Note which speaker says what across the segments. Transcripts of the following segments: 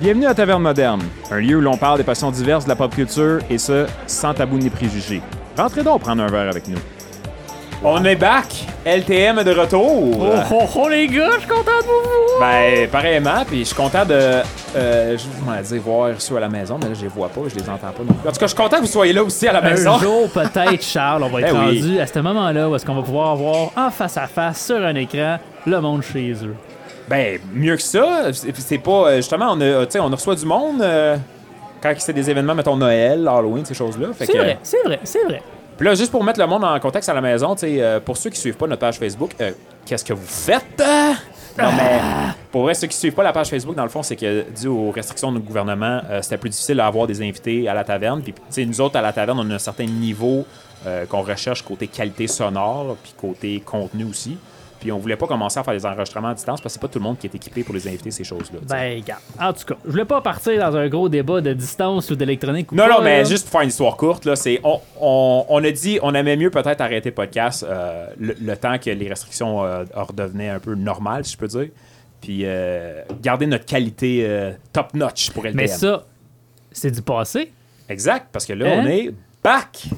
Speaker 1: Bienvenue à Taverne Moderne, un lieu où l'on parle des passions diverses de la pop culture et ce, sans tabou ni préjugés. Rentrez donc prendre un verre avec nous. On est back! LTM est de retour!
Speaker 2: Oh, oh, oh, les gars, je suis content de vous voir.
Speaker 1: Ben, pareillement, puis je suis content de. Euh, je vais dire voir ceux à la maison, mais là, je les vois pas, je les entends pas. non plus. En tout cas, je suis content que vous soyez là aussi à la
Speaker 2: Un
Speaker 1: maison.
Speaker 2: jour, peut-être, Charles, on va être
Speaker 1: Ben oui.
Speaker 2: rendu à ce moment-là où est-ce qu'on va pouvoir voir en face à face, sur un écran, le monde chez eux.
Speaker 1: Ben, mieux que ça. C'est c'est pas. euh, Justement, on, a, euh, tu sais, on reçoit du monde euh, quand c'est des événements, mettons Noël, Halloween, ces choses-là. Fait
Speaker 2: C'est
Speaker 1: que-
Speaker 2: vrai, c'est vrai, c'est vrai.
Speaker 1: Puis là, juste pour mettre le monde en contexte à la maison, tu sais, euh, pour ceux qui suivent pas notre page Facebook, euh, qu'est-ce que vous faites? euh? Non, mais pour vrai, ceux qui suivent pas la page Facebook, dans le fond, c'est que, dû aux restrictions du gouvernement, euh, c'était plus difficile d'avoir des invités à la taverne. Puis, tu sais, nous autres, à la taverne, on a un certain niveau euh, qu'on recherche côté qualité sonore, là, puis côté contenu aussi. Puis, on voulait pas commencer à faire des enregistrements à distance parce que c'est pas tout le monde qui est équipé pour les invités, ces choses-là. tu sais.
Speaker 2: Ben, regarde. En tout cas, je voulais pas partir dans un gros débat de distance ou d'électronique. ou
Speaker 1: Non,
Speaker 2: pas,
Speaker 1: non, mais
Speaker 2: là.
Speaker 1: juste pour faire une histoire courte, là, c'est on, on- on a dit on aimait mieux peut-être arrêter le podcast euh, le, le temps que les restrictions euh, redevenaient un peu normales, si je peux dire. Puis euh, garder notre qualité euh, top notch pour LTM.
Speaker 2: Mais ça, c'est du passé.
Speaker 1: Exact, parce que là,
Speaker 2: Hein?
Speaker 1: on est back.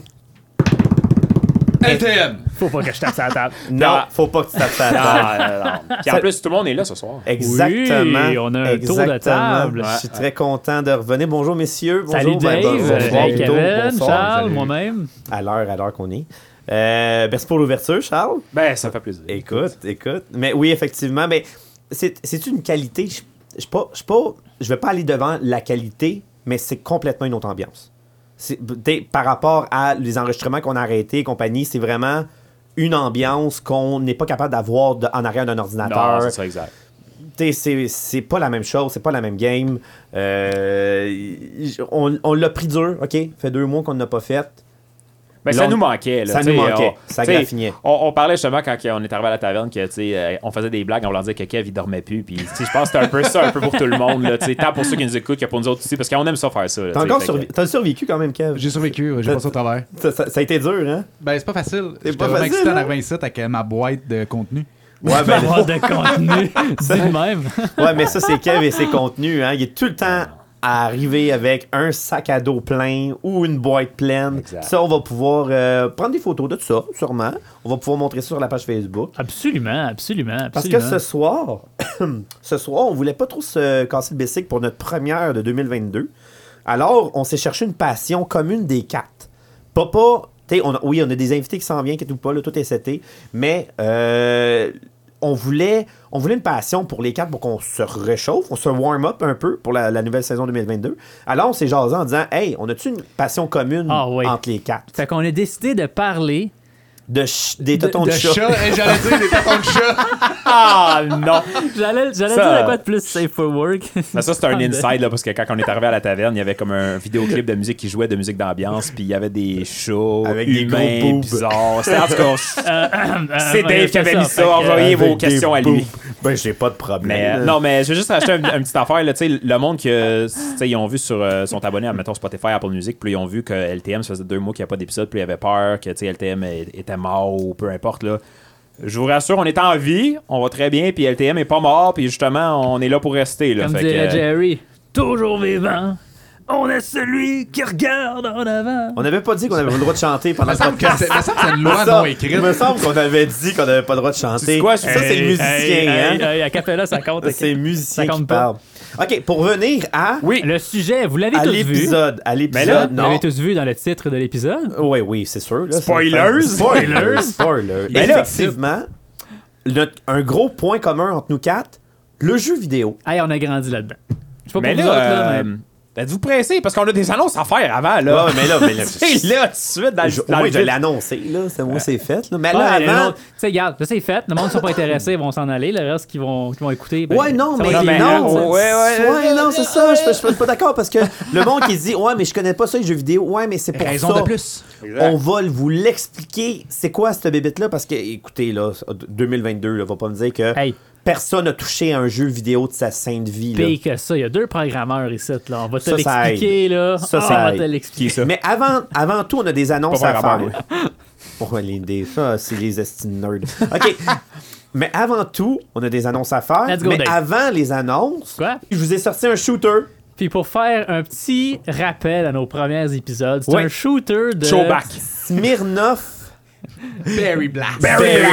Speaker 3: LTM!
Speaker 2: Faut pas que je tape ça la table.
Speaker 4: Non,
Speaker 1: Non.
Speaker 4: faut pas que tu tapes ça.
Speaker 1: Ah, non, non. Eh, Puis en plus, tout le monde est là ce soir.
Speaker 4: Exactement.
Speaker 2: Oui, on a un tour de
Speaker 4: Exactement.
Speaker 2: table.
Speaker 4: Je suis très content de revenir. Bonjour, messieurs.
Speaker 2: Salut
Speaker 4: Bonjour, ben,
Speaker 2: Dave,
Speaker 4: ben, bonsoir,
Speaker 2: salut
Speaker 4: plutôt.
Speaker 2: Kevin,
Speaker 4: Bonsoir.
Speaker 2: Charles,
Speaker 4: Salut.
Speaker 2: moi-même.
Speaker 4: À l'heure, à l'heure qu'on est. Euh, merci pour l'ouverture, Charles.
Speaker 1: Ben, ça fait plaisir.
Speaker 4: Écoute, écoute. Mais oui, effectivement, mais c'est c'est une qualité. Je je suis pas, je suis pas, je vais pas aller devant la qualité, mais c'est complètement une autre ambiance. C'est- t'sais, Par rapport à les enregistrements qu'on a arrêtés et compagnie, c'est vraiment une ambiance qu'on n'est pas capable d'avoir de- en arrière d'un
Speaker 1: Non,
Speaker 4: ordinateur.
Speaker 1: Ah, c'est ça, exact.
Speaker 4: T'sais, c'est c'est pas la même chose, c'est pas la même game. Euh, y- on on l'a pris dur, ok? fait deux mois qu'on n'a pas fait.
Speaker 1: Ben, ça
Speaker 4: L'on-
Speaker 1: nous manquait. Là,
Speaker 4: ça
Speaker 1: tu sais,
Speaker 4: nous manquait.
Speaker 1: on-
Speaker 4: Ça
Speaker 1: tu sais,
Speaker 4: graffinait.
Speaker 1: On, on parlait justement quand on est arrivé à la taverne que, tu sais, euh, on faisait des blagues, on leur disait que Kev, il dormait plus. Puis, tu sais, je pense que c'était un peu ça, un peu pour tout le monde. Là, tu sais, tant pour ceux qui nous écoutent que pour nous autres aussi, parce qu'on aime ça faire ça. là,
Speaker 4: T'as
Speaker 1: tu sais,
Speaker 4: encore
Speaker 1: fait
Speaker 4: survi-
Speaker 1: que-
Speaker 4: t'as survécu quand même, Kev.
Speaker 3: J'ai survécu, j'ai
Speaker 4: T'as-
Speaker 3: passé au travers.
Speaker 4: Ça, ça- ça a été dur, hein?
Speaker 3: Ben, c'est pas facile.
Speaker 4: C'est
Speaker 3: J'étais
Speaker 4: pas
Speaker 3: vraiment
Speaker 4: facile,
Speaker 3: excité
Speaker 4: hein?
Speaker 3: d'arriver ici avec euh, ma boîte de contenu.
Speaker 4: Ouais, ben,
Speaker 2: Avoir de contenu, dis même.
Speaker 4: Ouais, mais ça, c'est Kev et ses contenus. Hein. Il est tout le temps à arriver avec un sac à dos plein ou une boîte pleine.
Speaker 1: Exact.
Speaker 4: Ça, on va pouvoir euh, prendre des photos de tout ça, sûrement. On va pouvoir montrer ça sur la page Facebook.
Speaker 2: Absolument, absolument, absolument.
Speaker 4: Parce que ce soir, ce soir, on voulait pas trop se casser le bicycle pour notre première de 2022. Alors, on s'est cherché une passion commune des quatre. Papa, tu sais, on a- oui, on a des invités qui s'en viennent, qui tout pas, là, tout est seté, mais euh, on, voulait, on voulait une passion pour les quatre pour qu'on se réchauffe, on se warm up un peu pour la, la nouvelle saison 2022. Alors, on s'est jasé en disant, hey, on a-tu une passion commune
Speaker 2: Ah oui.
Speaker 4: entre les quatre?
Speaker 2: Fait qu'on a décidé de parler
Speaker 4: De ch- des tontons de,
Speaker 3: De
Speaker 4: chat.
Speaker 3: chat, eh, j'allais dire des tatons de chat.
Speaker 1: Ah non!
Speaker 2: J'allais, j'allais
Speaker 1: Ça-
Speaker 2: dire de quoi de plus safe for work.
Speaker 1: Mais ça, c'est un inside, là, parce que quand on est arrivé à la taverne, il y avait comme un vidéoclip de musique qui jouait de musique d'ambiance, puis il y avait des shows
Speaker 4: Avec des gros
Speaker 1: humains,
Speaker 4: boobs.
Speaker 1: bizarres. C'était- en tout cas, c'est
Speaker 2: C'est
Speaker 1: Dave qui avait mis ça.
Speaker 2: Fait
Speaker 1: Envoyez
Speaker 4: Avec
Speaker 1: vos
Speaker 4: des
Speaker 1: questions à lui.
Speaker 4: boobs. Ben, j'ai pas de problème.
Speaker 1: Mais, euh,
Speaker 4: là.
Speaker 1: non, mais je veux juste acheter un, un petit affaire. Là, Tu sais, le monde que tu sais, ils ont vu sur euh, sont abonnés à mettons, Spotify, Apple Music, puis ils ont vu que LTM, ça faisait deux mois qu'il n'y a pas d'épisode, puis ils avaient peur que tu sais, LTM est- était mort ou peu importe. Là. Je vous rassure, on est en vie, on va très bien, puis LTM est pas mort, puis justement, on est là pour rester.
Speaker 2: que-
Speaker 1: Là,
Speaker 2: Comme
Speaker 1: Fait que,
Speaker 2: dirait
Speaker 1: euh,
Speaker 2: Jerry, toujours vivant. On est celui qui regarde en avant.
Speaker 4: On n'avait pas dit qu'on avait le droit de chanter pendant
Speaker 3: Ça
Speaker 4: le
Speaker 3: me semble que
Speaker 4: podcast.
Speaker 3: c'est me semble que c'est une
Speaker 4: Il
Speaker 3: loi
Speaker 4: me
Speaker 3: non
Speaker 4: semble-
Speaker 3: écrite.
Speaker 4: Il me semble qu'on avait dit qu'on n'avait pas le droit de chanter.
Speaker 1: C'est quoi,
Speaker 4: ça, c'est
Speaker 1: Hey,
Speaker 4: le musicien, hein?
Speaker 2: hey, hey, à Capella, ça compte. ok.
Speaker 4: c'est le musicien
Speaker 2: ça compte
Speaker 4: qui
Speaker 2: pas.
Speaker 4: parle. OK, pour venir à,
Speaker 1: Oui,
Speaker 2: Le sujet, vous l'avez
Speaker 4: à
Speaker 2: tous vu.
Speaker 4: l'épisode.
Speaker 1: Mais là,
Speaker 4: À l'épisode,
Speaker 2: Vous
Speaker 4: non.
Speaker 2: l'avez tous vu dans le titre de l'épisode.
Speaker 4: Oui, oui, c'est sûr. là, c'est-
Speaker 1: Spoilers!
Speaker 4: Spoilers! Spoilers!
Speaker 1: Mais là-
Speaker 4: Effectivement, notre- un gros point commun entre nous quatre, le jeu vidéo.
Speaker 2: Hey, on a grandi là-dedans. Je sais pas
Speaker 1: mais là,
Speaker 2: pour vous autres, là,
Speaker 1: euh,
Speaker 2: mais-
Speaker 1: êtes-vous pressé? Parce qu'on a des annonces à faire avant.
Speaker 4: Ouais,
Speaker 1: Là.
Speaker 4: ouais, mais là, mais là,
Speaker 1: C'est là, tout de suite, dans le-
Speaker 4: je- au
Speaker 1: Ah, dans
Speaker 4: moins,
Speaker 1: le
Speaker 4: je
Speaker 1: vif.
Speaker 4: l'ai annoncé, là. C'est moi, c'est fait. là. Mais là,
Speaker 2: Ah, mais le
Speaker 4: avant,
Speaker 2: nôtre- Tu sais, regarde, ça c'est fait. Le monde ne sont pas intéressés, ils vont s'en aller. Le reste, qui vont, qui vont écouter. ben,
Speaker 4: Ouais, non,
Speaker 2: ça
Speaker 4: mais
Speaker 2: va être les
Speaker 1: non,
Speaker 2: noms, ça.
Speaker 1: ouais, ouais,
Speaker 4: ouais, non, c'est ça. Je je suis pas d'accord parce que le monde qui se dit, ouais, mais je connais pas ça les jeux vidéo. Ouais, mais c'est pour
Speaker 3: Raison
Speaker 4: ça.
Speaker 3: de plus.
Speaker 4: On va vous l'expliquer. C'est quoi cette bébête là Parce que, écoutez, là, 2022, là, va pas me dire que
Speaker 2: Hey.
Speaker 4: personne n'a touché à un jeu vidéo de sa sainte vie. là.
Speaker 2: Pire que ça, il y a deux programmeurs ici. Là. On va te
Speaker 4: Ça, ça
Speaker 2: l'expliquer.
Speaker 4: aide.
Speaker 2: Là.
Speaker 4: Ça,
Speaker 2: Ah,
Speaker 4: ça
Speaker 2: on va
Speaker 4: aide.
Speaker 2: te l'expliquer.
Speaker 1: Qui est ça?
Speaker 4: Mais avant, avant tout, on a des annonces
Speaker 1: Pas
Speaker 4: à
Speaker 1: vraiment,
Speaker 4: faire. Pourquoi les dés? Ça, c'est les estimes nerds. OK. Mais avant tout, on a des annonces à faire.
Speaker 2: Let's go,
Speaker 4: mais
Speaker 2: Dave.
Speaker 4: avant les annonces,
Speaker 2: Quoi?
Speaker 4: je vous ai sorti un shooter.
Speaker 2: Puis pour faire un petit rappel à nos premiers épisodes, c'est
Speaker 4: Ouais.
Speaker 2: un shooter de.
Speaker 1: Showback.
Speaker 4: Smirnoff
Speaker 3: Berry Blast.
Speaker 4: Berry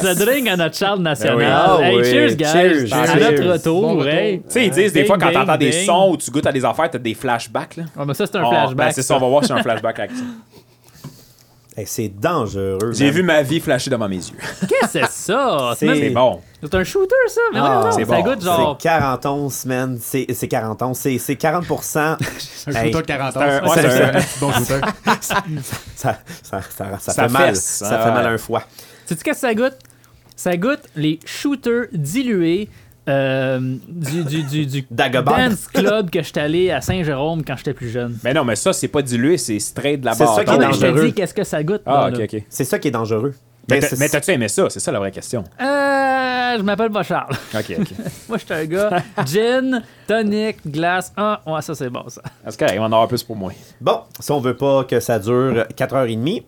Speaker 2: C'est le drink à notre Charles National.
Speaker 4: Ben oui. Ah
Speaker 2: hey,
Speaker 4: oui.
Speaker 2: cheers, guys.
Speaker 4: Cheers, Ben
Speaker 2: à
Speaker 4: cheers.
Speaker 2: notre retour.
Speaker 3: Bon retour.
Speaker 2: hey.
Speaker 1: Tu sais, ils disent des
Speaker 2: Ding,
Speaker 1: fois quand
Speaker 2: ding,
Speaker 1: t'entends des
Speaker 2: ding.
Speaker 1: sons ou tu goûtes à des affaires, t'as des flashbacks. Là.
Speaker 2: Ouais, mais Ah, ça, c'est un
Speaker 4: Ah,
Speaker 1: Oh,
Speaker 2: flashback.
Speaker 1: ben, c'est ça, on va voir si c'est un flashback action.
Speaker 4: Hey, c'est dangereux.
Speaker 1: J'ai
Speaker 4: man.
Speaker 1: vu ma vie flasher devant mes yeux.
Speaker 2: Qu'est-ce que c'est ça? C'est
Speaker 4: C'est-
Speaker 2: même-
Speaker 1: C'est bon.
Speaker 2: c'est un shooter, ça? Mais
Speaker 4: Ah,
Speaker 2: non, non,
Speaker 1: c'est
Speaker 2: ça
Speaker 1: bon.
Speaker 2: goûte genre.
Speaker 4: C'est 40 onces, man. C'est c'est 40 onces. C'est c'est 40
Speaker 3: Un
Speaker 4: Hey.
Speaker 3: shooter de 40 ans.
Speaker 1: un- ouais,
Speaker 3: c'est
Speaker 1: c'est un-
Speaker 3: un petit bon shooter.
Speaker 4: ça, ça, ça, ça
Speaker 1: Ça
Speaker 4: fait mal.
Speaker 1: fesse,
Speaker 4: Ça
Speaker 1: ouais.
Speaker 4: fait mal un foie.
Speaker 2: Sais-tu qu'est-ce que ça goûte? Ça goûte les shooters dilués euh, du, du, du, du
Speaker 4: Dagobah.
Speaker 2: dance club que j'étais allé à Saint-Jérôme quand j'étais plus jeune.
Speaker 1: Mais non, mais ça, c'est pas dilué, c'est straight de la
Speaker 4: C'est
Speaker 1: barre.
Speaker 4: ça qui est
Speaker 2: Non, mais je
Speaker 4: dangereux.
Speaker 2: te dis qu'est-ce que ça goûte.
Speaker 1: Ah,
Speaker 2: là,
Speaker 1: ok,
Speaker 2: là.
Speaker 1: ok.
Speaker 4: C'est ça qui est dangereux.
Speaker 1: Mais
Speaker 4: Mais
Speaker 1: t'as-
Speaker 4: c'est-
Speaker 1: mais t'as-tu aimé ça? C'est ça la vraie question.
Speaker 2: Euh, je m'appelle Bochard.
Speaker 1: Ok, ok.
Speaker 2: Moi, je suis un gars. Gin, tonic, glace. Ah, ouais, ça, c'est bon, ça.
Speaker 1: Est-ce qu'il va en avoir plus pour moi?
Speaker 4: Bon, si on veut pas que ça dure 4h30,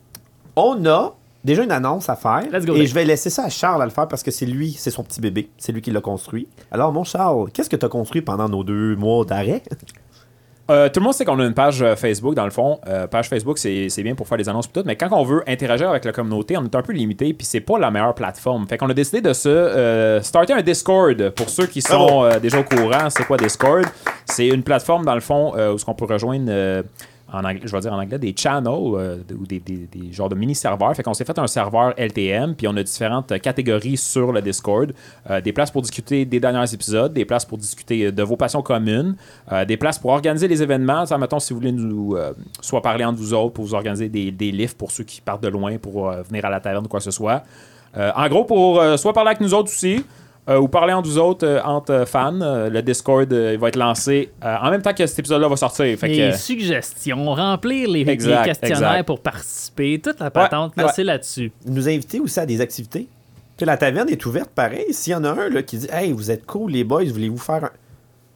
Speaker 4: on a déjà une annonce à faire.
Speaker 2: Let's go,
Speaker 4: et
Speaker 2: Dave.
Speaker 4: je vais laisser ça à Charles à le faire parce que c'est lui, c'est son petit bébé. C'est lui qui l'a construit. Alors, mon Charles, qu'est-ce que tu as construit pendant nos deux mois d'arrêt?
Speaker 1: Euh, tout le monde sait qu'on a une page euh, Facebook, dans le fond. Euh, page Facebook, c'est c'est bien pour faire des annonces et tout, mais quand on veut interagir avec la communauté, on est un peu limité, puis c'est pas la meilleure plateforme. Fait qu'on a décidé de se euh, starter un Discord. Pour ceux qui sont
Speaker 4: Bravo.
Speaker 1: euh, déjà au courant, c'est quoi Discord? C'est une plateforme, dans le fond, euh, où ce qu'on peut rejoindre... euh, en anglais, je vais dire en anglais, des channels euh, de- ou des, des- des genres de mini-serveurs. Fait qu'on s'est fait un serveur LTM, puis on a différentes euh, catégories sur le Discord. Euh, des places pour discuter des derniers épisodes, des places pour discuter euh, de vos passions communes, euh, des places pour organiser les événements. Ça, mettons, si vous voulez nous euh, soit parler entre vous autres, pour vous organiser des, des lifts pour ceux qui partent de loin, pour euh, venir à la taverne ou quoi que ce soit. Euh, en gros, pour euh, soit parler avec nous autres aussi, euh, ou parler entre vous autres, euh, entre euh, fans, euh, le Discord euh, il va être lancé euh, en même temps que cet épisode-là va sortir. Fait que, euh,
Speaker 2: Les suggestions, remplir les, les
Speaker 1: Exact,
Speaker 2: questionnaires
Speaker 1: exact.
Speaker 2: pour participer, toute la patente,
Speaker 1: ouais.
Speaker 2: là, c'est là-dessus.
Speaker 4: Nous inviter aussi à des activités. Tu sais, la taverne est ouverte pareil. S'il y en a un là, qui dit Hey, vous êtes cool, les boys, voulez-vous faire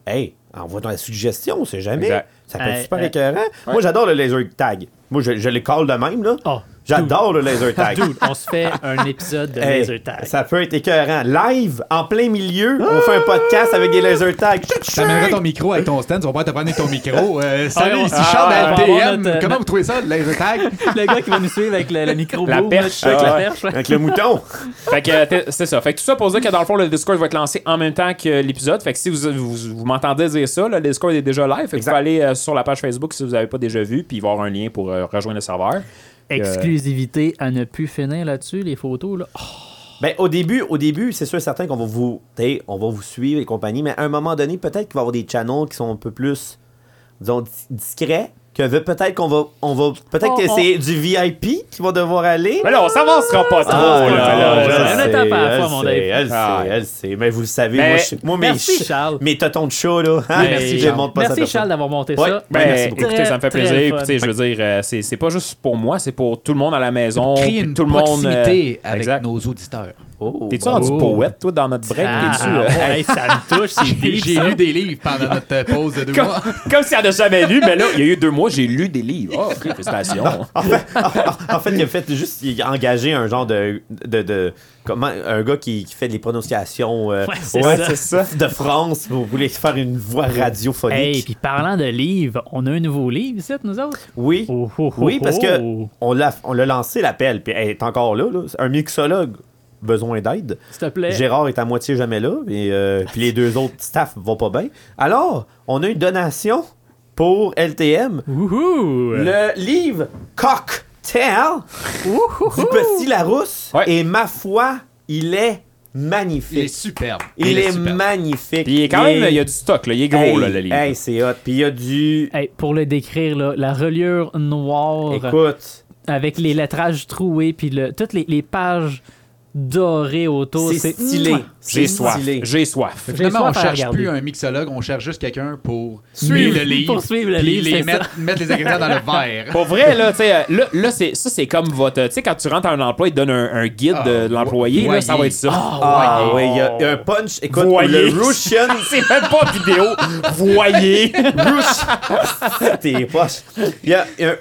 Speaker 4: un. Hey, envoie dans la suggestion, on sait jamais.
Speaker 1: Exact.
Speaker 4: Ça peut être
Speaker 2: Hey,
Speaker 4: super
Speaker 2: hey.
Speaker 4: écœurant. Moi, j'adore le laser tag. Moi, je, je les colle de même, là.
Speaker 2: Oh,
Speaker 4: J'adore le laser tag.
Speaker 2: Dude, on se fait un épisode de
Speaker 4: Hey,
Speaker 2: Laser Tag.
Speaker 4: Ça peut être écœurant. Live, en plein milieu, on fait un podcast avec des laser tags.
Speaker 3: T'amènerais ton micro avec ton stand, tu vas pouvoir te prendre avec ton micro. Euh, salut,
Speaker 2: Ah, on-
Speaker 3: ici
Speaker 2: ah,
Speaker 3: Charles
Speaker 2: on va
Speaker 3: de
Speaker 2: avoir
Speaker 3: LTM.
Speaker 2: notre-
Speaker 3: Comment vous trouvez ça, le laser tag?
Speaker 2: Le gars qui va nous suivre avec le, micro
Speaker 1: La boom, perche, là,
Speaker 2: avec
Speaker 1: avec
Speaker 2: la
Speaker 1: la
Speaker 2: perche.
Speaker 4: Avec le mouton.
Speaker 1: Fait que euh, t'es- c'est ça. Fait que tout ça pour dire que dans le fond, le Discord va être lancé en même temps que l'épisode. Fait que si vous, vous, vous m'entendez dire ça, là, le Discord est déjà live. Fait que vous
Speaker 4: Exact.
Speaker 1: pouvez aller euh, sur la page Facebook si vous n'avez pas déjà vu, puis il va y avoir un lien pour euh, rejoindre le serveur.
Speaker 2: Exclusivité à ne plus finir là-dessus, les photos. Là. Oh,
Speaker 4: Ben, au début, au début, c'est sûr et certain qu'on va vous. t'sais, on va vous suivre et compagnie, mais à un moment donné, peut-être qu'il va y avoir des channels qui sont un peu plus disons, dis- discrets. Que veut- peut-être qu'on va. On va peut-être
Speaker 2: On-
Speaker 4: que c'est du VIP qui va devoir aller.
Speaker 1: Mais là, on s'avancera pas trop. là,
Speaker 4: Ah,
Speaker 1: Euh, là,
Speaker 2: ouais,
Speaker 4: je
Speaker 1: là.
Speaker 2: ouais.
Speaker 4: sais,
Speaker 2: Elle est à
Speaker 4: elle
Speaker 2: fois, mon
Speaker 4: sait,
Speaker 2: Dave.
Speaker 4: elle
Speaker 1: Ah,
Speaker 4: sait,
Speaker 1: ouais.
Speaker 4: elle sait. Mais vous le savez,
Speaker 1: Mais-
Speaker 4: moi, je- moi, mes,
Speaker 2: Merci,
Speaker 4: ch-
Speaker 2: Charles.
Speaker 4: mes totons de chat, là. hein,
Speaker 2: Merci,
Speaker 4: je
Speaker 2: Charles.
Speaker 4: montre pas ça à
Speaker 2: Merci
Speaker 4: personne.
Speaker 2: Charles d'avoir monté
Speaker 4: Ouais,
Speaker 2: ça.
Speaker 1: Ben,
Speaker 4: Ouais, merci beaucoup.
Speaker 1: écoutez, ça me fait
Speaker 2: Très,
Speaker 1: plaisir.
Speaker 2: très
Speaker 1: Puis, tu sais, je veux dire, euh, c'est c'est pas juste pour moi, c'est pour tout le monde à la maison.
Speaker 3: Créer
Speaker 1: puis
Speaker 3: une
Speaker 1: tout le monde. euh,
Speaker 3: proximité avec
Speaker 1: exact.
Speaker 3: nos auditeurs.
Speaker 4: Oh,
Speaker 1: T'es-tu
Speaker 4: bon.
Speaker 1: rendu
Speaker 2: Oh.
Speaker 1: poète, toi, dans notre break?
Speaker 2: Ah,
Speaker 1: T'es-tu, euh,
Speaker 2: ouais, ça me touche, c'est
Speaker 3: J'ai
Speaker 2: deep,
Speaker 3: j'ai
Speaker 2: ça.
Speaker 3: lu des livres pendant notre euh, pause de deux
Speaker 1: comme,
Speaker 3: mois.
Speaker 1: comme si elle n'a jamais lu, mais là, il y a eu deux mois, j'ai lu des livres. Oh, ok, félicitations.
Speaker 4: en fait, il a fait juste il a engagé un genre de. de, de- comment, un gars qui, qui fait des prononciations euh,
Speaker 2: Ouais, c'est ça.
Speaker 4: de France. Vous voulez faire une voix radiophonique.
Speaker 2: Hey, puis parlant de livres, on a un nouveau livre ici, nous autres?
Speaker 4: oui.
Speaker 2: Oh, oh, oh,
Speaker 4: oui, parce que
Speaker 2: oh.
Speaker 4: on l'a on l'a lancé l'appel, puis elle est encore là, là. C'est Un mixologue, besoin d'aide.
Speaker 2: S'il te plaît.
Speaker 4: Gérard est à moitié jamais là, et, euh, puis les deux autres staff vont pas bien. Alors, on a une donation pour LTM.
Speaker 2: Wouhou!
Speaker 4: Le livre Cocktail du petit Larousse.
Speaker 1: Ouais.
Speaker 4: Et ma foi, il
Speaker 3: Il
Speaker 4: est
Speaker 3: est
Speaker 4: magnifique.
Speaker 3: superbe.
Speaker 4: Il, est,
Speaker 3: superbe.
Speaker 4: magnifique.
Speaker 1: Puis il est quand même, il y a du stock, là. Il est gros,
Speaker 4: Hey,
Speaker 1: là, le livre.
Speaker 4: hey, c'est hot. Puis il y a du.
Speaker 2: Hey, pour le décrire, là, la reliure noire
Speaker 4: Écoute,
Speaker 2: avec les lettrages troués, puis le, toutes les, les pages dorées autour.
Speaker 4: c'est stylé.
Speaker 1: J'ai
Speaker 4: C'est
Speaker 1: soif.
Speaker 4: stylé.
Speaker 1: J'ai soif.
Speaker 2: J'ai
Speaker 3: Finalement, on
Speaker 2: soif à
Speaker 3: cherche
Speaker 2: regarder.
Speaker 3: plus un mixologue, on cherche juste quelqu'un pour
Speaker 2: Suivre-
Speaker 3: lire le livre.
Speaker 2: pour suivre le
Speaker 3: puis
Speaker 2: livre, c'est
Speaker 3: les
Speaker 2: ça.
Speaker 3: mettre, mettre les ingrédients dans le verre. Ben,
Speaker 1: Pour vrai, là, tu sais, euh, là, là, c'est- ça, c'est comme votre. Tu sais, quand tu rentres à un emploi, il te donne un, un guide
Speaker 3: Ah,
Speaker 1: de, de l'employé, là, ça va
Speaker 3: voyez.
Speaker 1: être ça.
Speaker 4: Ah oui, il y, a il y a un punch. Écoute,
Speaker 1: Voyez.
Speaker 4: le Russian,
Speaker 1: C'est même pas vidéo. Voyez.
Speaker 4: t'es poche. Il y a il y a un.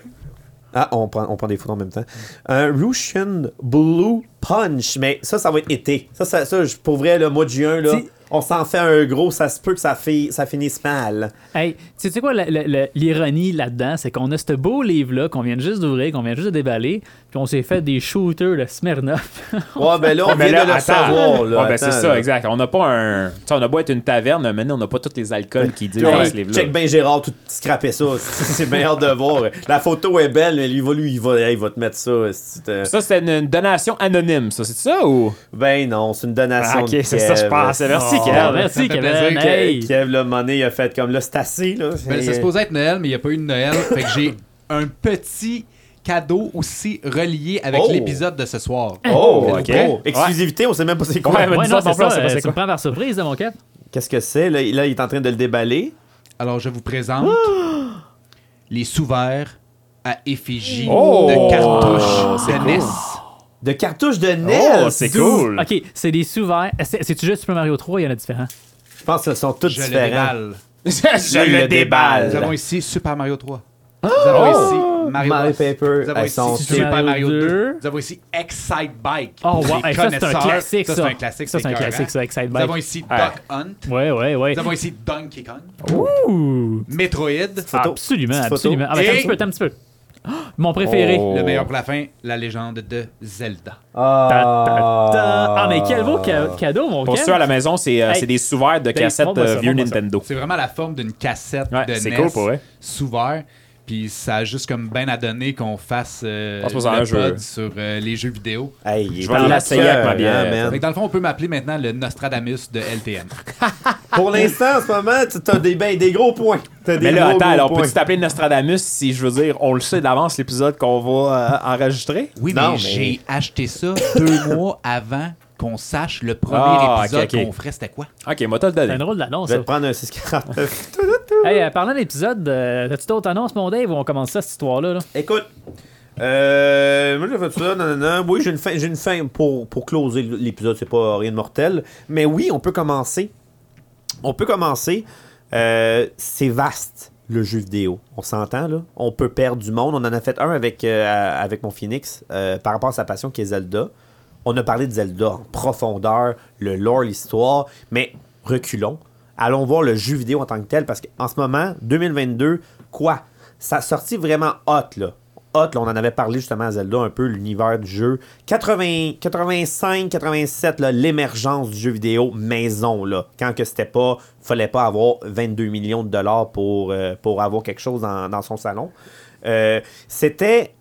Speaker 4: Ah, on prend, on prend des photos en même temps. Un Russian Blue punch, mais ça, ça va être été. Ça, ça, ça, je- pour vrai, le mois de juin, là,
Speaker 2: Si-
Speaker 4: on s'en fait un gros, ça se peut que ça, fi- ça finisse mal.
Speaker 2: Hey, tu sais quoi, la- la- la- l'ironie là-dedans, c'est qu'on a ce beau livre-là qu'on vient juste d'ouvrir, qu'on vient juste de déballer, puis on s'est fait des shooters de Smirnoff.
Speaker 4: Ouais, ben là, on
Speaker 1: Mais là,
Speaker 4: vient de le
Speaker 1: attends.
Speaker 4: savoir. Là,
Speaker 1: Ouais, ben, c'est
Speaker 4: Attends,
Speaker 1: ça,
Speaker 4: là.
Speaker 1: exact. On n'a pas un. tu sais, on a beau être une taverne, mais on n'a pas tous les alcools qui disent dans
Speaker 4: Ouais,
Speaker 1: ce livre-là.
Speaker 4: check ben Gérard tout scraper ça. C'est bien hâte de voir. La photo est belle, mais lui, va, lui il, va, il va te mettre ça. c'est, euh,
Speaker 1: Ça, c'était une, une donation anonyme, ça, c'est ça ou.
Speaker 4: Ben non, c'est une donation.
Speaker 1: Ah, ok,
Speaker 4: de
Speaker 1: c'est ça, je
Speaker 4: Kev.
Speaker 1: pensais. Merci,
Speaker 2: Oh,
Speaker 1: Kev.
Speaker 2: merci,
Speaker 3: fait
Speaker 2: Kevin.
Speaker 3: plaisir, Kev.
Speaker 2: Hey.
Speaker 4: Kev, le money, il a fait comme là, c'est assez. Là,
Speaker 3: Ben,
Speaker 4: C'est- euh,
Speaker 3: c'est supposé être Noël, mais il n'y a pas eu de Noël. fait que j'ai un petit cadeau aussi relié avec
Speaker 4: Oh.
Speaker 3: l'épisode de ce soir.
Speaker 1: Oh,
Speaker 4: Oh, ok.
Speaker 1: ok.
Speaker 4: Exclusivité, on sait même pas c'est quoi.
Speaker 1: Ouais, mais
Speaker 2: Ouais,
Speaker 1: disons,
Speaker 2: non,
Speaker 1: c'est
Speaker 2: c'est
Speaker 1: ça,
Speaker 2: pas
Speaker 1: c'est
Speaker 2: ça.
Speaker 1: pas c'est
Speaker 2: euh, Tu
Speaker 1: quoi.
Speaker 2: me prends par surprise, hein, mon cap.
Speaker 4: Qu'est-ce que c'est? Là, il- là, il est en train de le déballer.
Speaker 3: Alors, je vous présente les sous-verts à effigie
Speaker 1: Oh. Ah,
Speaker 3: de cartouches
Speaker 1: C'est
Speaker 3: de
Speaker 1: cool.
Speaker 3: NES.
Speaker 4: De cartouches de NES.
Speaker 1: Oh, c'est cool.
Speaker 2: Ok, c'est des sous-verts. C'est- C'est-tu juste Super Mario 3 Il y en a différents.
Speaker 4: Je pense qu'ils sont tous
Speaker 3: Je le
Speaker 4: différents.
Speaker 3: déballe.
Speaker 1: Je
Speaker 4: le
Speaker 1: le
Speaker 4: Euh,
Speaker 1: déballe.
Speaker 3: Nous avons ici Super Mario 3. Nous avons ici Mario,
Speaker 4: Ah! Oh! Mario
Speaker 3: Bros.
Speaker 4: Paper,
Speaker 3: Nous avons
Speaker 4: elles
Speaker 3: ici
Speaker 4: sont
Speaker 3: Super Mario 2.
Speaker 2: deux.
Speaker 3: Nous avons ici Excite Bike.
Speaker 2: Oh,
Speaker 3: pour
Speaker 2: wow.
Speaker 3: les
Speaker 2: Hey, ça, c'est un
Speaker 3: connaisseurs.
Speaker 2: classique,
Speaker 3: c'est
Speaker 2: ça.
Speaker 3: un classique.
Speaker 2: Ça, c'est un
Speaker 3: écœurant.
Speaker 2: classique, ça, Excite
Speaker 3: Nous
Speaker 2: Bike. Ah.
Speaker 3: avons ici
Speaker 1: Ouais.
Speaker 3: Duck Hunt.
Speaker 2: Ouais, ouais, ouais.
Speaker 3: Nous avons ici Donkey Kong.
Speaker 2: Ouh. Ah.
Speaker 3: Metroid.
Speaker 4: Photo.
Speaker 2: Absolument,
Speaker 4: Petite photo.
Speaker 2: absolument. Ah, ben,
Speaker 3: Et-
Speaker 2: attends un petit peu, attends un petit peu. Oh, Mon préféré.
Speaker 1: Oh.
Speaker 3: Le meilleur pour la fin, la légende de Zelda.
Speaker 4: Ah.
Speaker 2: Ta- ta- ta. Ah, mais quel beau ca- cadeau, mon
Speaker 1: Pour
Speaker 2: Kev.
Speaker 1: ceux à la maison, c'est euh,
Speaker 2: Hey.
Speaker 1: c'est des sous-verts de cassettes
Speaker 2: montre-moi ça,
Speaker 1: euh, vieux
Speaker 2: montre-moi ça.
Speaker 1: Nintendo.
Speaker 3: C'est vraiment la forme d'une cassette
Speaker 1: Ouais,
Speaker 3: de
Speaker 1: c'est
Speaker 3: NES
Speaker 1: cool pour vrai.
Speaker 3: sous verre. Puis ça a juste comme ben à donner qu'on fasse euh,
Speaker 1: On se pose à un
Speaker 3: le
Speaker 1: jeu.
Speaker 3: pod sur euh, les jeux vidéo.
Speaker 4: Hey, il
Speaker 1: Je
Speaker 4: est
Speaker 1: vais
Speaker 4: en
Speaker 1: l'essayer avec ma
Speaker 4: cœur,
Speaker 1: bière.
Speaker 4: hein, man.
Speaker 3: Fait que dans le fond, on peut m'appeler maintenant le Nostradamus de LTN.
Speaker 4: Pour l'instant, en ce moment, tu as des, ben, des gros points. T'as des
Speaker 1: Mais là,
Speaker 4: gros,
Speaker 1: attends,
Speaker 4: gros
Speaker 1: alors
Speaker 4: points.
Speaker 1: peux-tu t'appeler Nostradamus si je veux dire, on le sait d'avance l'épisode qu'on va euh, enregistrer?
Speaker 3: Oui,
Speaker 4: Non,
Speaker 3: mais,
Speaker 4: mais-
Speaker 3: j'ai acheté ça deux mois avant qu'on sache le premier
Speaker 1: Ah, ok,
Speaker 3: épisode
Speaker 1: ok.
Speaker 3: qu'on ferait, c'était quoi?
Speaker 1: Ok, moi, t'as le
Speaker 2: C'est un
Speaker 1: donné.
Speaker 2: drôle d'annonce.
Speaker 4: Je vais
Speaker 2: ça.
Speaker 4: te prendre un 649.
Speaker 2: Hey, euh, parlant d'épisode, euh, as-tu d'autres annonces, mon Dave, ou on commence ça, cette histoire-là? là?
Speaker 4: Écoute. Euh, moi, j'ai fait ça, nanana. Oui, j'ai une fin, j'ai une fin pour, pour closer l'épisode, c'est pas rien de mortel. Mais oui, on peut commencer. On peut commencer. Euh, c'est vaste, le jeu vidéo. On s'entend, là. On peut perdre du monde. On en a fait un avec, euh, avec mon Phoenix euh, par rapport à sa passion qui est Zelda. On a parlé de Zelda en profondeur, le lore, l'histoire, mais reculons. Allons voir le jeu vidéo en tant que tel parce qu'en ce moment, 2022, quoi Ça sortit vraiment hot, là. Hot, là, on en avait parlé justement à Zelda un peu, l'univers du jeu. 80, 85, 87, là, l'émergence du jeu vidéo maison, là. Quand que c'était pas, fallait pas avoir 22 millions de dollars pour, euh, pour avoir quelque chose dans, dans son salon. Euh, c'était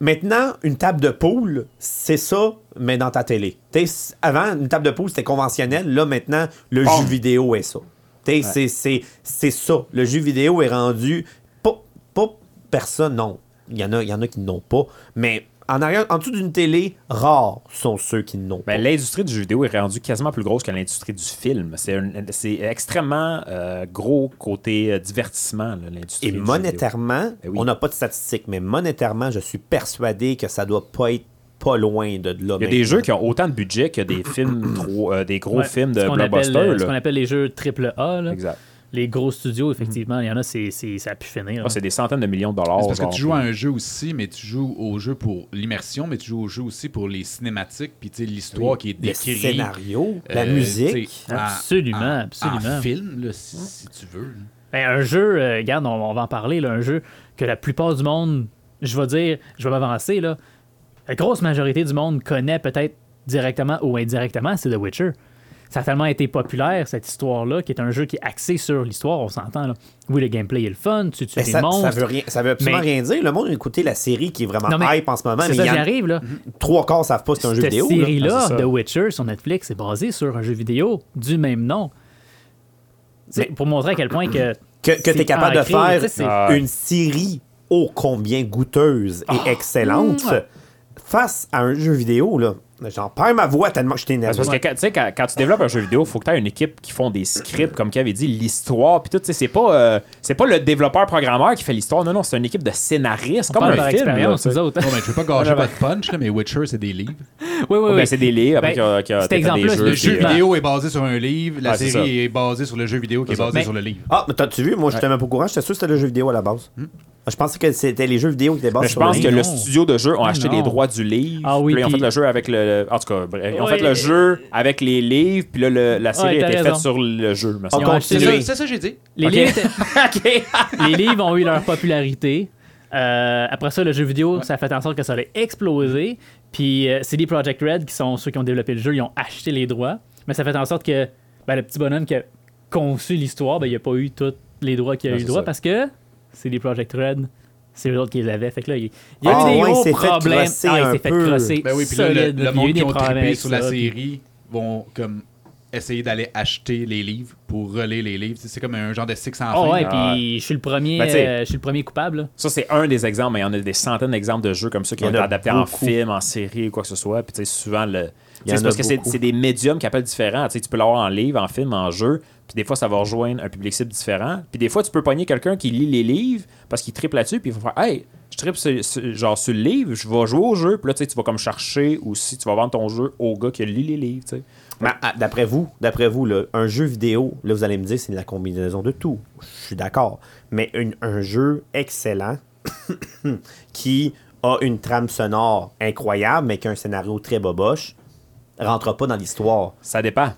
Speaker 4: Maintenant, une table de poule, c'est ça, mais dans ta télé. T'sais, c- avant, une table de poule, c'était conventionnel. Là, maintenant, le jeu vidéo est ça. T'sais, c'est- c'est- C'est ça. Le jeu vidéo est rendu. Pas, pas personne, non. Il y, en a, il y en a qui n'ont pas. Mais en, arrière, en dessous d'une télé, rares sont ceux qui n'ont pas.
Speaker 1: Ben, l'industrie du jeu vidéo est rendue quasiment plus grosse que l'industrie du film. C'est un- c'est extrêmement euh, gros côté euh, divertissement, là, l'industrie.
Speaker 4: Et
Speaker 1: du jeu
Speaker 4: monétairement,
Speaker 1: Ben oui.
Speaker 4: on n'a pas de statistiques, mais monétairement, je suis persuadé que ça doit pas être pas loin de de
Speaker 1: vidéo. Il y
Speaker 4: là.
Speaker 1: a des
Speaker 4: maintenant.
Speaker 1: jeux qui ont autant de budget que des films, trop- euh, des gros
Speaker 2: Ouais,
Speaker 1: films
Speaker 2: ce
Speaker 1: de
Speaker 2: qu'on appelle, euh,
Speaker 1: blockbuster.
Speaker 2: Ce
Speaker 1: là.
Speaker 2: qu'on appelle les jeux triple A. là.
Speaker 1: Exact.
Speaker 2: Les gros studios, effectivement, il y en a, c'est, c'est- ça a pu finir.
Speaker 1: Ah, c'est des centaines de millions de dollars.
Speaker 3: C'est parce que
Speaker 1: genre.
Speaker 3: tu joues à un jeu aussi, mais tu joues au jeu pour l'immersion, mais tu joues au jeu aussi pour les cinématiques, puis tu sais, l'histoire qui est
Speaker 4: Le
Speaker 3: décrite.
Speaker 4: scénario, la
Speaker 3: euh,
Speaker 4: musique.
Speaker 3: tu sais, en-
Speaker 2: Absolument,
Speaker 3: en-
Speaker 2: absolument.
Speaker 3: En film, là, si, si tu veux. là.
Speaker 2: Ben, un jeu, euh, regarde, on, on va en parler, là, un jeu que la plupart du monde, je vais dire, je vais m'avancer, là, la grosse majorité du monde connaît peut-être directement ou indirectement, c'est The Witcher. Ça a tellement été populaire, cette histoire-là, qui est un jeu qui est axé sur l'histoire, on s'entend. Là. Oui, le gameplay est le fun, tu tues
Speaker 4: Mais
Speaker 2: des
Speaker 4: Ben, ça, ça
Speaker 2: monstres.
Speaker 4: veut rien, ça veut absolument
Speaker 2: Mais-
Speaker 4: rien dire. Le monde a écouté la série qui est vraiment
Speaker 2: Non, mais
Speaker 4: hype en ce moment,
Speaker 2: c'est
Speaker 4: mais
Speaker 2: ça
Speaker 4: il y
Speaker 2: qui
Speaker 4: en-
Speaker 2: arrive, là.
Speaker 4: trois quarts savent pas que c'est un jeu
Speaker 2: Cette
Speaker 4: vidéo. là.
Speaker 1: Ah,
Speaker 2: série-là,
Speaker 1: c'est ça.
Speaker 2: The Witcher, sur Netflix, est basée sur un jeu vidéo du même nom. C'est
Speaker 4: Mais-
Speaker 2: Pour montrer à quel point que...
Speaker 4: Que, que tu
Speaker 2: c'est
Speaker 4: es capable
Speaker 2: ancré, tu
Speaker 4: de
Speaker 2: sais, c'est- Ah.
Speaker 4: faire une série ô combien goûteuse et excellente face à un jeu vidéo. là. J'en perds ma voix tellement que je suis
Speaker 1: Parce
Speaker 4: énervé.
Speaker 1: parce que quand, tu sais, quand, quand tu développes un jeu vidéo, faut que tu aies une équipe qui font des scripts, comme Kev avait dit, l'histoire, puis tout. tu sais, C'est pas, euh, c'est pas le développeur-programmeur qui fait l'histoire. Non, non, c'est une équipe de scénaristes,
Speaker 2: on
Speaker 1: comme
Speaker 2: parle
Speaker 1: un
Speaker 2: par
Speaker 1: film. là,
Speaker 2: expérience,
Speaker 1: tu sais.
Speaker 2: nous autres.
Speaker 3: Bon, ben, je veux pas gâcher
Speaker 1: Ouais, ouais.
Speaker 3: votre punch, là, mais Witcher, c'est des livres.
Speaker 2: Oui, oui,
Speaker 1: Ben,
Speaker 2: oui.
Speaker 1: c'est des livres, après
Speaker 2: Ben,
Speaker 1: qu'il y a- qu'il y a
Speaker 2: cet
Speaker 1: t'as fait des
Speaker 2: exemple-là,
Speaker 1: jeux,
Speaker 2: je
Speaker 3: Le
Speaker 2: l'ai
Speaker 1: puis,
Speaker 3: jeu
Speaker 2: vu,
Speaker 1: euh,
Speaker 2: là.
Speaker 3: vidéo est basé sur un livre, la
Speaker 1: Ouais, c'est
Speaker 3: série est basée sur le jeu vidéo qui est basé sur le livre.
Speaker 4: Ah, mais t'as-tu vu? Moi, j'étais même pas au courant. J'étais sûr que c'était le jeu vidéo à la base. Je pensais que c'était les jeux vidéo qui débarquent
Speaker 1: Hmm. Mais ben, je pense
Speaker 4: sur le-
Speaker 1: que
Speaker 3: non.
Speaker 1: le studio de jeu ont acheté
Speaker 3: non.
Speaker 1: les droits du livre.
Speaker 2: Ah oui,
Speaker 1: Puis là, ils ont
Speaker 2: puis-
Speaker 1: fait le jeu avec le. En tout cas, bref, ils ont
Speaker 2: Ouais.
Speaker 1: fait le jeu avec les livres. Puis là, le- la série
Speaker 2: Ouais, t'as
Speaker 1: était faite
Speaker 2: raison.
Speaker 1: sur le jeu. me semble.
Speaker 2: Ils ont acheté
Speaker 3: C'est ça,
Speaker 2: Oui.
Speaker 3: c'est ça que j'ai dit.
Speaker 2: Les,
Speaker 1: Ok.
Speaker 2: livres étaient-
Speaker 1: Ok.
Speaker 2: les livres ont eu leur popularité. Euh, après ça, le jeu vidéo, ça a fait en sorte que ça allait exploser. Puis euh, CD Projekt Red, qui sont ceux qui ont développé le jeu, ils ont acheté les droits. Mais ça a fait en sorte que ben, le petit bonhomme qui a conçu l'histoire, ben, il n'a pas eu tous les droits qu'il a
Speaker 1: Non,
Speaker 2: eu
Speaker 1: c'est
Speaker 2: droit
Speaker 1: ça.
Speaker 2: parce que CD Projekt Red, c'est eux autres qui les avaient. Fait que là, il il y a
Speaker 4: Ah,
Speaker 2: eu des
Speaker 4: ouais, il
Speaker 2: gros
Speaker 4: s'est fait
Speaker 2: problèmes.
Speaker 4: crosser
Speaker 2: ah, il
Speaker 4: un
Speaker 2: s'est fait
Speaker 4: peu.
Speaker 2: crosser.
Speaker 3: Ben oui, puis là, le,
Speaker 2: solide,
Speaker 3: le
Speaker 2: là, puis il y a eu
Speaker 3: monde
Speaker 2: des
Speaker 3: qui ont
Speaker 2: problèmes
Speaker 3: trippé
Speaker 2: avec
Speaker 3: sur la
Speaker 2: ça, puis-
Speaker 3: série vont comme essayer d'aller acheter les livres pour relayer les livres. Tu sais, C'est comme un genre de six sans
Speaker 2: Ah
Speaker 3: fin.
Speaker 2: ouais,
Speaker 1: Ah.
Speaker 2: puis je suis le premier,
Speaker 1: Ben, tu sais-
Speaker 2: euh, je suis le premier coupable. là.
Speaker 1: Ça, c'est un des exemples, mais il y en a des centaines d'exemples de jeux comme ça qui
Speaker 4: Il y
Speaker 1: ont
Speaker 4: en
Speaker 1: été
Speaker 4: a
Speaker 1: adaptés en
Speaker 4: beaucoup.
Speaker 1: film, en série ou quoi que ce soit. Puis, tu sais, souvent, le. tu
Speaker 4: Il y
Speaker 1: sais,
Speaker 4: en
Speaker 1: C'est parce
Speaker 4: a
Speaker 1: que c'est
Speaker 4: beaucoup.
Speaker 1: c'est des médiums qui appellent différents. Tu sais, tu peux l'avoir en livre, en film, en jeu. Puis, des fois, ça va rejoindre un public cible différent. Puis, des fois, tu peux pogner quelqu'un qui lit les livres parce qu'il triple là-dessus. Puis, il va faire Hey, je triple sur- sur- genre sur le livre, je vais jouer au jeu. Puis là, tu sais, tu vas comme chercher ou si tu vas vendre ton jeu au gars qui lit les livres. tu sais.
Speaker 4: Mais, ah, d'après vous, d'après vous, là, un jeu vidéo, là vous allez me dire c'est la combinaison de tout. Je suis d'accord. Mais une- un jeu excellent qui a une trame sonore incroyable, mais qui a un scénario très boboche, rentre pas dans l'histoire.
Speaker 1: Ça dépend.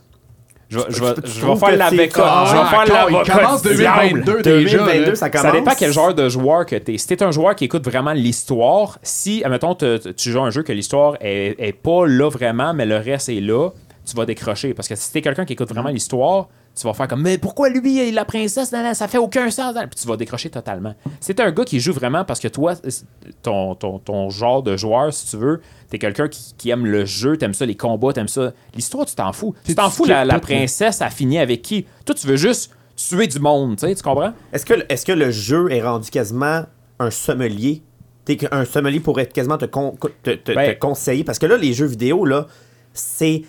Speaker 1: Je, vais- je vais-
Speaker 4: Tu- tu
Speaker 1: je vais
Speaker 4: trouves
Speaker 1: faire
Speaker 4: que
Speaker 1: l'avocat.
Speaker 4: c'est-
Speaker 1: Je vais
Speaker 3: Ah,
Speaker 1: faire
Speaker 3: il
Speaker 1: l'avocat.
Speaker 3: commence
Speaker 1: du diable.
Speaker 3: 2022 déjà.
Speaker 4: 2022,
Speaker 3: là.
Speaker 4: ça commence.
Speaker 1: Ça dépend quel genre de joueur que t'es. Si t'es un joueur qui écoute vraiment l'histoire, si, admettons, te- te- tu joues à un jeu que l'histoire est, est pas là vraiment, mais le reste est là, tu vas décrocher. Parce que si t'es quelqu'un qui écoute vraiment l'histoire, tu vas faire comme Mais pourquoi lui et la princesse, nan, nan, ça fait aucun sens. nan. Puis tu vas décrocher totalement. Si t'es un gars qui joue vraiment parce que toi, ton, ton, ton genre de joueur, si tu veux, t'es quelqu'un qui, qui aime le jeu, t'aimes ça, les combats, t'aimes ça. L'histoire, tu t'en fous. Tu t'en
Speaker 3: tu
Speaker 1: fous, la,
Speaker 3: skippes
Speaker 1: la
Speaker 3: tout, là.
Speaker 1: princesse a fini avec qui Toi, tu veux juste tuer du monde, tu sais, tu comprends
Speaker 4: Est-ce que, est que le jeu est rendu quasiment un sommelier? T'es qu'un sommelier pourrait quasiment te, con- te- te-
Speaker 1: Ben-
Speaker 4: te conseiller. Parce que là, les jeux vidéo, là, c'est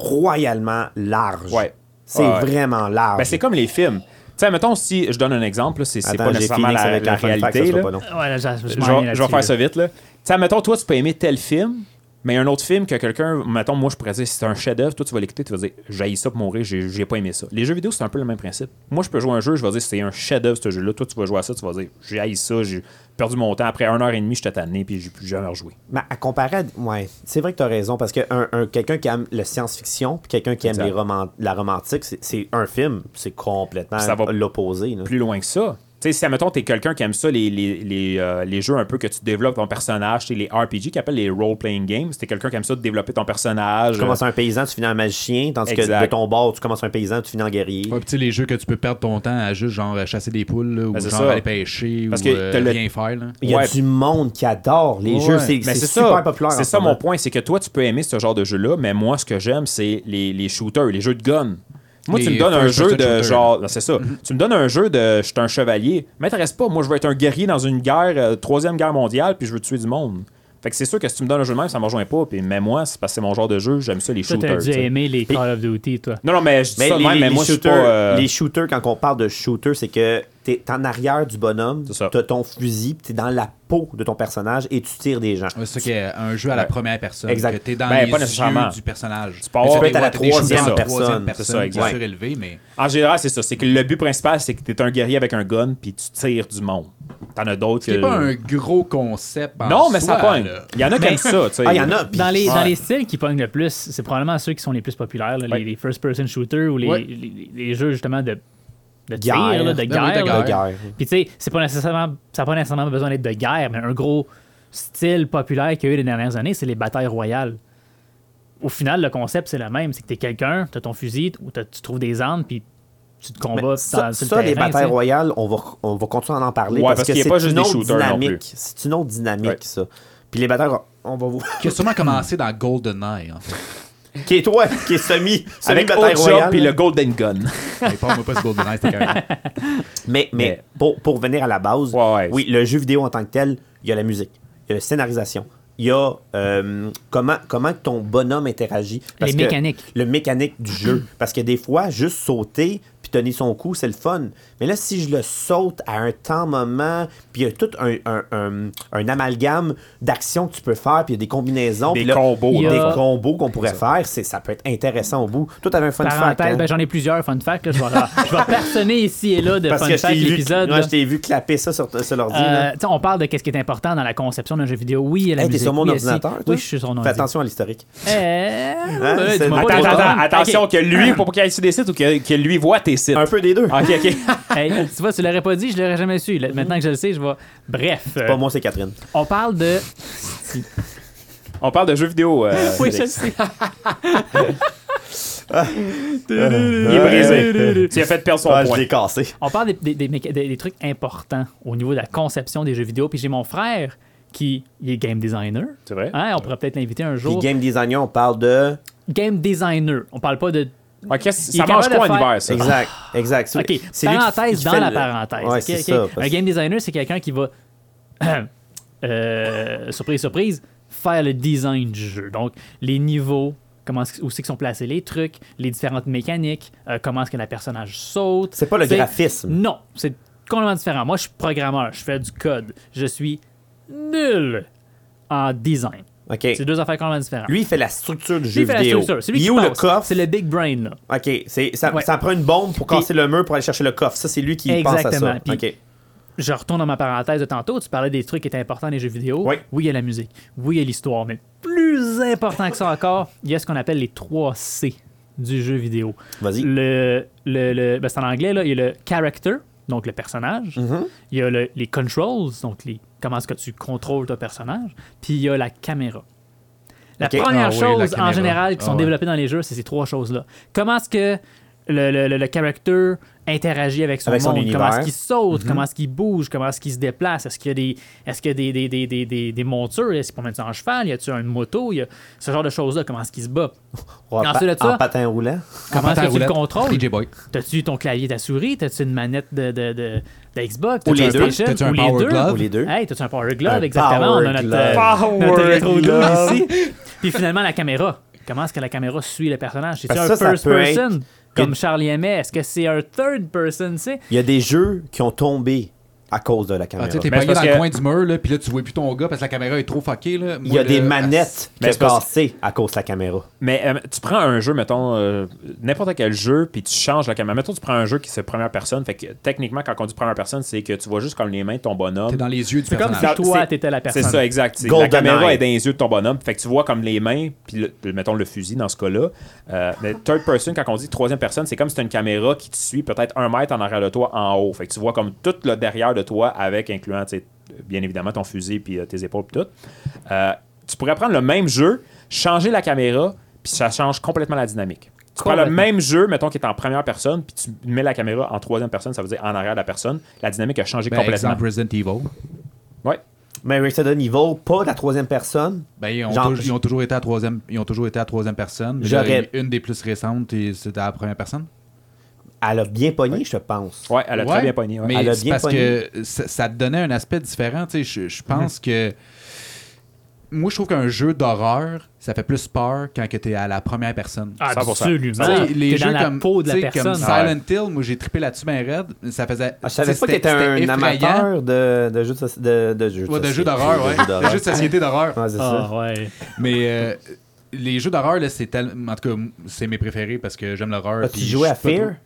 Speaker 4: royalement large.
Speaker 1: Ouais.
Speaker 4: C'est
Speaker 1: Ouais, ouais.
Speaker 4: vraiment large.
Speaker 1: Ben, c'est comme les films. Tu sais, mettons, si je donne un exemple, là, c'est c'est
Speaker 4: Attends,
Speaker 1: pas
Speaker 4: j'ai
Speaker 1: nécessairement
Speaker 4: Phoenix
Speaker 1: la,
Speaker 4: avec
Speaker 1: la
Speaker 4: un fun fact, ça
Speaker 1: réalité.
Speaker 4: sera
Speaker 1: là.
Speaker 4: pas long.
Speaker 2: Ouais, là, je, je
Speaker 1: Je
Speaker 2: m'en
Speaker 1: vais-
Speaker 2: viens
Speaker 1: je vais
Speaker 2: là-dessus,
Speaker 1: faire ça vite. là. Tu sais, mettons, toi, tu peux aimer tel film, mais un autre film que quelqu'un, mettons, moi, je pourrais dire, c'est un chef-d'œuvre, toi, tu vas l'écouter, tu vas dire, j'ai ça pour mourir, j'ai j'ai pas aimé ça. Les jeux vidéo, c'est un peu le même principe. Moi, je peux jouer à un jeu, je vais dire, c'est un chef-d'œuvre, ce jeu-là. Toi, tu vas jouer à ça, tu vas dire, j'ai haï ça, j'ai perdu mon temps. Après une heure et demie, je t'ai tanné, puis j'ai plus jamais rejoué.
Speaker 4: Mais à comparer à... Ouais, c'est vrai que tu as raison, parce que un, un- quelqu'un qui aime le science-fiction, puis quelqu'un qui aime
Speaker 1: Exact.
Speaker 4: les roman- la romantique, c'est- c'est un film, c'est complètement
Speaker 1: Ça va
Speaker 4: l'opposé. là.
Speaker 1: plus loin que ça. Tu sais, si, admettons, t'es quelqu'un qui aime ça, les, les, les, euh, les jeux un peu que tu développes ton personnage, t'sais, les RPG qui appellent les role-playing games, si t'es quelqu'un qui aime ça de développer ton personnage. euh,
Speaker 4: Tu commences un paysan, tu finis en magicien, tandis
Speaker 1: Exact.
Speaker 4: que de ton bord, tu commences un paysan, tu finis en guerrier.
Speaker 3: Ouais, puis tu sais, les jeux que tu peux perdre ton temps à juste genre chasser des poules là, ou
Speaker 1: Ben, c'est
Speaker 3: genre
Speaker 1: ça.
Speaker 3: aller pêcher
Speaker 1: Parce
Speaker 3: ou
Speaker 1: que
Speaker 3: euh,
Speaker 1: t'as le-
Speaker 3: rien faire. Là.
Speaker 4: Il y a
Speaker 1: Ouais.
Speaker 4: du monde qui adore les
Speaker 3: Ouais.
Speaker 4: jeux, c'est
Speaker 1: Mais c'est
Speaker 4: c'est super
Speaker 1: ça.
Speaker 4: populaire. en
Speaker 1: C'est
Speaker 4: ce
Speaker 1: ça mon
Speaker 4: moment.
Speaker 1: point, c'est que toi, tu peux aimer ce genre de jeu-là, mais moi, ce que j'aime, c'est les, les shooters, les jeux de gun. Moi, tu
Speaker 3: Les
Speaker 1: me donnes un
Speaker 3: first
Speaker 1: jeu
Speaker 3: person
Speaker 1: de
Speaker 3: shooter.
Speaker 1: genre. non, C'est ça.
Speaker 4: Mm-hmm.
Speaker 1: Tu me donnes un jeu de. Je suis un chevalier. M'intéresse pas. Moi, je veux être un guerrier dans une guerre, euh, troisième guerre mondiale, puis je veux tuer du monde. Fait que c'est sûr que si tu me donnes un jeu de même, ça me rejoint pas. Puis, mais moi, c'est parce que c'est mon genre de jeu, j'aime ça, les
Speaker 2: Toi,
Speaker 1: shooters.
Speaker 2: t'as dû
Speaker 1: t'sais.
Speaker 2: aimer les Call of Duty, toi.
Speaker 1: Non, non, mais je dis
Speaker 4: Mais,
Speaker 1: ça de
Speaker 4: les,
Speaker 1: même, mais
Speaker 4: les
Speaker 1: moi, je suis
Speaker 4: shooters,
Speaker 1: pas. euh,
Speaker 4: les shooters, quand on parle de shooters, c'est que t'es en arrière du bonhomme,
Speaker 1: C'est ça.
Speaker 4: t'as ton fusil, puis t'es dans la peau de ton personnage et tu tires des gens.
Speaker 3: Ouais, C'est ça qui est un jeu à la
Speaker 1: Ouais.
Speaker 3: première personne.
Speaker 4: Exact.
Speaker 3: Que t'es dans
Speaker 1: Ben,
Speaker 3: les
Speaker 1: pas nécessairement.
Speaker 3: yeux du personnage.
Speaker 1: peux avoir-
Speaker 3: Mais
Speaker 1: Tu peux
Speaker 4: être à la
Speaker 3: ouais, t'as des
Speaker 4: troisième
Speaker 3: shooters en
Speaker 4: personne.
Speaker 3: troisième
Speaker 1: C'est ça,
Speaker 3: personne, bien
Speaker 1: exact.
Speaker 3: sûr élevé, mais
Speaker 1: En général, c'est ça. C'est que le but principal, c'est que t'es un guerrier avec un gun, puis tu tires du monde. T'en as d'autres
Speaker 3: c'est
Speaker 1: que.
Speaker 3: pas un gros concept. en
Speaker 1: Non, mais ça
Speaker 3: soi,
Speaker 1: pogne.
Speaker 3: là.
Speaker 1: Il y en a qui aiment ça, tu sais.
Speaker 4: Ah, il y en a. puis-
Speaker 2: Dans les, dans
Speaker 3: Ouais.
Speaker 2: les styles qui pognent le plus, c'est probablement ceux qui sont les plus populaires, là, les-
Speaker 1: Ouais.
Speaker 2: les, first-person shooters ou les,
Speaker 3: Ouais.
Speaker 2: les- les- les jeux justement de, de tir,
Speaker 4: Guerre.
Speaker 2: là, de
Speaker 4: Ben
Speaker 3: oui,
Speaker 2: guerre.
Speaker 3: de
Speaker 2: là.
Speaker 4: de guerre.
Speaker 2: Puis tu sais, c'est pas nécessairement, ça n'a pas nécessairement besoin d'être de guerre, mais un gros style populaire qu'il y a eu les dernières années, c'est les batailles royales. Au final, le concept, c'est le même. C'est que t'es quelqu'un, t'as ton fusil, ou t'as- tu trouves des armes, puis tu te
Speaker 4: Mais
Speaker 2: combats dans-
Speaker 4: ça,
Speaker 2: sur le
Speaker 4: ça, les
Speaker 2: terrain,
Speaker 4: batailles
Speaker 2: tu sais.
Speaker 4: royales, on va, on va continuer à en parler
Speaker 1: Ouais,
Speaker 4: parce,
Speaker 1: parce
Speaker 4: que
Speaker 1: qu'il y a
Speaker 4: c'est
Speaker 1: pas juste
Speaker 4: une
Speaker 1: des
Speaker 4: autre
Speaker 1: shooters non
Speaker 4: dynamique.
Speaker 1: plus.
Speaker 4: C'est une autre dynamique,
Speaker 1: Ouais.
Speaker 4: ça. Puis les batailles, ro- on va vous.
Speaker 3: Qui a sûrement commencé dans GoldenEye, en fait.
Speaker 4: qui est toi, qui est semi, semi
Speaker 1: Avec
Speaker 4: bataille
Speaker 1: Old Job
Speaker 4: royale.
Speaker 1: puis le Golden Gun.
Speaker 3: Mais parle-moi pas de GoldenEye, c'était quand même.
Speaker 4: Mais, mais,
Speaker 1: Mais-
Speaker 4: Pour, pour venir à la base,
Speaker 1: Ouais, ouais.
Speaker 4: oui, le jeu vidéo en tant que tel, il y a la musique, il y a la scénarisation, il y a euh, comment, comment ton bonhomme interagit.
Speaker 2: Les mécaniques.
Speaker 4: Le mécanique du jeu. Parce que des fois, juste sauter, puis tenait son coup, c'est le fun. Mais là, si je le saute à un temps moment, puis il y a tout un, un- un- un amalgame d'actions que tu peux faire, puis il y a des combinaisons,
Speaker 1: Des
Speaker 4: puis là,
Speaker 1: combos,
Speaker 4: il y a
Speaker 2: là.
Speaker 4: des combos qu'on pourrait faire, c'est ça peut être intéressant au bout. Toi, t'avais un fun fact.
Speaker 2: Parenthèse,
Speaker 4: hein?
Speaker 2: ben, j'en ai plusieurs fun facts. là. Je vais, je vais personner ici et là de
Speaker 4: Parce
Speaker 2: fun
Speaker 4: que je t'ai
Speaker 2: facts
Speaker 4: vu,
Speaker 2: l'épisode.
Speaker 4: ouais,
Speaker 2: là.
Speaker 4: je t'ai vu clapper ça sur, sur l'ordi.
Speaker 2: Euh,
Speaker 4: là.
Speaker 2: tu sais, on parle de qu'est-ce qui est important dans la conception d'un jeu vidéo. Oui, il y a la
Speaker 4: Hey, t'es
Speaker 2: musique.
Speaker 4: sur mon
Speaker 2: oui,
Speaker 4: ordinateur,
Speaker 2: si-
Speaker 4: toi?
Speaker 2: Oui, je suis sur mon
Speaker 4: Fais
Speaker 2: ordinateur.
Speaker 4: attention à l'historique. Hein,
Speaker 2: Euh...
Speaker 4: c'est-
Speaker 2: dis-moi pas
Speaker 1: Attends,
Speaker 2: trop
Speaker 1: attends,
Speaker 2: tard.
Speaker 1: attention
Speaker 2: Ok.
Speaker 1: que lui, pour pas qu'il aille sur des sites ou que, que lui voit tes sites.
Speaker 4: Un peu des deux.
Speaker 1: Ok, ok.
Speaker 2: Hey, tu vois, tu l'aurais pas dit, je l'aurais jamais su. Là, Maintenant que je le sais, je vais. Bref, euh,
Speaker 4: Pas moi, c'est Catherine.
Speaker 2: on parle de.
Speaker 1: On parle de jeux vidéo. euh,
Speaker 2: Oui, je le
Speaker 1: Félix.
Speaker 2: sais.
Speaker 1: Il est brisé. Tu lui as fait perdre son
Speaker 4: Ah, je
Speaker 1: point.
Speaker 4: l'ai cassé.
Speaker 2: On parle des, des- des méca- des- des trucs importants au niveau de la conception des jeux vidéo. Puis j'ai mon frère qui il est game designer.
Speaker 1: C'est vrai?
Speaker 2: Hein, on pourrait peut-être l'inviter un
Speaker 4: Puis
Speaker 2: jour.
Speaker 4: Game Designer, on parle de.
Speaker 2: Game designer. On parle pas de
Speaker 1: Ouais, qu'est-ce-
Speaker 2: Il
Speaker 1: ça
Speaker 2: est
Speaker 1: mange
Speaker 2: capable
Speaker 1: quoi
Speaker 2: de
Speaker 1: en
Speaker 2: faire-
Speaker 1: hiver, ça?
Speaker 4: Exact, exact. C'est-
Speaker 2: Ah. OK,
Speaker 4: c'est lui qui-
Speaker 2: parenthèse
Speaker 4: qui
Speaker 2: dans
Speaker 4: fait
Speaker 2: la
Speaker 4: le-
Speaker 2: parenthèse.
Speaker 4: Ouais,
Speaker 2: ok,
Speaker 4: c'est
Speaker 2: ok.
Speaker 4: ça, parce-
Speaker 2: Un game designer, c'est quelqu'un qui va, euh, surprise, surprise, faire le design du jeu. Donc, les niveaux, comment est-ce- où c'est qu'ils sont placés les trucs, les différentes mécaniques, euh, comment est-ce que la personnage saute.
Speaker 4: C'est pas le
Speaker 2: T'sais,
Speaker 4: graphisme.
Speaker 2: Non, c'est complètement différent. Moi, je suis programmeur, je fais du code. Je suis nul en design.
Speaker 4: OK.
Speaker 2: C'est deux affaires complètement différentes.
Speaker 4: Lui, il fait la structure du
Speaker 2: Lui,
Speaker 4: jeu
Speaker 2: il fait la
Speaker 4: vidéo.
Speaker 2: structure, c'est lui
Speaker 4: il
Speaker 2: qui
Speaker 4: est où le
Speaker 2: pense.
Speaker 4: coffre?
Speaker 2: C'est le big brain, là.
Speaker 4: OK, c'est, ça,
Speaker 2: Ouais.
Speaker 4: ça prend une bombe pour casser le mur pour aller chercher le coffre. Ça, c'est lui qui
Speaker 2: Exactement.
Speaker 4: pense à ça.
Speaker 2: Puis- je retourne dans ma parenthèse de tantôt, tu parlais des trucs qui étaient importants dans les jeux vidéo.
Speaker 4: Oui.
Speaker 2: il y a la musique. Oui, il y a l'histoire. Mais plus important que ça encore, il y a ce qu'on appelle les 3 C du jeu vidéo.
Speaker 4: Vas-y.
Speaker 2: Le, le, le- ben, c'est en anglais, là, il y a le character, donc le personnage.
Speaker 4: Mm-hmm.
Speaker 2: Il y a le- les controls, donc les, comment est-ce que tu contrôles ton personnage. Puis il y a la caméra. La
Speaker 4: Ok.
Speaker 2: première
Speaker 3: Ah oui, la
Speaker 2: chose en
Speaker 3: caméra.
Speaker 2: général qui sont
Speaker 3: Ah ouais.
Speaker 2: développées dans les jeux, c'est ces trois choses-là. Comment est-ce que le, le, le- le character interagit avec son
Speaker 4: Avec son
Speaker 2: monde, comment est-ce
Speaker 4: univers. Mm-hmm.
Speaker 2: qu'il saute, comment est-ce qu'il bouge, comment est-ce qu'il se déplace, est-ce qu'il y a des, est-ce qu'il y a des, des, des, des, des, des montures, est-ce qu'il peut mettre ça en cheval, y a-tu une moto, y a ce genre de choses-là, comment est-ce qu'il se bat,
Speaker 4: OK. En,
Speaker 2: Ensuite de
Speaker 4: pa-
Speaker 2: ça-
Speaker 4: en patin roulant.
Speaker 2: comment est-ce que tu le contrôles,
Speaker 3: DJ Boy.
Speaker 2: t'as-tu ton clavier, ta souris, t'as-tu une manette de, de, de, de Xbox,
Speaker 4: Ou
Speaker 2: t'as-tu
Speaker 4: les
Speaker 2: un
Speaker 4: deux.
Speaker 2: PlayStation?
Speaker 3: T'as-tu un
Speaker 2: ou les
Speaker 3: Power
Speaker 2: deux,
Speaker 3: Glove?
Speaker 4: Ou les deux.
Speaker 2: Hey, t'as-tu un Power Glove,
Speaker 4: Un
Speaker 2: exactement,
Speaker 4: Power
Speaker 2: on a notre,
Speaker 4: Glove.
Speaker 2: euh, notre
Speaker 1: Power
Speaker 2: rétro Glove
Speaker 4: Glove.
Speaker 2: ici, puis finalement la caméra, comment est-ce que la caméra suit le personnage, c'est-tu
Speaker 4: Parce
Speaker 2: un
Speaker 4: que ça, ça
Speaker 2: first
Speaker 4: peut être-
Speaker 2: person comme Charlie Amet, est-ce que c'est un third person, tu sais?
Speaker 4: Il y a des jeux qui ont tombé à cause de la
Speaker 3: Ah,
Speaker 4: caméra.
Speaker 3: tu sais, t'es
Speaker 1: Mais
Speaker 3: pogné
Speaker 1: parce
Speaker 3: dans le
Speaker 1: que-
Speaker 3: coin du mur, là, puis là, tu vois plus ton gars parce que la caméra est trop fuckée, là.
Speaker 4: il y
Speaker 3: Moi,
Speaker 4: a
Speaker 3: là,
Speaker 4: des
Speaker 3: ah,
Speaker 4: manettes
Speaker 1: Mais c'est
Speaker 4: qui sont
Speaker 1: parce-
Speaker 4: cassées à cause de la caméra.
Speaker 1: Mais euh, tu prends un jeu, mettons, euh, n'importe quel jeu, puis tu changes la caméra. Mettons, tu prends un jeu qui c'est première personne. Fait que techniquement, quand on dit première personne, c'est que tu vois juste comme les mains de ton bonhomme.
Speaker 3: T'es dans les yeux du
Speaker 2: C'est comme
Speaker 3: personnage.
Speaker 2: si toi,
Speaker 1: C'est-
Speaker 2: t'étais la
Speaker 1: C'est
Speaker 2: personne.
Speaker 1: ça, exact. C'est- La
Speaker 4: Golden
Speaker 1: caméra
Speaker 4: Eye.
Speaker 1: est dans les yeux de ton bonhomme. Fait que tu vois comme les mains, puis le- le- mettons le fusil dans ce cas-là. Euh, mais third person, quand on dit troisième personne, c'est comme si t'as une caméra qui te suit peut-être un mètre en arrière de toi en haut. Fait que tu vois comme tout le derrière de toi avec, incluant, tu sais, bien évidemment, ton fusil, puis euh, tes épaules, puis tout. Euh, tu pourrais prendre le même jeu, changer la caméra, puis ça change complètement la dynamique. Tu prends le
Speaker 2: Complètement.
Speaker 1: même jeu, mettons, qui est en première personne, puis tu mets la caméra en troisième personne, ça veut dire en arrière de la personne, la dynamique a changé
Speaker 3: Ben,
Speaker 1: complètement.
Speaker 3: exemple, Resident Evil.
Speaker 1: Ouais.
Speaker 4: Mais Resident Evil, pas la troisième personne.
Speaker 3: Ben, ils, ont
Speaker 4: Genre-
Speaker 3: tou- ils ont toujours été à troisième, ils ont toujours été à troisième personne. mais
Speaker 4: J'aurais-
Speaker 3: là, une des plus récentes, et c'était à la première personne.
Speaker 4: Elle a bien pogné, je pense.
Speaker 1: Ouais, elle a
Speaker 3: Ouais,
Speaker 1: très bien pogné. ouais.
Speaker 3: Mais
Speaker 4: Elle a
Speaker 3: c'est
Speaker 4: bien
Speaker 3: parce
Speaker 4: pogné.
Speaker 3: que ça, ça te donnait un aspect différent. tu sais, Je, je pense que. Moi, je trouve qu'un jeu d'horreur, ça fait plus peur quand tu es à la première personne.
Speaker 2: Absolument.
Speaker 3: Tu sais,
Speaker 2: Ah, T'es dans la peau de la
Speaker 3: tu sais,
Speaker 2: personne.
Speaker 3: comme Silent Hill, moi j'ai trippé là-dessus ben raide, ça faisait
Speaker 4: Ah, je savais pas que
Speaker 3: c'était-
Speaker 4: t'étais un
Speaker 3: c'était effrayant.
Speaker 4: amateur de, de jeux de, soci- de, de jeux de
Speaker 3: Ouais, de
Speaker 4: société.
Speaker 3: jeux d'horreur, ouais.
Speaker 4: De jeux
Speaker 3: De
Speaker 4: d'horreur.
Speaker 3: jeux de société d'horreur.
Speaker 4: Ouais, c'est ça.
Speaker 2: Ah, ouais.
Speaker 3: Mais euh, les jeux d'horreur là, c'est tellement en tout cas, m- c'est mes préférés parce que j'aime l'horreur
Speaker 4: As-tu
Speaker 3: puis
Speaker 4: joué
Speaker 3: je
Speaker 4: à
Speaker 3: suis pas
Speaker 4: Fear?
Speaker 3: trop-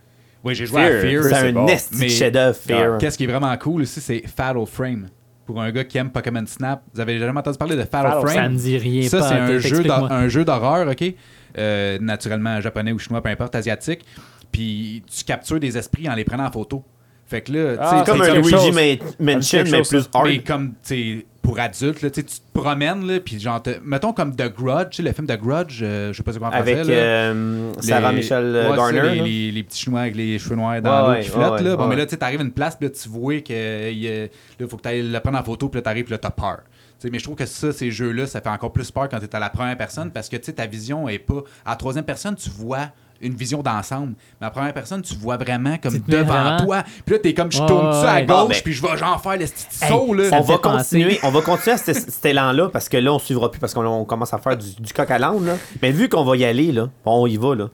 Speaker 3: Oui, j'ai joué à
Speaker 1: Fear,
Speaker 3: Fear.
Speaker 4: C'est
Speaker 1: c'est
Speaker 4: un
Speaker 1: bon.
Speaker 4: nasty
Speaker 3: Mais-
Speaker 4: chef-d'œuvre, Fear.
Speaker 3: Qu'est-ce qui est vraiment cool aussi, c'est Fatal Frame. Pour un gars qui aime Pokémon Snap, vous avez jamais entendu parler de Fatal,
Speaker 1: Fatal,
Speaker 3: Frame?
Speaker 2: ça me dit rien,
Speaker 3: Ça,
Speaker 2: pas,
Speaker 3: c'est un,
Speaker 2: t'es-
Speaker 3: jeu d'hor-
Speaker 2: t'explique-moi.
Speaker 3: un jeu d'horreur, OK? Euh, naturellement japonais ou chinois, peu importe, asiatique. Puis tu captures des esprits en les prenant en photo. Fait que là, tu sais,
Speaker 1: Ah,
Speaker 4: C'est comme
Speaker 1: c'est
Speaker 4: un
Speaker 1: quelque
Speaker 4: Luigi
Speaker 1: chose.
Speaker 4: Man- Mansion,
Speaker 1: quelque
Speaker 4: mais
Speaker 1: chose,
Speaker 4: plus
Speaker 1: ça.
Speaker 4: hard.
Speaker 3: mais comme, tu sais, pour adultes, là, tu sais, tu te promènes, là, puis genre, te- mettons comme The Grudge, tu sais, le film The Grudge, euh, je sais pas c'est quoi en français,
Speaker 4: Avec
Speaker 3: là.
Speaker 4: euh,
Speaker 3: Les-
Speaker 4: Sarah Michelle
Speaker 3: ouais,
Speaker 4: Garner.
Speaker 3: c'est ça, Les,
Speaker 4: là.
Speaker 3: les- les petits chinois avec les cheveux noirs
Speaker 4: Ouais,
Speaker 3: dans l'eau
Speaker 4: ouais,
Speaker 3: qui flottent.
Speaker 4: ouais,
Speaker 3: là. Bon,
Speaker 4: ouais.
Speaker 3: mais là, tu sais, t'arrives à une place, puis là, tu vois que euh, il y a- là, faut que tu le prendre en photo, puis là, t'arrives, puis là, t'as peur. Tu sais, mais je trouve que ça, ces jeux-là, ça fait encore plus peur quand t'es à la première personne parce que tu sais, ta vision est pas. À la troisième personne, tu vois une vision d'ensemble. Mais à la première personne, tu vois vraiment comme
Speaker 2: Tu te mets
Speaker 3: devant
Speaker 2: vraiment-
Speaker 3: toi. Puis là, t'es comme je
Speaker 2: Ouais,
Speaker 3: tourne ça à
Speaker 2: ouais.
Speaker 3: gauche,
Speaker 4: Ah, ben-
Speaker 3: puis je vais genre faire le petit
Speaker 2: Hey,
Speaker 3: saut. là.
Speaker 2: ça
Speaker 4: on va
Speaker 2: fait penser.
Speaker 4: continuer, on va continuer à cet, cet élan-là parce que là, on suivra plus parce qu'on on commence à faire du, du coq à l'âne. là. Mais vu qu'on va y aller, là, on y va. Là,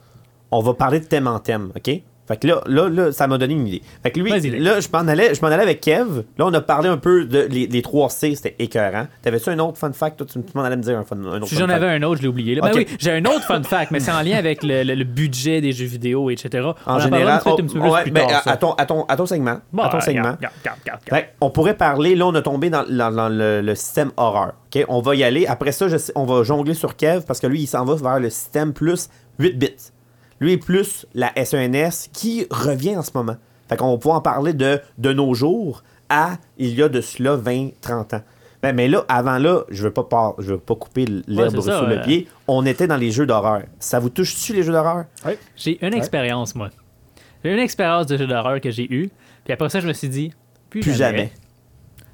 Speaker 4: on va parler de thème en thème, OK? Fait que là, là, là, ça m'a donné une idée. Fait que lui,
Speaker 2: Vas-y, Nick.
Speaker 4: là, je m'en allais, je m'en allais avec Kev. Là, on a parlé un peu de les, les 3C, c'était écœurant. T'avais-tu un autre fun fact? Toi, tu tu m'en allais me dire un, fun, un autre
Speaker 2: Si
Speaker 4: fun
Speaker 2: j'en
Speaker 4: fact.
Speaker 2: avais un autre, je l'ai oublié. là. Ben
Speaker 4: Ok.
Speaker 2: oui, j'ai un autre fun fact, mais c'est en lien avec le, le- le budget des jeux vidéo, etc.
Speaker 4: En
Speaker 2: On
Speaker 4: général,
Speaker 2: en parlera peut-être un petit peu
Speaker 4: on-
Speaker 2: plus,
Speaker 4: ouais,
Speaker 2: plus
Speaker 4: ben,
Speaker 2: tard.
Speaker 4: à,
Speaker 2: ça.
Speaker 4: à ton, à, ton, à ton segment.
Speaker 2: Bon,
Speaker 4: à ton
Speaker 2: regarde,
Speaker 4: segment. Ben,
Speaker 2: regarde, regarde, regarde, regarde.
Speaker 4: Fait, on pourrait parler, là on a tombé dans, dans- dans le, le système horreur. ok? On va y aller. Après ça, je sais- on va jongler sur Kev parce que lui, il s'en va vers le système plus 8 bits. Lui, plus la SENS qui revient en ce moment. Fait qu'on va pouvoir en parler de, de nos jours à il y a de cela 20-30 ans. Ben, mais là, avant là, je veux pas par- je veux pas couper l'herbe
Speaker 2: Ouais, c'est ça,
Speaker 4: sous le
Speaker 2: euh.
Speaker 4: pied. On était dans les jeux d'horreur. Ça vous touche-tu les jeux d'horreur?
Speaker 2: J'ai une expérience, moi. J'ai une expérience de jeu d'horreur que j'ai eue. Puis après ça, je me suis dit, plus,
Speaker 4: Plus jamais.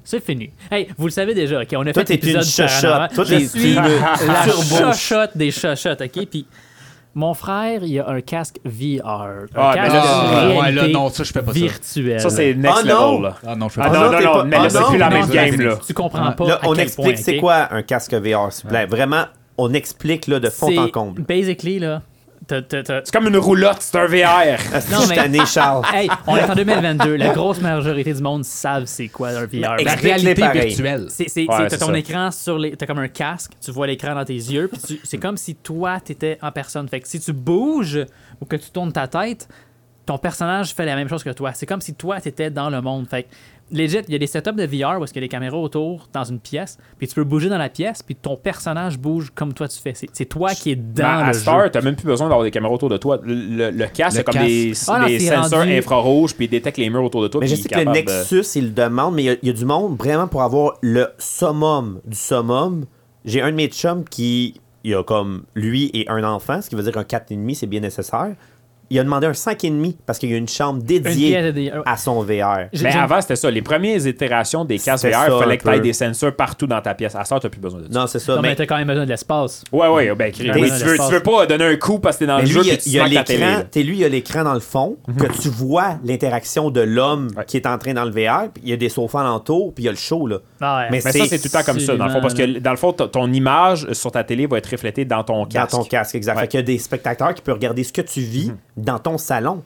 Speaker 2: C'est fini. Hey, vous le savez déjà, OK, on a fait
Speaker 4: Toi, t'es une
Speaker 2: l'épisode du
Speaker 4: chochotte.
Speaker 2: paranormal.
Speaker 4: Toi,
Speaker 2: Je
Speaker 4: t'es-
Speaker 2: suis
Speaker 4: tu le-
Speaker 2: la
Speaker 4: turbo-
Speaker 2: chochotte des chochottes, OK? Puis mon frère, il a un casque VR. Un
Speaker 1: Ah,
Speaker 2: casque
Speaker 1: ben là,
Speaker 2: de
Speaker 1: ah, ouais,
Speaker 2: réalité
Speaker 3: là, non, ça, je fais pas ça.
Speaker 2: virtuelle.
Speaker 1: Ça, c'est next
Speaker 4: Ah, non!
Speaker 1: level. Là.
Speaker 3: Ah non, je fais
Speaker 1: Ah
Speaker 3: pas
Speaker 4: non,
Speaker 1: non, non,
Speaker 4: t'es
Speaker 1: non,
Speaker 4: pas-
Speaker 1: mais
Speaker 4: ah
Speaker 1: là, c'est
Speaker 4: non,
Speaker 1: plus la
Speaker 2: Non,
Speaker 1: même
Speaker 2: tu-
Speaker 1: game, là.
Speaker 2: Tu comprends pas
Speaker 4: Là,
Speaker 2: à
Speaker 4: on
Speaker 2: quel
Speaker 4: explique
Speaker 2: point,
Speaker 4: c'est
Speaker 2: ok?
Speaker 4: quoi un casque VR, s'il vous plaît. Vraiment, on explique là, de fond en
Speaker 2: C'est-
Speaker 4: comble.
Speaker 2: Basically, là, t'as- t'as- t'as-
Speaker 1: C'est comme une roulotte, c'est un VR.
Speaker 4: Ah, si,
Speaker 2: Non,
Speaker 4: je suis
Speaker 2: mais-
Speaker 4: tanné, Charles.
Speaker 2: Hey, on est en 2022. La grosse majorité du monde savent c'est quoi un VR.
Speaker 4: Ben,
Speaker 3: La
Speaker 4: Explique-les
Speaker 3: réalité
Speaker 4: pareil.
Speaker 3: virtuelle.
Speaker 2: C'est, c'est,
Speaker 1: Ouais,
Speaker 2: c'est-
Speaker 1: c'est
Speaker 2: t'as ton
Speaker 1: ça.
Speaker 2: écran sur les. T'as comme un casque, tu vois l'écran dans tes yeux, puis tu- c'est comme si toi, t'étais en personne. Fait que si tu bouges ou que tu tournes ta tête, ton personnage fait la même chose que toi. C'est comme si toi, t'étais dans le monde. Fait que, legit, il y a des setups de VR où est-ce qu'il y a des caméras autour dans une pièce, puis tu peux bouger dans la pièce, puis ton personnage bouge comme toi tu fais. C'est, c'est toi qui es dans
Speaker 1: Ben, à
Speaker 2: le
Speaker 1: cette
Speaker 2: jeu.
Speaker 1: heure, t'as même plus besoin d'avoir des caméras autour de toi. Le, le- le casque,
Speaker 3: Le
Speaker 1: c'est comme
Speaker 3: casque.
Speaker 1: des,
Speaker 2: Ah non,
Speaker 1: des
Speaker 2: c'est
Speaker 1: senseurs
Speaker 2: rendu-
Speaker 1: infrarouges, puis il détecte les murs autour de toi.
Speaker 4: Mais je
Speaker 1: puis
Speaker 4: sais
Speaker 1: il est
Speaker 4: que le
Speaker 1: capable de-
Speaker 4: Nexus, il le demande, mais il y a- il y, a du monde vraiment pour avoir le summum du summum. J'ai un de mes chums qui, il a comme lui et un enfant, ce qui veut dire un 4,5, c'est bien nécessaire. Il a demandé un 5,5 parce qu'il y a une chambre dédiée
Speaker 2: Une pièce de-
Speaker 4: à son VR.
Speaker 2: J'ai-
Speaker 1: Mais
Speaker 2: j'ai-
Speaker 1: avant, c'était ça. Les premières itérations des casques
Speaker 4: C'était
Speaker 1: VR,
Speaker 4: ça,
Speaker 1: il fallait
Speaker 4: un
Speaker 1: que t'aies
Speaker 4: peu.
Speaker 1: des sensors partout dans ta pièce. À ça, t'as plus besoin de ça.
Speaker 4: Non, c'est ça.
Speaker 2: Non, mais,
Speaker 4: mais
Speaker 2: t'as quand même besoin de l'espace.
Speaker 1: Ouais, ouais, ben, crée-
Speaker 2: Mais
Speaker 1: mais
Speaker 2: dans
Speaker 1: tu, veux,
Speaker 2: l'espace.
Speaker 1: tu veux pas donner un coup parce que t'es dans
Speaker 4: mais
Speaker 1: le
Speaker 4: lui,
Speaker 1: jeu
Speaker 4: il y a-
Speaker 1: puis tu
Speaker 4: il y a
Speaker 1: smack ta télé.
Speaker 4: l'écran.
Speaker 1: là. Mhm.
Speaker 4: t'es- Lui, il y a l'écran dans le fond, que tu vois l'interaction de l'homme
Speaker 1: Ouais.
Speaker 4: qui est en train dans le VR. puis Il y a des sofas alentour, puis il y a le show. Là.
Speaker 2: Ah ouais.
Speaker 4: Mais
Speaker 1: Mais ça, c'est tout le temps comme ça, dans le fond. Parce que,
Speaker 2: Absolument,
Speaker 1: dans le fond, ton- ton image sur ta télé va être reflétée dans ton
Speaker 4: dans
Speaker 1: casque.
Speaker 4: ton casque, exact.
Speaker 1: Ouais. Mhm.
Speaker 4: Fait qu'il y a des spectateurs qui peuvent regarder ce que tu vis dans ton salon.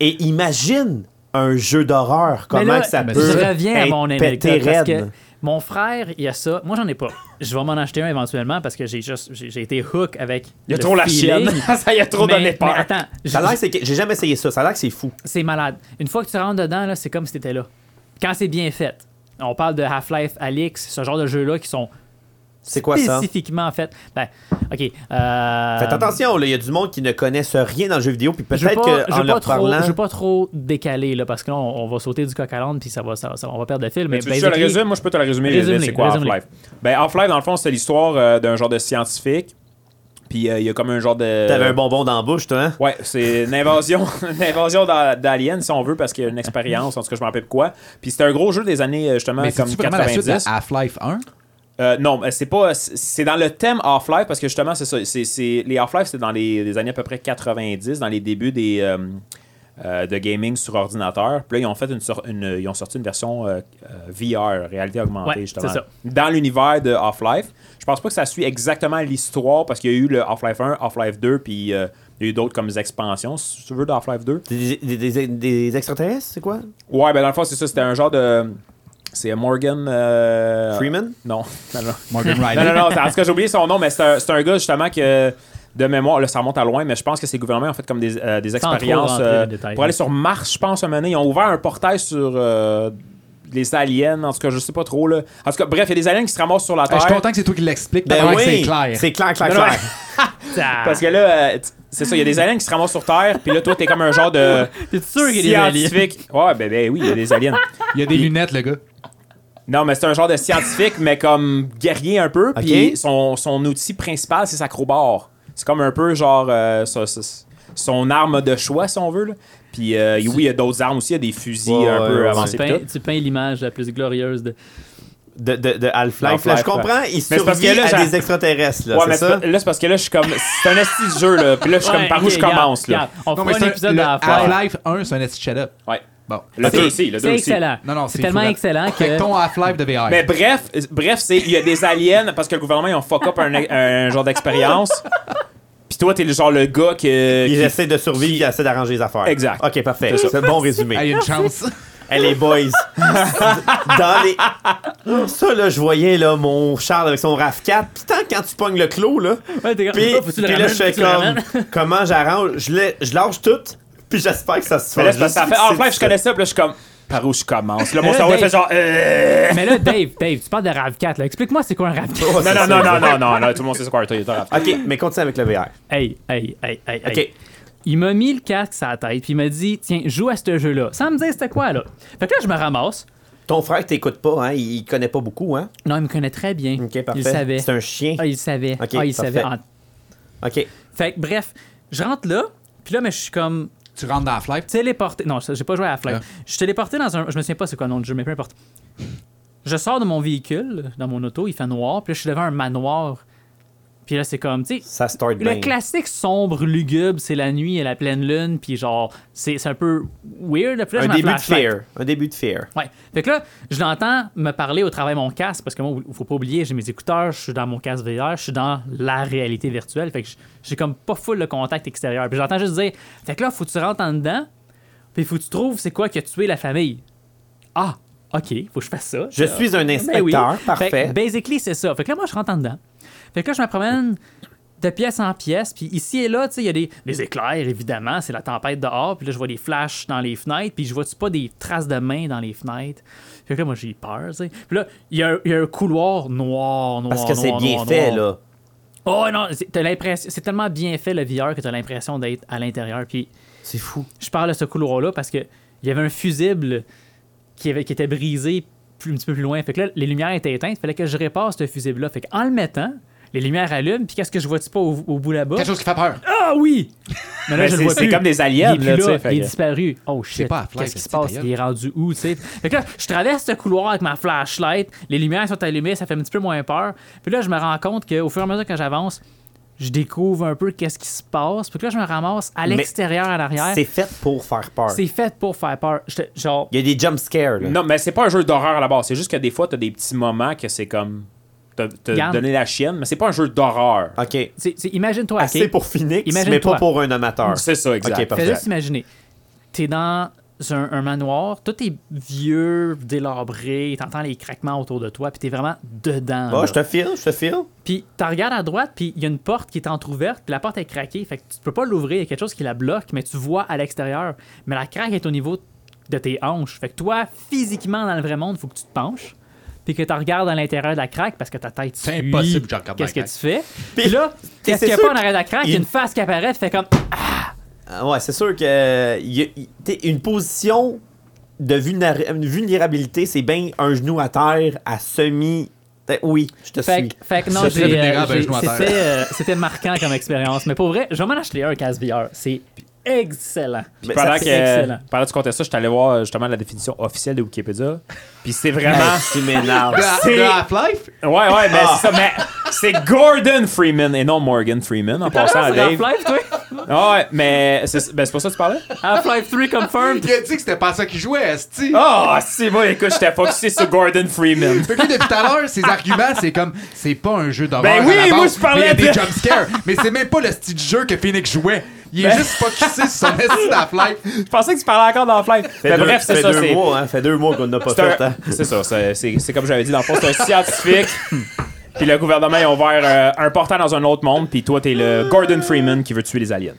Speaker 4: Et imagine un jeu d'horreur, comment
Speaker 2: Mais là,
Speaker 4: que ça
Speaker 3: ben,
Speaker 4: peut
Speaker 2: Je reviens à
Speaker 4: être
Speaker 2: mon
Speaker 4: pété
Speaker 2: anecdote parce que
Speaker 4: raide.
Speaker 2: mon frère, il a ça. Moi, j'en ai pas. Je vais m'en acheter un éventuellement parce que j'ai juste j'ai j'ai été hook avec.
Speaker 1: Il y a
Speaker 2: le
Speaker 1: trop la
Speaker 2: feeling.
Speaker 1: chienne. Ça, il y a trop
Speaker 2: mais,
Speaker 1: donné
Speaker 2: mais
Speaker 1: peur.
Speaker 2: attends,
Speaker 4: Ça a l'air que
Speaker 2: je-
Speaker 4: c'est que- j'ai jamais essayé ça, ça a l'air que c'est fou.
Speaker 2: c'est malade. Une fois que tu rentres dedans, là, c'est comme si t'étais là. Quand c'est bien fait. On parle de Half-Life, Alix, ce genre de jeux-là qui sont
Speaker 4: C'est quoi ça?
Speaker 2: spécifiquement en fait. Ben, ok. Euh,
Speaker 4: Faites attention, là, il y a du monde qui ne connaissent rien dans le jeu vidéo, puis
Speaker 2: Je veux
Speaker 4: peut-être
Speaker 2: pas, je
Speaker 4: qu'en
Speaker 2: veux
Speaker 4: leur
Speaker 2: pas trop,
Speaker 4: parlant...
Speaker 2: je veux pas trop décaler là, parce que là on, on va sauter du coq à l'âne puis ça va, ça, ça- on va perdre de fil. Mais,
Speaker 1: Mais tu veux que je te le
Speaker 2: basically-
Speaker 1: résume? Moi, je peux te le résumer.
Speaker 2: Résume-les,
Speaker 1: vite, c'est quoi
Speaker 2: résume-les.
Speaker 1: Half-Life? Ben, Half-Life, dans le fond, c'est l'histoire euh, d'un genre de scientifique. Puis euh, il y a comme un genre de.
Speaker 4: T'avais un bonbon dans la bouche, toi, hein?
Speaker 1: Ouais, c'est une invasion, une invasion d'a- d'aliens, si on veut, parce qu'il y a une expérience, en tout cas, je m'en rappelle de quoi. Puis c'était un gros jeu des années, euh, justement,
Speaker 3: Mais
Speaker 1: comme
Speaker 3: c'est-tu vraiment la suite
Speaker 1: 90.
Speaker 3: de Half-Life 1?
Speaker 1: Euh, non, mais c'est pas. c'est- C'est dans le thème Half-Life, parce que justement, c'est ça. c'est- c'est- les Half-Life, c'est dans les, les années à peu près 90, dans les débuts des. euh, euh, de gaming sur ordinateur. Puis là, ils ont, fait une sor- une- ils ont sorti une version euh, euh, VR, réalité augmentée,
Speaker 2: Ouais,
Speaker 1: justement.
Speaker 2: c'est ça.
Speaker 1: Dans l'univers de Half-Life. Je pense pas que ça suit exactement l'histoire parce qu'il y a eu le Half-Life 1, Half-Life 2, puis euh, il y a eu d'autres comme expansions, si tu veux, de Half-Life 2.
Speaker 4: Des, des- des- des extraterrestres, c'est quoi?
Speaker 1: Ouais, ben dans le fond, c'est ça. C'était un genre de. C'est Morgan. euh,
Speaker 4: Freeman?
Speaker 1: Non. Non, non.
Speaker 3: Morgan
Speaker 1: Non, non,
Speaker 3: Riley.
Speaker 1: non. En tout cas, j'ai oublié son nom, mais c'est un, c'est un gars justement que. De mémoire, là, ça remonte à loin, mais je pense que ces gouvernements ont fait comme des, euh, des
Speaker 2: trop
Speaker 1: expériences
Speaker 2: rentrer dans
Speaker 1: euh,
Speaker 2: les détails.
Speaker 1: pour aller sur Mars, je pense, un moment donné. Ils ont ouvert un portail sur euh, les aliens, en tout cas, je sais pas trop. Là. En tout cas, bref, il y a des aliens qui se ramassent sur la
Speaker 2: Ah,
Speaker 3: Je
Speaker 1: Terre.
Speaker 3: suis content que c'est toi qui l'explique.
Speaker 4: Ben
Speaker 3: parce que
Speaker 4: oui,
Speaker 3: c'est clair.
Speaker 4: C'est clair, clair,
Speaker 1: Non, non,
Speaker 4: clair.
Speaker 2: Ah.
Speaker 1: Parce que là, euh, t- c'est ça, il y a des aliens qui se ramassent sur Terre, puis là, toi, t'es comme un genre de
Speaker 2: T'es sûr qu'il y a des aliens?
Speaker 1: scientifique. Ouais, ben, ben oui, il y a des aliens.
Speaker 3: Il y a des lunettes, le gars.
Speaker 1: Non, mais c'est un genre de scientifique, mais comme guerrier un peu. Puis
Speaker 4: Ok.
Speaker 1: son, son outil principal, c'est sa crowbar. C'est comme un peu genre euh, ça- ça- son arme de choix, si on veut. là. Puis euh, oui, il y a d'autres armes aussi. Il y a des fusils
Speaker 4: Ouais,
Speaker 1: un peu
Speaker 4: ouais,
Speaker 1: avancés.
Speaker 2: tu,
Speaker 1: pis
Speaker 2: peins,
Speaker 1: Ah, tout.
Speaker 2: tu peins l'image la plus glorieuse de.
Speaker 4: De, de, de Half-Life.
Speaker 1: Half-Life,
Speaker 4: là, je comprends, il
Speaker 1: c'est parce que
Speaker 4: survit
Speaker 1: là,
Speaker 4: à
Speaker 1: ça-
Speaker 4: des extraterrestres, là,
Speaker 1: Ouais,
Speaker 4: c'est
Speaker 1: mais
Speaker 4: ça?
Speaker 1: c'est pas- là, c'est parce que là, je suis comme. C'est un esti de jeu, là. Puis là, je suis comme par où je commence, là.
Speaker 2: on
Speaker 3: Non,
Speaker 2: fera
Speaker 3: mais
Speaker 2: un
Speaker 3: c'est
Speaker 2: épisode
Speaker 3: le
Speaker 2: de Half-Life.
Speaker 3: Half-Life 1, c'est un esti shut-up.
Speaker 1: Ouais.
Speaker 3: Bon.
Speaker 1: Le
Speaker 3: C'est-
Speaker 1: 2 aussi, le 2
Speaker 2: C'est
Speaker 1: aussi.
Speaker 2: excellent.
Speaker 3: Non, non,
Speaker 2: c'est tellement
Speaker 3: fou, là.
Speaker 2: excellent
Speaker 3: Fait
Speaker 2: que.
Speaker 3: ton Half-Life de VR.
Speaker 1: Mais bref, euh, bref, c'est il y a des aliens parce que le gouvernement ils ont fuck up un, un genre d'expérience. Puis toi, t'es le genre le gars que-
Speaker 4: Ils
Speaker 1: qui.
Speaker 4: essaient de survivre, ils essaient d'arranger les affaires.
Speaker 1: Exact.
Speaker 4: Ok, parfait. C'est un bon résumé.
Speaker 3: Ah, il y a une chance.
Speaker 4: Hey, les boys. Dans les. Ça, là, je voyais, là, mon Charles avec son RAV4. Putain, quand tu pognes le clos, là.
Speaker 2: Ouais, t'es
Speaker 4: Puis,
Speaker 2: comme, oh, faut-tu le
Speaker 4: puis là,
Speaker 2: ramènes,
Speaker 4: je fais
Speaker 2: faut-tu le ramènes?
Speaker 4: comme. Comment j'arrange Je l'ai- je lâche tout, puis j'espère que ça se
Speaker 1: Mais là, c'est parce
Speaker 4: fera
Speaker 1: que ça
Speaker 4: juste
Speaker 1: fait
Speaker 4: ici,
Speaker 1: Half-Life, je
Speaker 4: tout
Speaker 1: connais ça, puis là, je suis comme. Par où je commence? Là, mon
Speaker 2: Là,
Speaker 1: cerveau il fait
Speaker 2: Dave-
Speaker 1: genre. euh.
Speaker 2: Mais là, Dave, Dave, tu parles de RAV4, là. Explique-moi c'est quoi un RAV4.
Speaker 4: seul. Oh,
Speaker 1: Non,
Speaker 4: c'est
Speaker 1: non,
Speaker 4: ça,
Speaker 1: non, non, non,
Speaker 4: exact.
Speaker 1: non, non, tout le monde sait ce qu'est un
Speaker 4: Ok, mais continue avec le VR.
Speaker 2: Hey, hey, hey, hey, hey.
Speaker 4: Ok.
Speaker 2: Il m'a mis le casque sur la tête, puis il m'a dit, tiens, joue à ce jeu-là. Sans me dire c'était quoi, là. Fait que là, je me ramasse.
Speaker 4: Ton frère t'écoute pas, hein? Il il connaît pas beaucoup, hein?
Speaker 2: Non, il me connaît très bien.
Speaker 4: Ok, parfait.
Speaker 2: Il le savait.
Speaker 4: C'est un chien.
Speaker 2: Ah, il le savait.
Speaker 4: Ok,
Speaker 2: ah, il le
Speaker 4: parfait.
Speaker 2: savait. Ah.
Speaker 4: Ok.
Speaker 2: Fait que, bref, je rentre là, puis là, mais je suis comme
Speaker 3: tu rentres dans Half-Life.
Speaker 2: téléporté. Non, ça, j'ai pas joué à Half-Life.
Speaker 3: Ah.
Speaker 2: Je suis téléporté dans un. Je me souviens pas c'est quoi le nom du jeu, mais peu importe. Je sors de mon véhicule, dans mon auto, il fait noir, puis là, je suis devant un manoir. Puis là, c'est comme, tu sais,
Speaker 4: Ça start
Speaker 2: Le
Speaker 4: bien.
Speaker 2: classique sombre, lugubre, c'est la nuit et la pleine lune, puis genre, c'est c'est un peu weird. Puis là,
Speaker 4: Un
Speaker 2: je m'en
Speaker 4: début de
Speaker 2: flashlight.
Speaker 4: fear. Un début de fear.
Speaker 2: Ouais. Fait que là, je l'entends me parler au travers de mon casque, parce que moi, faut pas oublier, j'ai mes écouteurs, je suis dans mon casque VR, je suis dans la réalité virtuelle, fait que j- j'ai comme pas full le contact extérieur. Puis j'entends juste dire, fait que là, faut que tu rentres en dedans, puis faut que tu trouves c'est quoi qui a tué la famille. Ah, ok, faut que je fasse ça.
Speaker 4: Je suis un
Speaker 2: Ben oui.
Speaker 4: inspecteur.
Speaker 2: Fait
Speaker 4: Parfait.
Speaker 2: que basically, c'est ça. Fait que là, moi, je rentre en dedans. Fait que là, je me promène de pièce en pièce. Puis ici et là, tu sais, il y a des, des éclairs, évidemment. C'est la tempête dehors. Puis là, je vois des flashs dans les fenêtres. Puis je vois-tu pas des traces de mains dans les fenêtres. Fait que là, moi, j'ai peur, tu sais. Puis là, il y, a un- il y a un couloir noir, noir,
Speaker 4: Parce que c'est
Speaker 2: noir,
Speaker 4: bien
Speaker 2: noir,
Speaker 4: fait,
Speaker 2: noir.
Speaker 4: là.
Speaker 2: Oh non, c'est- t'as l'impression- c'est tellement bien fait, le VR, que t'as l'impression d'être à l'intérieur. Puis
Speaker 4: C'est fou.
Speaker 2: je parle de ce couloir-là parce que il y avait un fusible qui, avait, qui était brisé plus, un petit peu plus loin. Fait que là, les lumières étaient éteintes. Il fallait que je répare ce fusible-là. Fait qu'en le mettant, les lumières allument. Puis qu'est-ce que je vois-tu pas au, au bout là-bas?
Speaker 3: Quelque chose qui fait peur.
Speaker 2: Ah oui! Mais là,
Speaker 1: Mais Ben,
Speaker 2: je
Speaker 1: c'est-
Speaker 2: le vois
Speaker 1: c'est
Speaker 2: plus.
Speaker 1: comme des aliens,
Speaker 2: Il est
Speaker 1: là,
Speaker 2: plus
Speaker 1: tu sais,
Speaker 2: là,
Speaker 1: fait
Speaker 2: il est
Speaker 1: que-
Speaker 2: disparu. Oh shit.
Speaker 3: pas Half-Life,
Speaker 2: Qu'est-ce qui se
Speaker 3: c'est ta
Speaker 2: passe?
Speaker 3: gueule.
Speaker 2: Il est rendu où, tu sais? Fait que là, je traverse ce couloir avec ma flashlight. Les lumières sont allumées, ça fait un petit peu moins peur. Puis là, je me rends compte qu'au fur et à mesure que j'avance, je découvre un peu qu'est-ce qui se passe. Puis que là, je me ramasse à
Speaker 4: Mais
Speaker 2: l'extérieur, à l'arrière.
Speaker 4: C'est fait pour faire peur.
Speaker 2: C'est fait pour faire peur. J'étais genre.
Speaker 4: Il y a des jump scares, là.
Speaker 1: Non, mais c'est pas un jeu d'horreur à la base. C'est juste que des fois, t'as des petits moments que c'est comme. T'as t'as
Speaker 2: Garde.
Speaker 1: donné la chienne, mais c'est pas un jeu d'horreur.
Speaker 2: Ah,
Speaker 4: Ok.
Speaker 2: c'est- c'est- Imagine-toi,
Speaker 4: Assez
Speaker 2: ok?
Speaker 4: pour Phoenix, mais
Speaker 2: Imagine-toi.
Speaker 4: pas pour un amateur.
Speaker 1: C'est ça, exact.
Speaker 4: Ok,
Speaker 2: Fais
Speaker 4: parfait.
Speaker 2: juste imaginer. T'es dans un, un manoir, tout est vieux, délabré, t'entends les craquements autour de toi, puis t'es vraiment dedans.
Speaker 1: Bah,
Speaker 4: Ah,
Speaker 2: là.
Speaker 4: je te file, je te file.
Speaker 2: Puis t'en regardes à droite, puis il y a une porte qui est entrouverte, puis la porte est craquée. Fait que tu peux pas l'ouvrir, il y a quelque chose qui la bloque, mais tu vois à l'extérieur. Mais la craque est au niveau de tes hanches. Fait que toi, physiquement, dans le vrai monde, faut que tu te penches, puis que tu regardes à l'intérieur de la craque parce que ta tête
Speaker 3: C'est
Speaker 2: suit
Speaker 3: impossible que je regarde dans
Speaker 2: Qu'est-ce que
Speaker 3: la
Speaker 2: tu fais? Puis là,
Speaker 4: c'est
Speaker 2: qu'est-ce qu'il y a
Speaker 4: sûr
Speaker 2: pas en arrière de la craque? Il y a
Speaker 4: qu'il-
Speaker 2: une face qui apparaît, tu fais comme.
Speaker 4: Ah Ouais, c'est sûr que euh, y a- y- t'es- une position de vulnéra- une vulnérabilité, c'est bien un genou à terre à semi. T'es- Oui, je te
Speaker 2: Fait,
Speaker 4: suis.
Speaker 2: que- fait que non,
Speaker 3: Ça,
Speaker 2: j'ai,
Speaker 3: c'est
Speaker 2: euh,
Speaker 3: vulnérable,
Speaker 2: j'ai-
Speaker 3: ben, je dois
Speaker 2: c'était, euh, c'était marquant comme expérience. Mais pour vrai, je vais m'en acheter un casque VR. C'est excellent.
Speaker 4: Mais
Speaker 1: Pendant
Speaker 2: ça,
Speaker 1: que,
Speaker 2: c'est excellent.
Speaker 1: pendant que tu comptais ça, je suis allé voir euh, justement la définition officielle de Wikipédia. Puis c'est vraiment.
Speaker 4: Ah, tu m'énerves.
Speaker 3: De- De Half-Life?
Speaker 1: Ouais, ouais, mais
Speaker 2: Ah.
Speaker 1: c'est ça. Mais c'est Gordon Freeman et non Morgan Freeman en passant à
Speaker 2: C'est
Speaker 1: Dave.
Speaker 2: Half-Life, toi?
Speaker 1: Ah ouais, mais c'est ben, c'est pas ça que tu parlais?
Speaker 2: Half-Life 3 confirmed.
Speaker 3: Il a dit que c'était pas ça qu'il jouait, Esti.
Speaker 1: Ah, c'est moi, écoute, j'étais focusé sur Gordon Freeman.
Speaker 3: Fait que lui, depuis tout à l'heure, ses arguments, c'est comme c'est pas un jeu d'horreur.
Speaker 1: Ben oui,
Speaker 3: à la
Speaker 1: moi,
Speaker 3: base,
Speaker 1: je parlais
Speaker 3: mais il y a
Speaker 1: de-
Speaker 3: des jumpscares, mais c'est même pas le style de jeu que Phoenix jouait. Il est juste focusé sur son esti d'Half-Life.
Speaker 1: Je pensais que tu parlais encore d'Half-Life.
Speaker 4: Fait
Speaker 1: Mais
Speaker 4: deux-
Speaker 1: ben, bref, c'est
Speaker 4: fait
Speaker 1: ça.
Speaker 4: deux
Speaker 1: c'est-
Speaker 4: mois, hein, fait deux mois qu'on n'a pas
Speaker 1: C'est un-
Speaker 4: fait. hein.
Speaker 1: C'est ça, c'est- c'est c'est comme j'avais dit dans le fond, c'est un scientifique. Puis le gouvernement, ils ont ouvert euh, un portail dans un autre monde, puis toi, t'es le Gordon Freeman qui veut tuer les aliens.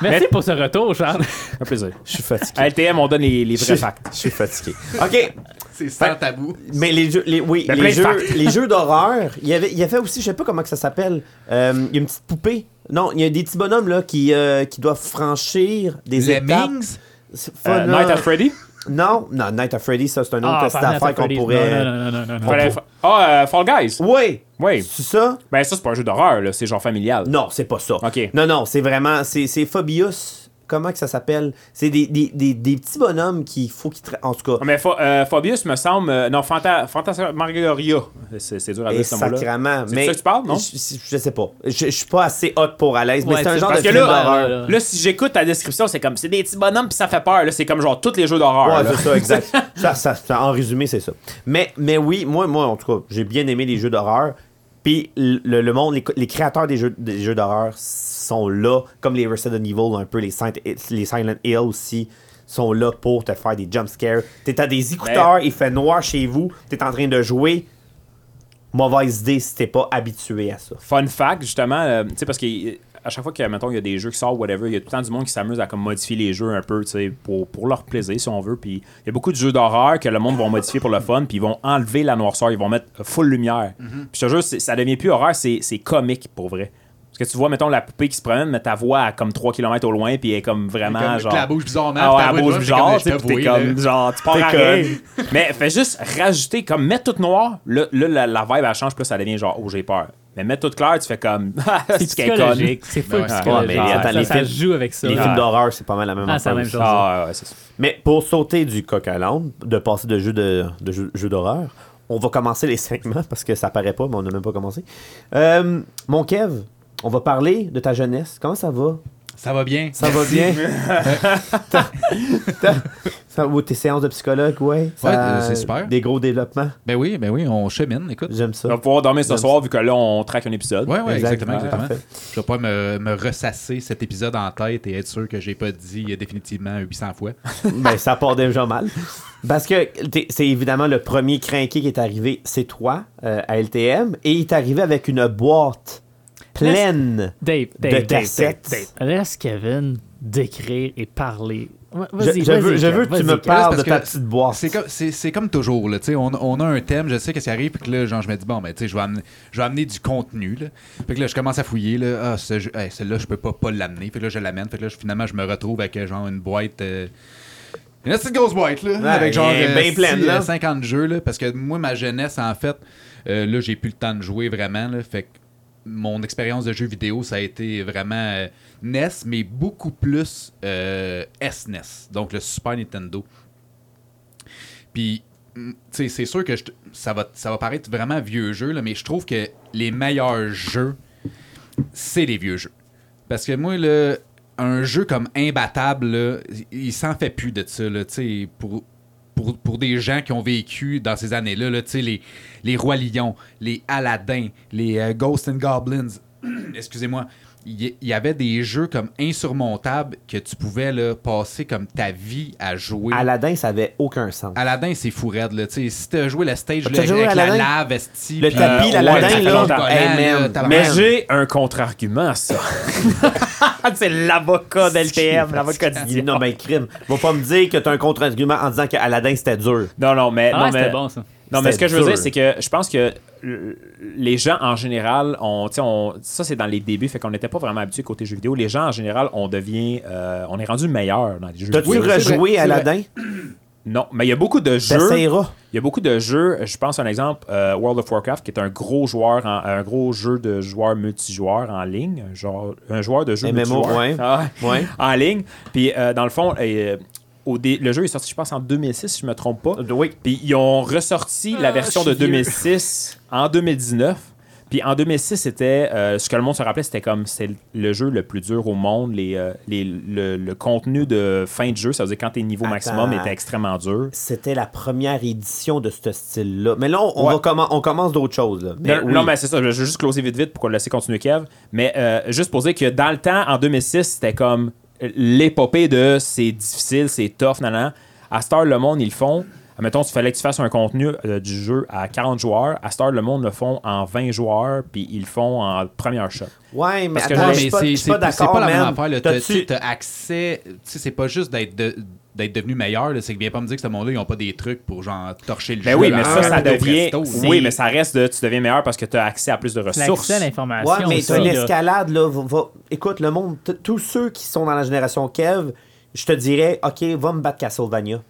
Speaker 2: Merci pour ce retour, Charles.
Speaker 1: Un plaisir.
Speaker 4: Je suis fatigué.
Speaker 1: À LTM, on donne les, les
Speaker 4: Je
Speaker 1: vrais
Speaker 4: suis-
Speaker 1: facts.
Speaker 4: je suis fatigué. OK,
Speaker 3: C'est sans tabou.
Speaker 4: mais les jeux, les, oui,
Speaker 1: Mais
Speaker 4: les
Speaker 1: Ben, plein de
Speaker 4: jeux,
Speaker 1: facts.
Speaker 4: les jeux d'horreur, il y avait, il y avait aussi, je sais pas comment que ça s'appelle, euh, il y a une petite poupée. Non, il y a des petits bonhommes là qui, euh, qui doivent franchir des étapes.
Speaker 3: Lemmings?
Speaker 4: C'est fun,
Speaker 1: Euh,
Speaker 4: là.
Speaker 1: Night at Freddy?
Speaker 4: Non, non, Night of Freddy, ça c'est un autre
Speaker 2: Ah,
Speaker 4: petite
Speaker 2: Final
Speaker 4: affaire qu'on
Speaker 2: Fantasy. Non,
Speaker 4: pourrait.
Speaker 2: non, non, non, non, non.
Speaker 1: Fallait- Ah, euh, Fall Guys?
Speaker 4: Oui,
Speaker 1: Oui.
Speaker 4: c'est ça.
Speaker 1: Ben ça, c'est pas un jeu d'horreur, là, c'est genre familial.
Speaker 4: Non, c'est pas ça.
Speaker 1: Ok.
Speaker 4: Non, non, c'est vraiment. C'est c'est Phobius. Comment que ça s'appelle C'est des, des, des, des petits bonhommes qu'il faut qu'ils. tra- En tout cas.
Speaker 1: Mais Pho- euh, Phobius me semble. euh, non, Fanta Fantasmagoria. C'est c'est dur à
Speaker 4: Et
Speaker 1: dire ce mot-là.
Speaker 4: sacrament.
Speaker 1: C'est de
Speaker 4: Mais
Speaker 1: ça que tu parles, non?
Speaker 4: je, je- je sais pas. Je, je suis pas assez hot pour à l'aise, mais
Speaker 2: Ouais,
Speaker 4: c'est un
Speaker 2: c'est
Speaker 4: genre de
Speaker 2: parce
Speaker 1: que
Speaker 4: film
Speaker 1: là- euh,
Speaker 4: d'horreur.
Speaker 2: là,
Speaker 1: Là, si j'écoute ta description, c'est comme c'est des petits bonhommes puis ça fait peur. Là, c'est comme genre tous les jeux d'horreur.
Speaker 4: Ouais,
Speaker 1: là.
Speaker 4: c'est ça, exact. ça, ça- ça- en résumé, c'est ça. Mais, mais oui, moi, moi, en tout cas, j'ai bien aimé les jeux d'horreur. Puis le, le monde, les, les créateurs des jeux, des jeux d'horreur sont là, comme les Resident Evil, un peu, les, Saint- les Silent Hill aussi, sont là pour te faire des jumpscares. T'es à des écouteurs, il fait noir chez vous, t'es en train de jouer. Mauvaise idée si t'es pas habitué à ça.
Speaker 1: Fun fact, justement, euh, tu sais, parce que euh, à chaque fois que, mettons, il y a des jeux qui sortent, whatever, il y a tout le temps du monde qui s'amuse à comme, modifier les jeux un peu, tu sais, pour, pour leur plaisir, si on veut. Puis il y a beaucoup de jeux d'horreur que le monde va modifier pour le fun, puis ils vont enlever la noirceur, ils vont mettre euh, full lumière.
Speaker 3: Mhm.
Speaker 1: Puis je te jure, c'est- ça devient plus horreur, c'est c'est comique pour vrai. Parce que tu vois, mettons, la poupée qui se promène, mais ta voix à comme 3 km au loin, puis elle est comme vraiment
Speaker 3: Elle est comme-
Speaker 1: genre.
Speaker 3: la bouche bizarrement,
Speaker 1: Ah ouais,
Speaker 3: puis ta
Speaker 1: la
Speaker 3: voix
Speaker 1: bouche
Speaker 3: de même,
Speaker 1: bizarre,
Speaker 3: c'est
Speaker 1: tu sais,
Speaker 3: comme,
Speaker 1: puis t'es
Speaker 3: je t'avoue,
Speaker 1: comme, genre, tu pars
Speaker 4: T'es
Speaker 1: à
Speaker 4: comme-
Speaker 1: rire. Mais fais juste rajouter, comme mettre tout noir, là, là, la, la vibe elle change, plus ça devient genre, oh j'ai peur. Mais mettre tout clair, tu fais comme, Ah,
Speaker 2: C'est
Speaker 1: qu'elle est conne.
Speaker 2: psychologique. C'est full
Speaker 3: Ouais, mais
Speaker 2: psychologique.
Speaker 4: attends,
Speaker 2: Ça,
Speaker 4: les
Speaker 2: ça
Speaker 4: films-
Speaker 2: se joue avec ça.
Speaker 4: Les
Speaker 2: là.
Speaker 4: films d'horreur, c'est pas mal la même
Speaker 2: Ah, c'est
Speaker 4: affaire.
Speaker 2: la même
Speaker 4: aussi.
Speaker 2: chose.
Speaker 1: Ah ouais, c'est ça.
Speaker 4: Mais pour sauter du coq à l'âne, de passer de jeu de, de jeu, jeu d'horreur, on va commencer les segments parce que ça paraît pas, mais on n'a même pas commencé. Euh, mon Kev, on va parler de ta jeunesse. Comment ça va?
Speaker 3: Ça va bien.
Speaker 4: Ça va bien? T'as- t'as- ça- ou tes séances de psychologue, ouais. ça-
Speaker 3: euh, c'est super.
Speaker 4: Des gros développements.
Speaker 3: Ben oui, ben oui, on chemine, écoute.
Speaker 4: J'aime
Speaker 1: On
Speaker 4: ça.
Speaker 1: va pouvoir dormir ce
Speaker 4: J'aime
Speaker 1: soir vu que là on traque un épisode.
Speaker 3: Ouais, ouais, exactement,
Speaker 4: Exactement,
Speaker 3: exactement.
Speaker 4: parfait.
Speaker 3: Je vais pas me, me ressasser cet épisode en tête et être sûr que j'ai pas dit euh, définitivement 800 fois.
Speaker 4: ben, ça part déjà mal. Parce que t'es- c'est évidemment le premier crinqué qui est arrivé, c'est toi, euh, à LTM, et il est arrivé avec une boîte pleine.
Speaker 2: Ah. Dave, Dave,
Speaker 4: De
Speaker 2: Dave, Dave,
Speaker 4: cassettes.
Speaker 2: Dave, Laisse Kevin décrire et parler. Ouais,
Speaker 4: Je,
Speaker 2: Vas-y,
Speaker 4: je
Speaker 2: vas-y,
Speaker 4: veux, je
Speaker 2: Kev,
Speaker 4: veux que tu
Speaker 2: vas-y,
Speaker 4: me
Speaker 2: Kev.
Speaker 4: parles
Speaker 3: Parce
Speaker 4: de
Speaker 3: que
Speaker 4: ta petite boîte.
Speaker 3: C'est comme, c'est, c'est comme toujours, là, tu sais, on, on a un thème, je sais qu'est-ce qui arrive, puis que là, genre, je me dis, bon, ben, tu sais, je vais amener, je vais amener du contenu, là. Fait que là, je commence à fouiller, là, ah, ce jeu- hey, celle-là, je peux pas pas l'amener, fait que là, je l'amène, fait que là, je- finalement, je me retrouve avec, euh, genre, une boîte... euh, une petite grosse boîte, là, avec genre
Speaker 4: elle est
Speaker 3: euh,
Speaker 4: bien pleine,
Speaker 3: six,
Speaker 4: là.
Speaker 3: euh, 50 jeux, là, parce que moi, ma jeunesse, en fait, euh, là, j'ai plus le temps de jouer vraiment, là, fait que mon expérience de jeu vidéo, ça a été vraiment euh, NES, mais beaucoup plus euh, SNES, donc le Super Nintendo. Puis, mm, tu sais, c'est sûr que je t- ça, va, ça va paraître vraiment vieux jeu, là, mais je trouve que les meilleurs jeux, c'est les vieux jeux. Parce que moi, là, un jeu comme Imbattable, là, il il s'en fait plus de ça. Là, tu sais, pour, pour, pour des gens qui ont vécu dans ces années-là, là, tu sais, les, les Rois Lions, les Aladdin, les euh, Ghosts and Goblins, excusez-moi, il y, il y avait des jeux comme Insurmontable que tu pouvais là, passer comme ta vie à jouer.
Speaker 4: Aladdin, ça avait aucun sens.
Speaker 3: Aladdin, c'est fou raide, là. Tu sais, si t'as joué la stage
Speaker 4: T'as
Speaker 3: là, avec
Speaker 4: joué
Speaker 3: la
Speaker 4: Aladdin?
Speaker 3: lave, esti,
Speaker 4: Le
Speaker 3: puis-
Speaker 4: tapis,
Speaker 3: Euh,
Speaker 4: l'Aladdin,
Speaker 3: ouais,
Speaker 1: là.
Speaker 3: le tapis
Speaker 4: Hey,
Speaker 3: volant,
Speaker 4: man.
Speaker 3: là, tabarnak.
Speaker 1: Mais j'ai un contre-argument à ça.
Speaker 4: c'est
Speaker 1: Ah,
Speaker 4: l'avocat
Speaker 1: d'LTM, l'avocat
Speaker 4: d'Aladdin. Non, ben, crime. Va pas me dire que t'as un contre-argument en disant qu'Aladdin, c'était dur.
Speaker 1: Non, non, mais.
Speaker 2: Ah,
Speaker 1: non, mais
Speaker 2: c'était bon, ça.
Speaker 1: Non, mais ce que je veux
Speaker 4: C'était
Speaker 1: dire, c'est
Speaker 4: dur.
Speaker 1: que je pense que euh, les gens en général, on, tu sais, on, ça c'est dans les débuts, fait qu'on n'était pas vraiment habitué côté jeux vidéo. Les gens en général, on devient, euh, on est rendu meilleur dans les jeux
Speaker 4: T'as-tu
Speaker 1: vidéo.
Speaker 4: Ben,
Speaker 3: c'est vrai,
Speaker 4: rejoué
Speaker 3: c'est
Speaker 4: Aladdin?
Speaker 1: Non, mais il y a beaucoup de jeux.
Speaker 4: T'essayeras.
Speaker 1: Il y a beaucoup de jeux. Je pense à un exemple, euh, World of Warcraft, qui est un gros joueur, en- un gros jeu de joueurs multijoueurs en ligne, un genre, un joueur de jeu
Speaker 4: MMO,
Speaker 1: multijoueur
Speaker 4: ouais.
Speaker 1: Ah,
Speaker 4: Ouais.
Speaker 1: en ligne. Puis euh, dans le fond, euh, au dé- le jeu est sorti, je pense, en 2006, si je me trompe pas.
Speaker 4: Euh, Oui.
Speaker 1: Puis ils ont ressorti la version
Speaker 2: Ah, je
Speaker 1: de
Speaker 2: suis
Speaker 1: 2006 en 2019. Puis en 2006, c'était euh, ce que le monde se rappelait, c'était comme c'est le jeu le plus dur au monde. Les, euh, les- le, le contenu de fin de jeu, ça veut dire quand tes niveaux maximum
Speaker 4: Attends.
Speaker 1: était extrêmement dur.
Speaker 4: C'était la première édition de ce style-là. Mais là, on, on
Speaker 1: Ouais.
Speaker 4: va commen- on commence d'autres choses. là.
Speaker 3: Ben
Speaker 4: Mais
Speaker 1: non,
Speaker 4: oui.
Speaker 1: non, mais c'est ça. Je vais juste closer vite vite pour qu'on laisse continuer Kev. Mais euh, juste pour dire que dans le temps, en 2006, c'était comme l'épopée de c'est difficile, c'est tough, nan, nan. À cette heure, le monde, ils le font. Mettons, il fallait que tu fasses un contenu euh, du jeu à 40 joueurs. À cette heure, le monde le font en 20 joueurs, puis ils le font en première shot.
Speaker 4: Ouais, mais
Speaker 1: Parce que
Speaker 4: attends,
Speaker 1: non,
Speaker 4: je
Speaker 1: mais
Speaker 4: suis pas, je suis pas
Speaker 3: c'est
Speaker 4: d'accord,
Speaker 3: la même
Speaker 4: man.
Speaker 3: affaire. là. T'as-
Speaker 4: T'as-tu-
Speaker 3: Tu as accès. Tu sais, c'est pas juste d'être de- d'être devenu meilleur. là. C'est que viens pas me dire que ce monde-là, ils ont pas des trucs pour genre torcher le
Speaker 1: Ben
Speaker 3: jeu.
Speaker 1: oui,
Speaker 3: là,
Speaker 1: mais
Speaker 3: en
Speaker 1: ça, ça
Speaker 3: Aldo
Speaker 1: devient.
Speaker 3: Presto, là.
Speaker 1: Oui, mais ça reste de. Tu deviens meilleur parce que tu as accès à plus de ressources.
Speaker 2: L'accès à l'information.
Speaker 4: Ouais, mais
Speaker 2: ça,
Speaker 4: t'as une
Speaker 2: là.
Speaker 4: escalade, là. va- va- Écoute, le monde, t- tous ceux qui sont dans la génération Kev, je te dirais, OK, va me battre Castlevania.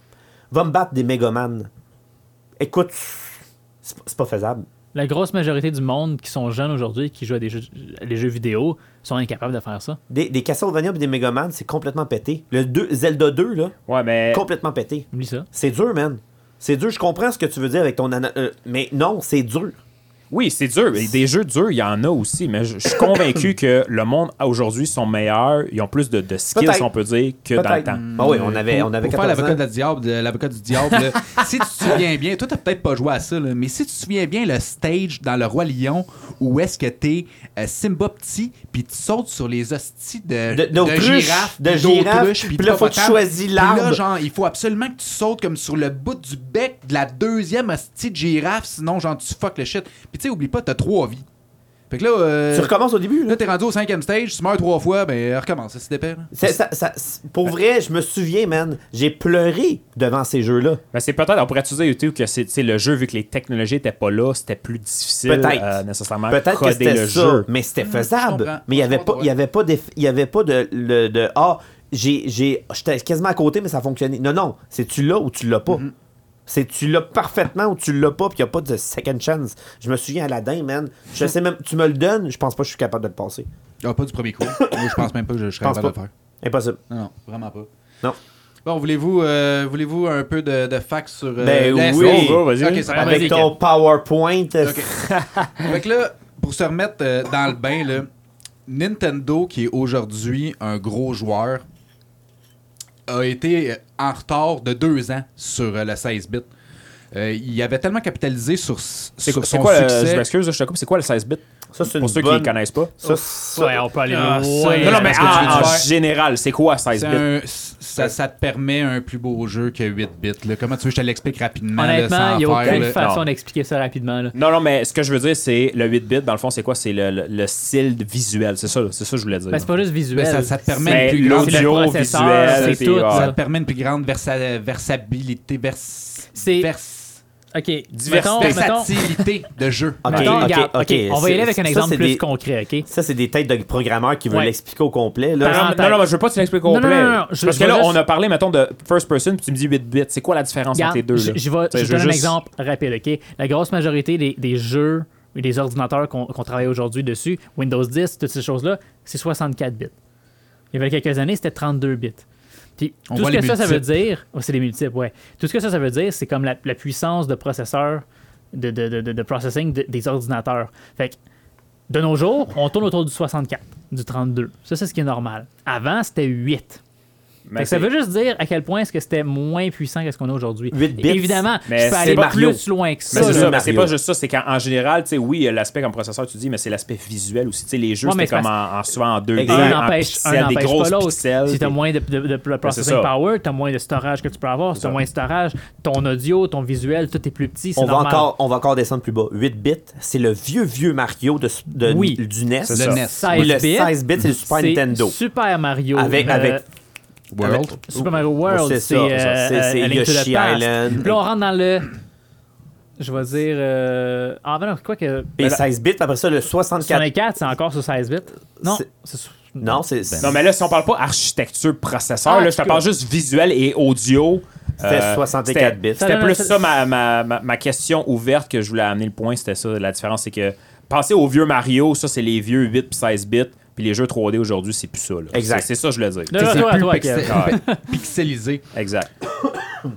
Speaker 4: Va me battre des Megaman. Écoute, c'est pas- c'est pas faisable.
Speaker 2: La grosse majorité du monde qui sont jeunes aujourd'hui, qui jouent à des jeux, les jeux vidéo, sont incapables de faire ça.
Speaker 4: Des, des Castlevania et des Megaman, c'est complètement pété. Le 2, Zelda 2, là,
Speaker 1: Ouais, mais.
Speaker 4: complètement pété.
Speaker 2: Oublie ça.
Speaker 4: C'est dur, man. C'est dur. Je comprends ce que tu veux dire avec ton... ana- euh, mais non, c'est dur.
Speaker 1: Oui, c'est dur. Et des jeux durs, il y en a aussi, mais je, je suis convaincu que le monde aujourd'hui sont meilleurs, ils ont plus de, de skills,
Speaker 4: Peut-être.
Speaker 1: on peut dire, que dans le
Speaker 4: Peut-être.
Speaker 1: temps.
Speaker 4: Ah oui, on avait, on avait
Speaker 3: Pour faire
Speaker 4: 14
Speaker 3: l'avocat
Speaker 4: ans.
Speaker 3: de la diable, de- l'avocat du diable, là, si tu te souviens bien, toi t'as peut-être pas joué à ça, là, mais si tu te souviens bien le stage dans le roi lion où est-ce que t'es euh, Simba petit, puis tu sautes sur les hosties de,
Speaker 4: De- d'autruche, de
Speaker 3: puis
Speaker 4: girafe,
Speaker 3: d'autruche,
Speaker 4: puis là, faut que tu
Speaker 3: d'hippopotame.
Speaker 4: choisis
Speaker 3: Puis là,
Speaker 4: l'arbre.
Speaker 3: genre, il faut absolument que tu sautes comme sur le bout du bec de la deuxième hostie de girafe, sinon genre tu fuck le shit. Puis tu sais, oublie pas, t'as trois vies. Fait que là, euh,
Speaker 4: Tu recommences au début, là.
Speaker 3: là t'es rendu au cinquième stage, tu meurs trois fois, ben recommence, ça c'est dépêche.
Speaker 4: C'est- ça- ça- c'est- pour vrai, je me souviens, man, j'ai pleuré devant ces jeux-là.
Speaker 1: Mais Ben, c'est peut-être, on pourrait utiliser YouTube que c'est tu sais, le jeu, vu que les technologies n'étaient pas là, c'était plus difficile
Speaker 4: Peut-être.
Speaker 1: euh, nécessairement
Speaker 4: Ah, Peut-être que
Speaker 1: coder
Speaker 4: c'était
Speaker 1: le
Speaker 4: ça,
Speaker 1: jeu.
Speaker 4: mais c'était
Speaker 3: Hmm, je comprends.
Speaker 4: faisable. Mais il n'y avait,
Speaker 3: Je
Speaker 4: pas- il y avait pas d'eff- il y avait pas de, le- de ah, j'ai, j'ai, j'étais quasiment à côté, mais ça fonctionnait. Non, non, c'est tu l'as ou tu l'as
Speaker 3: Hmm.
Speaker 4: pas. C'est tu l'as parfaitement ou tu l'as pas, puis il n'y a pas de second chance. Je me souviens Aladdin, man. Je sais même, tu me le donnes, je pense pas que je suis capable de le passer.
Speaker 3: Ah, pas du premier coup. Moi, je pense même pas que je, je serais
Speaker 4: Je pense
Speaker 3: capable de
Speaker 4: pas.
Speaker 3: le faire.
Speaker 4: Impossible.
Speaker 3: Non, non, vraiment pas.
Speaker 4: Non.
Speaker 3: Bon, voulez-vous euh, voulez-vous un peu de, de facts sur. euh,
Speaker 4: Ben
Speaker 3: la-
Speaker 4: oui.
Speaker 3: Oh,
Speaker 1: Go, vas-y.
Speaker 3: Ok, ça va.
Speaker 4: Avec ton PowerPoint.
Speaker 3: Ok. Fait que là, pour se remettre euh, dans le bain, là, Nintendo, qui est aujourd'hui un gros joueur, a été euh, en retard de deux ans sur euh, le 16 bits. Euh, il avait tellement capitalisé sur, s-
Speaker 1: C'est
Speaker 3: sur
Speaker 1: c'est
Speaker 3: son
Speaker 1: quoi, le- je
Speaker 3: succès.
Speaker 1: m'excuse, je te coupe, c'est quoi le 16-bit?
Speaker 4: Ça, c'est une
Speaker 1: Pour ceux qui
Speaker 4: bonne-
Speaker 1: ne connaissent pas.
Speaker 4: Ça, ça-
Speaker 2: Ouais, on peut aller
Speaker 3: Ah, ça,
Speaker 2: loin.
Speaker 1: Non, non, mais
Speaker 3: Parce que tu veux
Speaker 4: ah,
Speaker 1: en, en
Speaker 3: du faire.
Speaker 1: général, c'est quoi
Speaker 3: C'est
Speaker 1: 16-bit?
Speaker 3: un- ça, ça te permet un plus beau jeu que 8 bits. là. Comment tu veux que je te l'explique rapidement? là,
Speaker 2: Honnêtement,
Speaker 3: sans
Speaker 2: il n'y a
Speaker 3: faire,
Speaker 2: aucune
Speaker 3: là?
Speaker 2: façon
Speaker 1: Non.
Speaker 2: d'expliquer ça rapidement. là.
Speaker 1: Non, non, mais ce que je veux dire, c'est le 8-bit, dans le fond, c'est quoi? C'est le, le- le style visuel. C'est ça, c'est ça que je voulais dire.
Speaker 2: Ben, c'est pas juste visuel.
Speaker 3: Mais ça, ça te permet
Speaker 1: Mais
Speaker 3: une plus grande,
Speaker 2: c'est le
Speaker 1: l'audio,
Speaker 2: processeur,
Speaker 1: visuel,
Speaker 2: c'est
Speaker 1: puis,
Speaker 2: tout,
Speaker 1: ah,
Speaker 3: ça
Speaker 2: ouais.
Speaker 3: te permet une plus grande versa- versabilité, vers,
Speaker 2: C'est-
Speaker 3: vers-
Speaker 2: OK.
Speaker 1: Diversité.
Speaker 2: Mettons, mettons,
Speaker 3: versatilité de jeu.
Speaker 4: Ok,
Speaker 2: mettons,
Speaker 4: ok,
Speaker 2: regarde, OK,
Speaker 4: ok.
Speaker 2: On va y
Speaker 4: C'est-
Speaker 2: aller avec un
Speaker 4: ça,
Speaker 2: exemple
Speaker 4: c'est
Speaker 2: plus
Speaker 4: des-
Speaker 2: concret, OK?
Speaker 4: Ça, c'est des têtes de programmeurs qui veulent
Speaker 2: Ouais.
Speaker 4: l'expliquer au complet. Là.
Speaker 1: Non, non, non, non, mais je veux pas que tu l'expliques au
Speaker 2: Non, non,
Speaker 1: complet.
Speaker 2: non, non, je-
Speaker 1: Parce
Speaker 2: je
Speaker 1: que
Speaker 2: veux
Speaker 1: là,
Speaker 2: juste-
Speaker 1: on a parlé, mettons, de first person, puis tu me dis 8 bits. C'est quoi la différence entre les E deux?
Speaker 2: je,
Speaker 1: là?
Speaker 2: je vais-
Speaker 1: Tu sais,
Speaker 2: je
Speaker 1: veux
Speaker 2: donne un
Speaker 1: juste-
Speaker 2: exemple rapide, OK? La grosse majorité des, des jeux et des ordinateurs qu'on qu'on travaille aujourd'hui dessus, Windows 10, toutes ces choses-là, c'est 64 bits. Il y avait quelques années, c'était 32 bits. Puis,
Speaker 3: On
Speaker 2: tout
Speaker 3: voit
Speaker 2: ce que
Speaker 3: les
Speaker 2: ça, ça veut
Speaker 3: multiples.
Speaker 2: dire, oh, c'est des multiples, ouais. Tout ce que ça, ça veut dire, c'est comme la, la puissance de processeur, de, de, de, de- de processing de- des ordinateurs. Fait que, de nos jours, on tourne autour du 64, du 32. Ça, c'est ce qui est normal. Avant, c'était 8.
Speaker 1: Mais
Speaker 4: Ben,
Speaker 2: Fait que ça
Speaker 1: c'est-
Speaker 2: veut juste dire à quel point est-ce que c'était moins puissant que ce qu'on a aujourd'hui.
Speaker 4: 8 bits.
Speaker 2: Évidemment,
Speaker 1: Mais
Speaker 2: je peux
Speaker 1: c'est
Speaker 2: aller
Speaker 4: Mario.
Speaker 2: plus loin que ça.
Speaker 1: Mais c'est
Speaker 4: Ça,
Speaker 1: ça,
Speaker 4: là,
Speaker 1: mais c'est
Speaker 4: Mario.
Speaker 1: pas juste ça, c'est qu'en en général, tu sais, oui, il y a l'aspect comme processeur, tu dis, mais c'est l'aspect visuel aussi. Tu sais, les jeux,
Speaker 2: Ouais, mais
Speaker 1: c'était
Speaker 2: c'est
Speaker 1: comme en, en- souvent en deux
Speaker 4: Exact.
Speaker 2: un
Speaker 1: d en
Speaker 2: n'empêche
Speaker 1: pixels,
Speaker 2: un
Speaker 1: des
Speaker 2: n'empêche pas
Speaker 1: grosses
Speaker 2: l'autre.
Speaker 1: pixels.
Speaker 2: Si t'as
Speaker 1: des-
Speaker 2: moins de, de,
Speaker 4: Ben,
Speaker 2: de processing
Speaker 1: ça.
Speaker 2: power, t'as moins de storage que tu peux avoir, t'as
Speaker 1: ça.
Speaker 2: moins de storage, ton audio, ton visuel, tout est plus petit, c'est
Speaker 4: On va,
Speaker 2: normal.
Speaker 4: encore, on va encore descendre plus bas. 8 bits, c'est le vieux, vieux Mario de, de-
Speaker 2: Oui.
Speaker 4: du NES.
Speaker 1: C'est ça.
Speaker 3: NES.
Speaker 2: 16
Speaker 4: le
Speaker 2: bits,
Speaker 4: 16 bits, c'est le Super
Speaker 2: c'est
Speaker 4: Nintendo.
Speaker 2: Super Mario. euh,
Speaker 4: Avec- avec-
Speaker 3: World.
Speaker 2: Super Mario World,
Speaker 4: C'est
Speaker 2: c'est
Speaker 4: ça, c'est ça. C'est-
Speaker 2: euh,
Speaker 4: c'est
Speaker 2: A Link to the
Speaker 4: Yoshi
Speaker 2: Past.
Speaker 4: Island.
Speaker 2: Puis là, on rentre dans le... Je vais dire... euh, Ah ben non, quoi que...
Speaker 4: Et 16 bits, après ça, le 64.
Speaker 2: 64, c'est encore sur 16 bits. Non,
Speaker 4: C'est-
Speaker 2: c'est sur-
Speaker 4: Non,
Speaker 3: Ben.
Speaker 4: c'est. c'est-
Speaker 1: Non, mais là, si on parle pas architecture, processeur,
Speaker 2: Ah,
Speaker 1: là, je te
Speaker 2: cool.
Speaker 1: parle juste visuel et audio. Euh,
Speaker 4: C'était 64 bits.
Speaker 1: C'était
Speaker 2: Non, non,
Speaker 1: plus
Speaker 2: non,
Speaker 1: ça ma, ma- ma- ma question ouverte que je voulais amener le point. C'était ça. La différence, c'est que pensez aux vieux Mario, ça, c'est les vieux 8 puis 16 bits. Puis les jeux 3D aujourd'hui, c'est plus ça. là.
Speaker 4: Exact.
Speaker 1: C'est c'est ça, je le dis.
Speaker 2: Non, non,
Speaker 3: C'est
Speaker 2: toi,
Speaker 3: plus
Speaker 2: toi,
Speaker 3: pixel-
Speaker 2: Kev.
Speaker 3: pixelisé.
Speaker 1: Exact.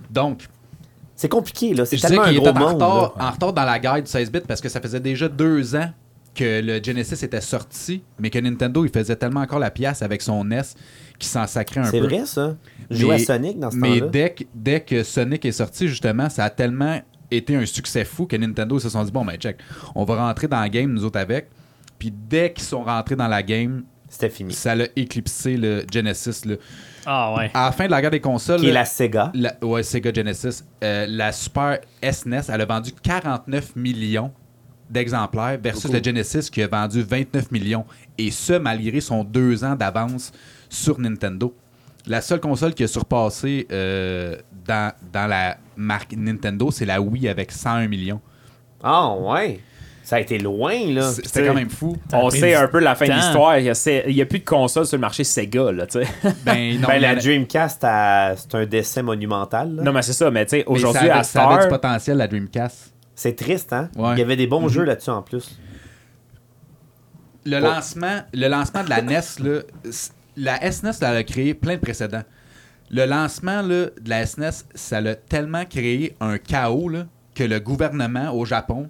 Speaker 3: Donc,
Speaker 4: C'est compliqué, là. C'est
Speaker 3: je disais
Speaker 4: tellement un
Speaker 3: qu'il était
Speaker 4: gros
Speaker 3: en
Speaker 4: monde. là.
Speaker 3: retard, en retard dans la guide 16 bits parce que ça faisait déjà deux ans que le Genesis était sorti, mais que Nintendo, il faisait tellement encore la pièce avec son NES qu'il s'en sacrait un peu.
Speaker 4: C'est vrai, ça. Jouer à
Speaker 3: Mais-
Speaker 4: Sonic dans ce
Speaker 3: Mais
Speaker 4: temps-là.
Speaker 3: dès que, dès que Sonic est sorti, justement, ça a tellement été un succès fou que Nintendo se sont dit bon, ben, check, on va rentrer dans la game, nous autres avec. Puis dès qu'ils sont rentrés dans la game,
Speaker 4: C'était fini.
Speaker 3: ça l'a éclipsé le Genesis. là.
Speaker 2: Ah ouais.
Speaker 3: À la fin de la guerre des consoles.
Speaker 4: Qui est
Speaker 3: là,
Speaker 4: la Sega.
Speaker 3: la- ouais, Sega Genesis. euh, la Super SNES, elle a vendu 49 millions d'exemplaires versus le Genesis qui a vendu 29 millions. Et ce, malgré son deux ans d'avance sur Nintendo. La seule console qui a surpassé euh, dans, dans la marque Nintendo, c'est la Wii avec 101 millions.
Speaker 4: Ah, ouais. Ça a été loin,
Speaker 1: Ah,
Speaker 4: là.
Speaker 3: C'est- C'était quand même fou.
Speaker 2: Ça a
Speaker 1: on
Speaker 2: pris
Speaker 1: sait
Speaker 2: du
Speaker 1: un peu la fin de
Speaker 2: temps.
Speaker 1: l'histoire. Il y a- c'est- il y a plus de consoles sur le marché Sega, là, tu sais.
Speaker 3: Ben, non, il y
Speaker 4: Ben,
Speaker 3: en
Speaker 4: la
Speaker 3: a-
Speaker 4: Dreamcast, elle- c'est un décès monumental. là.
Speaker 1: Non, mais c'est ça. Mais tu sais,
Speaker 3: mais ça
Speaker 1: aujourd'hui,
Speaker 3: avait-
Speaker 1: à
Speaker 3: ça avait
Speaker 1: Star,
Speaker 3: du potentiel, la Dreamcast.
Speaker 4: C'est triste, hein?
Speaker 3: Ouais. Mhm.
Speaker 4: Il y avait des bons jeux là-dessus en plus.
Speaker 3: le lancement, le lancement de la NES, là, s- la SNES, ça a créé plein de précédents. Le lancement là, de la SNES, ça l'a tellement créé un chaos là, que le gouvernement au Japon a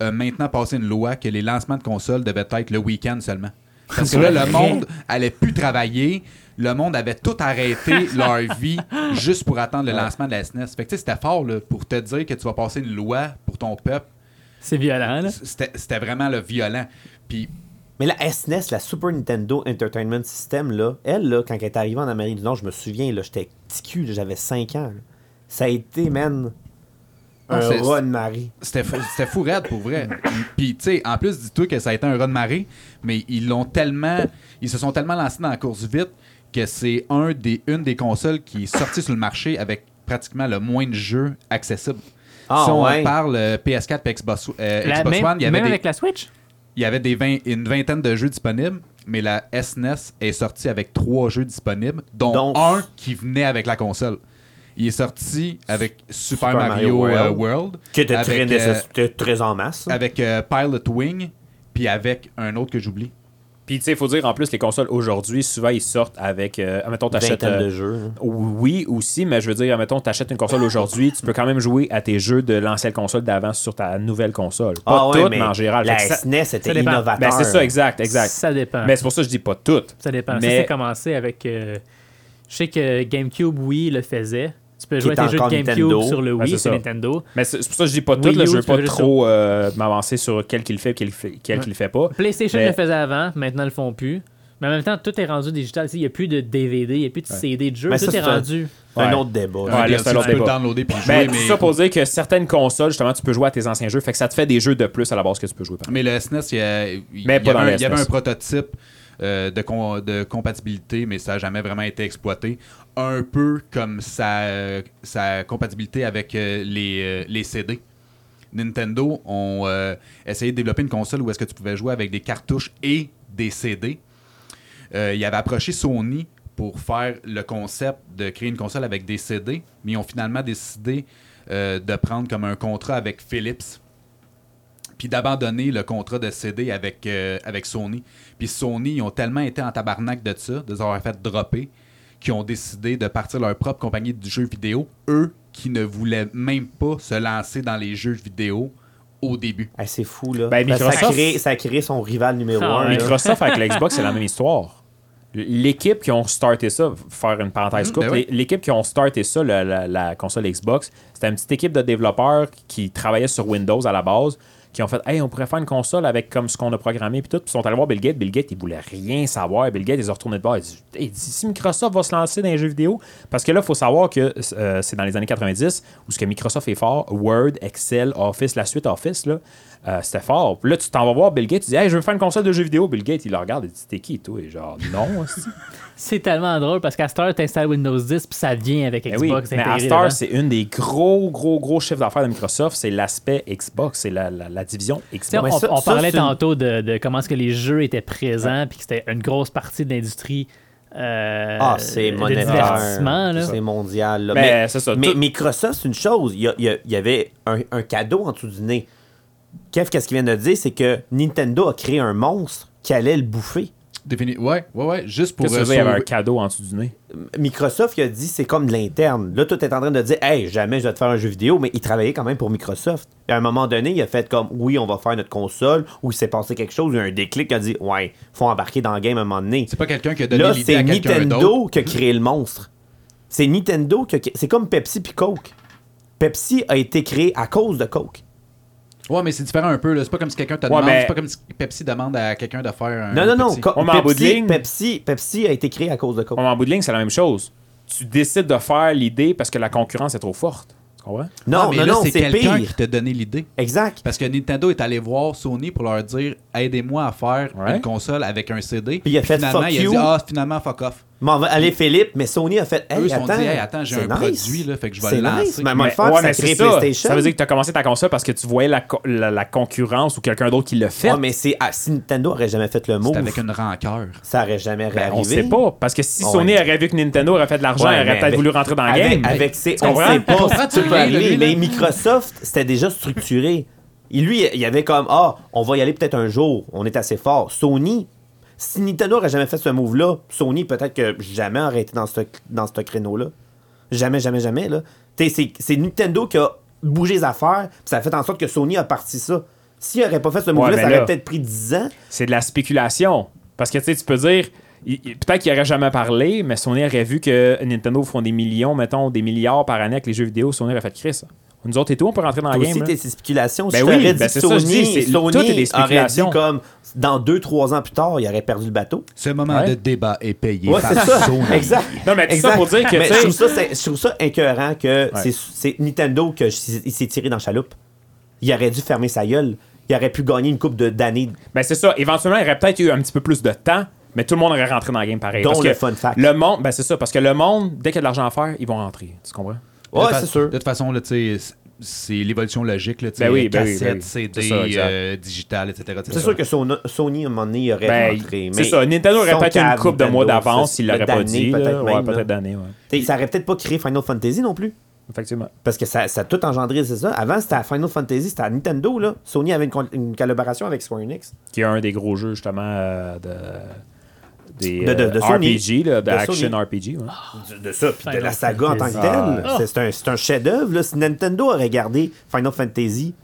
Speaker 3: a maintenant passé une loi que les lancements de consoles devaient être le week-end seulement. Parce que là, le monde allait plus travailler. Le monde avait tout arrêté leur vie juste pour attendre le lancement de la SNES. Fait que tu sais, c'était fort là, pour te dire que tu vas passer une loi pour ton peuple.
Speaker 2: C'est violent, là.
Speaker 3: C'était c'était vraiment le violent. Puis
Speaker 4: Mais la SNES, la Super Nintendo Entertainment System, là, elle, là, quand elle est arrivée en Amérique du Nord, je me souviens, là, j'étais petit cul, là, j'avais 5 ans. là. Ça a été, man,
Speaker 3: Ah,
Speaker 4: un
Speaker 3: c'est-
Speaker 4: roi de marée.
Speaker 3: C'était fou, c'était fou raide pour vrai. Puis, tu sais, en plus, dis-toi que ça a été un run de marée, mais ils l'ont tellement. Ils se sont tellement lancés dans la course vite que c'est un des, une des consoles qui est sortie sur le marché avec pratiquement le moins de jeux accessibles.
Speaker 4: Ah,
Speaker 3: si on
Speaker 4: ouais.
Speaker 3: parle euh, PS4 et Xbox, euh,
Speaker 2: La-
Speaker 3: Xbox
Speaker 2: même
Speaker 3: One, il y avait,
Speaker 2: même
Speaker 3: des,
Speaker 2: avec la Switch?
Speaker 3: il y avait des 20 une vingtaine de jeux disponibles, mais la SNES est sortie avec trois jeux disponibles, dont
Speaker 4: Donc-
Speaker 3: un qui venait avec la console. Il est sorti avec Super,
Speaker 4: Super
Speaker 3: Mario,
Speaker 4: Mario
Speaker 3: euh,
Speaker 4: World.
Speaker 3: World.
Speaker 4: Qui était
Speaker 3: avec,
Speaker 4: très,
Speaker 3: euh,
Speaker 4: nécess- était très en masse. ça.
Speaker 3: avec euh, Pilot Wing, puis avec un autre que j'oublie.
Speaker 1: Puis, tu sais, il faut dire, en plus, les consoles aujourd'hui, souvent, ils sortent avec. Euh, admettons, t'achètes.
Speaker 4: Vingtaine
Speaker 1: euh,
Speaker 4: de jeux, hein.
Speaker 1: Oui, aussi, mais je veux dire, admettons, t'achètes une console aujourd'hui, tu peux quand même jouer à tes jeux de l'ancienne console d'avant sur ta nouvelle console. Pas
Speaker 4: Ah ouais,
Speaker 1: toutes,
Speaker 4: mais
Speaker 1: mais en général.
Speaker 4: La
Speaker 1: Fait que ça-
Speaker 4: SNES était
Speaker 2: dépend.
Speaker 1: Ben,
Speaker 4: innovateur.
Speaker 1: c'est ça, exact, exact.
Speaker 2: Ça dépend.
Speaker 1: Mais c'est pour ça que je dis pas toutes.
Speaker 2: Ça dépend. Ça,
Speaker 1: Mais-
Speaker 2: c'est commencé avec. euh, je sais que GameCube, oui, le faisait. Tu peux jouer
Speaker 4: est
Speaker 2: à tes jeux de
Speaker 4: encore
Speaker 2: GameCube
Speaker 4: Nintendo.
Speaker 2: sur le
Speaker 1: Ouais,
Speaker 2: Wii,
Speaker 1: c'est
Speaker 2: c'est
Speaker 1: ça.
Speaker 2: Nintendo.
Speaker 1: Mais c'est c'est pour ça que je dis pas
Speaker 2: Wii
Speaker 1: toutes. Là,
Speaker 2: U,
Speaker 1: je veux
Speaker 2: tu
Speaker 1: pas
Speaker 2: peux juste
Speaker 1: trop euh, m'avancer sur quel qu'il fait, quel, qu'il fait- quel qu'il fait pas.
Speaker 2: PlayStation
Speaker 1: Mais-
Speaker 2: le faisait avant, maintenant ils le font plus. Mais en même temps, tout est rendu digital. Tu sais, Il n'y a plus de DVD, il n'y a plus de CD de jeu.
Speaker 4: Mais
Speaker 2: tout
Speaker 4: ça,
Speaker 2: est
Speaker 4: c'est un-
Speaker 2: rendu.
Speaker 4: Un
Speaker 1: Ouais.
Speaker 4: autre débat.
Speaker 1: Ouais, là, c'est un
Speaker 3: tu
Speaker 1: autre
Speaker 3: peux le
Speaker 1: débat.
Speaker 3: downloader puis jouer,
Speaker 1: Ben,
Speaker 3: mais,
Speaker 1: tout ça pour dire que certaines consoles, justement, tu peux jouer à tes anciens jeux. Fait que ça te fait des jeux de plus à la base que tu peux jouer. par exemple.
Speaker 3: mais le SNES, il y, a- il y
Speaker 1: Mais pas
Speaker 3: avait
Speaker 1: dans
Speaker 3: un-
Speaker 1: le E
Speaker 3: il y avait
Speaker 1: SNES.
Speaker 3: un prototype euh, de, com- de compatibilité, mais ça n'a jamais vraiment été exploité. Un peu comme sa, sa compatibilité avec euh, les, euh, les CD. Nintendo ont euh, essayé de développer une console où est-ce que tu pouvais jouer avec des cartouches et des CD. Euh, ils avaient approché Sony pour faire le concept de créer une console avec des CD, mais ils ont finalement décidé euh, de prendre comme un contrat avec Philips, puis d'abandonner le contrat de CD avec, euh, avec Sony. Puis Sony, ils ont tellement été en tabarnak de ça, de les avoir fait dropper, qu'ils ont décidé de partir leur propre compagnie du jeu vidéo, eux qui ne voulaient même pas se lancer dans les jeux vidéo au début.
Speaker 4: Hey, c'est fou, là.
Speaker 1: Ben,
Speaker 4: Ben, ça, a
Speaker 1: Microsoft-
Speaker 4: créé, ça a créé son rival numéro
Speaker 2: Ah,
Speaker 4: 1.
Speaker 2: ouais.
Speaker 1: Microsoft avec l'Xbox, c'est la même histoire. L'équipe qui ont starté ça, faire une parenthèse
Speaker 3: Mhm,
Speaker 1: courte,
Speaker 3: ben oui.
Speaker 1: l'équipe qui ont starté ça, la, la- la console Xbox, c'était une petite équipe de développeurs qui travaillaient sur Windows à la base, qui ont fait Hey, on pourrait faire une console avec comme ce qu'on a programmé, puis tout. Puis ils sont allés voir Bill Gates. Bill Gates, il voulait rien savoir. Bill Gates, ils ont retourné de bord. Il dit, Hey, dis- si Microsoft va se lancer dans les jeux vidéo, parce que là, il faut savoir que euh, c'est dans les années 90 où ce que Microsoft est fort, Word, Excel, Office, la suite Office, là, euh, c'était fort. Puis là, tu t'en vas voir Bill Gates, tu dis Hey, je veux faire une console de jeux vidéo. Bill Gates, il le regarde, il dit T'es qui, toi Et genre, non. hostie.
Speaker 2: C'est tellement drôle parce qu'à Star, tu installes Windows 10 puis ça vient avec
Speaker 1: Ben
Speaker 2: Xbox.
Speaker 1: oui, mais
Speaker 2: intégré
Speaker 1: Astar,
Speaker 2: dedans.
Speaker 1: c'est une des gros, gros, gros chiffres d'affaires de Microsoft. C'est l'aspect Xbox, c'est la, la- la division
Speaker 2: Tu sais,
Speaker 1: Xbox.
Speaker 2: on,
Speaker 4: mais ça-
Speaker 2: on
Speaker 4: ça,
Speaker 2: parlait
Speaker 4: c'est une-
Speaker 2: tantôt de, de comment est-ce que les jeux étaient présents puis que c'était une grosse partie de l'industrie euh,
Speaker 4: Ah, c'est
Speaker 2: de
Speaker 4: monétaire.
Speaker 2: divertissement. là.
Speaker 4: C'est mondial. là.
Speaker 1: Mais
Speaker 4: Mais,
Speaker 1: c'est ça,
Speaker 4: mais
Speaker 1: tout-
Speaker 4: Microsoft, c'est une chose. Il y, a- il y a- il y avait un, un cadeau en dessous du nez. Kev, qu'est-ce qu'il vient de dire? C'est que Nintendo a créé un monstre qui allait le bouffer.
Speaker 3: Défini. Ouais, ouais, ouais. Juste pour.
Speaker 1: Qu'est-ce que tu
Speaker 3: euh,
Speaker 1: veux dire, il y avait un
Speaker 3: sauver-
Speaker 1: cadeau en dessous du nez.
Speaker 4: Microsoft, il a dit c'est comme de l'interne. Là, tout est en train de dire Hey, jamais je vais te faire un jeu vidéo, mais il travaillait quand même pour Microsoft. Et à un moment donné, il a fait comme Oui, on va faire notre console, ou il s'est passé quelque chose, il y a eu un déclic, il a dit Ouais, faut embarquer dans le game à un moment donné.
Speaker 3: C'est pas quelqu'un qui a donné
Speaker 4: Là,
Speaker 3: l'idée
Speaker 4: c'est
Speaker 3: à quelqu'un d'autre.
Speaker 4: Nintendo qui a créé le monstre. C'est Nintendo qui a créé- C'est comme Pepsi puis Coke. Pepsi a été créé à cause de Coke.
Speaker 3: Ouais, mais c'est différent un peu. là. C'est pas comme si quelqu'un te
Speaker 1: Ouais,
Speaker 3: demande.
Speaker 1: mais-
Speaker 3: C'est pas comme si Pepsi demande à quelqu'un de faire un.
Speaker 4: Non, non, non.
Speaker 3: Pepsi.
Speaker 4: Co-
Speaker 1: Ouais, mais en bout de
Speaker 4: Pepsi,
Speaker 1: ligne-
Speaker 4: Pepsi, Pepsi a été créé à cause de Coke.
Speaker 1: Ouais, mais en bout de ligne, c'est la même chose. Tu décides de faire l'idée parce que la concurrence est trop forte. Tu comprends?
Speaker 4: Non,
Speaker 3: Ah, mais
Speaker 4: non,
Speaker 3: là,
Speaker 4: non,
Speaker 3: c'est
Speaker 4: c'est
Speaker 3: quelqu'un qui
Speaker 4: pire.
Speaker 3: t'a donné l'idée.
Speaker 4: Exact.
Speaker 3: Parce que Nintendo est allé voir Sony pour leur dire aidez-moi à faire
Speaker 1: Ouais.
Speaker 3: une console avec un CD.
Speaker 4: Puis il a fait
Speaker 3: finalement,
Speaker 4: fuck
Speaker 3: il a
Speaker 4: you.
Speaker 3: dit ah, finalement, fuck off.
Speaker 4: M'en va aller Philippe, mais Sony a fait
Speaker 3: Eux,
Speaker 4: Hey,
Speaker 3: ils se sont
Speaker 4: attends,
Speaker 3: dit, Hey, attends, j'ai
Speaker 4: c'est
Speaker 3: un produit, là, fait que je vais
Speaker 4: C'est
Speaker 3: le lancer.
Speaker 4: nice, mais à moins de
Speaker 1: Mais-
Speaker 4: faire,
Speaker 1: ouais,
Speaker 4: ça
Speaker 1: mais
Speaker 4: crée
Speaker 1: c'est ça.
Speaker 4: PlayStation.
Speaker 1: Ça veut dire que tu as commencé ta console parce que tu voyais la, co- la- la concurrence ou quelqu'un d'autre qui le fait.
Speaker 4: Ouais, mais c'est, ah, si Nintendo aurait jamais fait le mot,
Speaker 3: C'est avec une rancœur.
Speaker 4: ça aurait jamais
Speaker 1: Ben, on
Speaker 4: arrivé.
Speaker 1: sait pas. Parce que si
Speaker 4: Ouais.
Speaker 1: Sony aurait vu que Nintendo aurait fait de l'argent,
Speaker 4: Ouais,
Speaker 1: elle aurait
Speaker 4: mais
Speaker 1: peut-être
Speaker 4: avec-
Speaker 1: voulu rentrer dans le
Speaker 4: avec,
Speaker 1: game.
Speaker 4: Avec ses,
Speaker 1: Tu
Speaker 4: on
Speaker 1: comprends?
Speaker 4: sait pas.
Speaker 3: comprends, tu
Speaker 4: ça peut
Speaker 3: viens,
Speaker 4: arriver,
Speaker 3: lui, là.
Speaker 4: mais Microsoft, c'était déjà structuré. Et lui, il y avait comme ah, on va y aller peut-être un jour. On est assez fort. Sony, si Nintendo aurait jamais fait ce move-là, Sony peut-être que jamais aurait été dans ce dans ce créneau-là. Jamais, jamais, jamais là. T'sais, c'est c'est Nintendo qui a bougé les affaires. puis ça a fait en sorte que Sony a parti ça. S'il n'aurait pas fait ce move-là,
Speaker 1: mais
Speaker 4: ça aurait
Speaker 1: là-
Speaker 4: peut-être pris 10 ans.
Speaker 1: c'est de la spéculation. Parce que tu sais, tu peux dire, il- il- peut-être qu'il aurait jamais parlé, mais Sony aurait vu que Nintendo font des millions, mettons, des milliards par année avec les jeux vidéo, Sony aurait fait Chris. Nous autres et tout, on peut rentrer dans
Speaker 4: Toi
Speaker 1: le game.
Speaker 4: aussi,
Speaker 1: là.
Speaker 4: tes tes spéculations.
Speaker 1: Ben
Speaker 4: je
Speaker 1: oui,
Speaker 4: t'aurais
Speaker 1: ben
Speaker 4: dit
Speaker 1: c'est ça,
Speaker 4: Sony,
Speaker 1: je dis, c'est-
Speaker 4: Sony
Speaker 1: tout est des
Speaker 4: aurait dit
Speaker 1: spéculations.
Speaker 4: comme dans 2-3 ans plus tard, il aurait perdu le bateau.
Speaker 3: Ce moment
Speaker 1: Ouais.
Speaker 3: de débat est payé
Speaker 4: Ouais,
Speaker 3: par
Speaker 4: c'est ça.
Speaker 3: Sony.
Speaker 4: Exact.
Speaker 1: Non, mais tout
Speaker 4: Exact.
Speaker 1: ça pour dire que,
Speaker 4: Mais
Speaker 1: tu sais-
Speaker 4: je trouve ça, c'est- je trouve ça incohérent que c'est- c'est Nintendo qui s'est tiré dans la chaloupe. Il aurait dû fermer sa gueule. Il aurait pu gagner une coupe d'années.
Speaker 1: Ben c'est ça. Éventuellement, il aurait peut-être eu un petit peu plus de temps, mais tout le monde aurait rentré dans le game pareil.
Speaker 4: Dont
Speaker 1: Parce que
Speaker 4: le fun fact.
Speaker 1: Le monde, ben c'est ça, parce que le monde, dès qu'il y a de l'argent à faire, ils vont rentrer. Tu comprends?
Speaker 4: Ouais,
Speaker 3: De fa-
Speaker 4: c'est sûr.
Speaker 3: De toute façon, là, tu sais, c'est l'évolution logique. Là, tu sais,
Speaker 1: Ben oui, ben oui,
Speaker 3: cassette,
Speaker 1: ben oui.
Speaker 3: CD,
Speaker 1: C'est ça, exact.
Speaker 3: euh, digital, etc.
Speaker 4: C'est sûr que Sony, Sony, à un moment donné, il aurait
Speaker 1: Ben,
Speaker 4: rentré.
Speaker 1: c'est
Speaker 4: mais
Speaker 1: ça. Nintendo aurait
Speaker 4: son
Speaker 1: peut-être eu une
Speaker 4: cave,
Speaker 1: coupe de mois
Speaker 4: Nintendo,
Speaker 1: d'avance,
Speaker 4: c'est-
Speaker 1: il l'aurait pas
Speaker 4: d'années,
Speaker 1: dit.
Speaker 4: peut-être
Speaker 1: là. Ouais,
Speaker 4: même,
Speaker 1: Peut-être
Speaker 4: là.
Speaker 1: d'années, ouais.
Speaker 4: T'sais, Ça aurait peut-être pas créé Final Fantasy non plus.
Speaker 1: Effectivement.
Speaker 4: Parce que ça, ça a tout engendré, c'est ça. Avant, c'était à Final Fantasy, c'était à Nintendo. Là. Sony avait une, con- une collaboration avec Square Enix.
Speaker 1: qui est un des gros jeux justement euh, de des
Speaker 4: De- de-
Speaker 1: euh,
Speaker 4: de Sony.
Speaker 1: RPG, là, de,
Speaker 4: De
Speaker 1: action
Speaker 4: Sony. Ah.
Speaker 1: RPG. ouais.
Speaker 4: De, de ça, puis de
Speaker 2: Final
Speaker 4: la saga en tant que
Speaker 2: Fantasy.
Speaker 4: telle.
Speaker 2: Ah.
Speaker 4: C'est- C'est un, c'est un chef-d'œuvre. là. Si Nintendo aurait gardé Final Fantasy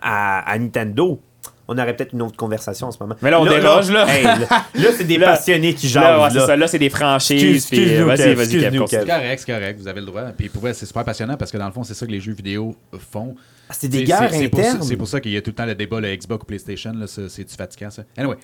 Speaker 4: à, à Nintendo, on aurait peut-être une autre conversation en ce moment.
Speaker 1: Mais là, on déroge, là.
Speaker 4: hey, là, là, c'est des
Speaker 1: Là,
Speaker 4: passionnés qui jasent.
Speaker 1: Là, ouais,
Speaker 4: Là,
Speaker 1: c'est ça, là, c'est des franchises.
Speaker 4: Excuse-
Speaker 1: puis, euh,
Speaker 4: excuse-nous,
Speaker 1: vas-y, vas-y,
Speaker 4: Kev,
Speaker 1: Kev,
Speaker 4: excuse-nous,
Speaker 1: continue.
Speaker 4: Kev.
Speaker 3: C'est correct, c'est correct, vous avez le droit. Puis pour vrai, c'est super passionnant parce que dans le fond, c'est ça que les jeux vidéo font.
Speaker 4: Ah, C'est des
Speaker 3: C'est-
Speaker 4: guerres
Speaker 3: c'est- c'est pour ça-
Speaker 4: internes.
Speaker 3: C'est pour ça qu'il y a tout le temps le débat, le Xbox ou PlayStation, là, ça, c'est du fatigant, ça. Anyway.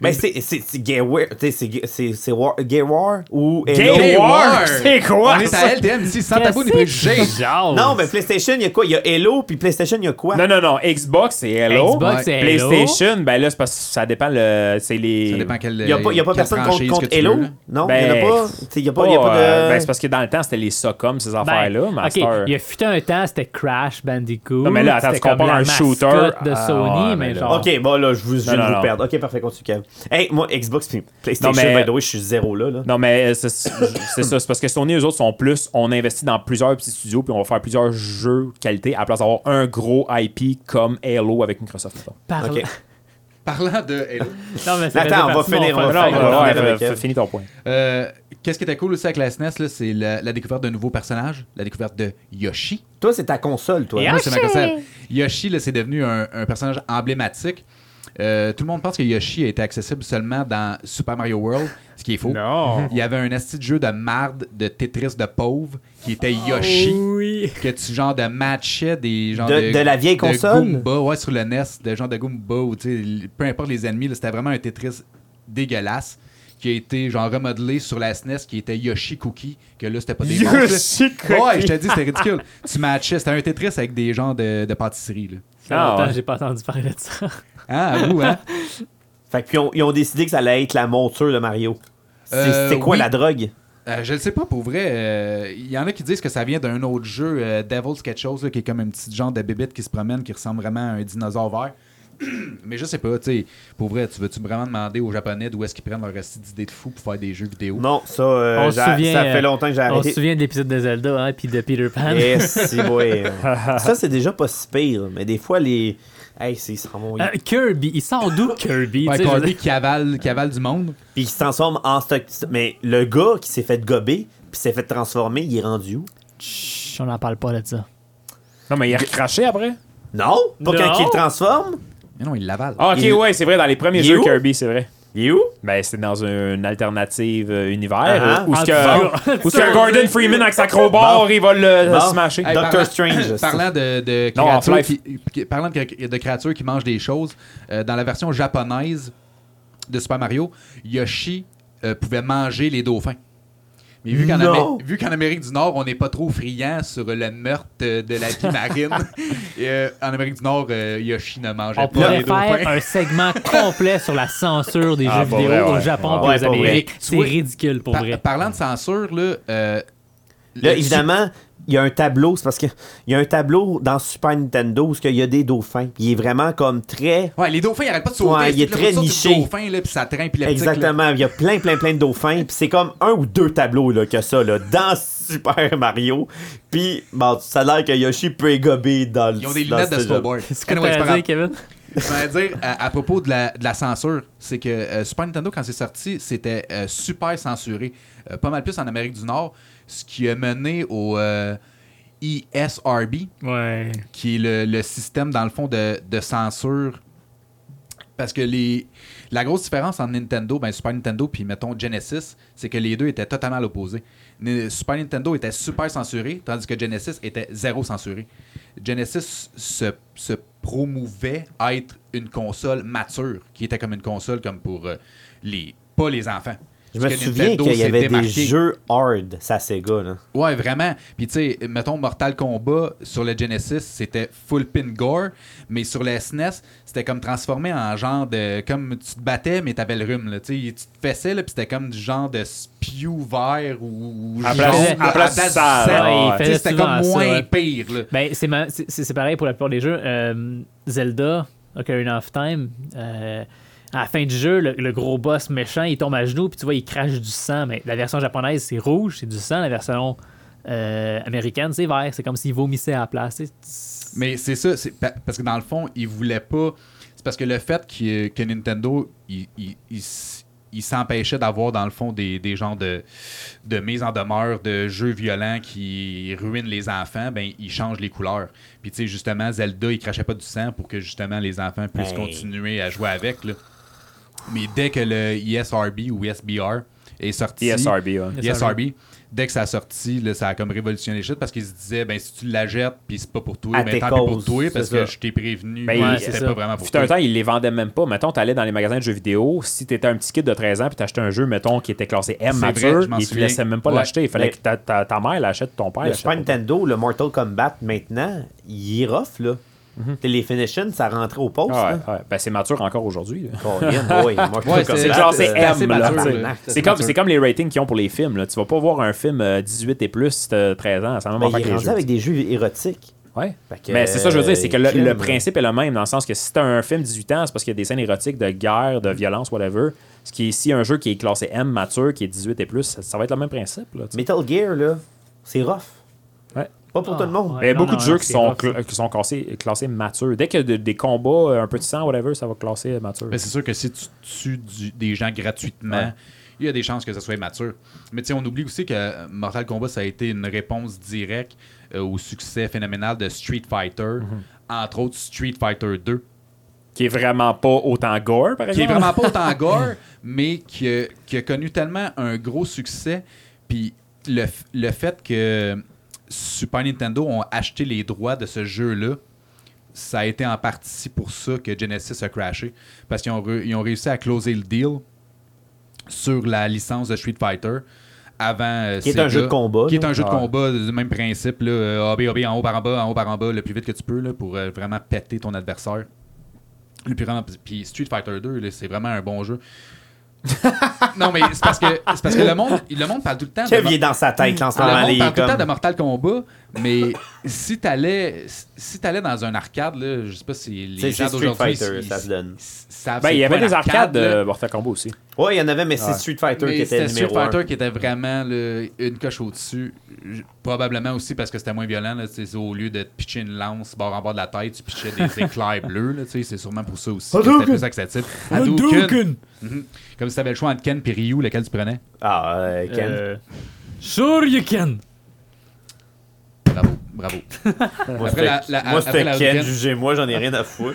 Speaker 4: Mais c'est c'est- c'est Gay War, tu sais, c'est- c'est c'est War- Gay War ou
Speaker 1: Gay
Speaker 4: Halo.
Speaker 1: War. c'est quoi,
Speaker 3: On est
Speaker 1: ça?
Speaker 3: à LDM ici, sans tabou ni préjugés.
Speaker 2: Genre.
Speaker 4: Non, mais PlayStation, il y a quoi Il y a Halo, puis PlayStation, il y a quoi
Speaker 1: Non, non, non. Xbox, c'est Hello.
Speaker 2: Xbox,
Speaker 1: Ouais.
Speaker 2: c'est Hello.
Speaker 1: PlayStation, ben là, c'est parce que ça dépend. le- C'est les.
Speaker 3: Ça dépend quelle.
Speaker 4: Il n'y a pas, il y a pas
Speaker 3: quelle
Speaker 4: personne contre,
Speaker 3: franchise
Speaker 4: contre
Speaker 3: que tu
Speaker 4: Hello
Speaker 3: veux, là.
Speaker 4: Non, il
Speaker 1: Ben,
Speaker 4: n'y en a pas. Tu sais, Il n'y a pas, il y a pas de.
Speaker 1: euh, ben, c'est parce que dans le temps, c'était les Socom, ces affaires-là. mais à
Speaker 2: Ben, ok,
Speaker 1: cette heure-
Speaker 2: il y a fut un temps, c'était Crash Bandicoot.
Speaker 1: Non, mais là, attends,
Speaker 2: c'était
Speaker 1: tu compares
Speaker 2: comme la
Speaker 1: un shooter
Speaker 2: mascotte de
Speaker 1: à-
Speaker 2: Sony,
Speaker 1: ouais, mais
Speaker 2: mais
Speaker 1: là-
Speaker 2: genre.
Speaker 4: Ok, bon là, je, vous, je viens
Speaker 1: Non,
Speaker 4: de
Speaker 1: non,
Speaker 4: vous
Speaker 1: non.
Speaker 4: perdre. Ok, parfait, continue, Kev. Hey, moi, Xbox puis PlayStation,
Speaker 1: Non, mais-
Speaker 4: by the way, je suis zéro là. là.
Speaker 1: Non, mais euh, c'est c'est ça. C'est parce que Sony, eux autres, sont plus. On investit dans plusieurs petits studios, puis on va faire plusieurs jeux qualité, à la place d'avoir un gros IP comme Halo avec Microsoft. mettons.
Speaker 2: Parle-
Speaker 4: Ok.
Speaker 3: Parlant de Hello.
Speaker 2: Non, mais ça
Speaker 4: Attends,
Speaker 2: faisait
Speaker 4: on va
Speaker 2: partie de mon
Speaker 4: finir, on va
Speaker 2: fun
Speaker 1: Non,
Speaker 2: fact.
Speaker 4: finir.
Speaker 1: ouais,
Speaker 4: on va
Speaker 1: ouais,
Speaker 4: revenir avec
Speaker 1: f-
Speaker 4: elle.
Speaker 1: finis ton point.
Speaker 3: Euh, Qu'est-ce qui était cool aussi avec la SNES, là, c'est la, la découverte d'un nouveau personnage, la découverte de Yoshi.
Speaker 4: Toi, c'est ta console, toi.
Speaker 2: Yeah.
Speaker 4: Moi,
Speaker 3: Moi, c'est ma console. Yoshi, là, c'est devenu un, un personnage emblématique. Euh, tout le monde pense que Yoshi a été accessible seulement dans Super Mario World, ce qui est faux.
Speaker 2: Non.
Speaker 3: Il y avait un asti de jeu de marde, de Tetris de pauvre, qui était Yoshi.
Speaker 4: Oh.
Speaker 2: Oui.
Speaker 3: Que tu genre de matchais des gens de,
Speaker 4: De- de la vieille
Speaker 3: de
Speaker 4: console?
Speaker 3: Goomba, ouais, sur le NES, de genre de Goomba, ou tu sais, l- peu importe les ennemis, là, c'était vraiment un Tetris dégueulasse qui a été genre remodelé sur la SNES qui était Yoshi Cookie, que là c'était pas des monstres, là.
Speaker 1: Yoshi Cookie.
Speaker 3: Ouais, je te dis, c'était ridicule. tu matchais, c'était un Tetris avec des gens de, de pâtisserie, là.
Speaker 1: Ah,
Speaker 2: Attends,
Speaker 1: ouais.
Speaker 2: j'ai pas entendu parler de ça.
Speaker 4: Euh,
Speaker 3: Hein, à vous, hein?
Speaker 4: Fait que, puis, on- ils ont décidé que ça allait être la monture de Mario. C'est
Speaker 3: Euh,
Speaker 4: c'est quoi
Speaker 3: oui.
Speaker 4: la drogue
Speaker 3: Euh, je le sais pas pour vrai. euh, Il y en a qui disent que ça vient d'un autre jeu, euh, Devil's quelque chose, là, qui est comme un petit genre de bébite qui se promène, qui ressemble vraiment à un dinosaure vert. Mais je sais pas, tu sais, pour vrai, tu veux-tu vraiment demander aux Japonais d'où est-ce qu'ils prennent leur idée d'idées de fou pour faire des jeux vidéo?
Speaker 4: Non, ça, euh,
Speaker 2: On se
Speaker 4: j'a-
Speaker 2: souvient,
Speaker 4: ça fait
Speaker 2: euh,
Speaker 4: longtemps que j'ai
Speaker 2: On se
Speaker 4: arrêté.
Speaker 2: souvient de l'épisode de Zelda, hein, puis de Peter Pan.
Speaker 4: Yes, c'est ouais. Ça, c'est déjà pas si pire, mais des fois, les. Hey, c'est- ils se remontent.
Speaker 2: Euh, Kirby, il sort d'où Kirby?
Speaker 3: Ouais,
Speaker 2: tu sais, je veux
Speaker 3: Kirby
Speaker 2: dire-
Speaker 3: qui avale, qui avale du monde.
Speaker 4: Puis il se transforme en stock. Mais le gars qui s'est fait gober, puis s'est fait transformer, il est rendu où
Speaker 2: Chut, on n'en parle pas de ça.
Speaker 1: Non, mais il a recraché après.
Speaker 4: Non Pas
Speaker 2: Non.
Speaker 4: quand il le transforme
Speaker 3: Mais non, il l'avale.
Speaker 1: Ah, ok,
Speaker 4: Il-
Speaker 1: ouais, c'est vrai, dans les premiers
Speaker 4: Il est
Speaker 1: jeux
Speaker 4: où?
Speaker 1: Kirby, c'est vrai.
Speaker 4: Il est où
Speaker 1: Ben, c'est dans une alternative euh,
Speaker 4: Ah,
Speaker 1: univers où- où
Speaker 2: ah,
Speaker 1: ce
Speaker 2: tu
Speaker 1: que-
Speaker 2: vois.
Speaker 1: où ce que Gordon Freeman avec sa crowbar,
Speaker 4: Bon.
Speaker 1: il va le
Speaker 4: Bon.
Speaker 1: le smasher.
Speaker 4: Hey, Doctor
Speaker 3: parlant-
Speaker 4: Strange, ça.
Speaker 3: parlant de, de
Speaker 1: Non,
Speaker 3: créatures
Speaker 1: Half-Life.
Speaker 3: qui, qui- parlant de, cra- de créatures qui mangent des choses, euh, dans la version japonaise de Super Mario, Yoshi euh, pouvait manger les dauphins. Mais vu qu'en,
Speaker 4: Non.
Speaker 3: Amé- vu qu'en Amérique du Nord, on n'est pas trop friand sur le meurtre euh, de la vie marine, euh, en Amérique du Nord, euh, Yoshi ne mangeait
Speaker 2: On
Speaker 3: pas
Speaker 2: pourrait
Speaker 3: les dauphins.
Speaker 2: faire un segment complet sur la censure des
Speaker 1: Ah,
Speaker 2: jeux
Speaker 1: pas
Speaker 2: vidéo
Speaker 1: vrai,
Speaker 2: au
Speaker 1: ouais.
Speaker 2: Japon
Speaker 1: Ah,
Speaker 2: et
Speaker 4: ouais,
Speaker 2: aux
Speaker 4: pas vrai.
Speaker 2: Amériques. C'est
Speaker 3: Oui.
Speaker 2: ridicule pour
Speaker 3: Par-
Speaker 2: vrai.
Speaker 3: parlant de censure, là, euh,
Speaker 4: Là,
Speaker 3: le-
Speaker 4: évidemment, il y a un tableau, c'est parce que il y a un tableau dans Super Nintendo où il y a des dauphins. puis Il est vraiment comme très
Speaker 3: Ouais, les dauphins, ils arrêtent pas de sauter.
Speaker 4: Ouais, il est
Speaker 3: Puis là,
Speaker 4: très
Speaker 3: faut que tu sautes sur
Speaker 4: niché.
Speaker 3: le dauphin, là, puis ça traîne, puis la petite, là.
Speaker 4: Exactement, il y a plein, plein, plein de dauphins. Puis c'est comme un ou deux tableaux là, que ça, là, dans Super Mario. Puis, bon, ça a l'air que Yoshi peut égober dans le.
Speaker 3: Ils ont des
Speaker 4: dans
Speaker 3: lunettes de
Speaker 4: ce jeu-là.
Speaker 3: snowboard.
Speaker 2: C'est ce que
Speaker 3: Anyway,
Speaker 2: t'as
Speaker 3: c'est
Speaker 2: à
Speaker 3: pas
Speaker 2: dire,
Speaker 3: grave.
Speaker 2: Kevin?
Speaker 3: Je voulais dire euh, à, à propos de la, de la censure, c'est que euh, Super Nintendo, quand c'est sorti, c'était euh, super censuré. Euh, pas mal plus en Amérique du Nord, ce qui a mené au. euh, ESRB,
Speaker 5: Ouais.
Speaker 3: qui est le, le système, dans le fond, de, de censure. Parce que les, la grosse différence entre Nintendo, ben Super Nintendo, puis mettons Genesis, c'est que les deux étaient totalement à l'opposé. Ni- Super Nintendo était super censuré, tandis que Genesis était zéro censuré. Genesis se, se promouvait à être une console mature, qui était comme une console comme pour euh, les pas les enfants.
Speaker 4: Je me
Speaker 3: Parce que
Speaker 4: souviens
Speaker 3: Nintendo
Speaker 4: qu'il y
Speaker 3: s'est
Speaker 4: avait des
Speaker 3: démarqué
Speaker 4: jeux hard, ça Sega. Là.
Speaker 3: Ouais, vraiment. Puis tu sais, mettons Mortal Kombat sur le Genesis, c'était full pin gore, mais sur le SNES, c'était comme transformé en genre de comme tu te battais mais t'avais le rhume là, tu sais, tu te fessais là, puis c'était comme du genre de spew vert ou ou
Speaker 1: À
Speaker 3: jaune,
Speaker 1: place-
Speaker 3: là,
Speaker 1: à place
Speaker 3: du
Speaker 1: sale,
Speaker 3: sang.
Speaker 1: ouais.
Speaker 3: Tu sais,
Speaker 2: Il faisait
Speaker 3: c'était
Speaker 2: souvent
Speaker 3: comme
Speaker 2: ça,
Speaker 3: moins
Speaker 2: ouais.
Speaker 3: pire là.
Speaker 2: Ben, c'est ma- c'est- c'est c'est pareil pour la plupart des jeux. Euh, Zelda, Ocarina of Time, euh, à la fin du jeu, le, le gros boss méchant, il tombe à genoux, puis tu vois, il crache du sang. Mais la version japonaise, c'est rouge, c'est du sang. La version euh, américaine, c'est vert. C'est comme s'il vomissait à la place. tu sais. C'est-
Speaker 3: Mais c'est ça, c'est pa- parce que dans le fond, ils voulaient pas. C'est parce que le fait qu'il- que Nintendo, il, il- il s- il s'empêchait d'avoir dans le fond des, des genres de, de mise en demeure de jeux violents qui ruinent les enfants, ben ils changent les couleurs. Puis tu sais justement Zelda, il crachait pas du sang pour que justement les enfants puissent
Speaker 4: Hey.
Speaker 3: continuer à jouer avec là. Mais dès que le E ESRB ou ESBR est sorti, E
Speaker 1: ESRB, ouais.
Speaker 3: ESRB, dès que ça a sorti, là, ça a comme révolutionné le shit parce qu'ils se disaient ben si tu la jettes puis c'est pas pour toi,
Speaker 4: À
Speaker 3: ben
Speaker 4: tes
Speaker 3: tant pis pour
Speaker 4: causes,
Speaker 3: toi parce
Speaker 4: c'est
Speaker 3: que
Speaker 4: ça.
Speaker 3: je t'ai prévenu,
Speaker 1: Ben,
Speaker 3: mais
Speaker 1: ouais,
Speaker 2: c'est
Speaker 3: c'était
Speaker 2: ça.
Speaker 3: pas vraiment pour
Speaker 1: Fut un
Speaker 3: toi.
Speaker 1: temps, ils les vendaient même pas. Mettons, t'allais dans les magasins de jeux vidéo, si t'étais un petit kid de 13 ans puis t'achetais un jeu, mettons, qui était classé M
Speaker 3: C'est
Speaker 1: mature,
Speaker 3: vrai, je m'en
Speaker 1: ils te
Speaker 3: souviens.
Speaker 1: laissaient même pas
Speaker 3: Ouais.
Speaker 1: l'acheter. Il fallait
Speaker 4: Mais-
Speaker 1: que ta, ta- ta mère l'achète, ton père
Speaker 4: Le
Speaker 1: l'achète.
Speaker 4: Super Nintendo, le Mortal Kombat maintenant, il est rough. Là. T'sais, Les finishings, ça rentrait au poste.
Speaker 1: Ah
Speaker 4: là.
Speaker 1: ouais, ouais. Ben, c'est mature encore aujourd'hui. là.
Speaker 4: Colin, ouais, Mortal
Speaker 3: Ouais,
Speaker 4: Kombat,
Speaker 1: C'est genre, c'est
Speaker 4: euh,
Speaker 1: M,
Speaker 3: assez
Speaker 1: là. tu
Speaker 3: mature,
Speaker 1: sais.
Speaker 3: là.
Speaker 1: C'est comme, c'est comme les ratings qu'ils ont pour les films. Là. Tu vas pas voir un film euh, 18 et plus si t'as 13 ans. Ça va
Speaker 4: ben,
Speaker 1: même
Speaker 4: il
Speaker 1: affaire que
Speaker 4: est
Speaker 1: les
Speaker 4: rendu
Speaker 1: jeux.
Speaker 4: avec des jeux érotiques.
Speaker 1: Ouais.
Speaker 4: Fait que,
Speaker 1: Mais c'est ça, je veux dire, c'est que le,
Speaker 4: crème,
Speaker 1: le
Speaker 4: là.
Speaker 1: principe est le même, dans le sens que si t'as un film 18 ans, c'est parce qu'il y a des scènes érotiques, de guerre, de violence, whatever. Ce qui est ici un jeu qui est classé M, mature, qui est 18 et plus, ça, ça va être le même principe. Là, tu sais.
Speaker 4: Metal Gear, là, c'est rough.
Speaker 1: Ouais.
Speaker 4: Pas pour
Speaker 2: Ah,
Speaker 4: tout le monde.
Speaker 1: Mais il
Speaker 2: Ouais,
Speaker 1: y a
Speaker 2: non,
Speaker 1: beaucoup
Speaker 2: non,
Speaker 1: de
Speaker 2: non,
Speaker 1: jeux qui
Speaker 2: c'est
Speaker 1: sont,
Speaker 2: rough, ça.
Speaker 1: cla- qui sont classés, classés matures. Dès qu'il y a de- des combats, euh, un peu de sang, whatever, ça va classer mature.
Speaker 3: Ben, c'est sûr que si tu tues du- des gens gratuitement,
Speaker 1: Ouais.
Speaker 3: il y a des chances que ça soit mature. Mais tu sais, on oublie aussi que euh, Mortal Kombat, ça a été une réponse directe euh, au succès phénoménal de Street Fighter, entre autres Street Fighter 2.
Speaker 1: Qui est vraiment pas autant gore, par exemple.
Speaker 3: qui est vraiment pas autant gore, mais qui a, qui a connu tellement un gros succès. Puis le, f- le fait que Super Nintendo ont acheté les droits de ce jeu-là, ça a été en partie pour ça que Genesis a crashé. Parce qu'ils ont, re- ils ont réussi à closer le deal sur la licence de Street Fighter avant euh,
Speaker 4: Qui est un
Speaker 3: Sega.
Speaker 4: jeu de combat,
Speaker 3: qui est
Speaker 4: là.
Speaker 3: un jeu de
Speaker 4: Ouais.
Speaker 3: combat du même principe là euh, AB, AB, en haut par en bas en haut par en bas le plus vite que tu peux là, pour euh, vraiment péter ton adversaire le plus grand- puis Street Fighter 2 là, c'est vraiment un bon jeu non mais c'est parce que c'est parce que le monde le monde parle tout le temps de
Speaker 4: Kev,
Speaker 3: Mo-
Speaker 4: il est dans sa tête, là, en ce
Speaker 3: le
Speaker 4: moment.
Speaker 3: monde
Speaker 4: il est
Speaker 3: parle tout le
Speaker 4: comme-
Speaker 3: temps de Mortal Kombat, mais si t'allais si t'allais dans un arcade, là, je sais pas si
Speaker 4: C'est-
Speaker 3: les
Speaker 4: c'est
Speaker 3: gens
Speaker 4: Street
Speaker 3: d'aujourd'hui
Speaker 4: Fighter,
Speaker 3: ils-
Speaker 4: ça se donne.
Speaker 3: ils savent
Speaker 1: Ben,
Speaker 3: c'est
Speaker 1: il y
Speaker 3: quoi
Speaker 1: avait des
Speaker 3: l'arcade,
Speaker 1: arcades
Speaker 3: là.
Speaker 1: de Mortal Kombat aussi.
Speaker 4: Ouais, il y en avait, mais c'est Street euh, Fighter
Speaker 3: Mais
Speaker 4: qui était
Speaker 3: c'était
Speaker 4: le
Speaker 3: Street
Speaker 4: numéro un.
Speaker 3: Fighter qui était vraiment là, une coche au-dessus. J- Probablement aussi parce que c'était moins violent. là, tu sais, au lieu de te pitcher une lance bord en bord de la tête, tu pitchais des éclairs bleus. là, tu sais, C'est sûrement pour ça aussi que c'était plus acceptable. Hadouken! Mhm. Comme si t'avais le choix entre Ken et Ryu, lequel tu prenais.
Speaker 4: Ah, euh, Ken.
Speaker 2: Euh, Sure you can!
Speaker 3: Bravo, bravo.
Speaker 4: moi,
Speaker 3: après
Speaker 4: c'était-
Speaker 3: la- la-
Speaker 4: moi,
Speaker 3: après
Speaker 4: c'était
Speaker 3: la
Speaker 4: Ken,
Speaker 3: Hadouken.
Speaker 4: jugez-moi, j'en ai rien à foutre.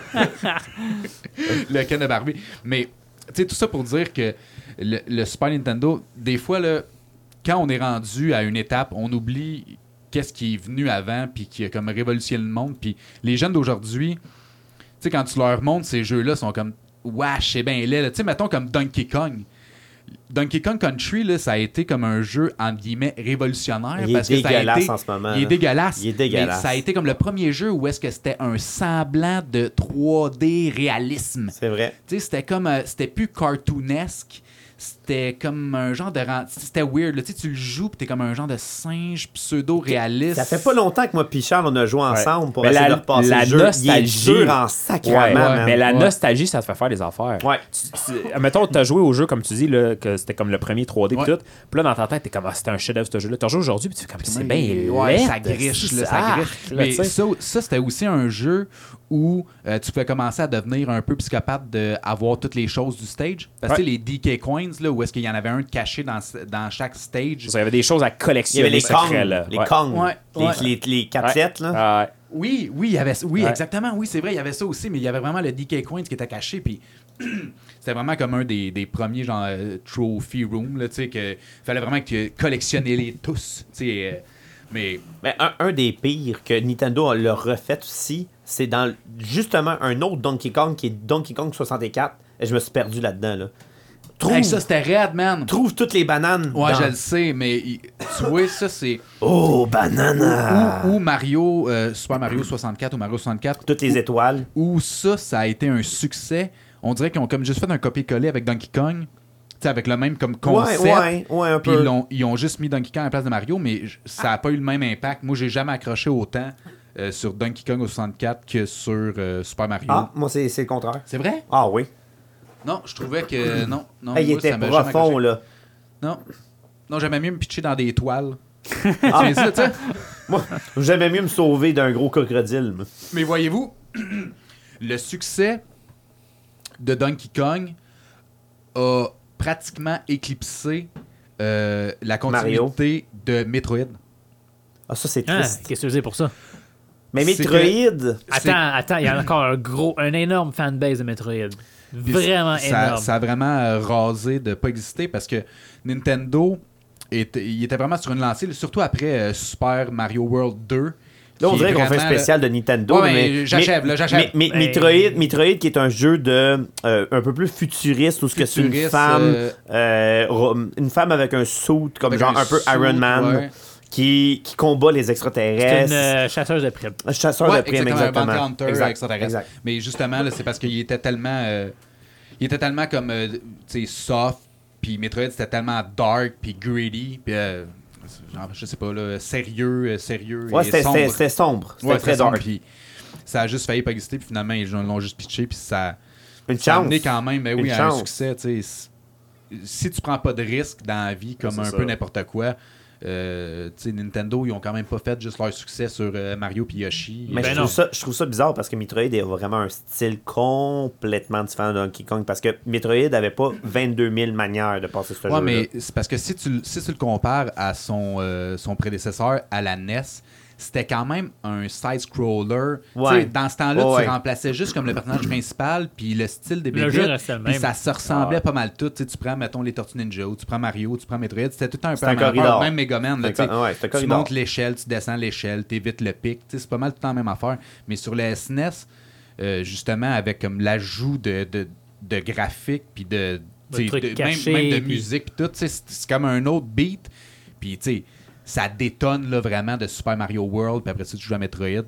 Speaker 3: le Ken de Barbie. Mais, tu sais, tout ça pour dire que le, le Super Nintendo, des fois, là, quand on est rendu à une étape, on oublie qu'est-ce qui est venu avant, puis qui a comme révolutionné le monde. Puis les jeunes d'aujourd'hui, tu sais, quand tu leur montres ces jeux-là, sont comme, wesh, c'est bien laid. là. Tu sais, mettons comme Donkey Kong. Donkey Kong Country, là, ça a été comme un jeu, entre guillemets, révolutionnaire.
Speaker 4: Il est
Speaker 3: parce que ça a
Speaker 4: dégueulasse
Speaker 3: été-
Speaker 4: en ce moment,
Speaker 3: Il est
Speaker 4: là.
Speaker 3: dégueulasse.
Speaker 4: Il est dégueulasse.
Speaker 3: Mais ça a été comme le premier jeu où est-ce que c'était un semblant de 3D réalisme.
Speaker 4: C'est vrai.
Speaker 3: Tu sais, c'était comme euh, c'était plus cartoonesque c'était comme un genre de ren- c'était weird là. tu sais, tu le joues puis t'es comme un genre de singe pseudo réaliste
Speaker 4: Ça fait pas longtemps que moi et Charles, on a joué ensemble pour
Speaker 1: Mais
Speaker 4: essayer
Speaker 1: la-
Speaker 4: de repasser
Speaker 1: la
Speaker 4: le jeu.
Speaker 1: nostalgie.
Speaker 4: Il est dur en sacrement,
Speaker 1: Ouais,
Speaker 4: man.
Speaker 1: Mais la
Speaker 3: Ouais.
Speaker 1: nostalgie, ça te fait faire des affaires.
Speaker 4: Ouais.
Speaker 1: Tu- tu- euh, mettons, t'as joué au jeu, comme tu dis, là, que c'était comme le premier 3D pis
Speaker 3: Ouais.
Speaker 1: tout. Puis là, dans ta tête, t'es comme, ah, c'était un chef-d'œuvre, ce jeu-là. T'as joué aujourd'hui, puis tu fais comme, c'est bien
Speaker 3: Ouais,
Speaker 1: laid,
Speaker 3: ça griche
Speaker 1: si,
Speaker 3: là,
Speaker 1: ça
Speaker 3: ça
Speaker 1: arc,
Speaker 3: griche
Speaker 1: là,
Speaker 3: mais
Speaker 1: tu sais.
Speaker 3: ça, ça, c'était aussi un jeu où euh, tu pouvais commencer à devenir un peu psychopathe de avoir toutes les choses du stage parce que
Speaker 1: Ouais.
Speaker 3: tu sais, les DK coins dungeons, là, où est-ce qu'il y en avait un de caché dans, dans chaque stage.
Speaker 1: Il y avait des choses à
Speaker 4: Il y avait
Speaker 1: collectionner
Speaker 4: les
Speaker 1: secrets,
Speaker 4: Kong,
Speaker 1: là.
Speaker 4: les
Speaker 1: Ouais.
Speaker 4: Kong,
Speaker 3: Ouais,
Speaker 4: les-
Speaker 3: ouais.
Speaker 4: les les
Speaker 1: Ouais.
Speaker 4: 4 là.
Speaker 1: Ah, ouais.
Speaker 3: Oui, oui, il y avait, oui,
Speaker 1: Ouais.
Speaker 3: exactement, oui, c'est vrai, il y avait ça aussi, mais il y avait vraiment le DK Coins qui était caché, puis c'était vraiment comme un des, des premiers, genre, euh, trophy room, là, tu sais, que fallait vraiment que tu collectionnais les tous, tu sais, euh, mais...
Speaker 4: Mais un, un des pires que Nintendo l'a refait aussi, c'est dans l- justement un autre Donkey Kong qui est Donkey Kong 64. Et je me suis perdu là-dedans. Là. Trouve,
Speaker 3: Hey, ça, c'était raide, man!
Speaker 4: trouve toutes les bananes.
Speaker 3: Ouais,
Speaker 4: dans-
Speaker 3: je le sais, mais il- tu vois, ça, c'est...
Speaker 4: Oh, banana!
Speaker 3: Ou, ou Mario, euh, Super Mario 64 ou Mario 64,
Speaker 4: Toutes les étoiles.
Speaker 3: où ça, ça a été un succès. On dirait qu'ils ont comme juste fait un copier-coller avec Donkey Kong, tu sais, avec le même comme concept.
Speaker 4: Ouais, ouais, ouais, un
Speaker 3: Puis
Speaker 4: peu. Ah.
Speaker 3: ils, l'ont- ils ont juste mis Donkey Kong à la place de Mario, mais j- ça n'a pas eu le même impact. Moi, j'ai jamais accroché autant euh, sur Donkey Kong au 64 que sur euh, Super Mario.
Speaker 4: Ah, moi, c'est c'est le contraire.
Speaker 3: C'est vrai?
Speaker 4: Ah oui.
Speaker 3: Non, je trouvais que. Non, non.
Speaker 4: Ah. Hey,
Speaker 3: Ah,
Speaker 4: il
Speaker 3: moi, ça
Speaker 4: était
Speaker 3: m'a jamais
Speaker 4: profond,
Speaker 3: accroché.
Speaker 4: là.
Speaker 3: Non. Non, j'aimais mieux me pitcher dans des toiles. Ah. Mais ça, tu sais.
Speaker 4: Moi, j'aimais mieux me sauver d'un gros crocodile. moi.
Speaker 3: Mais voyez-vous, le succès de Donkey Kong a pratiquement éclipsé euh, la
Speaker 4: Mario.
Speaker 3: continuité de Metroid.
Speaker 4: Ah, ça, c'est
Speaker 2: Hein,
Speaker 4: triste.
Speaker 2: Qu'est-ce que tu faisais pour ça?
Speaker 4: Mais
Speaker 3: C'est
Speaker 4: Metroid,
Speaker 3: C'est-
Speaker 2: Attends, attends, il y a encore un gros, un énorme fanbase de Metroid.
Speaker 3: Puis
Speaker 2: Vraiment
Speaker 3: ça,
Speaker 2: énorme.
Speaker 3: Ça a vraiment euh, rasé de pas exister parce que Nintendo était, il était vraiment sur une lancée, surtout après euh, Super Mario World 2.
Speaker 4: là, on
Speaker 3: qui
Speaker 4: dirait
Speaker 3: est
Speaker 4: qu'on fait
Speaker 3: vraiment,
Speaker 4: spécial de Nintendo.
Speaker 3: Ouais, mais
Speaker 4: mais-
Speaker 3: j'achève,
Speaker 4: mais-
Speaker 3: là, j'achève. Ben,
Speaker 4: Mais, mais-
Speaker 2: Mais-
Speaker 4: Metroid, Metroid, qui est un jeu de euh, un peu plus futuriste, où ce que c'est une
Speaker 3: Futuriste,
Speaker 4: femme,
Speaker 3: euh,
Speaker 4: euh, ro- une femme avec un suit, comme
Speaker 3: Avec
Speaker 4: genre
Speaker 3: un
Speaker 4: un peu
Speaker 3: suit,
Speaker 4: Iron Man,
Speaker 3: ouais.
Speaker 4: qui, qui combat les
Speaker 2: C'est
Speaker 4: extraterrestres.
Speaker 2: une euh, chasseuse de primes.
Speaker 4: Un chasseur
Speaker 3: Ouais,
Speaker 4: de primes,
Speaker 3: exactement, un
Speaker 4: exactement.
Speaker 3: bounty hunter,
Speaker 4: Exact,
Speaker 3: extraterrestre.
Speaker 4: exact.
Speaker 3: Mais justement, là, c'est parce qu'il était tellement. euh, il était tellement comme. euh, tu sais, soft, puis Metroid, c'était tellement dark, puis greedy, puis. euh, genre, je sais pas, là, sérieux, euh, sérieux.
Speaker 4: Ouais,
Speaker 3: et
Speaker 4: c'était-
Speaker 3: sombre.
Speaker 4: c'était c'était sombre. C'était
Speaker 3: Ouais,
Speaker 4: très
Speaker 3: sombre,
Speaker 4: dark.
Speaker 3: puis ça a juste failli pas exister, puis finalement, ils l'ont juste pitché, puis ça.
Speaker 4: Une
Speaker 3: ça a
Speaker 4: chance.
Speaker 3: amené quand même, mais oui,
Speaker 4: Une
Speaker 3: à un
Speaker 4: chance.
Speaker 3: succès, tu sais. Si tu prends pas de risque dans la vie, comme
Speaker 1: c'est
Speaker 3: un
Speaker 1: ça.
Speaker 3: peu n'importe quoi. euh, tu sais, Nintendo, ils ont quand même pas fait juste leur succès sur euh, Mario puis Yoshi.
Speaker 4: Mais
Speaker 2: Ben
Speaker 4: je,
Speaker 2: non.
Speaker 4: trouve ça, je trouve ça bizarre parce que Metroid a vraiment un style complètement différent de Donkey Kong parce que Metroid n'avait pas 22 000 manières de passer ce
Speaker 3: Ouais,
Speaker 4: jeu-là.
Speaker 3: mais c'est parce que si tu, le- si tu le compares à son, euh, son prédécesseur, à la NES, c'était quand même un side-scroller.
Speaker 4: Ouais.
Speaker 3: Tu sais, Dans ce temps-là,
Speaker 4: Ouais.
Speaker 3: tu remplaçais juste comme le personnage principal, puis le style des
Speaker 2: Le
Speaker 3: BD,
Speaker 2: jeu restait le
Speaker 3: puis
Speaker 2: même.
Speaker 3: ça se
Speaker 4: Ah.
Speaker 3: ressemblait pas mal tout. Tu sais, tu prends, mettons, les Tortues Ninja, ou tu prends Mario, tu prends Metroid, c'était tout le temps un peu
Speaker 4: un
Speaker 3: la même affaire,
Speaker 4: corridor.
Speaker 3: même Megaman. là,
Speaker 4: C'est un
Speaker 3: tu sais.
Speaker 4: cor- ouais, c'est un
Speaker 3: tu
Speaker 4: corridor.
Speaker 3: montes l'échelle, tu descends l'échelle, tu évites le pic. Tu sais, C'est pas mal tout le temps la même affaire. Mais sur le SNES, euh, justement, avec comme l'ajout de, de, de graphique, puis de...
Speaker 2: De
Speaker 3: tu sais,
Speaker 2: trucs
Speaker 3: de- même-
Speaker 2: cachés,
Speaker 3: même, de
Speaker 2: puis-
Speaker 3: musique musique, puis tout, tu sais, c'est c'est comme un autre beat. Puis, tu sais, ça détonne là, vraiment de Super Mario World, puis après ça, tu joues à Metroid.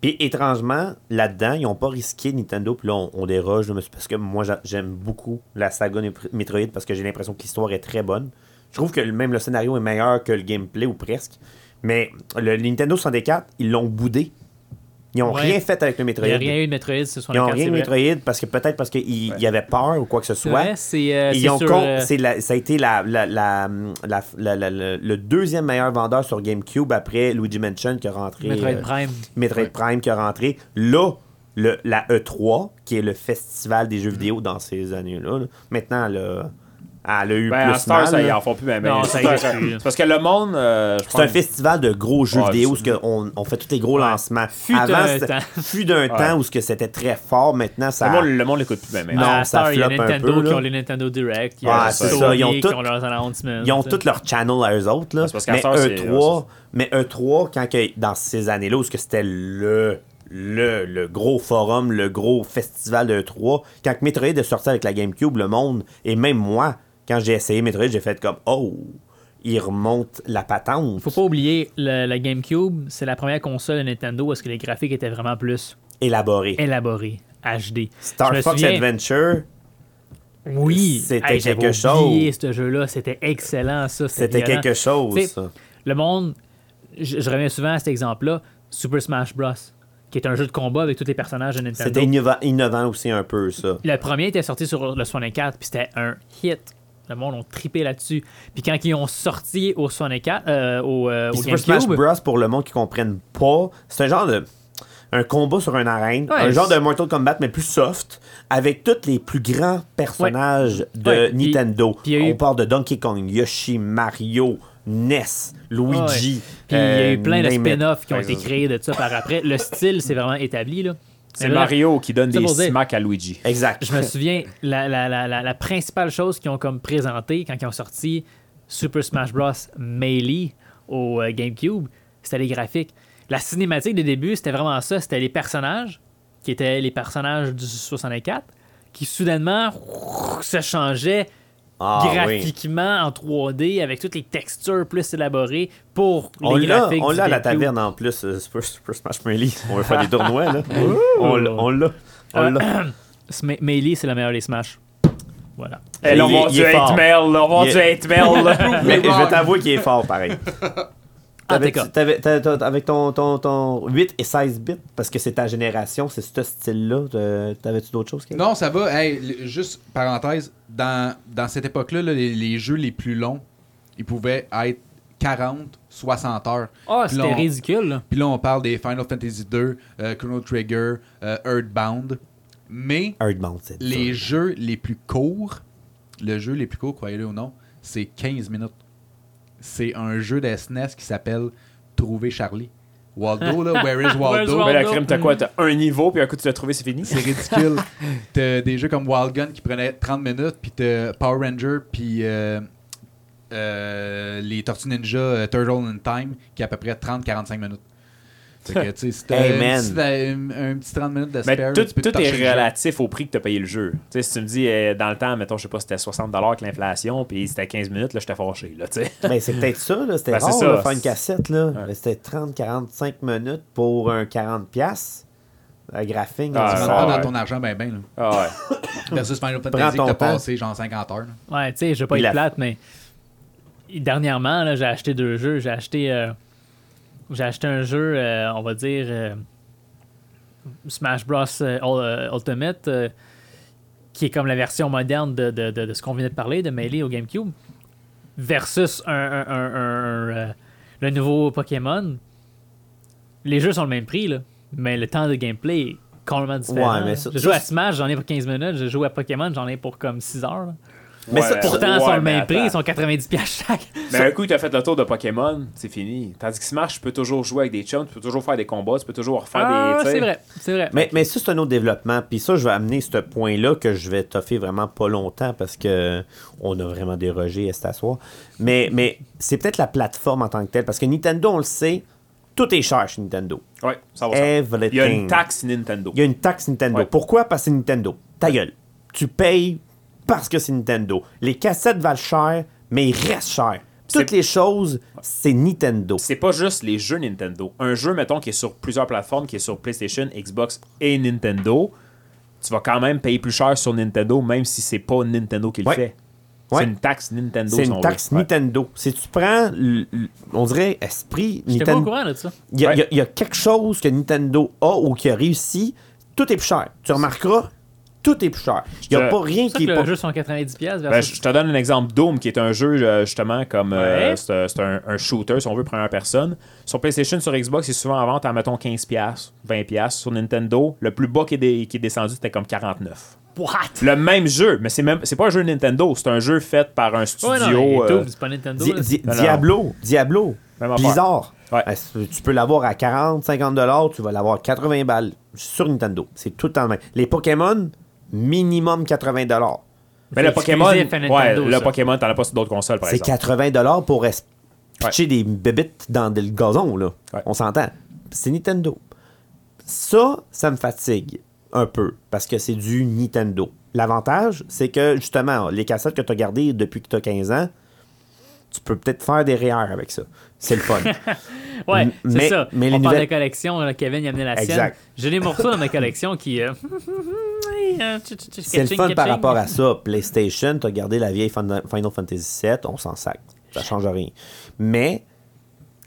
Speaker 4: Puis étrangement, là-dedans, ils n'ont pas risqué Nintendo. Puis là, on, on déroge. là, mais c'est parce que moi, j'a- j'aime beaucoup la saga de Metroid parce que j'ai l'impression que l'histoire est très bonne. Je trouve que le- même le scénario est meilleur que le gameplay ou presque. Mais le Nintendo 64, ils l'ont boudé. Ils n'ont
Speaker 2: Ouais.
Speaker 4: rien fait avec le
Speaker 2: Il
Speaker 4: Metroid.
Speaker 2: n'y a rien eu de Metroid sur son
Speaker 4: Ils n'ont
Speaker 2: carte,
Speaker 4: rien
Speaker 2: c'est
Speaker 4: eu
Speaker 2: vrai.
Speaker 4: Metroid parce que peut-être parce qu'ils y avaient peur ou quoi que ce
Speaker 2: C'est
Speaker 4: soit.
Speaker 2: vrai, c'est euh,
Speaker 4: Et
Speaker 2: c'est
Speaker 4: ils ont
Speaker 2: sur,
Speaker 4: con-
Speaker 2: euh,
Speaker 4: c'est la- ça a été la, la- la- la- la- la- la- le deuxième meilleur vendeur sur GameCube après Luigi Mansion qui est rentré.
Speaker 2: Metroid
Speaker 4: euh,
Speaker 2: Prime.
Speaker 4: Metroid Prime qui est rentré. Là, le, la E3, qui est le festival
Speaker 1: Mm.
Speaker 4: des jeux vidéo dans ces années-là, là. maintenant, elle a, elle a eu
Speaker 1: Ben, à
Speaker 4: plus
Speaker 1: Star,
Speaker 4: mal,
Speaker 1: ça, ils
Speaker 4: là.
Speaker 1: en font plus, mais. mais
Speaker 2: Non, ça
Speaker 1: c'est
Speaker 2: existe
Speaker 1: un-
Speaker 2: plus, là.
Speaker 1: c'est parce que le monde. euh, je
Speaker 4: C'est un
Speaker 1: pense-
Speaker 4: festival de gros jeux
Speaker 1: Ouais,
Speaker 4: vidéo où
Speaker 1: c'est-
Speaker 4: ce que on, on fait tous les gros lancements.
Speaker 2: Fut un
Speaker 4: c'était-
Speaker 2: temps.
Speaker 4: fut d'un temps où ce que c'était très fort, maintenant ça.
Speaker 1: Le monde- le monde l'écoute plus, mais. mais-
Speaker 4: Non,
Speaker 2: à la
Speaker 4: ça
Speaker 2: Star, il y a
Speaker 4: floppe un
Speaker 2: Nintendo
Speaker 4: peu,
Speaker 2: qui
Speaker 4: là.
Speaker 2: ont les Nintendo Direct. Il y
Speaker 4: Ouais,
Speaker 2: a
Speaker 4: c'est
Speaker 2: Sony
Speaker 4: ça, ils ont
Speaker 2: qui
Speaker 4: tout-
Speaker 2: ont leurs announcements.
Speaker 4: Ils ont
Speaker 2: tu sais.
Speaker 4: tous leur channel à eux autres. Là.
Speaker 1: C'est parce qu'à
Speaker 4: Mais,
Speaker 1: Star, c'est-
Speaker 2: euh,
Speaker 4: E3, mais E3, quand que- dans ces années-là, où ce que c'était le, le, le gros forum, le gros festival de E3, quand que Metroid est sorti avec la GameCube, le monde, et même moi, quand j'ai essayé Metroid, j'ai fait comme Oh, il remonte la patente.
Speaker 2: Faut pas oublier, le- la GameCube, c'est la première console de Nintendo où est-ce que les graphiques étaient vraiment plus
Speaker 4: Élaboré.
Speaker 2: élaborés, HD.
Speaker 4: Star
Speaker 2: Je me
Speaker 4: Fox
Speaker 2: souviens-
Speaker 4: Adventure,
Speaker 2: Oui,
Speaker 4: C'était
Speaker 2: Hey, j'avais
Speaker 4: quelque
Speaker 2: oublié
Speaker 4: chose.
Speaker 2: ce jeu-là, c'était excellent ça.
Speaker 4: c'était
Speaker 2: violent.
Speaker 4: quelque chose.
Speaker 2: Tu sais,
Speaker 4: ça.
Speaker 2: Le monde, je, je reviens souvent à cet exemple-là, Super Smash Bros, qui est un jeu de combat avec tous les personnages de Nintendo.
Speaker 4: C'était innova- innovant aussi un peu, ça.
Speaker 2: Le premier était sorti sur le 64, puis c'était un hit. Le monde ont trippé là-dessus. Puis quand ils ont sorti au 64, euh, au, euh, au
Speaker 4: Puis Super
Speaker 2: GameCube,
Speaker 4: Smash Bros, pour le monde qui comprenne pas, c'est un genre de. un combat sur une arène,
Speaker 2: Ouais,
Speaker 4: un genre
Speaker 2: c'est-
Speaker 4: de Mortal Kombat, mais plus soft, avec tous les plus grands personnages de
Speaker 2: Ouais, puis-
Speaker 4: Nintendo.
Speaker 2: puis il y a eu-
Speaker 4: On parle de Donkey Kong, Yoshi, Mario, Ness,
Speaker 2: Ouais.
Speaker 4: Luigi.
Speaker 2: Puis il y a eu
Speaker 4: euh,
Speaker 2: plein de
Speaker 4: name it.
Speaker 2: spin-offs qui ont
Speaker 1: Ouais,
Speaker 2: été
Speaker 1: c'est ça.
Speaker 2: créés de ça par après. Le style s'est vraiment établi. là.
Speaker 1: C'est
Speaker 2: Mais là,
Speaker 1: Mario qui donne
Speaker 2: c'est
Speaker 1: des
Speaker 2: pour dire-
Speaker 1: smacks à Luigi.
Speaker 4: Exact.
Speaker 2: Je me souviens, la, la- la- la- la principale chose qu'ils ont comme présentée quand ils ont sorti Super Smash Bros. Melee au euh, GameCube, c'était les graphiques. La cinématique de début, c'était vraiment ça. C'était les personnages, qui étaient les personnages du 64, qui soudainement se changeaient
Speaker 4: Ah, oui.
Speaker 2: graphiquement en 3D avec toutes les textures plus élaborées pour les
Speaker 4: On l'a,
Speaker 2: graphiques.
Speaker 4: on
Speaker 2: du
Speaker 4: l'a à la
Speaker 2: GameCube.
Speaker 4: taverne en plus, euh, Super, Super Smash Melee. On veut faire des tournois, là. on l'a, on l'a. On
Speaker 2: Euh,
Speaker 4: l'a.
Speaker 2: Sme- Melee, c'est la meilleure des Smash. Voilà.
Speaker 1: Eh, là, on
Speaker 4: Il est-
Speaker 1: va
Speaker 4: il
Speaker 1: du
Speaker 4: est fort.
Speaker 1: 8 mail, là, on va
Speaker 4: Il
Speaker 1: du
Speaker 4: est-
Speaker 1: 8 mail. là.
Speaker 4: Mais je vais t'avouer qu'il est fort, pareil.
Speaker 3: Ah,
Speaker 2: En tout
Speaker 4: Avec,
Speaker 2: cas,
Speaker 4: t'avais- t'avais- t'avais- avec ton, ton, ton 8 et 16 bits, parce que c'est ta génération, c'est ce style-là. euh, T'avais-tu d'autres choses? Kevin?
Speaker 3: Non, ça va. Hey, le- juste parenthèse, dans, dans cette époque-là, là, les, les jeux les plus longs, ils pouvaient être 40, 60 heures.
Speaker 2: Ah,
Speaker 3: Puis là,
Speaker 2: c'était
Speaker 3: on-
Speaker 2: ridicule. là.
Speaker 3: Puis là, on parle des Final Fantasy 2, Chrono Trigger, euh, Earthbound. Mais
Speaker 4: Earthbound, c'est
Speaker 3: les
Speaker 4: ça.
Speaker 3: jeux les plus courts, le jeu les plus court, croyez-le ou non, c'est 15 minutes. C'est un jeu de SNES qui s'appelle Trouver Charlie. Waldo, là, Where is
Speaker 2: Where's
Speaker 3: Waldo?
Speaker 2: Waldo?
Speaker 1: Mais la crime, t'as quoi? T'as un niveau, puis un coup, tu l'as trouvé, c'est fini?
Speaker 3: C'est ridicule. t'as des jeux comme Wild Gun qui prenaient 30 minutes, puis t'as Power Ranger, puis euh, euh, les Tortues Ninja euh, Turtle in Time qui a à peu près 30-45 minutes. Fait que, tu sais, si t'as
Speaker 4: Hey,
Speaker 3: une
Speaker 4: man.
Speaker 3: petite- un, un petit 30 minutes de
Speaker 1: Mais
Speaker 3: spare,
Speaker 1: tout,
Speaker 3: tu peux te
Speaker 1: tout est
Speaker 3: torcher le jeu.
Speaker 1: relatif au prix que tu as payé le jeu. Tu sais, si tu me dis, euh, dans le temps, mettons, je sais pas, c'était 60 avec l'inflation, puis c'était 15 minutes, là, j'étais fâché, là, tu sais.
Speaker 4: Ben, c'est peut-être ça, là. C'était
Speaker 1: Ben, c'est
Speaker 4: rare,
Speaker 1: ça.
Speaker 4: là, faire une cassette, là. Ben, C'était 30-45 minutes pour un 40$. piastres. Un graphique,
Speaker 1: Ah,
Speaker 3: Tu
Speaker 4: on dit,
Speaker 3: vas
Speaker 1: ah,
Speaker 3: pas
Speaker 1: ouais.
Speaker 3: dans ton argent, ben ben. là.
Speaker 1: Ah ouais.
Speaker 3: Versus Final
Speaker 4: Prends
Speaker 3: Fantasy,
Speaker 4: ton
Speaker 3: que t'as
Speaker 4: temps.
Speaker 3: passé genre 50 heures. là.
Speaker 1: Ah,
Speaker 2: Ouais, tu sais, je vais pas
Speaker 4: Il
Speaker 2: être
Speaker 4: a-
Speaker 2: plate, mais dernièrement, là, j'ai acheté deux jeux. J'ai acheté, euh, j'ai acheté un jeu, euh, on va dire, euh, Smash Bros. euh, Ul- euh, Ultimate, euh, qui est comme la version moderne de, de- de- de ce qu'on venait de parler, de Melee au GameCube, versus un, un- un- un- un, euh, le nouveau Pokémon. Les jeux sont le même prix, là, mais le temps de gameplay est complètement différent.
Speaker 4: Ouais, mais
Speaker 2: là.
Speaker 4: ça-
Speaker 2: je joue à
Speaker 4: ça, c'est-
Speaker 2: Smash, j'en ai pour 15 minutes. Je joue à Pokémon, j'en ai pour comme 6 heures. là.
Speaker 4: Mais ça,
Speaker 1: Ouais,
Speaker 2: Pourtant, ils
Speaker 1: ouais,
Speaker 2: sont le
Speaker 1: mais
Speaker 2: même prix,
Speaker 1: attends.
Speaker 2: ils sont 90 pièces chaque.
Speaker 1: Mais un coup, tu as fait le tour de Pokémon, c'est fini. Tandis que Smash, tu peux toujours jouer avec des chums, tu peux toujours faire des combats, tu peux toujours refaire
Speaker 2: Ah,
Speaker 1: des. tu sais.
Speaker 2: c'est vrai, c'est vrai.
Speaker 4: Mais, mais ça, c'est un autre développement. Puis ça, je vais amener ce point-là que je vais toffer vraiment pas longtemps parce que on a vraiment dérogé à cet asseoir. Mais, mais c'est peut-être la plateforme en tant que telle. Parce que Nintendo, on le sait, tout est cher chez Nintendo.
Speaker 1: Ouais, ça va. ça.
Speaker 4: Everything.
Speaker 1: Il y a une taxe Nintendo.
Speaker 4: Il y a une taxe Nintendo.
Speaker 1: Ouais.
Speaker 4: Pourquoi? Parce que c'est Nintendo. Ta gueule. Tu payes parce que c'est Nintendo. Les cassettes valent cher, mais ils restent chers. Toutes
Speaker 1: C'est-
Speaker 4: les choses, c'est Nintendo.
Speaker 1: C'est pas juste les jeux Nintendo. Un jeu, mettons, qui est sur plusieurs plateformes, qui est sur PlayStation, Xbox et Nintendo, tu vas quand même payer plus cher sur Nintendo, même si c'est pas Nintendo qui le
Speaker 4: Ouais.
Speaker 1: fait.
Speaker 4: Ouais.
Speaker 1: C'est une taxe Nintendo.
Speaker 4: C'est
Speaker 1: si
Speaker 4: une
Speaker 1: on
Speaker 4: taxe
Speaker 1: veut. Ouais.
Speaker 4: Nintendo. Si tu prends, l- l- on dirait, esprit
Speaker 2: J'étais pas au
Speaker 4: Nintendo.
Speaker 2: courant de ça.
Speaker 4: Il y, a-
Speaker 1: Ouais.
Speaker 4: il y a- il y a quelque chose que Nintendo a ou qui a réussi, tout est plus cher. Tu remarqueras, tout est plus cher. Il n'y a
Speaker 1: te-
Speaker 4: pas rien
Speaker 2: C'est pour ça
Speaker 4: qui
Speaker 2: que
Speaker 4: est
Speaker 2: le
Speaker 4: pas...
Speaker 2: jeu sont 90 pièces
Speaker 1: Ben,
Speaker 2: versus
Speaker 1: je je te donne un exemple. Doom, qui est un jeu, euh, justement, comme. euh,
Speaker 2: Ouais.
Speaker 1: c'est un- c'est un, un shooter, si on veut, première personne. Sur PlayStation, sur Xbox, c'est souvent en vente à, mettons, 15$, 20$. Sur Nintendo, le plus bas qui est, dé- qui est descendu, c'était comme 49$.
Speaker 2: what?
Speaker 1: Le même jeu, mais c'est même c'est pas un jeu Nintendo, c'est un jeu fait par un studio.
Speaker 2: Ouais, non, mais
Speaker 1: euh,
Speaker 2: YouTube, c'est pas Nintendo.
Speaker 4: Di-
Speaker 2: là.
Speaker 4: Di-
Speaker 1: Non, non.
Speaker 4: Diablo, Diablo,
Speaker 1: Même affaire.
Speaker 4: Blizzard.
Speaker 1: Ouais.
Speaker 4: Ben, c'est- tu peux l'avoir à 40, 50 dollars, tu vas l'avoir à 80 balles sur Nintendo. C'est tout en main. Les Pokémon, minimum 80 dollars.
Speaker 1: mais le
Speaker 2: c'est
Speaker 1: Pokémon,
Speaker 2: exclusif à Nintendo,
Speaker 1: ouais, le
Speaker 2: ça.
Speaker 1: Pokémon, t'en as pas sur d'autres consoles, par
Speaker 4: C'est
Speaker 1: exemple.
Speaker 4: 80 dollars pour es- pitcher des bébites dans le gazon, là.
Speaker 1: Ouais.
Speaker 4: On s'entend. C'est Nintendo. Ça, ça me fatigue un peu parce que c'est du Nintendo. L'avantage, c'est que justement, les cassettes que tu as gardées depuis que tu as 15 ans, tu peux peut-être faire des REER avec ça. C'est le fun.
Speaker 2: Ouais,
Speaker 4: mais-
Speaker 2: c'est ça.
Speaker 4: mais
Speaker 2: On
Speaker 4: les
Speaker 2: parle
Speaker 4: nouvelles-
Speaker 2: de collection, là, Kevin il a amené la sienne.
Speaker 4: Exact.
Speaker 2: J'ai des morceaux dans ma collection qui. euh, oui, euh, tch, tch, tch,
Speaker 4: c'est le
Speaker 2: catching,
Speaker 4: fun par
Speaker 2: catching.
Speaker 4: rapport à ça. PlayStation, tu as gardé la vieille Fin- Final Fantasy VII, on s'en sac. Ça change rien. Mais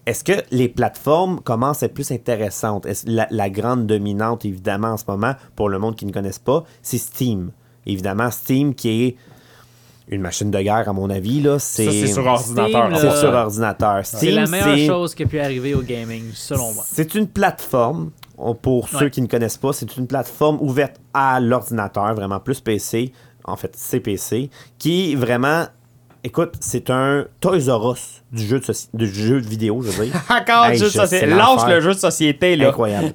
Speaker 4: est-ce que les plateformes commencent à être plus intéressantes? Est-ce- la, la grande dominante, évidemment, en ce moment, pour le monde qui ne connaisse pas, c'est Steam. Évidemment, Steam qui est une machine de guerre, à mon avis. Là, c'est,
Speaker 1: Ça, c'est sur ordinateur.
Speaker 2: Steam,
Speaker 1: en
Speaker 2: là.
Speaker 1: fait.
Speaker 4: c'est sur ordinateur.
Speaker 2: C'est
Speaker 4: Steam,
Speaker 2: la meilleure
Speaker 4: c'est-
Speaker 2: chose qui a pu arriver au gaming, selon moi.
Speaker 4: c'est une plateforme on- pour
Speaker 2: Ouais.
Speaker 4: ceux qui ne connaissent pas, c'est une plateforme ouverte à l'ordinateur, vraiment plus PC, en fait CPC, qui vraiment, écoute, c'est un Toys R Us du jeu de, soci- du jeu de vidéo, je veux dire.
Speaker 1: Encore
Speaker 4: Hey,
Speaker 1: jeu de
Speaker 4: je
Speaker 1: société.
Speaker 4: sais
Speaker 1: Lâche
Speaker 4: l'affaire.
Speaker 1: le jeu de société, là.
Speaker 4: Incroyable.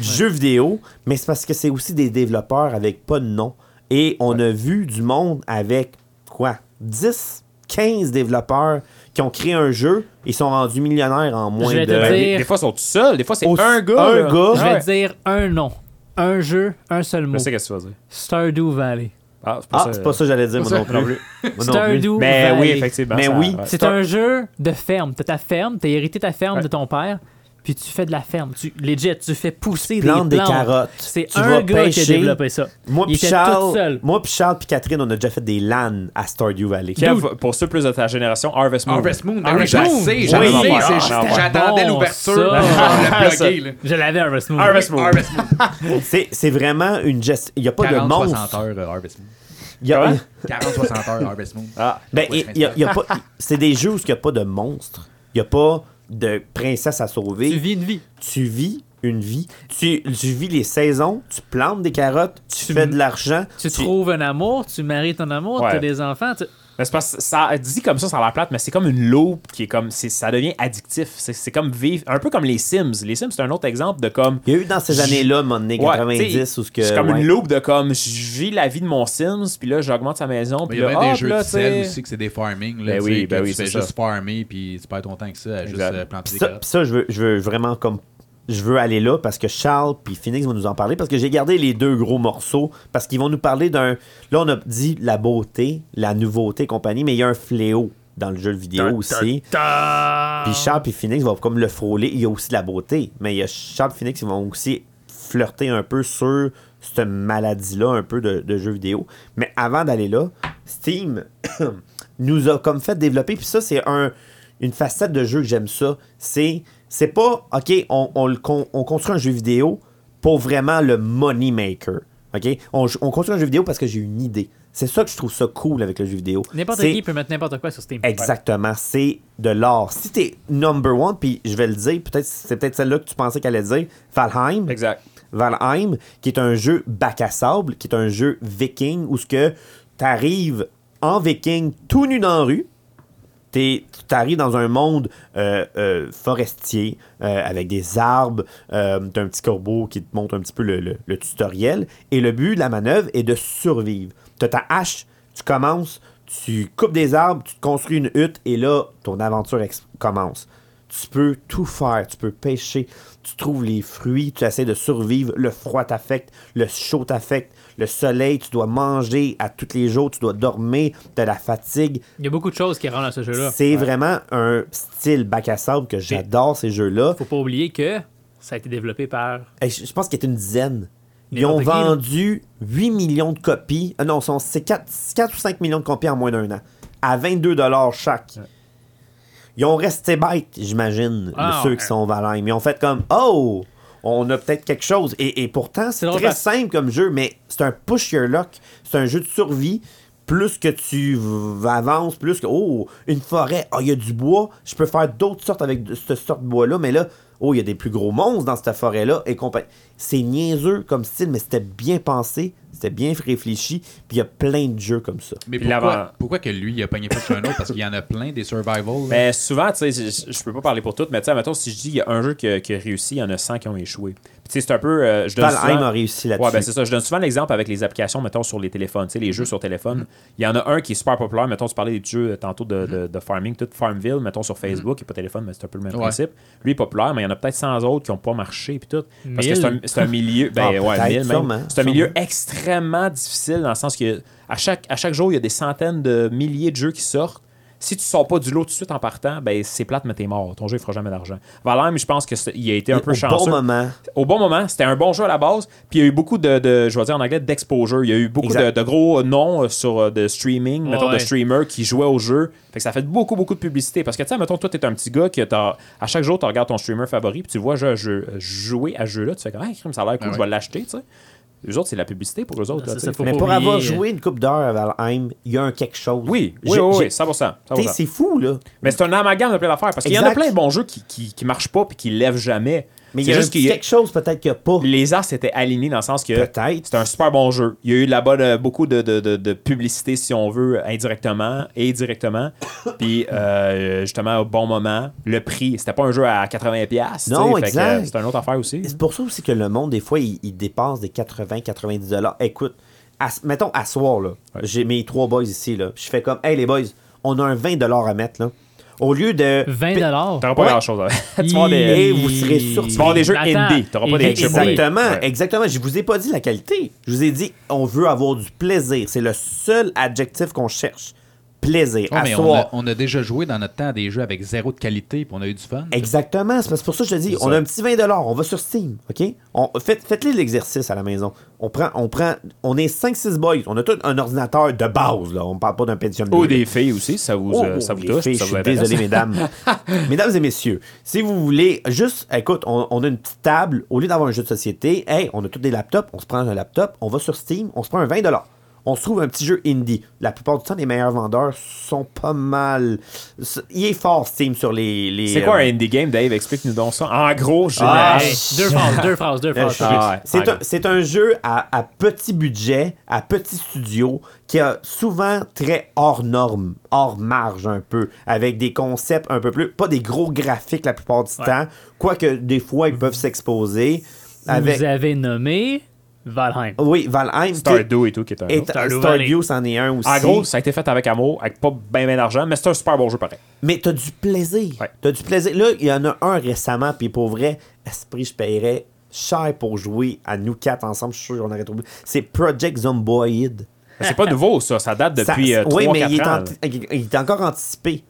Speaker 4: du jeu vidéo, mais c'est parce que c'est aussi des développeurs avec pas de nom. Et on a vu du monde avec quoi 10, 15 développeurs qui ont créé un jeu et sont rendus millionnaires en moins
Speaker 2: Je vais
Speaker 4: de.
Speaker 2: te
Speaker 1: Ben, des,
Speaker 2: Dire-
Speaker 1: des fois, ils sont tout seuls. Des fois, c'est
Speaker 4: Au-
Speaker 1: un gars.
Speaker 4: un
Speaker 1: là.
Speaker 4: gars.
Speaker 2: Je
Speaker 1: Ah
Speaker 2: vais
Speaker 1: ouais.
Speaker 2: te dire un nom, un jeu, un seul mot.
Speaker 1: Je sais qu'est-ce que tu vas dire.
Speaker 2: Stardew Valley.
Speaker 1: Ah, c'est pas
Speaker 4: Ah,
Speaker 1: ça.
Speaker 4: c'est pas ça que j'allais dire, moi
Speaker 3: ça.
Speaker 4: non plus. Moi non plus.
Speaker 2: Stardew
Speaker 1: Ben oui,
Speaker 2: Valley.
Speaker 1: effectivement.
Speaker 4: Mais
Speaker 1: ça-
Speaker 4: oui.
Speaker 1: ouais.
Speaker 2: C'est
Speaker 4: Star-
Speaker 2: un jeu de ferme. T'as ta ferme, t'as hérité ta ferme
Speaker 1: Ouais.
Speaker 2: de ton père, puis tu fais de la ferme. Tu, legit, tu fais pousser
Speaker 4: Plante
Speaker 2: des
Speaker 4: des
Speaker 2: plantes.
Speaker 4: carottes.
Speaker 2: C'est
Speaker 4: Tu
Speaker 2: un
Speaker 4: vas
Speaker 2: gars qui a
Speaker 4: pêcher.
Speaker 2: développé ça.
Speaker 4: Moi
Speaker 2: Il
Speaker 4: puis
Speaker 2: était tout
Speaker 4: Charles,
Speaker 2: seul.
Speaker 4: moi puis Charles puis Catherine, on a déjà fait des LAN à Stardew Valley.
Speaker 1: Kev, pour ceux plus de ta génération, Harvest Moon.
Speaker 3: Harvest Moon, ben oui,
Speaker 1: Harvest
Speaker 3: je le
Speaker 1: Moon.
Speaker 3: sais, je
Speaker 1: Ah, Oui.
Speaker 3: le sais,
Speaker 1: Ah,
Speaker 3: c'est-
Speaker 1: ah, ouais.
Speaker 3: J'attendais
Speaker 2: Bon,
Speaker 3: l'ouverture
Speaker 2: ça.
Speaker 3: pour le plugger. là.
Speaker 2: Je l'avais Harvest Moon.
Speaker 1: Harvest Moon.
Speaker 3: Harvest Moon.
Speaker 4: C'est c'est vraiment une geste. Il n'y a pas de
Speaker 3: 40-60
Speaker 4: monstre.
Speaker 3: heures euh, Harvest Moon.
Speaker 4: Il y a-
Speaker 1: Comment?
Speaker 3: 40-60 heures Harvest Moon.
Speaker 1: Ah.
Speaker 4: Ben,
Speaker 3: Ouais,
Speaker 4: il- il y a- il y a pas- c'est des jeux où il n'y a pas de monstre. Il n'y a pas de princesse à sauver.
Speaker 2: Tu vis une vie.
Speaker 4: tu vis une vie, tu, tu vis les saisons, tu plantes des carottes, tu, fais de l'argent.
Speaker 2: Tu trouves un amour, tu maries ton amour,
Speaker 1: Ouais.
Speaker 2: t'as des enfants. tu-
Speaker 1: Mais c'est parce que ça dit comme ça, ça a l'air plate, mais c'est comme une loupe qui est comme. c'est- Ça devient addictif. C'est c'est comme vivre. Un peu comme les Sims. Les Sims, c'est un autre exemple de comme.
Speaker 4: Il y a eu dans ces années-là, mon année
Speaker 1: Ouais,
Speaker 4: 90,
Speaker 1: t'sais,
Speaker 4: où ce que.
Speaker 1: C'est comme
Speaker 4: ouais.
Speaker 1: une loupe de comme. Je vis la vie de mon Sims, puis là, j'augmente sa maison,
Speaker 3: Mais
Speaker 1: puis
Speaker 3: il y a
Speaker 1: là,
Speaker 3: bien des
Speaker 1: hop,
Speaker 3: jeux
Speaker 1: là,
Speaker 3: de
Speaker 1: tu
Speaker 3: sel
Speaker 1: sais.
Speaker 3: aussi que c'est des farming. Là,
Speaker 1: Ben
Speaker 3: tu
Speaker 1: oui,
Speaker 3: sais, que
Speaker 1: ben oui,
Speaker 3: tu fais
Speaker 1: c'est
Speaker 3: juste
Speaker 1: ça.
Speaker 3: farmer puis tu perds ton temps que ça à juste
Speaker 1: Exact.
Speaker 3: euh, planter
Speaker 4: Pis
Speaker 3: des
Speaker 4: ça, pis
Speaker 3: carottes.
Speaker 4: ça, je veux, je veux vraiment comme. Je veux aller là parce que Charles puis Phoenix vont nous en parler parce que j'ai gardé les deux gros morceaux parce qu'ils vont nous parler d'un. Là, on a dit la beauté, la nouveauté, et compagnie, mais il y a un fléau dans le jeu vidéo aussi. Puis Charles puis Phoenix vont comme le frôler. Il y a aussi de la beauté, mais il y a Charles et Phoenix ils vont aussi flirter un peu sur cette maladie-là, un peu de, de jeu vidéo. Mais avant d'aller là, Steam nous a comme fait développer. Puis ça, c'est un, une facette de jeu que j'aime ça. C'est, c'est pas, OK, on, on, le con- on construit un jeu vidéo pour vraiment le money maker. OK? On, on construit un jeu vidéo parce que j'ai une idée. C'est ça que je trouve ça cool avec le jeu vidéo.
Speaker 2: N'importe
Speaker 4: C'est-
Speaker 2: qui peut mettre n'importe quoi sur Steam.
Speaker 4: Exactement, c'est de l'art. Si t'es number one, puis je vais le dire, peut-être c'est peut-être celle-là que tu pensais qu'elle allait dire, Valheim.
Speaker 1: Exact.
Speaker 4: Valheim, qui est un jeu bac à sable, qui est un jeu viking où ce que t'arrives en viking tout nu dans la rue. T'es- T'arrives dans un monde euh, euh, forestier euh, avec des arbres, euh, t'as un petit corbeau qui te montre un petit peu le, le- le tutoriel. Et le but de la manœuvre est de survivre. T'as ta hache, tu commences, tu coupes des arbres, tu te construis une hutte et là, ton aventure ex- commence. Tu peux tout faire, tu peux pêcher, tu trouves les fruits, tu essaies de survivre, le froid t'affecte, le chaud t'affecte, le soleil, tu dois manger à tous les jours, tu dois dormir, t'as la fatigue,
Speaker 2: Il y a beaucoup de choses qui rentrent dans ce jeu-là.
Speaker 4: c'est vraiment un style bac à sable que j'adore ces jeux-là.
Speaker 2: Faut pas oublier que ça a été développé par.
Speaker 4: Hey, Je je pense qu'il y a une dizaine. Ils
Speaker 2: N'importe
Speaker 4: ont
Speaker 2: qui, là.
Speaker 4: vendu 8 millions de copies. Ah non, sont- c'est 4, ou 5 millions de copies en moins d'un an. À 22 chaque. Ils ont resté bêtes, j'imagine,
Speaker 2: Ah,
Speaker 4: ceux
Speaker 2: ouais.
Speaker 4: qui sont au Valheim. Ils ont fait comme Oh, on a peut-être quelque chose. Et, et pourtant, c'est
Speaker 2: drôle
Speaker 4: très
Speaker 2: parce-
Speaker 4: simple comme jeu, mais c'est un push your luck. C'est un jeu de survie. Plus que tu v- avances, plus que Oh, une forêt, oh, il y a du bois, je peux faire d'autres sortes avec de- cette sorte de bois-là, mais là, oh, il y a des plus gros monstres dans cette forêt-là et compagnie. C'est niaiseux comme style, mais c'était bien pensé, c'était bien réfléchi, puis il y a plein de jeux comme ça.
Speaker 3: Mais
Speaker 1: Puis l'avant-
Speaker 3: pourquoi, pourquoi que lui, il a pogné pas sur un autre? Parce qu'il y en a plein des survival. là.
Speaker 1: Mais Ben, souvent, tu sais, je je peux pas parler pour toutes, mais tu sais, mettons, si je dis il y a un jeu qui a, qui a réussi, il y en a 100 qui ont échoué. Puis tu sais, c'est un peu. euh, je donne
Speaker 4: Valheim
Speaker 1: souvent-
Speaker 4: a réussi là-dessus.
Speaker 1: Ouais, ben c'est ça. Je donne souvent l'exemple avec les applications, mettons, sur les téléphones, tu sais, les jeux sur
Speaker 4: Mm.
Speaker 1: téléphone. Il y en a un qui est super populaire. Mettons, tu parlais des jeux euh, tantôt de,
Speaker 4: Mm.
Speaker 1: de- de farming, tout Farmville, mettons, sur Facebook et pas téléphone, mais c'est un peu le même
Speaker 3: Ouais.
Speaker 1: principe. Lui est populaire, mais il y en a peut-être 100 autres qui n'ont pas marché puis tout. Parce que
Speaker 2: Mille.
Speaker 1: c'est un, c'est un milieu. Ben,
Speaker 4: Ah,
Speaker 1: ouais,
Speaker 4: peut-être,
Speaker 1: mille même.
Speaker 4: sûrement,
Speaker 1: C'est un milieu
Speaker 4: sûrement.
Speaker 1: extrêmement difficile dans le sens que à chaque, à chaque jour, il y a des centaines de milliers de jeux qui sortent. Si tu sors pas du lot tout de suite en partant, ben c'est plate, mais t'es mort. Ton jeu, il fera jamais d'argent. Valheim, je pense qu'il a été un
Speaker 4: Mais
Speaker 1: peu
Speaker 4: au
Speaker 1: chanceux
Speaker 4: bon moment.
Speaker 1: au bon moment. C'était un bon jeu à la base. Puis il y a eu beaucoup de, de- je vais dire en anglais, d'exposure. Il y a eu beaucoup de,
Speaker 4: Exact.
Speaker 1: de gros euh, noms euh, sur euh, de streaming, mettons,
Speaker 2: ouais.
Speaker 1: de streamers qui jouaient au jeu. Fait que ça fait beaucoup, beaucoup de publicité. Parce que, tu sais, mettons, toi, t'es un petit gars qui, t'as- à chaque jour, tu regardes ton streamer favori, puis tu le vois jouer à, jeu- jouer à ce jeu-là. Tu fais comme, hey, crime, ça a l'air cool,
Speaker 3: Ah ouais.
Speaker 1: je vais l'acheter, tu sais. Les autres, c'est de la publicité pour eux autres.
Speaker 2: Ah,
Speaker 1: là,
Speaker 2: c'est
Speaker 1: tu sais.
Speaker 2: ça, faut
Speaker 4: Mais
Speaker 2: pas
Speaker 4: pour
Speaker 2: oublier,
Speaker 4: avoir
Speaker 2: euh,
Speaker 4: joué une coupe d'heures à Valheim, il y a un quelque chose.
Speaker 1: Oui, oui,
Speaker 4: J'ai-
Speaker 1: oui,
Speaker 4: j'ai-
Speaker 1: oui, 100%. 100%.
Speaker 4: T'sais, C'est fou, là.
Speaker 1: Mais c'est un amalgame de plein d'affaires parce qu'il y en a
Speaker 4: Exact.
Speaker 1: plein de bons jeux qui, qui, qui marchent pas puis qui lèvent jamais.
Speaker 4: Mais il y
Speaker 1: C'est
Speaker 4: a
Speaker 1: juste
Speaker 4: un petit
Speaker 1: qu'il y a-
Speaker 4: quelque chose peut-être qu'il n'y a pas.
Speaker 1: les arts s'étaient alignés dans le sens que
Speaker 4: Peut-être.
Speaker 1: c'était un super bon jeu. Il y a eu là-bas de- beaucoup de, de, de- de publicité, si on veut, indirectement et directement. Puis euh, justement, au bon moment, le prix, c'était pas un jeu à 80$. piastres, tu sais,
Speaker 4: Non,
Speaker 1: fait que,
Speaker 4: exact.
Speaker 1: euh, C'est une autre affaire aussi.
Speaker 4: C'est pour ça aussi que le monde, des fois, il, il dépasse des 80-90 dollars. Écoute, à- mettons, à soir, là, j'ai mes trois boys ici. Là, je fais comme, hey les boys, on a un 20 dollars à mettre. Là. Au lieu de.
Speaker 2: 20 dollars.
Speaker 1: T'auras pas
Speaker 4: Ouais.
Speaker 1: grand-chose. hein. tu vas des,
Speaker 4: Et vous serez surpris.
Speaker 1: tu vas avoir des jeux
Speaker 2: Attends,
Speaker 1: indie. T'auras pas
Speaker 2: il-
Speaker 1: des triple A.
Speaker 4: Exactement,
Speaker 1: Ouais.
Speaker 4: exactement. Je vous ai pas dit la qualité. Je vous ai dit, on veut avoir du plaisir. C'est le seul adjectif qu'on cherche. Plaisir.
Speaker 3: Ouais,
Speaker 4: à
Speaker 3: mais on,
Speaker 4: soir.
Speaker 3: a, on a déjà joué dans notre temps à des jeux avec zéro de qualité, puis on a eu du fun.
Speaker 4: Exactement, c'est parce- c'est pour ça que je te dis, on a un petit 20$, on va sur Steam, OK? On, faites, faites-les l'exercice à la maison. On prend, on prend, on est 5-6 boys, on a tout un ordinateur de base, là. On parle pas d'un Pentium
Speaker 1: Ou
Speaker 4: 2, là.
Speaker 1: Oh, des filles aussi, ça vous,
Speaker 4: Oh,
Speaker 1: euh, ça
Speaker 4: oh,
Speaker 1: vous
Speaker 4: les
Speaker 1: touche.
Speaker 4: filles,
Speaker 1: ça
Speaker 4: je
Speaker 1: vous
Speaker 4: suis
Speaker 1: intéresse.
Speaker 4: désolé, mesdames. mesdames et messieurs, si vous voulez, juste, écoute, on, on a une petite table. Au lieu d'avoir un jeu de société, hey, on a tous des laptops, on se prend un laptop, on va sur Steam, on se prend un 20 on se trouve un petit jeu indie. La plupart du temps, les meilleurs vendeurs sont pas mal. Il est fort, Steam, sur les. les,
Speaker 1: C'est quoi
Speaker 4: euh,
Speaker 1: un indie game, Dave? Explique-nous donc ça. En gros,
Speaker 4: Ah,
Speaker 1: général.
Speaker 2: Hey, deux phrases, deux phrases, deux
Speaker 4: Euh,
Speaker 2: phrases.
Speaker 4: je-
Speaker 1: Ah ouais.
Speaker 4: c'est,
Speaker 1: Ah,
Speaker 4: un, c'est un jeu à, à petit budget, à petit studio, qui a souvent très hors norme, hors marge un peu, avec des concepts un peu plus, pas des gros graphiques la plupart du temps, quoique des fois ils peuvent s'exposer. Avec,
Speaker 2: Vous avez nommé Valheim.
Speaker 4: Oui, Valheim. qui-
Speaker 1: Stardew et tout qui est un
Speaker 4: et-
Speaker 1: autre.
Speaker 2: Stardew
Speaker 4: Stardew, c'en est un aussi.
Speaker 1: En gros, ça a été fait avec amour, avec pas bien ben d'argent, mais c'est un super bon jeu pareil.
Speaker 4: Mais t'as du plaisir.
Speaker 1: Ouais.
Speaker 4: T'as du plaisir. Là, il y en a un récemment, puis pour vrai, esprit, je paierais cher pour jouer à nous quatre ensemble. Je suis sûr qu'on aurait trouvé. C'est Project Zomboid.
Speaker 1: Mais C'est pas nouveau, ça. Ça date
Speaker 4: Ça-
Speaker 1: depuis euh, 3-4
Speaker 4: Oui, mais
Speaker 1: ans.
Speaker 4: il, est en-
Speaker 1: là.
Speaker 4: il- il est encore anticipé.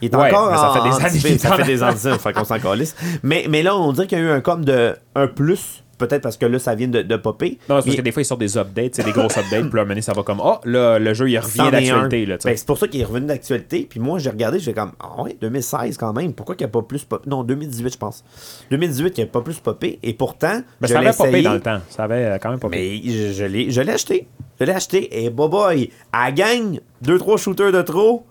Speaker 4: Il est
Speaker 1: Ouais,
Speaker 4: encore
Speaker 1: mais ça
Speaker 4: en-
Speaker 1: fait des années
Speaker 4: anticipé.
Speaker 1: qu'il est
Speaker 4: Ça
Speaker 1: en-
Speaker 4: fait des années, fait qu'on s'en calisse. Mais, mais là, on dirait qu'il y a eu un comme de un plus, peut-être parce que là, ça vient de, de popper.
Speaker 1: Non, c'est parce
Speaker 4: Mais
Speaker 1: que des fois, ils sortent des updates, c'est des grosses updates, puis à un moment donné, ça va comme, oh, là, le jeu, il
Speaker 4: c'en
Speaker 1: revient
Speaker 4: est
Speaker 1: d'actualité,
Speaker 4: un.
Speaker 1: là, tu
Speaker 4: Ben,
Speaker 1: sais.
Speaker 4: c'est pour ça qu'il est revenu d'actualité. Puis moi, j'ai regardé, j'ai comme, ah ouais, 2016 quand même, pourquoi qu'il n'y a pas plus popé? Non, 2018, je pense. 2018, il n'y a pas plus popé. Et pourtant,
Speaker 1: Mais Ben,
Speaker 4: je
Speaker 1: ça
Speaker 4: l'ai
Speaker 1: avait popé
Speaker 4: essayé.
Speaker 1: dans le temps. Ça avait euh, quand même popé.
Speaker 4: Mais je, je l'ai, je l'ai acheté. Je l'ai acheté. Et boy boy, à la gang, 2-3 shooters de trop,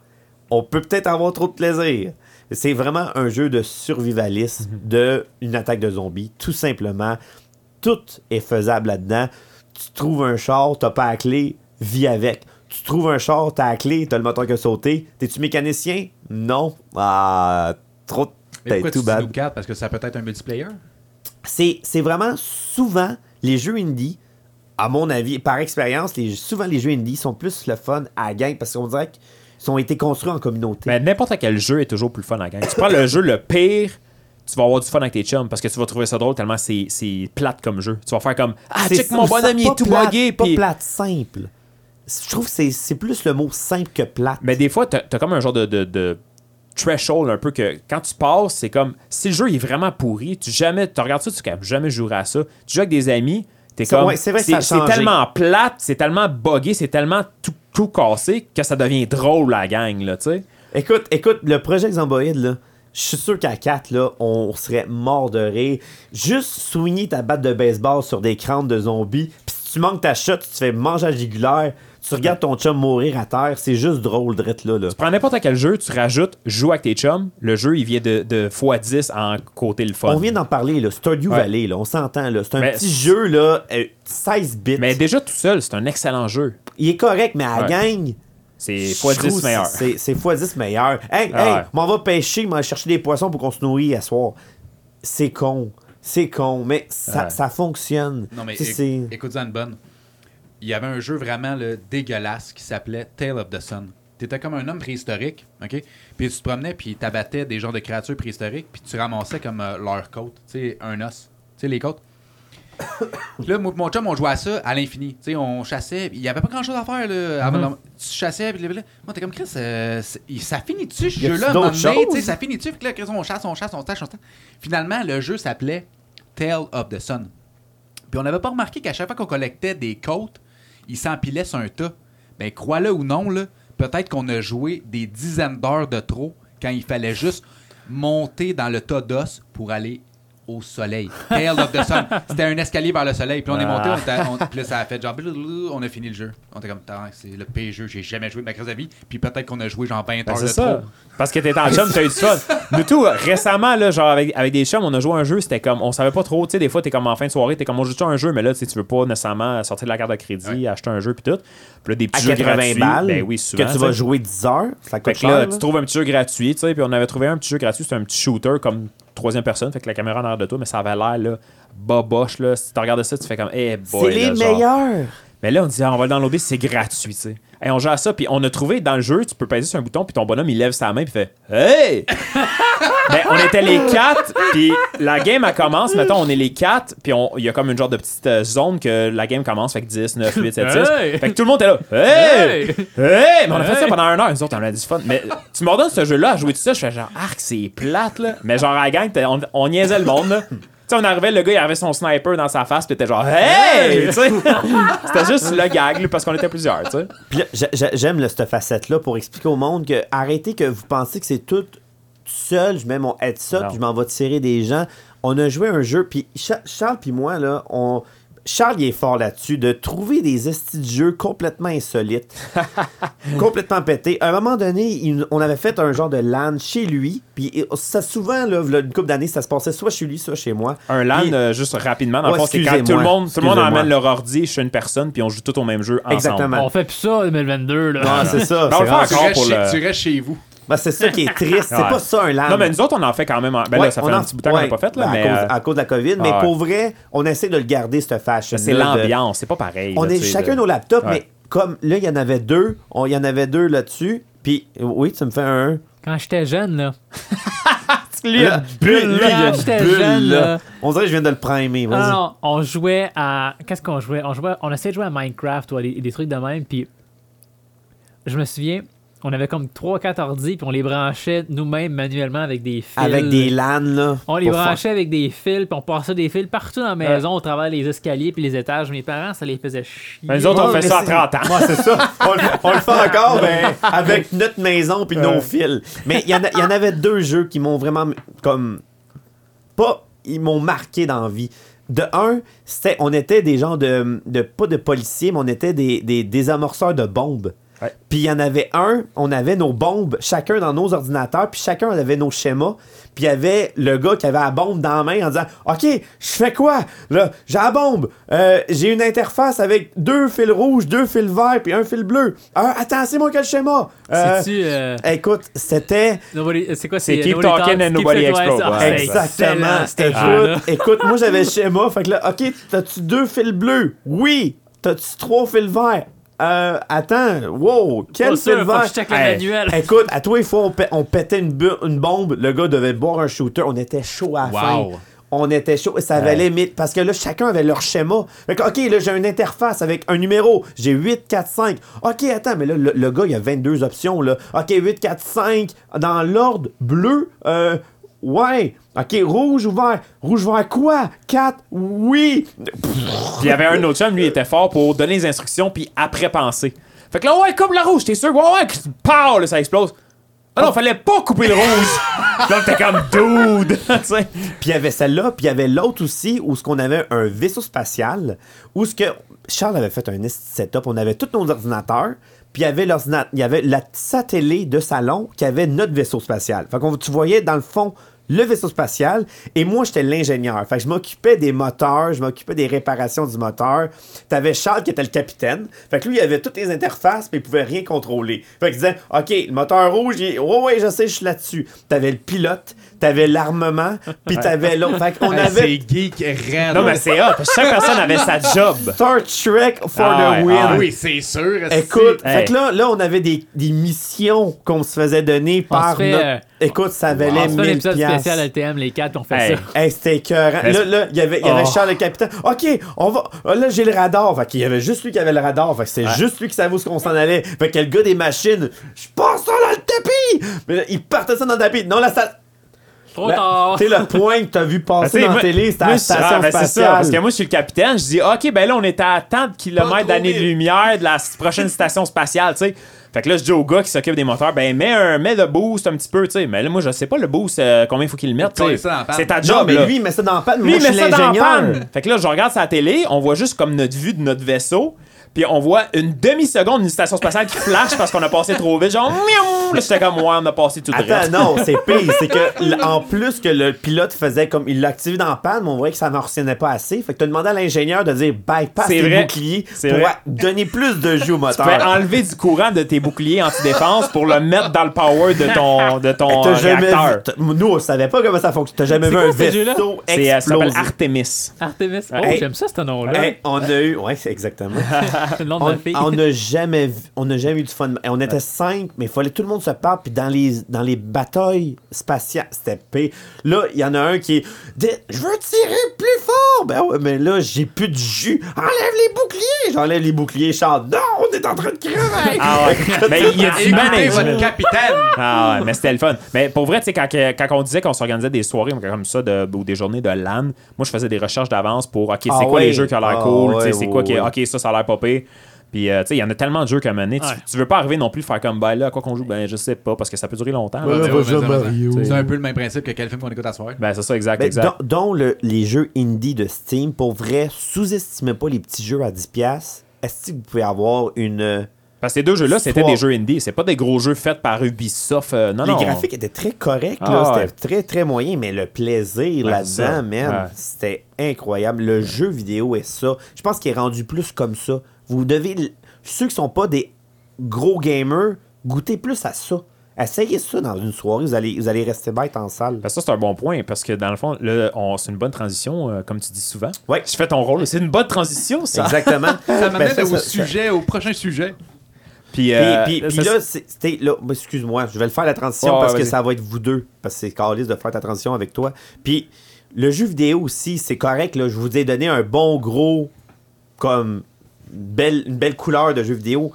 Speaker 4: on peut peut-être avoir trop de plaisir. C'est vraiment un jeu de survivalisme, de une attaque de zombies, tout simplement. Tout est faisable là-dedans. Tu trouves un char, t'as pas la clé, vis avec. Tu trouves un char, t'as la clé, t'as le moteur qui a sauté. T'es-tu mécanicien? Non. Ah, trop
Speaker 3: Mais
Speaker 4: de
Speaker 3: pourquoi tu
Speaker 4: tout
Speaker 3: dis
Speaker 4: bad.
Speaker 3: nous quatre? Parce que ça peut être un multiplayer?
Speaker 4: C'est, c'est vraiment souvent les jeux indie, à mon avis, par expérience, les, souvent les jeux indie sont plus le fun à la gang parce qu'on dirait qu'ils ont été construits en communauté.
Speaker 1: Mais n'importe quel jeu est toujours plus fun à la gang. Tu prends le jeu le pire, tu vas avoir du fun avec tes chums parce que tu vas trouver ça drôle tellement c'est, c'est plate comme jeu. Tu vas faire comme Ah,
Speaker 4: C'est
Speaker 1: check
Speaker 4: ça,
Speaker 1: mon
Speaker 4: ça,
Speaker 1: bonhomme, il
Speaker 4: pas
Speaker 1: est tout
Speaker 4: plate,
Speaker 1: bugué.
Speaker 4: Pas
Speaker 1: Puis...
Speaker 4: plate, simple. Je trouve que c'est, c'est plus le mot simple que plate.
Speaker 1: Mais des fois, t'as, t'as comme un genre de, de, de threshold un peu que quand tu passes, c'est comme si le jeu est vraiment pourri, tu jamais, tu regardes ça, tu comme jamais joueras à ça. Tu joues avec des amis, t'es
Speaker 4: C'est-
Speaker 1: comme
Speaker 4: ouais, c'est vrai que ça a
Speaker 1: c'est
Speaker 4: changé.
Speaker 1: tellement plate, c'est tellement bogué, c'est tellement tout, tout cassé que ça devient drôle la gang là, tu sais.
Speaker 4: Écoute, écoute, le projet Zomboid, là, je suis sûr qu'à 4, là, on serait mort de rire. Juste soigner ta batte de baseball sur des crânes de zombies, puis si tu manques ta shot, tu te fais manger à jugulaire, tu regardes ton chum mourir à terre, c'est juste drôle, drette là, là.
Speaker 1: Prends n'importe quel jeu, tu rajoutes joue avec tes chums, le jeu il vient de, de x10 en côté le fun.
Speaker 4: On vient d'en parler, là. Stardew
Speaker 1: Ouais.
Speaker 4: Valley, là. On s'entend, là. C'est un
Speaker 1: Mais
Speaker 4: petit
Speaker 1: c'est-
Speaker 4: jeu, là, euh, 16 bits.
Speaker 1: Mais déjà tout seul, c'est un excellent jeu.
Speaker 4: Il est correct, mais à la
Speaker 1: Ouais.
Speaker 4: gang.
Speaker 1: C'est
Speaker 4: je
Speaker 1: x10
Speaker 4: trouve
Speaker 1: meilleur.
Speaker 4: C'est c'est x10 meilleur. Hey,
Speaker 1: Ah
Speaker 4: hey,
Speaker 1: ouais.
Speaker 4: m'en va pêcher, m'en chercher des poissons pour qu'on se nourrit à soir. C'est con. C'est con, mais ça,
Speaker 1: Ouais.
Speaker 4: ça fonctionne.
Speaker 3: Non, mais
Speaker 4: Tu sais,
Speaker 3: éc-
Speaker 4: c'est-
Speaker 3: écoute-en une bonne. Il y avait un jeu vraiment là, dégueulasse qui s'appelait Tale of the Sun. T'étais comme un homme préhistorique, OK? Puis tu te promenais, puis t'abattais des genres de créatures préhistoriques, puis tu ramassais comme euh, leur côte, tu sais, un os. Tu sais, les côtes. Puis là, moi pis mon chum, on jouait à ça à l'infini. Tu sais, on chassait. Il y avait pas grand-chose à faire,
Speaker 4: Mm-hmm.
Speaker 3: là. avant d'en- Tu chassais, puis là, là, moi, t'es comme, Chris, euh, c'est- il- ça finit-tu, ce
Speaker 4: Y a-tu
Speaker 3: jeu-là, à un
Speaker 4: d'autres
Speaker 3: moment donné? Tu sais,
Speaker 4: choses?
Speaker 3: ça finit-tu? Puis là, Chris, on chasse, on chasse, on tâche, on tâche. Finalement, le jeu s'appelait Tale of the Sun. Puis on n'avait pas remarqué qu'à chaque fois qu'on collectait des côtes, ils s'empilaient sur un tas. Ben, crois-le ou non, là, peut-être qu'on a joué des dizaines d'heures de trop quand il fallait juste monter dans le tas d'os pour aller au soleil. Tale of the Sun. C'était un escalier vers le soleil. Puis on est monté, on était- on- puis là, ça a fait genre, blablabla, on a fini le jeu. On était comme, Tabarnak, c'est le pire jeu que j'ai jamais joué de ma crise de vie. Puis peut-être qu'on a joué genre 20
Speaker 1: Ben,
Speaker 3: heures
Speaker 1: c'est
Speaker 3: de
Speaker 1: ça.
Speaker 3: trop.
Speaker 1: Parce que t'es en chum, t'as eu du fun. Nous tout, euh, récemment, là, genre avec, avec des chums, on a joué à un jeu, c'était comme, on savait pas trop, tu sais, des fois, t'es comme en fin de soirée, t'es comme, on joue un jeu, mais là, tu sais, tu veux pas nécessairement sortir de la carte de crédit, acheter un jeu, puis tout. Puis là, des
Speaker 4: à
Speaker 1: petits jeux
Speaker 4: 80
Speaker 1: gratuits.
Speaker 4: balles
Speaker 1: ben oui, souvent,
Speaker 4: que
Speaker 1: tu
Speaker 4: tu
Speaker 1: sais.
Speaker 4: vas jouer 10 heures, ça
Speaker 1: Fait
Speaker 4: coûte
Speaker 1: que là,
Speaker 4: cher,
Speaker 1: tu
Speaker 4: là.
Speaker 1: trouves un petit jeu gratuit, tu sais, puis on avait trouvé un petit jeu gratuit, c'était un petit shooter comme troisième personne, fait que la caméra en arrière de toi, mais ça avait l'air, là, boboche, là. Si tu regardes ça, tu fais comme, eh, boy.
Speaker 4: C'est les
Speaker 1: là, genre.
Speaker 4: meilleurs.
Speaker 1: Mais là, on dit, ah, on va le downloader, c'est gratuit, tu sais. Et on joue à ça, puis on a trouvé dans le jeu, tu peux peser sur un bouton, puis ton bonhomme, il lève sa main, puis fait Hey! ben, on était les quatre, puis la game, elle commence. Mettons, on est les quatre, puis on- il y a comme une genre de petite euh, zone que la game commence, fait que 10, 9, 8, 7, 6.
Speaker 2: Hey!
Speaker 1: Fait que tout le monde est là, Hey!
Speaker 2: Hey!
Speaker 1: Hey! Mais on a fait ça
Speaker 2: Hey!
Speaker 1: pendant un heure, nous autres, on a du fun. Mais tu m'ordonnes ce jeu-là à jouer tout ça, je fais genre, arc, c'est plate, là. Mais genre, à la gang, t'es- on, on niaisait le monde, là. Tu sais, on arrivait, le gars, il avait son sniper dans sa face, puis t'es genre, hey! Tu sais, C'était juste le gag, là, parce qu'on était plusieurs, tu sais.
Speaker 4: Puis là, j'a- j'a- j'aime là, cette facette-là pour expliquer au monde que arrêtez que vous pensez que c'est tout seul, je mets mon headset,
Speaker 1: Non.
Speaker 4: puis je m'en vais tirer des gens. On a joué à un jeu, puis Cha- Charles puis moi, là, on... Charles il est fort là-dessus, de trouver des estis de jeux complètement insolites, complètement pétés. À un moment donné, il- on avait fait un genre de LAN chez lui, puis oh, ça souvent, là, v'là une couple d'années, ça se passait soit chez lui, soit chez moi.
Speaker 1: Un LAN,
Speaker 4: Puis-
Speaker 1: euh, juste rapidement, dans le
Speaker 4: Ouais,
Speaker 1: fond, c'est quand tout
Speaker 4: excusez-moi,
Speaker 1: le monde, tout le monde
Speaker 4: excusez-moi.
Speaker 1: emmène leur ordi chez une personne, puis on joue tout au même jeu ensemble.
Speaker 4: Exactement.
Speaker 2: On fait plus ça en 2022, là.
Speaker 4: Ah, c'est ça.
Speaker 1: Dans
Speaker 4: c'est
Speaker 1: le fond,
Speaker 4: rare.
Speaker 3: Tu
Speaker 1: Encore
Speaker 3: restes
Speaker 1: pour
Speaker 3: chez-
Speaker 1: le-
Speaker 3: tu restes chez vous.
Speaker 4: Ben, c'est ça qui est triste. C'est
Speaker 1: Ouais.
Speaker 4: pas ça un LAN.
Speaker 1: Non, mais nous autres, on en fait quand même. en- Ben
Speaker 4: Ouais,
Speaker 1: là, ça
Speaker 4: on
Speaker 1: fait
Speaker 4: en-
Speaker 1: un petit bout de temps qu'on
Speaker 4: ouais,
Speaker 1: n'a pas fait, là,
Speaker 4: ben, à
Speaker 1: mais.
Speaker 4: cause-
Speaker 1: euh,
Speaker 4: à cause de la COVID, mais
Speaker 1: ouais.
Speaker 4: pour vrai, on essaie de le garder, ce fashion.
Speaker 1: C'est l'ambiance, c'est pas pareil.
Speaker 4: On
Speaker 1: là,
Speaker 4: est
Speaker 1: tu sais,
Speaker 4: chacun
Speaker 1: de-
Speaker 4: nos laptops,
Speaker 1: Ouais.
Speaker 4: mais comme là, il y en avait deux, on- il y en avait deux là-dessus, puis oui, tu me fais un.
Speaker 2: Quand j'étais jeune, là.
Speaker 4: Là,
Speaker 1: bulle, là, il y a
Speaker 2: Quand
Speaker 1: une
Speaker 2: j'étais
Speaker 1: bulle,
Speaker 2: jeune,
Speaker 1: là. Ah
Speaker 2: là.
Speaker 4: On dirait que je viens de le primer.
Speaker 2: Non,
Speaker 4: Vas-y.
Speaker 2: non, on jouait à. Qu'est-ce qu'on jouait On jouait, on essayait de jouer à Minecraft ou à des, des trucs de même. Puis je me souviens, on avait comme 3-4 ordi, puis on les branchait nous-mêmes manuellement avec des fils.
Speaker 4: Avec des LAN, là.
Speaker 2: On les
Speaker 4: pour faire-
Speaker 2: branchait avec des fils, puis on passait des fils partout dans la maison, au travers les escaliers puis les étages. Mes parents, ça les faisait chier.
Speaker 1: Mais Ben, nous autres, on
Speaker 4: Ouais,
Speaker 1: fait
Speaker 4: mais
Speaker 1: ça à
Speaker 4: c'est-
Speaker 1: 30 ans.
Speaker 4: Ouais, c'est ça. On, le- on le fait encore, mais avec notre maison puis nos fils. Mais il y, en a- il y en avait deux jeux qui m'ont vraiment comme pas ils m'ont marqué dans la vie. De un, c'était on était des gens de, de- pas de policiers, mais on était des, des désamorceurs de bombes.
Speaker 1: Ouais.
Speaker 4: Puis il y en avait un, on avait nos bombes, chacun dans nos ordinateurs, puis chacun on avait nos schémas. Puis il y avait le gars qui avait la bombe dans la main en disant OK, je fais quoi Là, j'ai la bombe. Euh, j'ai une interface avec deux fils rouges, deux fils verts, puis un fil bleu. Euh, attends, c'est moi qui ai le schéma. Euh,
Speaker 2: C'est-tu. euh,
Speaker 4: écoute, c'était
Speaker 2: nobody- c'est quoi
Speaker 1: C'est
Speaker 2: euh,
Speaker 1: Keep
Speaker 2: Nobody
Speaker 1: Talking
Speaker 2: Talks,
Speaker 1: and
Speaker 2: Keep
Speaker 1: Nobody
Speaker 2: Talking, ouais,
Speaker 1: Explode,
Speaker 2: ça,
Speaker 1: ouais.
Speaker 2: c'est
Speaker 4: Exactement,
Speaker 2: excellent.
Speaker 4: c'était
Speaker 2: Ah,
Speaker 4: tout. Écoute, moi j'avais le schéma, fait que là, ok, t'as-tu deux fils bleus? Oui! T'as-tu trois fils verts? Euh, attends, wow, quel
Speaker 2: Pas sûr, faut
Speaker 4: fil
Speaker 2: que
Speaker 4: vert?
Speaker 2: je check le manuel.
Speaker 4: Écoute, à tous les fois, on, pè- on pétait une, bu- une bombe, le gars devait boire un shooter, on était chaud à la fin.
Speaker 3: Wow.
Speaker 4: On était chaud, ça valait limite parce que là, chacun avait leur schéma. Fait que, ok, là, j'ai une interface avec un numéro, j'ai 8, 4, 5. Ok, attends, mais là, le, le gars, il y a 22 options, là. Ok, 8, 4, 5, dans l'ordre, bleu, euh, ouais. Ok, rouge ou vert? Rouge, vert, quoi? 4, oui.
Speaker 1: Puis il y avait un autre chum, lui, il était fort pour donner les instructions, puis après penser. Fait que là, ouais, coupe la rouge, t'es sûr? Ouais, ouais, que- pow, là, ça explose. Ah non, fallait pas couper le rouge! là, t'es comme dude! tu sais.
Speaker 4: Puis il y avait celle-là, puis il y avait l'autre aussi, où ce qu'on avait un vaisseau spatial, où ce que Charles avait fait un esti setup, on avait tous nos ordinateurs, puis il y avait l'ordinateur, il y avait la sa télé de salon qui avait notre vaisseau spatial. Fait qu'on tu voyais dans le fond le vaisseau spatial et moi j'étais l'ingénieur. Fait que je m'occupais des moteurs, je m'occupais des réparations du moteur. T'avais Charles qui était le capitaine. Fait que lui il avait toutes les interfaces mais il pouvait rien contrôler. Fait que disait OK, le moteur rouge, il... ouais ouais, je sais, je suis là-dessus. T'avais le pilote, t'avais l'armement, puis t'avais l'autre. Fait qu'on
Speaker 3: Hey,
Speaker 4: avait
Speaker 3: C'est geek raide.
Speaker 1: Non, mais c'est hot. parce que Chaque personne avait sa job.
Speaker 4: Star Trek for
Speaker 1: Ah
Speaker 4: the
Speaker 1: ouais,
Speaker 4: win.
Speaker 1: ah
Speaker 3: Oui, c'est sûr. esti.
Speaker 4: Écoute,
Speaker 1: Hey.
Speaker 4: fait que là, là, on avait des, des missions qu'on se faisait donner
Speaker 2: On
Speaker 4: par
Speaker 2: se fait,
Speaker 4: notre-
Speaker 2: euh,
Speaker 4: Écoute, ça valait
Speaker 2: On se fait un
Speaker 4: 1000
Speaker 2: épisode
Speaker 4: piastres.
Speaker 2: spécial LTM, les 4, on fait
Speaker 1: Hey.
Speaker 2: ça.
Speaker 4: Hey, c'était écœurant.
Speaker 1: Mais
Speaker 4: Là,
Speaker 1: c'est-
Speaker 4: là, il y avait, il y avait
Speaker 1: Oh.
Speaker 4: Charles le capitaine. OK, on va. ah, Là, j'ai le radar. Fait qu'il y avait juste lui qui avait le radar. Fait que c'est juste lui qui savait où ce qu'on s'en allait. Fait que le gars des machines, je passe ça dans le tapis! Mais là, il partait ça dans le tapis. Non, là, ça.
Speaker 2: Trop
Speaker 4: Ben,
Speaker 2: tard.
Speaker 4: Tu sais, le point que t'as vu passer
Speaker 1: Ben,
Speaker 4: dans la
Speaker 1: moi-
Speaker 4: Ah, télé, c'était à
Speaker 1: moi,
Speaker 4: la
Speaker 1: je suis-
Speaker 4: station
Speaker 1: ah, ben, c'est ça,
Speaker 4: spatiale.
Speaker 1: parce que moi, je suis le capitaine. Je dis, OK, ben là, on est à tant de
Speaker 3: Pas
Speaker 1: kilomètres
Speaker 3: trop
Speaker 1: d'années-lumière de la s- prochaine station spatiale, tu sais. Fait que là, je dis au gars qui s'occupe des moteurs, ben, mets, un, mets le boost un petit peu, tu sais. Mais là, moi, je sais pas le boost, euh, combien il faut qu'il le mette, tu
Speaker 3: Colle
Speaker 1: sais.
Speaker 3: ça dans la panne.
Speaker 1: C'est ta
Speaker 4: non,
Speaker 1: job,
Speaker 4: mais
Speaker 1: là.
Speaker 4: lui, il met ça dans la panne.
Speaker 1: Lui,
Speaker 4: moi,
Speaker 1: il
Speaker 4: je
Speaker 1: met
Speaker 4: suis
Speaker 1: ça dans la
Speaker 4: l'ingénieur.
Speaker 1: panne. Fait que là, je regarde sa télé, on voit juste comme notre vue de notre vaisseau. Puis on voit une demi-seconde une station spatiale qui flash parce qu'on a passé trop vite. Genre, miaou! Là, j'étais comme, ouais, on a passé tout droit.
Speaker 4: Attends, non, c'est pire. C'est que, l- en plus que le pilote faisait comme. Il l'a activé dans la panne, mais on voyait que ça n'en retiennait pas assez. Fait que t'as demandé à l'ingénieur de dire bypass
Speaker 1: C'est
Speaker 4: les
Speaker 1: vrai.
Speaker 4: boucliers
Speaker 1: C'est
Speaker 4: pour
Speaker 1: vrai.
Speaker 4: donner plus de jus au
Speaker 1: Tu peux
Speaker 4: moteur.
Speaker 1: enlever du courant de tes boucliers anti-défense pour le mettre dans le power de ton, de ton
Speaker 4: T'as
Speaker 1: euh,
Speaker 4: jamais vu-
Speaker 1: réacteur.
Speaker 4: t'as- Nous, on savait pas comment ça fonctionne. T'as jamais
Speaker 2: C'est
Speaker 4: vu
Speaker 2: quoi,
Speaker 4: un
Speaker 2: ce jeu-là?
Speaker 4: vaisseau
Speaker 1: C'est, euh, ça s'appelle
Speaker 4: exploser.
Speaker 1: Artemis.
Speaker 2: Artemis. Oh,
Speaker 4: Hey.
Speaker 2: j'aime ça, ce nom-là.
Speaker 4: Hey, on a eu. Ouais, c'est exactement.
Speaker 2: C'est le nom de
Speaker 4: On
Speaker 2: la fille.
Speaker 4: on n'a jamais vu, on n'a jamais eu du fun. Et On était cinq, mais il fallait que tout le monde se parle. Puis dans les, dans les batailles spatiales, c'était pire. Là, il y en a un qui est Dis, Je veux tirer plus fort! Ben ouais, mais là, j'ai plus de jus. Enlève les boucliers! J'enlève les boucliers, Charles. Non, on est en train de crever!
Speaker 1: Ah ouais. mais il y a du
Speaker 3: Écoutez
Speaker 1: management.
Speaker 3: votre capitaine!
Speaker 1: Ah ouais, mais c'était le fun. Mais pour vrai, tu sais, quand, que- quand on disait qu'on s'organisait des soirées comme ça de, ou des journées de LAN, moi, je faisais des recherches d'avance pour OK, c'est
Speaker 4: Ah
Speaker 1: quoi
Speaker 4: ouais.
Speaker 1: les jeux qui ont l'air
Speaker 4: Ah
Speaker 1: cool, tu sais,
Speaker 4: ouais,
Speaker 1: c'est
Speaker 4: ouais,
Speaker 1: quoi qui.
Speaker 4: ouais.
Speaker 1: OK, ça, ça a l'air popé. Puis, euh, tu sais, il y en a tellement de jeux qu'à mener. Tu,
Speaker 2: Ouais.
Speaker 1: tu veux pas arriver non plus faire comme, ben là, à quoi qu'on joue, ben je sais pas, parce que ça peut durer longtemps. là.
Speaker 3: Ouais,
Speaker 5: va
Speaker 3: ouais,
Speaker 5: jouer à
Speaker 3: mais ça,
Speaker 5: Mario.
Speaker 3: C'est un peu le même principe que quel film qu'on écoute à soir.
Speaker 1: Ben, c'est ça, exact,
Speaker 4: Ben,
Speaker 1: exact.
Speaker 4: don- dont le- les jeux indie de Steam, pour vrai, sous-estimez pas les petits jeux à 10$. Est-ce que vous pouvez avoir une. euh,
Speaker 1: Parce que ces deux jeux-là, c'était
Speaker 4: Histoire.
Speaker 1: des jeux indie. C'est pas des gros jeux faits par Ubisoft. euh, non,
Speaker 4: les
Speaker 1: non.
Speaker 4: graphiques étaient très corrects,
Speaker 1: Ah,
Speaker 4: là,
Speaker 1: ouais.
Speaker 4: c'était très très moyen, mais le plaisir
Speaker 1: Ouais, c'est ça.
Speaker 4: là-dedans, man,
Speaker 1: Ouais.
Speaker 4: c'était incroyable. Le jeu vidéo est ça. Je pense qu'il est rendu plus comme ça. Vous devez, l- ceux qui sont pas des gros gamers, goûter plus à ça. Essayez ça dans une soirée, vous allez, vous allez rester bête en salle.
Speaker 1: Ben, ça, c'est un bon point, parce que dans le fond, là, on- c'est une bonne transition, euh, comme tu dis souvent.
Speaker 4: Ouais.
Speaker 1: Je fais ton rôle. C'est une bonne transition, ça.
Speaker 4: Exactement.
Speaker 3: Ça
Speaker 4: Ben,
Speaker 3: m'amène
Speaker 4: ça,
Speaker 3: au
Speaker 4: ça,
Speaker 3: sujet, au prochain sujet.
Speaker 1: Puis,
Speaker 4: Puis,
Speaker 1: euh,
Speaker 4: puis- puis
Speaker 1: ça,
Speaker 4: là, c'est- c'était là, bah, excuse-moi, je vais le faire la transition
Speaker 1: Ouais,
Speaker 4: parce
Speaker 1: ouais,
Speaker 4: que
Speaker 1: vas-y.
Speaker 4: ça va être vous deux. Parce que c'est caliste de faire ta transition avec toi. Puis le jeu vidéo aussi, c'est correct. Là, je vous ai donné un bon gros, comme belle, une belle couleur de jeu vidéo.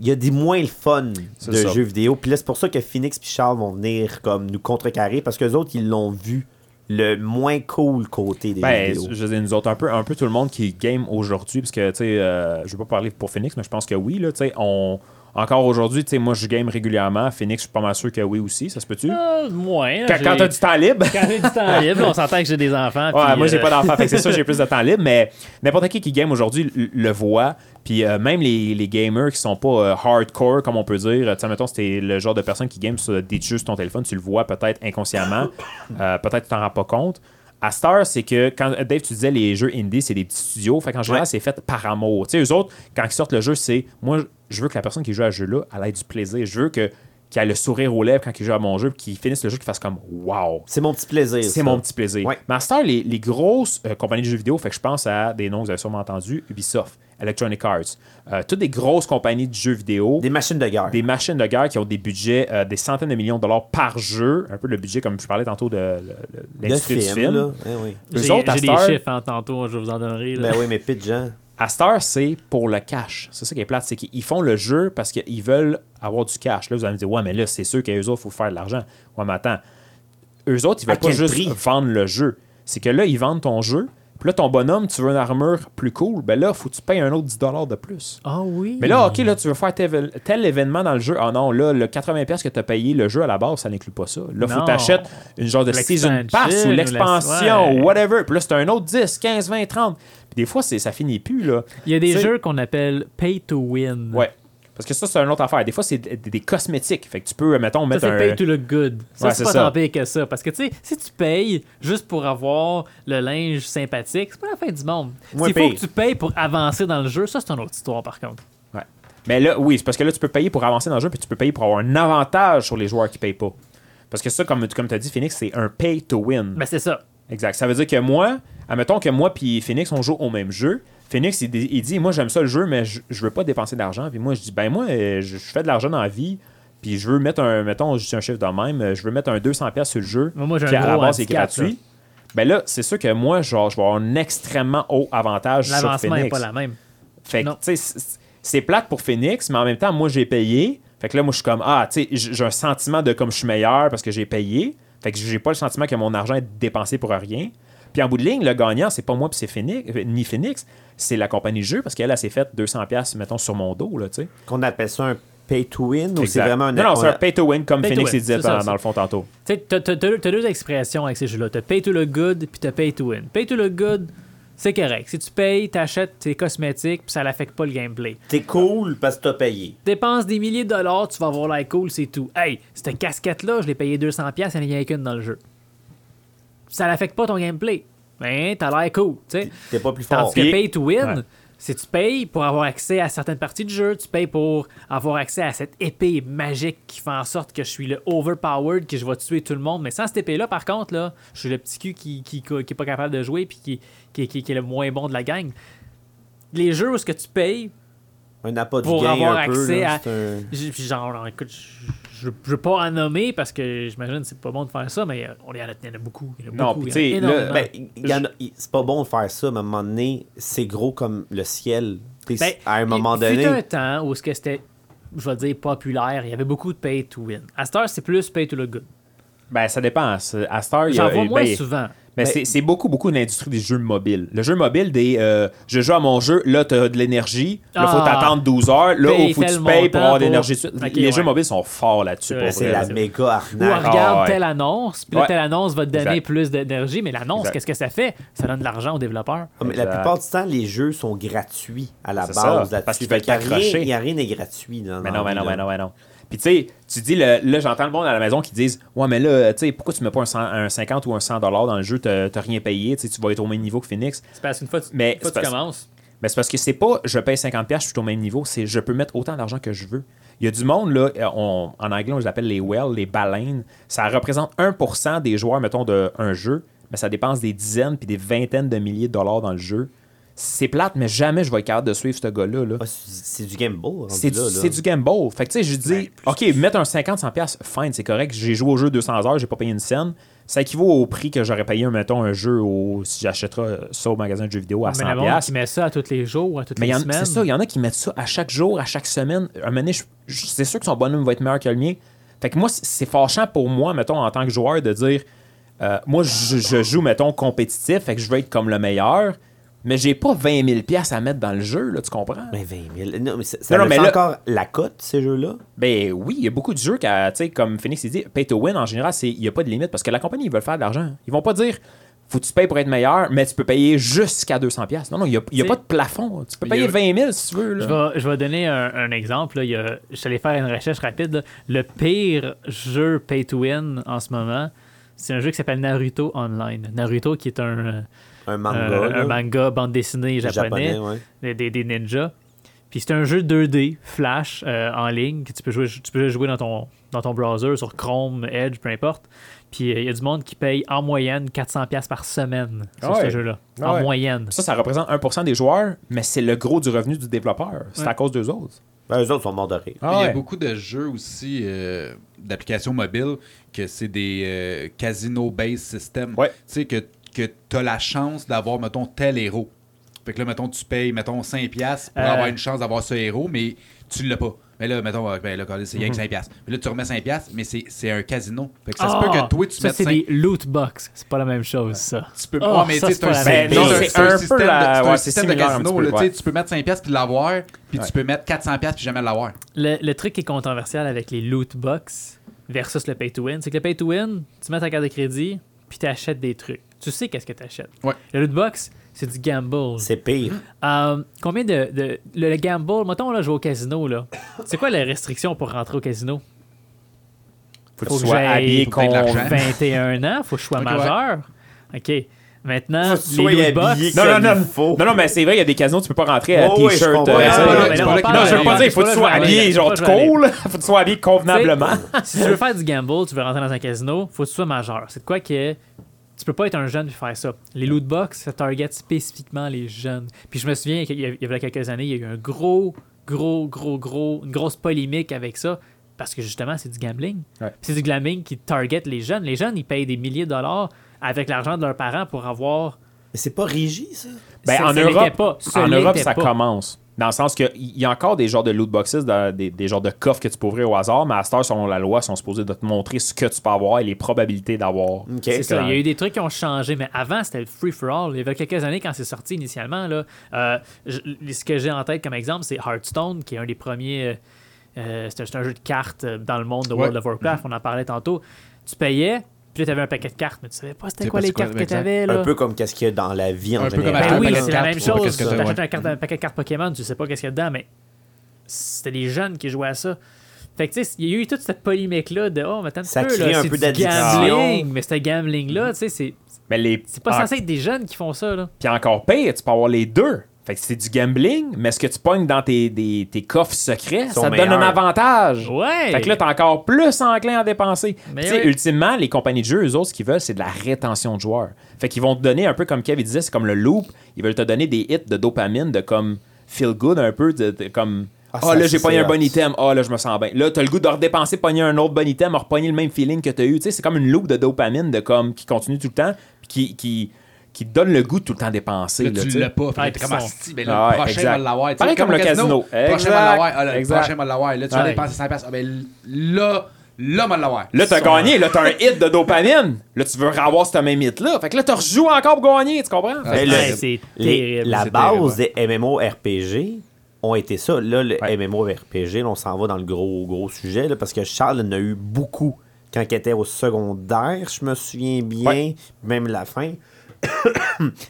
Speaker 4: Il y a des moins le fun
Speaker 1: C'est
Speaker 4: de
Speaker 1: ça.
Speaker 4: jeux vidéo. Puis là, c'est pour ça que Phoenix et Charles vont venir comme nous contrecarrer parce que les autres, ils l'ont vu le moins cool côté des jeux
Speaker 1: Ben,
Speaker 4: vidéo.
Speaker 1: je veux dire, nous autres, un peu, un peu tout le monde qui game aujourd'hui, parce que, tu sais, euh, je veux pas parler pour Phoenix, mais je pense que oui, là, tu sais, on... Encore aujourd'hui, tu sais, moi, je game régulièrement. Phoenix, je suis pas mal sûr que oui aussi, ça se peut-tu?
Speaker 2: Ah, moins, là,
Speaker 1: Quand,
Speaker 2: j'ai-
Speaker 1: quand t'as du temps libre?
Speaker 2: Quand j'ai du temps libre, on s'entend que j'ai des enfants.
Speaker 1: Ouais,
Speaker 2: puis,
Speaker 1: moi, j'ai
Speaker 2: euh,
Speaker 1: pas d'enfant, fait que c'est sûr, j'ai plus de temps libre, mais n'importe qui qui game aujourd'hui l- le voit. Puis euh, même les, les gamers qui sont pas euh, hardcore, comme on peut dire, tu sais, mettons, si t'es le genre de personne qui game sur des jeux sur ton téléphone, tu le vois peut-être inconsciemment, euh, peut-être tu t'en rends pas compte. À cette heure, c'est que quand Dave, tu disais les jeux indie, c'est des petits studios. Fait qu'en général, c'est fait par amour. Tu sais, eux autres, quand ils sortent le jeu, c'est moi, je veux que la personne qui joue à ce jeu-là, elle ait du plaisir. Je veux que qu'elle a le sourire aux lèvres quand il joue à mon jeu, puis qu'ils finissent le jeu, qu'ils fassent comme Wow!
Speaker 4: C'est mon petit plaisir.
Speaker 1: C'est
Speaker 4: ça.
Speaker 1: mon petit plaisir.
Speaker 4: Ouais.
Speaker 1: Mais à cette heure, les, les grosses euh, compagnies de jeux vidéo, fait que je pense à des noms que vous avez sûrement entendus, Ubisoft, Electronic Arts, euh, toutes des grosses compagnies de jeux vidéo,
Speaker 4: Des
Speaker 1: des,
Speaker 4: machines de guerre.
Speaker 1: machines de guerre qui ont des budgets, euh, des centaines de millions de dollars par jeu, un peu le budget comme je parlais tantôt de le- le-
Speaker 4: de
Speaker 1: l'industrie
Speaker 4: films,
Speaker 1: du film.
Speaker 4: là. Eh oui.
Speaker 1: Eux
Speaker 2: J'ai
Speaker 1: autres, à
Speaker 2: j'ai
Speaker 1: cette
Speaker 2: des
Speaker 1: heure,
Speaker 2: chiffres hein, tantôt, je vais vous en donnerai. là.
Speaker 4: Ben oui, mais pitch, Jean.
Speaker 1: à cette heure, c'est pour le cash. C'est ça qui est plate. C'est qu'ils font le jeu parce qu'ils veulent avoir du cash. Là, vous allez me dire, ouais, mais là, c'est sûr qu'eux autres, il faut faire de l'argent. Ouais, mais attends. Eux autres, ils veulent
Speaker 4: À
Speaker 1: pas
Speaker 4: quel
Speaker 1: juste
Speaker 4: prix?
Speaker 1: vendre le jeu. C'est que là, ils vendent ton jeu. Puis là, ton bonhomme, tu veux une armure plus cool. Ben là, faut que tu payes un autre 10 de plus.
Speaker 2: Ah oui.
Speaker 1: Mais là, OK, là, tu veux faire tel, tel événement dans le jeu. Ah non, là, le 80$ que tu as payé le jeu à la base, ça n'inclut pas ça. Là, faut
Speaker 2: Non.
Speaker 1: que t'achètes une genre de season
Speaker 2: L'expansion
Speaker 1: pass
Speaker 2: ou
Speaker 1: ou
Speaker 2: la-
Speaker 1: l'expansion,
Speaker 2: ouais.
Speaker 1: ou whatever. Puis là, c'est un autre 10, 15, 20, 30. Puis des fois, c'est- ça finit plus, là.
Speaker 2: Il y a des
Speaker 1: Tu sais-
Speaker 2: jeux qu'on appelle pay to win.
Speaker 1: Ouais. Parce que ça, c'est une autre affaire. Des fois, c'est des, des cosmétiques. Fait que tu peux, euh, mettons,
Speaker 2: Ça,
Speaker 1: mettre
Speaker 2: c'est
Speaker 1: un.
Speaker 2: pay to look good. Ça,
Speaker 1: Ouais,
Speaker 2: c'est
Speaker 1: c'est
Speaker 2: pas
Speaker 1: ça.
Speaker 2: tant pire que ça. Parce que, tu sais, si tu payes juste pour avoir le linge sympathique, c'est pas la fin du monde.
Speaker 1: Moins
Speaker 2: S'il faut
Speaker 1: pire.
Speaker 2: que tu payes pour avancer dans le jeu, ça, c'est une autre histoire, par contre.
Speaker 1: Ouais. Mais là, oui, c'est parce que là, tu peux payer pour avancer dans le jeu, puis tu peux payer pour avoir un avantage sur les joueurs qui payent pas. Parce que ça, comme, comme tu as dit, Phoenix, c'est un pay to win.
Speaker 2: Mais c'est ça.
Speaker 1: Exact. Ça veut dire que moi, admettons que moi puis Phoenix, on joue au même jeu. Phoenix, il, dit- il dit, moi, j'aime ça le jeu, mais je, je veux pas dépenser d'argent. Puis moi, je dis, ben moi, euh, je, je fais de l'argent dans la vie, puis je veux mettre un, mettons, je dis un chiffre dans le même, euh, je veux mettre un 200$ piastres sur le jeu,
Speaker 2: Mais moi, j'ai
Speaker 1: qui
Speaker 2: un
Speaker 1: à la
Speaker 2: gros
Speaker 1: base est
Speaker 2: handicap,
Speaker 1: gratuit. Ben là, c'est sûr que moi, genre, je vais avoir un extrêmement haut avantage sur
Speaker 2: L'avancement n'est
Speaker 1: Phoenix.
Speaker 2: pas la même.
Speaker 1: Fait que,
Speaker 2: Non.
Speaker 1: tu sais, c'est- c'est plate pour Phoenix, mais en même temps, moi, j'ai payé. Fait que là, moi, je suis comme, ah, tu sais, j- j'ai un sentiment de comme je suis meilleur parce que j'ai payé. Fait que j'ai pas le sentiment que mon argent est dépensé pour rien. Puis en bout de ligne, le gagnant, c'est pas moi puis c'est Phoenix, euh, ni Phoenix, c'est la compagnie de jeu parce qu'elle, elle s'est faite 200$, piastres, mettons, sur mon dos, là, tu sais.
Speaker 4: Qu'on appelle ça un pay to win ou c'est
Speaker 1: Exact.
Speaker 4: vraiment un.
Speaker 1: Non, non, c'est
Speaker 4: on-
Speaker 1: un pay to win, comme
Speaker 2: Pay to
Speaker 1: Phoenix
Speaker 2: win,
Speaker 1: il disait
Speaker 2: c'est ça,
Speaker 1: dans,
Speaker 2: c'est-
Speaker 1: dans le fond tantôt.
Speaker 2: Tu sais, t'as, t'as- t'as- t'as deux expressions avec ces jeux-là. T'as pay to look good puis t'as pay to win. Pay to look good, c'est correct. Si tu payes, t'achètes tes cosmétiques puis ça l'affecte pas le gameplay.
Speaker 4: T'es cool parce que t'as payé.
Speaker 2: Dépense des milliers de dollars, tu vas avoir l'air cool, c'est tout. Hey, cette casquette-là, je l'ai payée 200$, piastres, il n'y en a qu'une dans le jeu. Ça l'affecte pas ton gameplay. Mais t'as l'air cool, tu sais.
Speaker 4: T'es pas plus fort.
Speaker 2: Tandis que
Speaker 1: Puis-
Speaker 2: pay to win,
Speaker 1: Ouais.
Speaker 2: c'est tu payes pour avoir accès à certaines parties du jeu, tu payes pour avoir accès à cette épée magique qui fait en sorte que je suis le overpowered, que je vais tuer tout le monde. Mais sans cette épée-là, par contre, là, je suis le petit cul qui, qui, qui est pas capable de jouer puis qui, qui, qui- qui est le moins bon de la gang. Les jeux où ce que tu payes,
Speaker 4: Un appât du
Speaker 2: pour
Speaker 4: gain
Speaker 2: avoir
Speaker 4: un peu,
Speaker 2: accès
Speaker 4: là,
Speaker 2: à-
Speaker 4: c'est un-
Speaker 2: j'ai- puis genre, alors, écoute, je- je je veux pas en nommer parce que j'imagine que c'est pas bon de faire ça, mais euh, on y en a, il y en a beaucoup. Il y en a
Speaker 1: Non,
Speaker 2: beaucoup,
Speaker 1: puis
Speaker 2: il y en
Speaker 1: tu sais,
Speaker 2: a
Speaker 1: là,
Speaker 2: énormément.
Speaker 4: Ben, il y en a- il- c'est pas bon de faire ça, mais à un moment donné, c'est gros comme le ciel. T'es-
Speaker 2: Ben,
Speaker 4: à un moment
Speaker 2: il fut un
Speaker 4: donné,
Speaker 2: temps où ce que c'était, je vais dire, populaire, il y avait beaucoup de pay to win. À cette heure, c'est plus pay to look good.
Speaker 1: Ben, ça dépend. C'est- À Star, il y a.
Speaker 2: J'en vois
Speaker 1: ben,
Speaker 2: moins souvent.
Speaker 1: Mais c'est c'est beaucoup, beaucoup l'industrie des jeux mobiles. Le jeu mobile, des euh, je joue à mon jeu, là, t'as de l'énergie, là, faut
Speaker 2: Ah.
Speaker 1: t'attendre 12 heures, là,
Speaker 2: Paye
Speaker 1: il faut que
Speaker 2: tel
Speaker 1: tu payes
Speaker 2: montant
Speaker 1: pour avoir de
Speaker 2: pour-
Speaker 1: l'énergie. tout de suite.
Speaker 2: Ok,
Speaker 1: Les
Speaker 2: ouais.
Speaker 1: jeux mobiles sont forts là-dessus,
Speaker 2: C'est
Speaker 1: pour
Speaker 2: vrai,
Speaker 1: vrai.
Speaker 4: c'est la
Speaker 1: là.
Speaker 4: méga
Speaker 2: Ou on
Speaker 4: arnaque.
Speaker 2: regarde
Speaker 1: Ah, ouais.
Speaker 2: telle annonce, puis là,
Speaker 1: Ouais.
Speaker 2: telle annonce va te donner
Speaker 1: Exact.
Speaker 2: plus d'énergie, mais l'annonce,
Speaker 1: Exact.
Speaker 2: qu'est-ce que ça fait? Ça donne de l'argent aux développeurs.
Speaker 4: Ah, mais la
Speaker 1: Exact.
Speaker 4: plupart du temps, les jeux sont gratuits à la
Speaker 1: C'est
Speaker 4: base.
Speaker 1: ça,
Speaker 4: là-dessus.
Speaker 1: parce qu'ils
Speaker 4: Fait
Speaker 1: veulent
Speaker 4: qu'il y a
Speaker 1: t'accrocher.
Speaker 4: rien- Il n'y a rien de gratuit. dans-
Speaker 1: Mais
Speaker 4: dans
Speaker 1: non, mais
Speaker 4: la
Speaker 1: non,
Speaker 4: vie,
Speaker 1: mais
Speaker 4: là.
Speaker 1: non, mais non. Puis tu sais, tu dis, le- là, j'entends le monde à la maison qui disent Ouais, mais là, tu sais, pourquoi tu mets pas un, cent- un 50 ou un 100 dans le jeu, t'as t'as rien payé, tu sais, tu vas être au même niveau que Phoenix.
Speaker 2: C'est parce qu'une fois que
Speaker 1: Mais c'est parce-
Speaker 2: commences,
Speaker 1: Mais Ben, c'est parce que c'est pas je paye 50$, piastres, je suis au même niveau, c'est je peux mettre autant d'argent que je veux. Il y a du monde, là, euh, on- en anglais, on les appelle les whales, les baleines. Ça représente 1% des joueurs, mettons, d'un jeu, mais ça dépense des dizaines puis des vingtaines de milliers de dollars dans le jeu. C'est plate, mais jamais je vais être capable de suivre ce gars-là. là.
Speaker 4: Ah, c'est- c'est du Game Boy.
Speaker 1: C'est du, c'est du Game Boy. Fait que tu sais, je dis, OK, mettre un 50, 100$, piastres, fine, c'est correct. J'ai joué au jeu 200 heures, j'ai pas payé une scène. Ça équivaut au prix que j'aurais payé, mettons, un jeu au, si j'achèterais ça au magasin de jeux vidéo à 100$.
Speaker 2: mais le monde
Speaker 1: piastres.
Speaker 2: qui met ça à tous les jours, à toutes
Speaker 1: Mais il y
Speaker 2: les
Speaker 1: en-
Speaker 2: semaines.
Speaker 1: c'est ça, il y en a qui mettent ça à chaque jour, à chaque semaine. Un moment donné, je- je- c'est sûr que son bonhomme va être meilleur que le mien. Fait que moi, c'est- c'est fâchant pour moi, mettons, en tant que joueur, de dire euh, moi, je, je joue, mettons, compétitif, fait que je veux être comme le meilleur, mais j'ai pas 20 000 piastres à mettre dans le jeu, là, tu comprends?
Speaker 4: Mais 20 000. Ben, Non, mais ça, ça
Speaker 1: Non, non,
Speaker 4: le
Speaker 1: mais
Speaker 4: fait
Speaker 1: là-
Speaker 4: encore la cote, ces jeux-là.
Speaker 1: Ben oui, il y a beaucoup de jeux qui, euh, tu sais, comme Phoenix il dit, pay to win en général, c'est- il n'y a pas de limite parce que la compagnie, ils veulent faire de l'argent. Ils vont pas dire faut que tu payes pour être meilleur, mais tu peux payer jusqu'à 200$. piastres. Non, non, il n'y a, il y a
Speaker 2: Tu sais-
Speaker 1: pas de plafond. Tu peux
Speaker 3: Il y
Speaker 1: payer
Speaker 3: a-
Speaker 1: 20 000 si tu veux. là.
Speaker 2: Je vais, je vais donner un, un exemple. Là. Il y a- je suis allé faire une recherche rapide. là. Le pire jeu pay-to-win en ce moment, c'est un jeu qui s'appelle Naruto Online. Naruto qui est un, euh,
Speaker 4: Un manga.
Speaker 2: un-
Speaker 4: là,
Speaker 2: Euh, un manga, bande dessinée japonais,
Speaker 4: ouais.
Speaker 2: des- des, des ninjas. Puis c'est un jeu 2D, flash, euh, en ligne, que tu peux jouer, tu peux jouer dans, ton, dans ton browser, sur Chrome, Edge, peu importe. Puis euh, il y a du monde qui paye en moyenne 400$ par semaine sur
Speaker 1: Ah ouais.
Speaker 2: ce jeu-là.
Speaker 1: Ah
Speaker 2: en
Speaker 1: ouais.
Speaker 2: moyenne.
Speaker 1: Ça, ça représente 1% des joueurs, mais c'est le gros du revenu du développeur. C'est à cause d'eux autres.
Speaker 4: Ben, eux autres sont morts de rire.
Speaker 1: Ah
Speaker 3: Il y
Speaker 1: ouais.
Speaker 3: a beaucoup de jeux aussi, euh, d'applications mobiles, que c'est des euh, casino-based systems.
Speaker 1: Ouais.
Speaker 3: Tu sais, que, que tu as la chance d'avoir, mettons, tel héros. Fait que là, mettons, tu payes, mettons, 5$ piastres pour
Speaker 2: Euh.
Speaker 3: avoir une chance d'avoir ce héros, mais tu l'as pas. Mais là, mettons, euh, ben là, quand c'est rien que 5$. piastres. Mais là, tu remets 5$, piastres, mais c'est c'est un casino. Fait que ça se peut
Speaker 2: Ah!
Speaker 3: que toi, tu
Speaker 2: ça,
Speaker 3: mettes
Speaker 2: c'est
Speaker 3: 5$.
Speaker 2: des loot box. C'est pas la même chose, ça.
Speaker 3: Tu peux
Speaker 2: Ah,
Speaker 3: ouais, mais
Speaker 2: ça,
Speaker 3: tu sais,
Speaker 2: c'est
Speaker 3: c'est
Speaker 2: pas
Speaker 3: un
Speaker 2: la
Speaker 3: système-
Speaker 2: même
Speaker 3: c'est
Speaker 2: chose.
Speaker 3: un
Speaker 1: c'est
Speaker 3: système
Speaker 1: un peu
Speaker 3: de-
Speaker 1: la-
Speaker 3: c'est
Speaker 1: ouais,
Speaker 3: un
Speaker 1: c'est
Speaker 3: système de
Speaker 1: similaire un
Speaker 3: casino.
Speaker 1: petit peu,
Speaker 3: là, tu sais,
Speaker 1: ouais.
Speaker 3: Tu peux mettre 5$ puis l'avoir, puis tu peux mettre 400$ piastres, puis jamais l'avoir.
Speaker 2: Le, le truc qui est controversial avec les loot box versus le pay to win, c'est que le pay to win, tu mets ta carte de crédit, puis tu achètes des trucs. Tu sais qu'est-ce que tu achètes.
Speaker 3: Ouais.
Speaker 2: Le loot box, c'est du gamble.
Speaker 4: C'est pire.
Speaker 2: Euh, combien de, de- le, le gamble, mettons là, je vais au casino là. C'est quoi la restriction pour rentrer au casino
Speaker 1: Faut que
Speaker 2: Faut
Speaker 1: tu
Speaker 2: que
Speaker 1: sois
Speaker 2: j'aille-
Speaker 1: habillé
Speaker 3: faut que t'aies de
Speaker 1: qu'on-
Speaker 3: l'argent.
Speaker 2: 21 ans, faut que je sois
Speaker 3: Ok, ouais.
Speaker 2: majeur. OK. Maintenant,
Speaker 4: Faut que tu sois
Speaker 2: les loot
Speaker 4: habillé
Speaker 2: box,
Speaker 1: Non, non,
Speaker 4: Comme
Speaker 1: non.
Speaker 4: il faut.
Speaker 1: Non, non, mais c'est vrai, il y a des casinos, tu peux pas rentrer à
Speaker 4: Oh, oui, je
Speaker 1: t-shirt.
Speaker 4: comprends.
Speaker 1: euh,
Speaker 4: Ouais,
Speaker 1: ça,
Speaker 4: ouais,
Speaker 1: là.
Speaker 4: ouais, mais
Speaker 2: là,
Speaker 1: non,
Speaker 2: on parle-
Speaker 1: je veux pas
Speaker 2: ouais,
Speaker 1: dire, faut
Speaker 2: ouais,
Speaker 1: que tu sois
Speaker 2: ouais, ouais,
Speaker 1: habillé, genre,
Speaker 2: ouais,
Speaker 1: tu
Speaker 2: ouais,
Speaker 1: cool. Faut que tu sois habillé convenablement.
Speaker 2: si tu veux faire du gamble, tu veux rentrer dans un casino, faut que tu sois majeur. C'est de quoi que tu peux pas être un jeune puis faire ça. Les loot box, ça target spécifiquement les jeunes. Puis je me souviens qu'il y a, il y a quelques années, il y a eu un gros, gros, gros, gros, une grosse polémique avec ça. Parce que justement, c'est du gambling.
Speaker 1: Ouais.
Speaker 2: Puis C'est du gambling qui target les jeunes. Les jeunes, ils payent des milliers de dollars avec l'argent de leurs parents pour avoir.
Speaker 4: Mais c'est pas régi, ça.
Speaker 1: Ben,
Speaker 2: Ça-
Speaker 1: en
Speaker 2: ça l'était
Speaker 1: Europe,
Speaker 2: pas. Ça
Speaker 1: en Europe,
Speaker 2: l'était
Speaker 1: ça
Speaker 2: pas.
Speaker 1: commence. Dans le sens qu'il y a encore des genres de loot boxes, dans- des, des genres de coffres que tu peux ouvrir au hasard, mais à cette heure, selon la loi, ils sont supposés de te montrer ce que tu peux avoir et les probabilités d'avoir.
Speaker 2: C'est ça, il y a eu des trucs qui ont changé, mais avant, c'était le free-for-all. Il y a quelques années, quand c'est sorti initialement, là, euh, je- ce que j'ai en tête comme exemple, c'est Hearthstone, qui est un des premiers... euh, euh, c'est un- c'est un, jeu de cartes euh, dans le monde de World
Speaker 3: Ouais.
Speaker 2: of Warcraft, on en parlait tantôt. Tu payais, puis là, t'avais un paquet de cartes, mais tu savais pas c'était
Speaker 3: Tu sais
Speaker 2: quoi
Speaker 3: pas
Speaker 2: les
Speaker 3: c'est quoi,
Speaker 2: cartes que
Speaker 3: exact.
Speaker 2: t'avais, là.
Speaker 4: Un peu comme qu'est-ce qu'il y a dans la vie en
Speaker 3: Un peu comme
Speaker 4: général.
Speaker 3: acheter
Speaker 2: Ben
Speaker 3: un
Speaker 2: oui,
Speaker 3: paquet de
Speaker 2: c'est la
Speaker 3: cartes,
Speaker 2: même
Speaker 3: tu sais pas
Speaker 2: chose.
Speaker 3: qu'est-ce que t'as,
Speaker 2: T'achètes un, carte- un paquet de cartes Pokémon, tu sais pas qu'est-ce qu'il y a dedans, mais c'était les jeunes qui jouaient à ça. Fait que tu sais, il y a eu toute cette polémique-là de oh, mais attends un
Speaker 4: Ça
Speaker 2: petit peu,
Speaker 4: crée
Speaker 2: là,
Speaker 4: un
Speaker 2: c'est
Speaker 4: peu
Speaker 2: du
Speaker 4: d'addiction.
Speaker 2: gambling, mais c'était gambling-là, tu sais, c'est
Speaker 1: Mais les.
Speaker 2: c'est
Speaker 4: Ah.
Speaker 2: pas censé être des jeunes qui font ça, là.
Speaker 1: Puis encore pire, tu peux avoir les deux. Fait que c'est du gambling, mais ce que tu pognes dans tes, des- tes coffres secrets,
Speaker 4: sont
Speaker 1: ça te donne un
Speaker 4: meilleurs.
Speaker 1: avantage.
Speaker 2: Ouais!
Speaker 1: Fait que là, t'es encore plus enclin à dépenser.
Speaker 2: Mais
Speaker 1: Tu sais,
Speaker 2: oui.
Speaker 1: ultimement, les compagnies de jeux, eux autres, ce qu'ils veulent, c'est de la rétention de joueurs. Fait qu'ils vont te donner un peu comme Kevin disait, c'est comme le loop. Ils veulent te donner des hits de dopamine, de comme feel good un peu, de, de comme.
Speaker 4: Ah,
Speaker 1: Ah,
Speaker 4: ça,
Speaker 1: là,
Speaker 4: ça,
Speaker 1: j'ai
Speaker 4: c'est
Speaker 1: pogné un
Speaker 4: hot.
Speaker 1: bon item. Ah, là, je me sens bien. Là, t'as le goût de redépenser, pogner un autre bon item, repogner le même feeling que t'as eu. Tu sais, c'est comme une loupe de dopamine de comme qui continue tout le temps, puis qui, qui, qui te donne le goût de tout le temps dépenser.
Speaker 3: Là,
Speaker 1: là, tu
Speaker 3: tu
Speaker 1: sais.
Speaker 3: l'as pas. Fait
Speaker 2: Ouais,
Speaker 3: que t'es comme
Speaker 2: puis
Speaker 3: asti, ben là,
Speaker 1: Ouais,
Speaker 3: le prochain
Speaker 1: exact.
Speaker 3: va l'avoir. Tu sais,
Speaker 1: Pareil comme le casino.
Speaker 3: Le prochain
Speaker 1: Exact.
Speaker 3: va l'avoir. Ah, là, Le
Speaker 1: Exact.
Speaker 3: prochain va l'avoir. Là, tu vas
Speaker 2: Ouais.
Speaker 3: dépenser 100 piastres. Ah, ben là, là, va l'avoir.
Speaker 1: Là, t'as
Speaker 2: Ils sont-
Speaker 1: gagné, là, t'as un hit de dopamine. Là, tu veux revoir ce même hit-là. Fait que là, t'as rejoué encore pour gagner, tu comprends? Fait que
Speaker 4: Mais le-
Speaker 2: Ah, Ouais, c'est
Speaker 4: les-
Speaker 2: terrible.
Speaker 4: la
Speaker 3: c'est
Speaker 4: base des MMORPG ont été ça. Là, le MMORPG, là, on s'en va dans le gros, gros sujet, là, parce que Charles en a eu beaucoup quand il était au secondaire, je me souviens bien,
Speaker 1: Ouais.
Speaker 4: même la fin.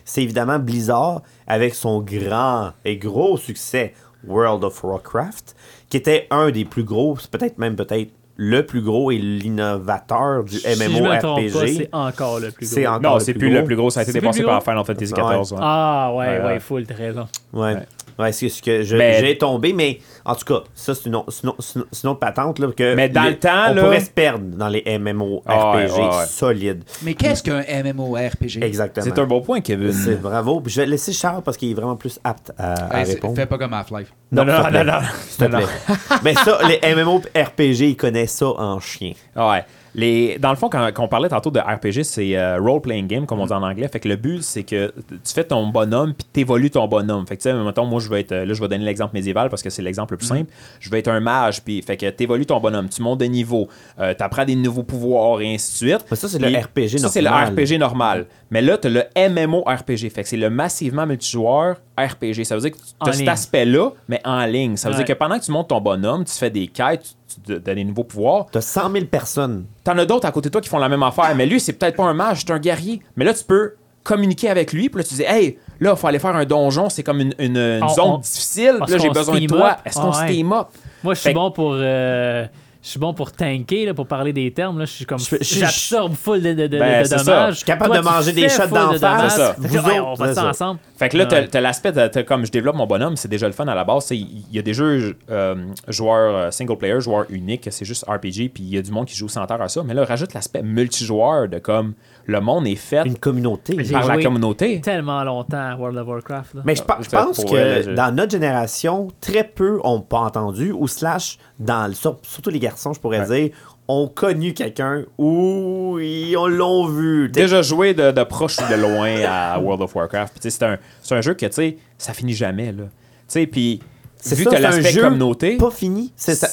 Speaker 4: C'est évidemment Blizzard avec son grand et gros succès World of Warcraft, qui était un des plus gros, c'est peut-être même peut-être le plus gros et l'innovateur du
Speaker 2: si je me trompe pas,
Speaker 4: MMORPG.
Speaker 2: c'est encore le plus gros.
Speaker 4: C'est encore
Speaker 1: Non,
Speaker 4: le
Speaker 1: c'est
Speaker 4: plus
Speaker 1: plus
Speaker 4: gros.
Speaker 1: le plus gros. Ça a été
Speaker 2: C'est plus le
Speaker 1: dépensé
Speaker 2: plus
Speaker 1: par
Speaker 2: gros?
Speaker 1: Final Fantasy XIV. ouais.
Speaker 2: Ah, ouais,
Speaker 1: Ouais,
Speaker 2: ouais,
Speaker 1: ouais.
Speaker 2: full, t'as raison.
Speaker 4: Ouais.
Speaker 1: Ouais.
Speaker 4: Ouais, c'est ce que je-
Speaker 1: Mais-
Speaker 4: j'ai tombé, mais en tout cas, ça, c'est une, autre- c'est une autre- c'est une- c'est une autre patente. Là, que
Speaker 1: Mais dans
Speaker 4: les-
Speaker 1: le temps,
Speaker 4: on
Speaker 1: là-
Speaker 4: pourrait se perdre dans les MMORPG
Speaker 1: Ah ouais, ouais, ouais.
Speaker 4: solides.
Speaker 3: Mais qu'est-ce qu'un MMORPG?
Speaker 4: Exactement.
Speaker 1: C'est un bon point, Kevin.
Speaker 4: C'est- Bravo. Puis je vais laisser Charles parce qu'il est vraiment plus apte à, à
Speaker 3: Hey, c'est-
Speaker 4: répondre.
Speaker 3: Fais pas comme Half-Life.
Speaker 1: Non, non,
Speaker 4: s'il te plaît.
Speaker 1: non, non.
Speaker 4: S'il te plaît. mais ça, les MMORPG, ils connaissent ça en chien.
Speaker 1: Ah Ouais. Les, dans le fond, quand, quand on parlait tantôt de RPG, c'est euh, role-playing game, comme on dit en anglais. Fait que le but, c'est que tu fais ton bonhomme, puis t'évolues ton bonhomme. Fait que, tu sais, mettons, moi, je vais être. euh, Là, je vais donner l'exemple médiéval parce que c'est l'exemple le
Speaker 4: Mhm.
Speaker 1: plus simple. Je vais être un mage, puis fait que t'évolues ton bonhomme, tu montes de niveau, euh, t'apprends des nouveaux pouvoirs, et ainsi de suite.
Speaker 4: Mais ça, c'est le
Speaker 1: Et-
Speaker 4: RPG
Speaker 1: Ça, c'est le
Speaker 4: normal.
Speaker 1: RPG normal. Mais là, t'as le MMORPG. Fait que c'est le massivement multijoueur RPG. Ça veut dire que
Speaker 2: En
Speaker 1: t'as cet
Speaker 2: ligne.
Speaker 1: aspect-là, mais en ligne. Ça veut
Speaker 2: Ouais.
Speaker 1: dire que pendant que tu montes ton bonhomme, tu fais des quêtes, tu, tu donnes des nouveaux pouvoirs,
Speaker 4: T'as 100 000 personnes.
Speaker 1: T'en as d'autres à côté de toi qui font la même affaire, mais lui, c'est peut-être pas un mage, c'est un guerrier. Mais là, tu peux communiquer avec lui, puis là, tu dis, hey, là, il faut aller faire un donjon, c'est comme une, une- une
Speaker 2: On-
Speaker 1: zone
Speaker 2: on-
Speaker 1: difficile, puis
Speaker 2: est-ce
Speaker 1: là, j'ai
Speaker 2: qu'on
Speaker 1: besoin de
Speaker 2: se team
Speaker 1: toi.
Speaker 2: up?
Speaker 1: Est-ce qu'on
Speaker 2: Ah
Speaker 1: se
Speaker 2: ouais.
Speaker 1: team up?
Speaker 2: Moi, je
Speaker 1: Fait
Speaker 2: suis
Speaker 1: que-
Speaker 2: bon pour. euh, je suis bon pour tanker, là, pour parler des termes. Là. Je suis comme.
Speaker 4: Je- je-
Speaker 2: J'absorbe full de, de, de-
Speaker 1: Ben,
Speaker 2: de
Speaker 1: c'est ça.
Speaker 2: dommages.
Speaker 1: Je
Speaker 4: suis capable
Speaker 2: Toi,
Speaker 4: de
Speaker 2: tu
Speaker 4: manger des
Speaker 2: fais
Speaker 4: shots
Speaker 2: full
Speaker 4: d'en
Speaker 2: de
Speaker 4: face.
Speaker 2: dommages.
Speaker 1: C'est ça.
Speaker 2: Fait que,
Speaker 4: Vous
Speaker 2: ouais,
Speaker 4: autres,
Speaker 2: on fait
Speaker 4: c'est
Speaker 2: ça
Speaker 4: ça.
Speaker 2: ensemble.
Speaker 1: Fait que là, t'as-
Speaker 2: Ouais.
Speaker 1: t'as l'aspect, de- t'as comme je développe mon bonhomme, c'est déjà le fun à la base. C'est- Il y a des jeux euh, joueurs euh, single player, joueurs uniques, c'est juste RPG, puis il y a du monde qui joue sans terre à ça. Mais là, rajoute l'aspect multijoueur de comme le monde est fait
Speaker 4: Une communauté.
Speaker 2: J'ai
Speaker 1: par la
Speaker 2: joué
Speaker 1: communauté.
Speaker 2: tellement longtemps à World of Warcraft. Là.
Speaker 4: Mais je, pe-
Speaker 1: Ah,
Speaker 4: je pense
Speaker 1: pour
Speaker 4: que
Speaker 1: elle, je-
Speaker 4: dans notre génération, très peu ont pas entendu, ou slash, dans le- sur- surtout les garçons, je pourrais dire, ont connu quelqu'un ou ils ont- l'ont vu. T'es-
Speaker 1: déjà joué de, de proche ou de loin à World of Warcraft. Puis, tu sais, C'est un, c'est un jeu que tu sais, ça finit jamais. Là. Tu sais, Puis,
Speaker 4: C'est
Speaker 1: vu
Speaker 4: ça,
Speaker 1: que t'as
Speaker 4: c'est un
Speaker 1: l'aspect
Speaker 4: jeu
Speaker 1: communauté,
Speaker 4: pas fini. C'est ça-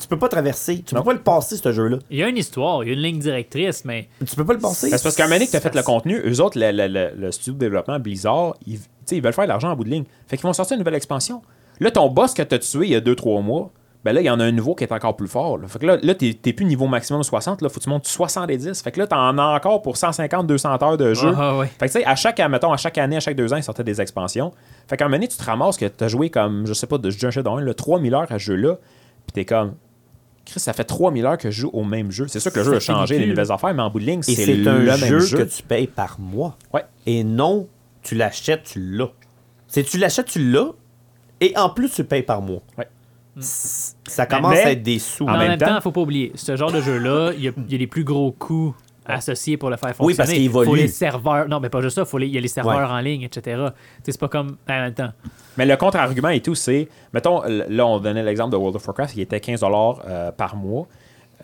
Speaker 4: Tu peux pas traverser. Tu
Speaker 1: Non.
Speaker 4: peux pas le passer, ce jeu-là.
Speaker 2: Il y a une histoire, il y a une ligne directrice, mais
Speaker 4: Tu peux pas le passer.
Speaker 1: Ben, parce parce qu'à un moment donné que t'as
Speaker 2: ça-
Speaker 1: fait le contenu, eux autres, le, le- le- le studio de développement Blizzard, ils, tu sais, ils veulent faire de l'argent en bout de ligne. Fait qu'ils vont sortir une nouvelle expansion. Là, ton boss que t'as tué il y a 2-3 mois, ben là, il y en a un nouveau qui est encore plus fort. là. Fait que là, là t'es t'es plus niveau maximum 60, là, faut que tu montes 70. Fait que là, t'en as encore pour 150-200 heures de jeu.
Speaker 2: Ah, ah, ouais.
Speaker 1: Fait que tu sais, à chaque, mettons, à chaque année, à chaque deux ans, ils sortaient des expansions. Fait qu'à un moment donné, tu te ramasses que t'as joué comme, je sais pas, de je dis un jeu dans un, là, 3000 heures à ce jeu-là, pis t'es comme, Chris, ça fait 3000 heures que je joue au même jeu. C'est sûr que le jeu
Speaker 2: Ça
Speaker 1: a changé,
Speaker 2: finit
Speaker 1: les
Speaker 2: plus.
Speaker 1: nouvelles affaires, mais en bout de ligne,
Speaker 4: Et
Speaker 1: c'est
Speaker 4: c'est
Speaker 1: le
Speaker 4: un
Speaker 1: même
Speaker 4: jeu,
Speaker 1: jeu.
Speaker 4: que tu payes par mois.
Speaker 1: Ouais.
Speaker 4: Et non, tu l'achètes, tu l'as. C'est tu l'achètes, tu l'as, et en plus, tu payes par mois.
Speaker 1: Ouais.
Speaker 4: C- Ça commence
Speaker 1: Mais-
Speaker 4: à être des sous.
Speaker 2: mais en
Speaker 1: même
Speaker 2: même, temps,
Speaker 1: temps-
Speaker 2: faut pas oublier, ce genre de jeu-là, il y, a- il y a les plus gros coûts associés pour le faire fonctionner.
Speaker 4: Oui, parce qu'il évolue.
Speaker 2: Faut les serveurs, non, mais pas juste ça, faut les- il y a les serveurs
Speaker 4: Ouais.
Speaker 2: en ligne, etc. Tu sais, C'est pas comme en même temps.
Speaker 1: Mais le contre-argument et tout, c'est, mettons, l- là, on donnait l'exemple de World of Warcraft, qui était 15 euh, par mois.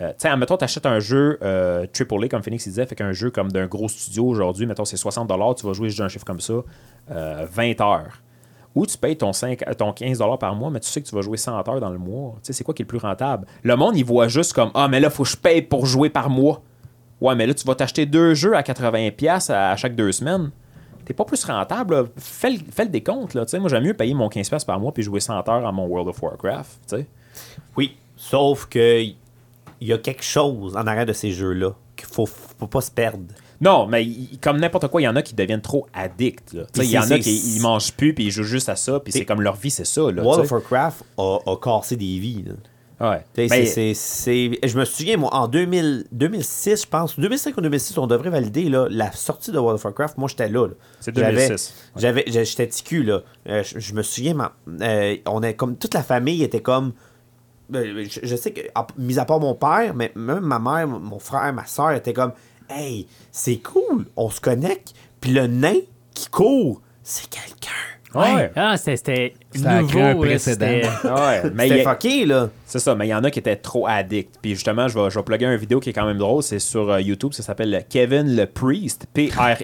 Speaker 1: Euh, tu sais, admettons, t'achètes un jeu euh, AAA, comme Phoenix il disait, fait qu'un jeu comme d'un gros studio aujourd'hui, mettons, c'est 60 tu vas jouer juste un chiffre comme ça, euh, 20 heures. ou tu payes ton, 5, ton 15 par mois, mais tu sais que tu vas jouer 100 heures dans le mois. Tu sais, c'est quoi qui est le plus rentable? Le monde, il voit juste comme Ah, mais là, faut que je paye pour jouer par mois. Ouais, mais là, tu vas t'acheter deux jeux à 80$ piastres à à chaque deux semaines. T'es pas plus rentable. là. Fais le, fais le décompte. Là. Tu sais, Moi, j'aime mieux payer mon 15$ piastres par mois puis jouer 100 heures à mon World of Warcraft. tu sais.
Speaker 4: Oui, sauf que il y a quelque chose en arrière de ces jeux-là qu'il faut, faut pas se perdre.
Speaker 1: Non, mais il- comme n'importe quoi, il y en a qui deviennent trop addicts. là. Tu sais, Il y
Speaker 4: Puis
Speaker 1: en
Speaker 4: c'est-
Speaker 1: a
Speaker 4: c'est-
Speaker 1: qui ils mangent plus puis ils jouent juste à ça. Puis c'est
Speaker 4: T'es-
Speaker 1: comme leur vie, c'est ça. Là,
Speaker 4: World
Speaker 1: tu
Speaker 4: of
Speaker 1: sais.
Speaker 4: Warcraft a, a cassé des vies. là.
Speaker 1: Ouais.
Speaker 4: T'sais,
Speaker 1: Mais-
Speaker 4: c'est- c'est- c'est- Je me souviens, moi, en 2000 2006, je pense, 2005 ou 2006, on devrait valider là, la sortie de World of Warcraft. Moi, j'étais là. là.
Speaker 1: C'est
Speaker 4: J'avais-
Speaker 1: 2006, ouais.
Speaker 4: J'avais, j'a- j'étais ticu, là. Euh, je, je me souviens, ma- euh, on est comme toute la famille était comme. euh, Je, je sais que, à- mis à part mon père, mais même ma mère, mon- mon frère, ma soeur étaient comme Hey, c'est cool, on se connecte, puis le nain qui court, c'est quelqu'un.
Speaker 1: Ouais.
Speaker 2: Ah, c'était- c'était nouveau.
Speaker 3: Ça a créé un
Speaker 2: là,
Speaker 3: précédent.
Speaker 2: c'était-
Speaker 1: Ouais, mais il y
Speaker 4: C'était
Speaker 1: a-
Speaker 4: fucké, là.
Speaker 1: c'est ça, mais il y en a qui étaient trop addicts. Puis justement, je vais, je vais plugger une vidéo qui est quand même drôle. C'est sur euh, YouTube, ça s'appelle Kevin le Priest,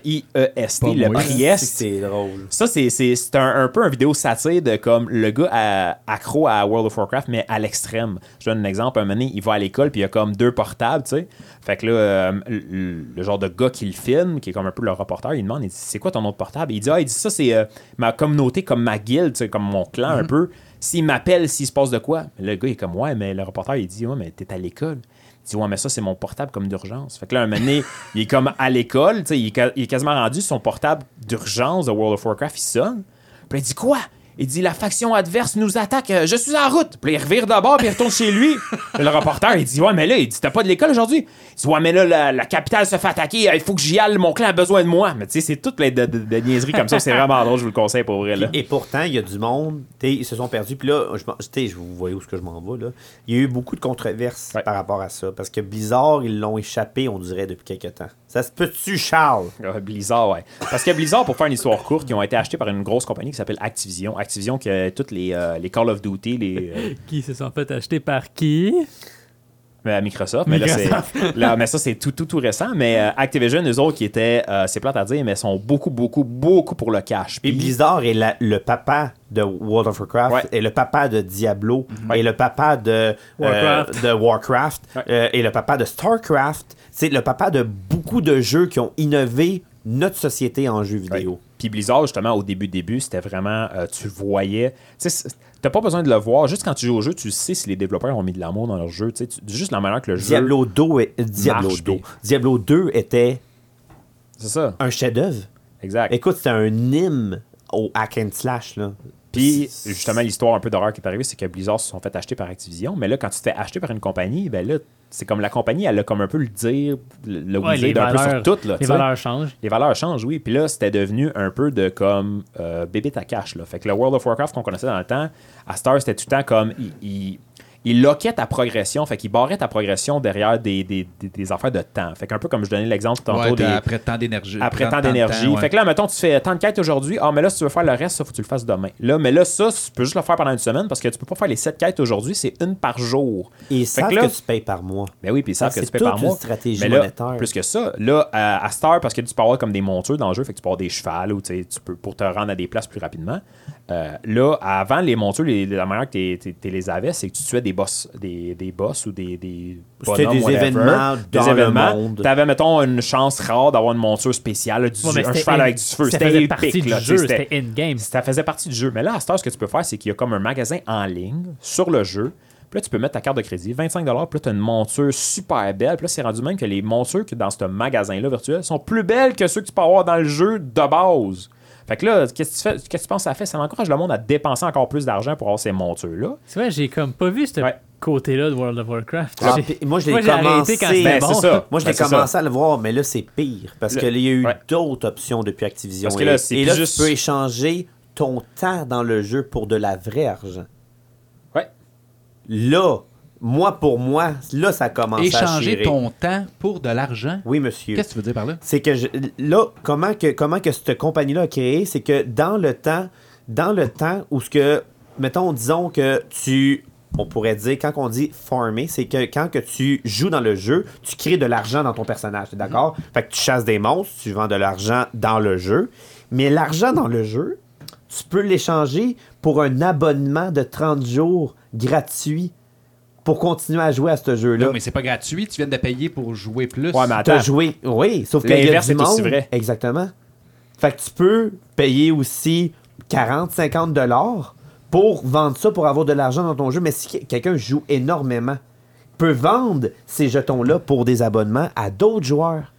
Speaker 1: P-R-I-E-S-T,
Speaker 3: Pas
Speaker 1: E le
Speaker 3: moi.
Speaker 1: Priest.
Speaker 4: C'est drôle.
Speaker 1: Mm. Ça, c'est- c'est c'est un, un peu une vidéo satire de comme le gars à- accro à World of Warcraft, mais à l'extrême. Je donne un exemple. Un moment donné, il va à l'école, puis il y a comme deux portables, tu sais. Fait que là, euh, le, le genre de gars qui le filme, qui est comme un peu le reporter, il demande, il dit, c'est quoi ton autre portable? Il dit, ah, il dit, ça, c'est euh, ma communauté, comme ma guilde, tu sais, comme mon clan un peu. S'il m'appelle, s'il se passe de quoi? Le gars, il est comme, ouais, mais le reporter, il dit, ouais, mais t'es à l'école. Il dit, ouais, mais ça, c'est mon portable comme d'urgence. Fait que là, un moment donné, il est comme à l'école, tu sais, il, est ca- il est quasiment rendu, son portable d'urgence de World of Warcraft, il sonne. Puis là, il dit, quoi? Il dit, la faction adverse nous attaque, euh, je suis en route. Puis là, il revire d'abord, puis il retourne chez lui. Puis le reporter, il dit, ouais, mais là, il dit, t'as pas de l'école aujourd'hui? Il dit, ouais, mais là, la, la capitale se fait attaquer, euh, il faut que j'y aille, mon clan a besoin de moi. Mais tu sais, c'est toutes les de, de- de niaiseries comme ça, c'est vraiment drôle, je vous le conseille pour vrai, là.
Speaker 4: Et pourtant, il y a du monde, t'sais, ils se sont perdus. Puis là, je, m'en- t'sais, je vous voyez où ce que je m'en vais. Là. Il y a eu beaucoup de controverses
Speaker 1: Ouais.
Speaker 4: par rapport à ça. Parce que Blizzard, ils l'ont échappé, on dirait, depuis quelques temps. Ça se peut-tu, Charles?
Speaker 1: Euh, Blizzard, ouais. Parce que Blizzard, pour faire une histoire courte, ils ont été achetés par une grosse compagnie qui s'appelle Activision. Activision qui a toutes les, euh, les Call of Duty, les euh,
Speaker 2: Qui se sont fait acheter par qui
Speaker 1: mais euh, à Microsoft. Mais, là, c'est- là, mais ça, c'est tout, tout, tout récent. Mais euh, Activision, eux autres, qui étaient, euh, c'est plate à dire, mais sont beaucoup, beaucoup, beaucoup pour le cash.
Speaker 4: Puis Blizzard est la- le papa de World of Warcraft,
Speaker 1: Ouais. Mhm.
Speaker 4: et le papa de Diablo, et le papa de euh,
Speaker 2: Warcraft.
Speaker 4: de Warcraft
Speaker 1: Ouais.
Speaker 4: euh, et le papa de Starcraft. C'est le papa de beaucoup de jeux qui ont innové notre société en jeux
Speaker 1: Ouais.
Speaker 4: vidéo.
Speaker 1: Puis Blizzard, justement, au début, début, c'était vraiment, euh, tu voyais, tu sais, c'est- t'as pas besoin de le voir. Juste quand tu joues au jeu, tu sais si les développeurs ont mis de l'amour dans leur jeu. Tu sais, tu- juste la manière que le jeu.
Speaker 4: Diablo 2, est- Diablo,
Speaker 1: Marche
Speaker 4: 2.
Speaker 1: bien.
Speaker 4: Diablo 2 était
Speaker 1: C'est ça,
Speaker 4: un chef-d'œuvre.
Speaker 1: exact.
Speaker 4: Écoute, c'était un hymne au hack and slash, là.
Speaker 1: Puis,
Speaker 4: C'est-
Speaker 1: justement, l'histoire un peu d'horreur qui est arrivée, c'est que Blizzard se sont fait acheter par Activision. Mais là, quand tu te fais acheter par une compagnie, ben là, c'est comme la compagnie, elle a comme un peu le dire, le, le
Speaker 2: Ouais,
Speaker 1: oui-dire un peu sur tout. Là, tu
Speaker 2: les
Speaker 1: sais.
Speaker 2: valeurs changent.
Speaker 1: Les valeurs changent, oui. Puis là, c'était devenu un peu de comme euh, bébé à cash. Là. Fait que le World of Warcraft qu'on connaissait dans le temps, à Star, c'était tout le temps comme. Il, il, il loquait ta progression, fait qu'il barrait ta progression derrière des, des, des, des affaires de temps. Fait qu'un peu comme je donnais l'exemple tantôt
Speaker 3: Ouais,
Speaker 1: des,
Speaker 3: t'as après tant d'énergie.
Speaker 1: après tant
Speaker 3: de
Speaker 1: d'énergie.
Speaker 3: temps, ouais.
Speaker 1: Fait que là, mettons, tu fais tant de quêtes aujourd'hui. Ah, mais là, si tu veux faire le reste, ça, faut que tu le fasses demain. Là, mais là, ça, tu peux juste le faire pendant une semaine parce que tu peux pas faire les 7 quêtes aujourd'hui, c'est une par jour.
Speaker 4: Ils
Speaker 1: Fait
Speaker 4: savent
Speaker 1: que là-
Speaker 4: que tu payes par mois.
Speaker 1: Ben oui, puis ils savent
Speaker 4: Ça,
Speaker 1: que tu
Speaker 4: c'est
Speaker 1: payes par
Speaker 4: toute
Speaker 1: mois.
Speaker 4: une stratégie
Speaker 1: mais là,
Speaker 4: monétaire.
Speaker 1: Plus que ça, là, à, à Star, parce que tu peux avoir comme des montures dans le jeu, fait que tu peux avoir des chevals ou tu sais, tu peux pour te rendre à des places plus rapidement. Euh, là, avant, les montures, les- la manière que t'es- t'es- t'es les avais, c'est que tu tuais des boss, des, des boss ou des, des
Speaker 4: C'était
Speaker 1: bonhommes,
Speaker 4: des
Speaker 1: whatever,
Speaker 4: événements dans
Speaker 1: des
Speaker 4: le
Speaker 1: événements.
Speaker 4: monde.
Speaker 1: T'avais, mettons, une chance rare d'avoir une monture spéciale, du,
Speaker 2: Ouais, mais
Speaker 1: un
Speaker 2: c'était
Speaker 1: cheval
Speaker 2: in-
Speaker 1: avec du feu.
Speaker 2: ça
Speaker 1: C'était
Speaker 2: faisait
Speaker 1: épique.
Speaker 2: partie du
Speaker 1: là, tu sais,
Speaker 2: jeu, c'était in-game.
Speaker 1: ça faisait partie du jeu. Mais là, à cette heure, ce que tu peux faire, c'est qu'il y a comme un magasin en ligne sur le jeu. Puis là, tu peux mettre ta carte de crédit, 25 puis là, tu as une monture super belle. Puis là, c'est rendu même que les montures que dans ce magasin-là virtuel sont plus belles que ceux que tu peux avoir dans le jeu de base. Fait que là, qu'est-ce que tu, fais, qu'est-ce que tu penses que ça fait? Ça encourage le monde à dépenser encore plus d'argent pour avoir ces montures-là.
Speaker 2: Tu vois, j'ai comme pas vu ce
Speaker 1: Ouais.
Speaker 2: côté-là de World of Warcraft.
Speaker 4: Ah,
Speaker 2: J'ai-
Speaker 4: puis moi, je l'ai
Speaker 2: j'ai arrêté
Speaker 4: commencé.
Speaker 2: quand c'était
Speaker 1: Ben,
Speaker 2: bon.
Speaker 1: c'est ça.
Speaker 4: Moi, je
Speaker 1: Ben,
Speaker 4: l'ai
Speaker 1: c'est
Speaker 4: commencé à le voir, mais là, c'est pire. Parce
Speaker 1: Le-
Speaker 4: qu'il y a eu
Speaker 1: ouais.
Speaker 4: d'autres options depuis Activision.
Speaker 1: Parce que là, c'est
Speaker 4: et
Speaker 1: plus
Speaker 4: là,
Speaker 1: juste-
Speaker 4: tu peux échanger ton temps dans le jeu pour de la vraie argent.
Speaker 1: Ouais.
Speaker 4: Là, moi pour moi, là, ça commence à
Speaker 3: Échanger
Speaker 4: chier.
Speaker 3: ton temps pour de l'argent.
Speaker 4: Oui, monsieur.
Speaker 3: Qu'est-ce que tu veux dire par là?
Speaker 4: C'est que je- là, comment que, comment que cette compagnie-là a créé, c'est que dans le temps, dans le temps où ce que, mettons, disons que tu, on pourrait dire, quand on dit farmer, c'est que quand que tu joues dans le jeu, tu crées de l'argent dans ton personnage, t'es d'accord?
Speaker 3: Mm-hmm.
Speaker 4: Fait que tu chasses des monstres, tu vends de l'argent dans le jeu, mais l'argent dans le jeu, tu peux l'échanger pour un abonnement de 30 jours gratuit pour continuer à jouer à ce jeu-là.
Speaker 3: Non, mais c'est pas gratuit, tu viens de payer pour jouer plus.
Speaker 1: Ouais, mais attends.
Speaker 4: T'as joué, oui, sauf qu'il y a
Speaker 1: L'inverse
Speaker 4: du
Speaker 1: est aussi
Speaker 4: monde.
Speaker 1: vrai.
Speaker 4: Exactement. Fait que tu peux payer aussi 40, 50 dollars pour vendre ça, pour avoir de l'argent dans ton jeu. Mais si que- quelqu'un joue énormément, peut vendre ces jetons-là pour des abonnements à d'autres joueurs.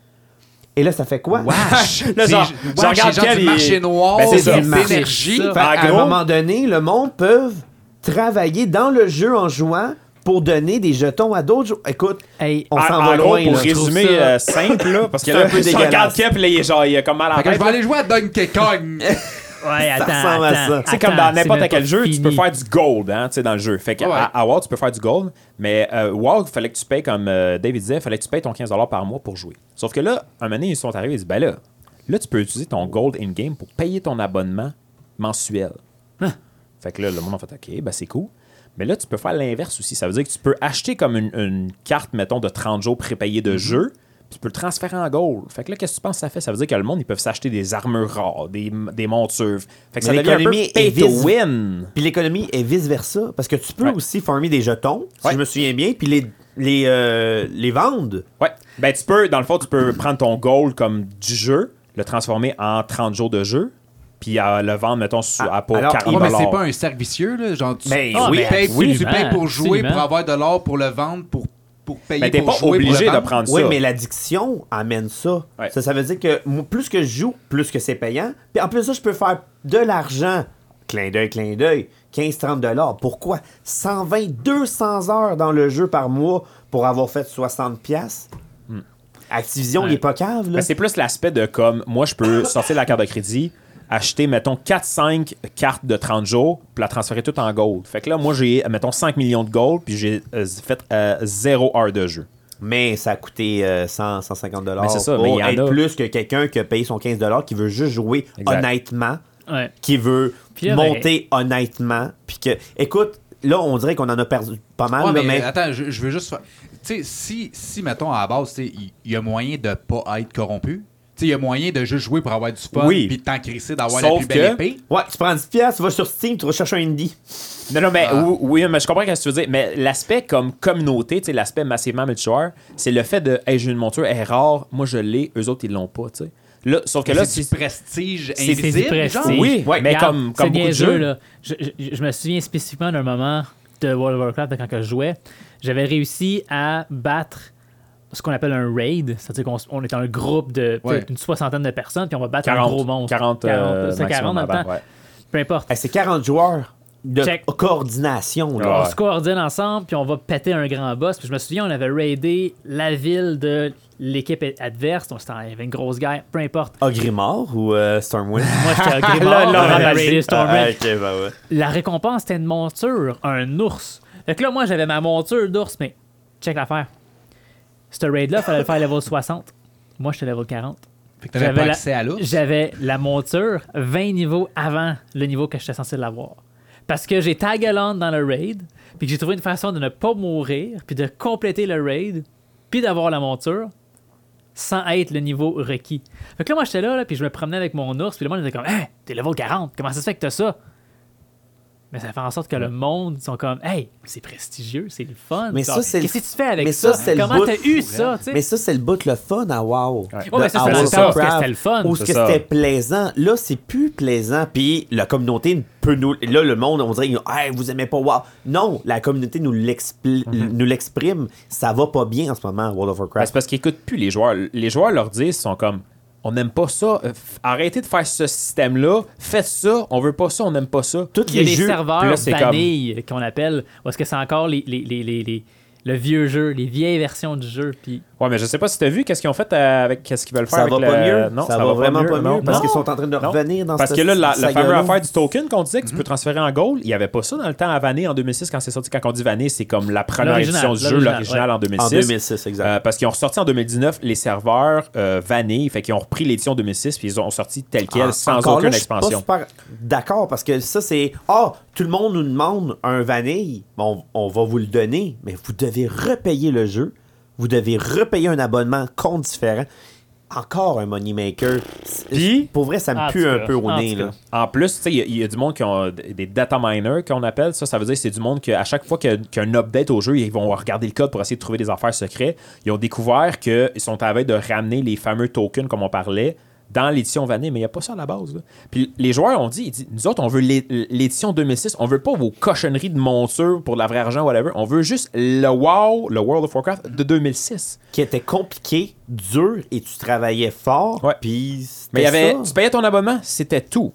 Speaker 4: Et là, ça fait quoi?
Speaker 3: Wesh!
Speaker 1: Là,
Speaker 3: C'est-
Speaker 1: genre,
Speaker 3: wesh,
Speaker 1: je regarde
Speaker 3: les gens
Speaker 1: quel
Speaker 3: du
Speaker 1: il-
Speaker 3: marché noir,
Speaker 1: Ben, c'est ça,
Speaker 3: de
Speaker 4: le marché.
Speaker 3: l'énergie.
Speaker 4: Fait
Speaker 1: En
Speaker 4: à un
Speaker 1: Ah, gros-
Speaker 4: moment donné, le monde peut travailler dans le jeu en jouant pour donner des jetons à d'autres joueurs. Écoute,
Speaker 2: Hey,
Speaker 4: on
Speaker 1: En-
Speaker 4: s'en
Speaker 1: en
Speaker 4: va
Speaker 1: gros,
Speaker 4: loin.
Speaker 1: pour
Speaker 4: là.
Speaker 1: résumer
Speaker 2: trouve ça-
Speaker 1: euh, simple, là, parce que
Speaker 4: C'est
Speaker 1: là,
Speaker 4: un peu
Speaker 1: je regarde
Speaker 4: dégueulasse.
Speaker 1: Kep, là, il est genre, il a comme mal à la
Speaker 3: Fait que je
Speaker 1: tête.
Speaker 3: vais aller jouer à Donkey Kong.
Speaker 2: Ouais, attends.
Speaker 4: ressemble à
Speaker 2: attends,
Speaker 4: ça.
Speaker 1: C'est
Speaker 2: attends,
Speaker 1: comme dans
Speaker 2: même
Speaker 1: n'importe
Speaker 2: pas
Speaker 1: quel jeu, tu peux
Speaker 2: fini.
Speaker 1: faire du gold hein, tu sais, dans le jeu. Fait que
Speaker 3: Ouais.
Speaker 1: à, à WoW, tu peux faire du gold, mais euh, WoW, il fallait que tu payes, comme euh, David disait, il fallait que tu payes ton 15$ par mois pour jouer. Sauf que là, un moment donné, ils sont arrivés et disent ben là, là, tu peux utiliser ton gold in-game pour payer ton abonnement mensuel. Fait que là, le monde a fait OK, ben c'est cool. Mais là, tu peux faire l'inverse aussi. Ça veut dire que tu peux acheter comme une, une carte, mettons, de 30 jours prépayée
Speaker 3: Mhm.
Speaker 1: de jeu, puis tu peux le transférer en gold. Fait que là, qu'est-ce que tu penses que ça fait? Ça veut dire que le monde, ils peuvent s'acheter des armures rares, des, des montures. Fait que ça
Speaker 4: Mais
Speaker 1: devient un peu
Speaker 4: l'économie est
Speaker 1: pay to
Speaker 4: vis-
Speaker 1: win.
Speaker 4: Puis l'économie est vice-versa. Parce que tu peux
Speaker 1: Ouais.
Speaker 4: aussi farmer des jetons, si
Speaker 1: Ouais.
Speaker 4: je me souviens bien, puis les, les, euh, les vendre.
Speaker 1: Ouais. Ben, tu peux, dans le fond, tu peux prendre ton gold comme du jeu, le transformer en 30 jours de jeu, puis euh, le vendre, mettons, sous-
Speaker 4: Ah,
Speaker 1: à pour
Speaker 4: alors,
Speaker 1: 40
Speaker 3: Ouais, oh, mais c'est pas un cercle vicieux, là. Genre, tu,
Speaker 4: Mais
Speaker 2: Ah,
Speaker 3: tu
Speaker 2: oui,
Speaker 3: payes,
Speaker 2: absolument,
Speaker 3: tu payes pour jouer,
Speaker 2: absolument.
Speaker 3: pour avoir de l'or, pour le vendre, pour, pour payer
Speaker 1: Mais t'es
Speaker 3: pour
Speaker 1: pas
Speaker 3: jouer, pour
Speaker 1: obligé
Speaker 3: le
Speaker 1: de
Speaker 3: vendre.
Speaker 1: prendre
Speaker 4: Oui,
Speaker 1: ça.
Speaker 4: mais l'addiction amène ça.
Speaker 1: Ouais.
Speaker 4: ça. ça veut dire que moi, plus que je joue, plus que c'est payant. Puis en plus de ça, je peux faire de l'argent. Clin d'œil, clin d'œil. 15-30 Pourquoi? 120-200 heures dans le jeu par mois pour avoir fait 60 pièces.
Speaker 1: Hmm.
Speaker 4: Activision,
Speaker 2: Ouais.
Speaker 4: il est pas cave, là.
Speaker 1: Mais c'est plus l'aspect de comme, moi, je peux sortir la carte de crédit, acheter, mettons, 4-5 cartes de 30 jours, puis la transférer toute en gold. Fait que là, moi, j'ai, mettons, 5 millions de gold, puis j'ai euh, fait 0 heure de jeu.
Speaker 4: Mais ça a coûté euh, 100, 150 dollars
Speaker 1: Mais c'est ça,
Speaker 4: pour
Speaker 1: mais il y en
Speaker 4: être
Speaker 1: a.
Speaker 4: plus que quelqu'un qui a payé son 15 dollars, qui veut juste jouer
Speaker 1: Exact.
Speaker 4: honnêtement,
Speaker 2: Ouais.
Speaker 4: qui veut
Speaker 2: Puis là, ben-
Speaker 4: monter honnêtement, puis que, écoute, là, on dirait qu'on en a perdu pas mal,
Speaker 3: Ouais,
Speaker 4: là,
Speaker 3: mais,
Speaker 4: mais,
Speaker 3: attends, je, je veux juste faire. Tu sais, si, si, mettons, à la base, tu sais, il il y, a moyen de pas être corrompu. Tu sais, il y a moyen de juste jouer pour avoir du fun,
Speaker 1: Oui.
Speaker 3: puis de t'en crisser d'avoir la
Speaker 1: Sauf
Speaker 3: plus belle
Speaker 1: que-
Speaker 3: épée.
Speaker 4: ouais, tu prends 10 pièces, tu vas sur Steam, tu recherches un indie.
Speaker 1: Non, non,
Speaker 2: Ah.
Speaker 1: mais oui, oui, mais je comprends ce que tu veux dire. Mais l'aspect comme communauté, tu sais, l'aspect massivement multijoueur, c'est le fait de, hey, j'ai une monture, elle est rare, moi je l'ai, eux autres ils l'ont pas, tu sais. Là, sauf que
Speaker 3: Mais
Speaker 1: là,
Speaker 3: c'est du
Speaker 1: si-
Speaker 3: prestige
Speaker 2: C'est- C'est du
Speaker 3: invisible, genre.
Speaker 2: prestige.
Speaker 1: Oui, mais
Speaker 2: Regarde,
Speaker 1: comme-
Speaker 2: c'est
Speaker 1: comme beaucoup de
Speaker 2: niaiseux,
Speaker 1: jeux.
Speaker 2: là. Je, je- je me souviens spécifiquement d'un moment de World of Warcraft quand que je jouais. J'avais réussi à battre ce qu'on appelle un raid. C'est-à-dire qu'on s- on est un groupe de peut-être
Speaker 3: Ouais.
Speaker 2: une soixantaine de personnes, puis on va battre un
Speaker 1: 40,
Speaker 2: gros monstre.
Speaker 1: 40, euh,
Speaker 2: c'est 40
Speaker 1: maximum
Speaker 2: dans le
Speaker 1: avant,
Speaker 2: temps.
Speaker 1: ouais.
Speaker 2: Peu importe.
Speaker 4: Eh, c'est 40 joueurs de
Speaker 2: Check.
Speaker 4: coordination, là.
Speaker 1: Ouais.
Speaker 2: On se coordonne ensemble, puis on va péter un grand boss. Puis je me souviens, on avait raidé la ville de l'équipe adverse. Donc, c'était- il y avait une grosse guerre, peu importe.
Speaker 4: Agrimor ou euh, Stormwind?
Speaker 2: Moi, j'étais à
Speaker 1: Là,
Speaker 2: Grimard, on
Speaker 1: là,
Speaker 2: avait
Speaker 1: ramasser.
Speaker 2: raidé Stormwind.
Speaker 4: Ah, ok, ben ouais.
Speaker 2: la récompense, c'était une monture, un ours. Fait que là, moi, j'avais ma monture d'ours, mais check l'affaire. Ce raid-là, fallait le faire level 60. Moi, j'étais level 40.
Speaker 3: Fait que t'avais
Speaker 2: J'avais
Speaker 3: pas
Speaker 2: la-
Speaker 3: accès à l'ours.
Speaker 2: J'avais la monture 20 niveaux avant le niveau que j'étais censé l'avoir. Parce que j'ai tagalante dans le raid, puis que j'ai trouvé une façon de ne pas mourir, puis de compléter le raid, puis d'avoir la monture sans être le niveau requis. Fait que là, moi, j'étais là, là, puis je me promenais avec mon ours, puis le monde était comme Hey, t'es level 40, comment ça se fait que t'as ça? Mais ça fait en sorte que le monde, ils sont comme Hey, c'est prestigieux, c'est le fun.
Speaker 4: Mais
Speaker 2: Genre,
Speaker 4: ça, c'est le-
Speaker 2: Qu'est-ce que tu fais avec
Speaker 4: mais
Speaker 2: ça?
Speaker 4: ça, c'est le
Speaker 2: Comment
Speaker 4: bout-
Speaker 2: t'as eu ça? tu sais?
Speaker 4: Mais ça, c'est le bout le fun à WoW.
Speaker 2: Ouais, mais ça, c'est
Speaker 4: à
Speaker 2: dans
Speaker 4: World
Speaker 2: le temps,
Speaker 4: of
Speaker 2: parce que
Speaker 4: Warcraft,
Speaker 2: c'était le fun.
Speaker 4: Où ce
Speaker 1: C'est
Speaker 4: que
Speaker 1: ça.
Speaker 4: c'était plaisant. Là, c'est plus plaisant. Puis la communauté peut nous. Là, le monde, on dirait, hey, vous aimez pas WoW. Non, la communauté nous l'expli- nous l'exprime. Ça va pas bien en ce moment, World of
Speaker 1: Ben, c'est
Speaker 4: Warcraft.
Speaker 1: parce qu'ils écoutent plus les joueurs. Les joueurs leur disent, ils sont comme, on n'aime pas ça, euh, f- arrêtez de faire ce système-là, faites ça, on veut pas ça, on n'aime pas ça.
Speaker 4: Tous
Speaker 2: Il y a
Speaker 4: les
Speaker 2: des
Speaker 4: jeux.
Speaker 1: puis
Speaker 2: serveurs
Speaker 1: là, c'est comme-
Speaker 2: vanille qu'on appelle, où est-ce que c'est encore les, les, les, les- les- le vieux jeu, les vieilles versions du jeu. Puis
Speaker 1: Ouais, mais je sais pas si t'as vu qu'est-ce qu'ils ont fait euh, avec qu'est-ce qu'ils veulent faire.
Speaker 4: Ça
Speaker 1: avec
Speaker 4: va pas
Speaker 1: le-
Speaker 4: mieux.
Speaker 1: Non,
Speaker 4: ça, va, vraiment pas mieux.
Speaker 1: non.
Speaker 4: parce
Speaker 1: Non.
Speaker 4: qu'ils sont en train de
Speaker 1: Non.
Speaker 4: revenir dans
Speaker 1: Parce
Speaker 4: cette
Speaker 1: que là, la, la
Speaker 4: saga-là. Mhm.
Speaker 1: fameuse affaire du token qu'on disait que tu peux transférer en gold, il n'y avait pas ça dans le temps à Vanille en 2006 quand c'est sorti. Quand on dit Vanille, c'est comme la première
Speaker 2: L'original,
Speaker 1: édition du jeu,
Speaker 2: l'original,
Speaker 1: l'original en 2006.
Speaker 4: En 2006, exact.
Speaker 1: Euh, parce qu'ils ont ressorti en 2019 les serveurs euh, Vanille, fait qu'ils ont repris l'édition 2006 puis ils ont sorti tel quel
Speaker 4: En-
Speaker 1: sans
Speaker 4: Ah, encore
Speaker 1: aucune
Speaker 4: là, je suis pas
Speaker 1: expansion.
Speaker 4: super D'accord, parce que ça, c'est. Ah, tout le monde nous demande un vanille. Bon, on va vous le donner, mais vous devez repayer le jeu. Vous devez repayer un abonnement compte différent. encore un Moneymaker. C'est-
Speaker 1: Puis-
Speaker 4: Pour vrai, ça me
Speaker 2: En
Speaker 4: pue
Speaker 2: tout
Speaker 4: un
Speaker 2: cas,
Speaker 4: peu au
Speaker 2: en
Speaker 4: nez.
Speaker 2: tout cas.
Speaker 4: Là.
Speaker 1: En plus, tu sais, il y a- il y, a du monde qui ont d- des data miners qu'on appelle. Ça, ça veut dire que c'est du monde que à chaque fois que- qu'il y a un update au jeu, ils vont regarder le code pour essayer de trouver des affaires secrets. Ils ont découvert qu'ils sont à la veille de ramener les fameux tokens comme on parlait dans l'édition vanille, mais il n'y a pas ça à la base. là. Puis les joueurs ont dit, ils disent, nous autres, on veut l'é- l'édition 2006, on veut pas vos cochonneries de montures pour de la vraie argent, whatever. On veut juste le WoW, le World of Warcraft de 2006.
Speaker 4: Qui était compliqué, dur, et tu travaillais fort.
Speaker 1: Ouais.
Speaker 4: Puis
Speaker 1: Mais il y avait,
Speaker 4: c'était ça.
Speaker 1: tu payais ton abonnement, c'était tout.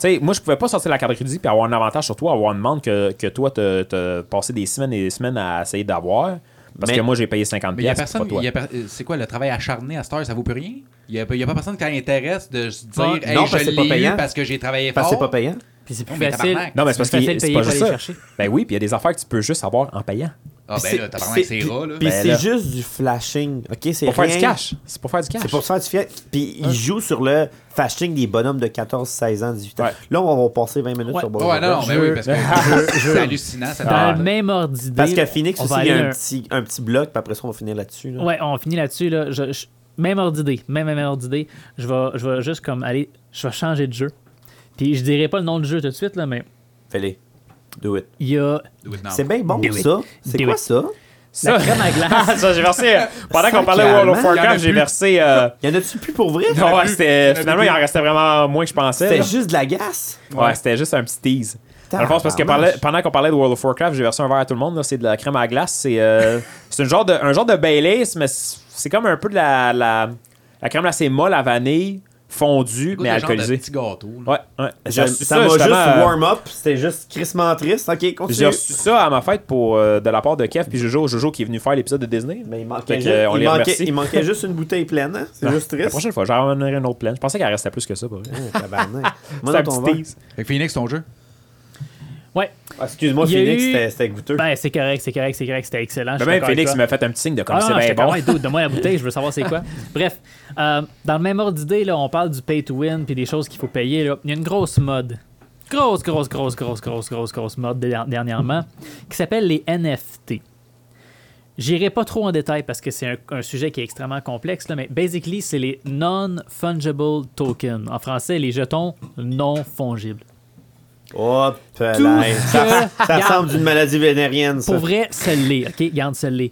Speaker 1: Tu sais, moi, je pouvais pas sortir la carte de crédit puis avoir un avantage sur toi, avoir une demande que, que toi, t'as t'as passé des semaines et des semaines à essayer d'avoir. Parce
Speaker 4: Mais-
Speaker 1: que moi, j'ai payé 50
Speaker 3: Mais il n'y a
Speaker 1: piastres,
Speaker 3: personne.
Speaker 1: pas toi.
Speaker 3: y a per- euh, C'est quoi le travail acharné à cette heure Ça vaut plus rien Il n'y a, pas- y a pas personne qui a intérêt de se dire
Speaker 2: Non,
Speaker 3: hey,
Speaker 4: parce que
Speaker 3: je
Speaker 4: c'est pas
Speaker 3: l'ai
Speaker 4: payant.
Speaker 3: eu parce que j'ai travaillé
Speaker 4: Parce que
Speaker 3: fort.
Speaker 4: c'est pas payant.
Speaker 2: Puis c'est plus
Speaker 3: Non, Oh, mais
Speaker 2: facile.
Speaker 3: tabarnak.
Speaker 1: Non, mais c'est parce
Speaker 2: plus
Speaker 1: que
Speaker 2: facile de
Speaker 1: c'est
Speaker 2: payer
Speaker 1: pas
Speaker 2: pour
Speaker 1: juste
Speaker 2: aller
Speaker 1: ça.
Speaker 2: chercher.
Speaker 1: Ben oui, puis il y a des affaires que tu peux juste avoir en payant.
Speaker 3: Ah, ben là, tabarnak,
Speaker 4: Puis
Speaker 3: c'est rat, là.
Speaker 4: Puis
Speaker 1: Ben
Speaker 4: c'est
Speaker 1: là.
Speaker 4: juste du flashing. OK, c'est
Speaker 1: Pour faire du
Speaker 4: rien.
Speaker 1: cash. C'est pour faire du cash.
Speaker 4: C'est pour se faire du fiat. Puis ils jouent sur le flashing des bonhommes de 14, 16 ans, 18 ans.
Speaker 1: Ouais.
Speaker 4: Là, on va passer 20 minutes
Speaker 2: Ouais.
Speaker 4: sur
Speaker 3: Ouais, ouais,
Speaker 4: Baldur's
Speaker 3: non, non,
Speaker 4: Gate.
Speaker 3: mais oui, parce que c'est hallucinant. Ça
Speaker 2: Dans
Speaker 1: Ah,
Speaker 2: le même ordi
Speaker 4: Parce qu'à Phoenix
Speaker 2: on
Speaker 4: aussi,
Speaker 2: va
Speaker 4: il y
Speaker 2: aller
Speaker 4: a un
Speaker 2: un-
Speaker 4: petit, un petit bloc, puis après ça, on va finir là-dessus. là.
Speaker 2: Ouais, on finit là-dessus. Là. Je- je- même ordre d'idée. Même, même ordre d'idée. Je vais, je vais juste comme aller. Je vais changer de jeu. Puis je dirai pas le nom du jeu tout de suite, là, mais
Speaker 4: Fais-les. Do it.
Speaker 2: il y a
Speaker 3: Oui, non.
Speaker 4: C'est bien bon,
Speaker 2: Do it.
Speaker 4: ça. C'est
Speaker 2: Do
Speaker 4: quoi
Speaker 2: it.
Speaker 4: ça?
Speaker 1: ça,
Speaker 2: crème à glace.
Speaker 1: ça, j'ai versé. euh, Pendant qu'on parlaait de World of
Speaker 4: Sacrément,
Speaker 3: il y en a
Speaker 1: Warcraft, j'ai
Speaker 3: plus.
Speaker 1: versé. euh,
Speaker 4: Y en a-tu plus pour vrai?
Speaker 1: non, ouais,
Speaker 3: plus.
Speaker 1: c'était-
Speaker 3: Il y en a
Speaker 1: finalement,
Speaker 3: plus.
Speaker 1: il en restait vraiment moins que je pensais.
Speaker 4: C'était
Speaker 1: là.
Speaker 4: juste de la gasse?
Speaker 1: Ouais, c'était juste un petit tease. Dans le fond, c'est parce que
Speaker 4: Tabarnak.
Speaker 1: parla- pendant qu'on parlait de World of Warcraft, j'ai versé un verre à tout le monde. là. C'est de la crème à la glace. C'est euh, c'est un genre de, un genre de Baileys, mais c'est c'est comme un peu de la, la, la crème assez molle à vanille, fondue,
Speaker 3: Goûte
Speaker 1: mais
Speaker 3: de genre de
Speaker 1: alcoolisée.
Speaker 3: petit gâteau. là.
Speaker 1: Ouais, ouais. J'ai
Speaker 4: Je-
Speaker 1: reçu
Speaker 4: ça m'a juste
Speaker 1: justement, euh,
Speaker 4: warm-up. C'était juste crissement triste. OK,
Speaker 1: J'ai
Speaker 4: continue.
Speaker 1: reçu ça à ma fête pour, euh, de la part de Kev puis Jojo, Jojo qui est venu faire l'épisode de Disney.
Speaker 4: Mais il
Speaker 1: Fait
Speaker 4: manquait,
Speaker 1: que,
Speaker 4: juste,
Speaker 1: euh, on
Speaker 4: il
Speaker 1: les
Speaker 4: manquait-
Speaker 1: remercie.
Speaker 4: il manquait juste une bouteille pleine. hein? C'est juste
Speaker 1: La
Speaker 4: triste.
Speaker 1: prochaine fois, j'en ramènerai une autre pleine. Je pensais qu'elle restait plus que ça, pour vrai.
Speaker 4: Oh, tabarnak. Moi,
Speaker 1: C'est un
Speaker 4: dans ton
Speaker 1: petit
Speaker 4: verre.
Speaker 1: tease.
Speaker 3: Fait que Phoenix, ton jeu
Speaker 2: Ouais.
Speaker 4: Ah, Excuse-moi,
Speaker 2: Il y a
Speaker 4: Phoenix,
Speaker 2: eu-
Speaker 4: c'était- c'était goûteux.
Speaker 2: Ben, c'est correct, c'est correct, c'est correct. C'était excellent. je suis
Speaker 1: Même
Speaker 2: d'accord avec
Speaker 1: Félix
Speaker 2: toi.
Speaker 1: m'a fait un petit signe de comme
Speaker 2: Ah non,
Speaker 1: c'est
Speaker 2: non,
Speaker 1: bien
Speaker 2: j'étais
Speaker 1: bon.
Speaker 2: comme, Ouais, dude, donne-moi la bouteille, je veux savoir c'est quoi. Bref, euh, dans le même ordre d'idée, là, on parle du pay to win puis des choses qu'il faut payer. Là. Il y a une grosse mode. Grosse, grosse, grosse, grosse, grosse, grosse, grosse mode de- dernièrement qui s'appelle les NFT. J'irai pas trop en détail parce que c'est un, un sujet qui est extrêmement complexe, là, mais basically, c'est les non-fungible tokens. En français, les jetons non fongibles.
Speaker 4: Hop là.
Speaker 2: Tout ce
Speaker 4: Ça,
Speaker 2: que-
Speaker 4: ça ressemble d'une maladie vénérienne, ça.
Speaker 2: Pour vrai, ça l'est, ok? Garde, ça l'est.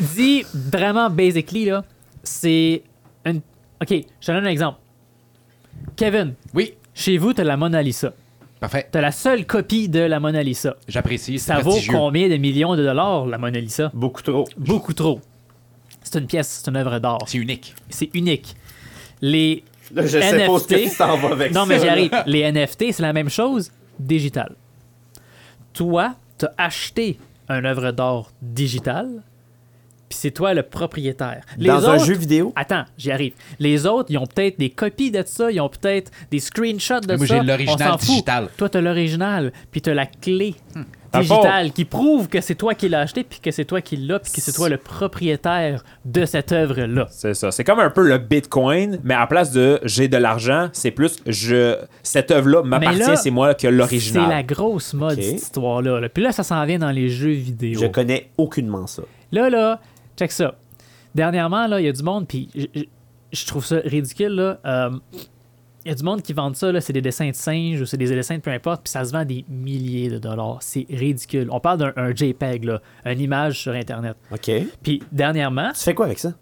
Speaker 2: Dis vraiment basically, là, c'est une. Ok, je te donne un exemple. Kevin,
Speaker 3: Oui,
Speaker 2: chez vous, t'as la Mona Lisa.
Speaker 3: parfait.
Speaker 2: T'as la seule copie de la Mona Lisa.
Speaker 3: J'apprécie. c'est
Speaker 2: Ça vaut
Speaker 3: prestigieux.
Speaker 2: combien de millions de dollars, la Mona Lisa?
Speaker 4: Beaucoup trop.
Speaker 2: Beaucoup trop. C'est une pièce, c'est une œuvre d'art.
Speaker 3: C'est unique.
Speaker 2: C'est unique. Les
Speaker 4: Là, je sais
Speaker 2: NFT.
Speaker 4: pas où est-ce que tu s'en vas avec
Speaker 2: non,
Speaker 4: ça.
Speaker 2: mais j'y
Speaker 4: là.
Speaker 2: arrive. Les NFT, c'est la même chose, digital. Toi, tu as acheté une œuvre d'art digitale, puis c'est toi le propriétaire. Les
Speaker 4: Dans un
Speaker 2: autres-
Speaker 4: jeu vidéo.
Speaker 2: Attends, j'y arrive. Les autres, ils ont peut-être des copies de ça, ils ont peut-être des screenshots de
Speaker 3: Mais moi,
Speaker 2: ça.
Speaker 3: j'ai l'original
Speaker 2: on s'en fout.
Speaker 3: digital. Hmm.
Speaker 2: Toi, tu as l'original, puis tu as la clé
Speaker 1: Dans le fond-
Speaker 2: digitale qui prouve que c'est toi qui l'as acheté, puis que c'est toi qui l'as, puis que c'est toi le propriétaire de cette œuvre-là.
Speaker 1: C'est ça. C'est comme un peu le Bitcoin, mais à place de j'ai de l'argent, c'est plus je cette œuvre-là
Speaker 2: Mais là,
Speaker 1: m'appartient, c'est moi que
Speaker 2: C'est la
Speaker 1: l'original.
Speaker 2: grosse mode,
Speaker 4: Ok.
Speaker 2: cette histoire-là. là. Puis là, ça s'en vient dans les jeux vidéo.
Speaker 4: Je connais aucunement ça.
Speaker 2: Là, là, check ça. Dernièrement, là, il y a du monde, puis je- je- je trouve ça ridicule, là. Euh, Il y a du monde qui vend ça, là, c'est des dessins de singes ou c'est des dessins de peu importe, puis ça se vend des milliers de dollars. C'est ridicule. On parle d'un un JPEG, là, une image sur Internet.
Speaker 4: OK. Tu
Speaker 2: Puis dernièrement,
Speaker 4: fais quoi avec ça?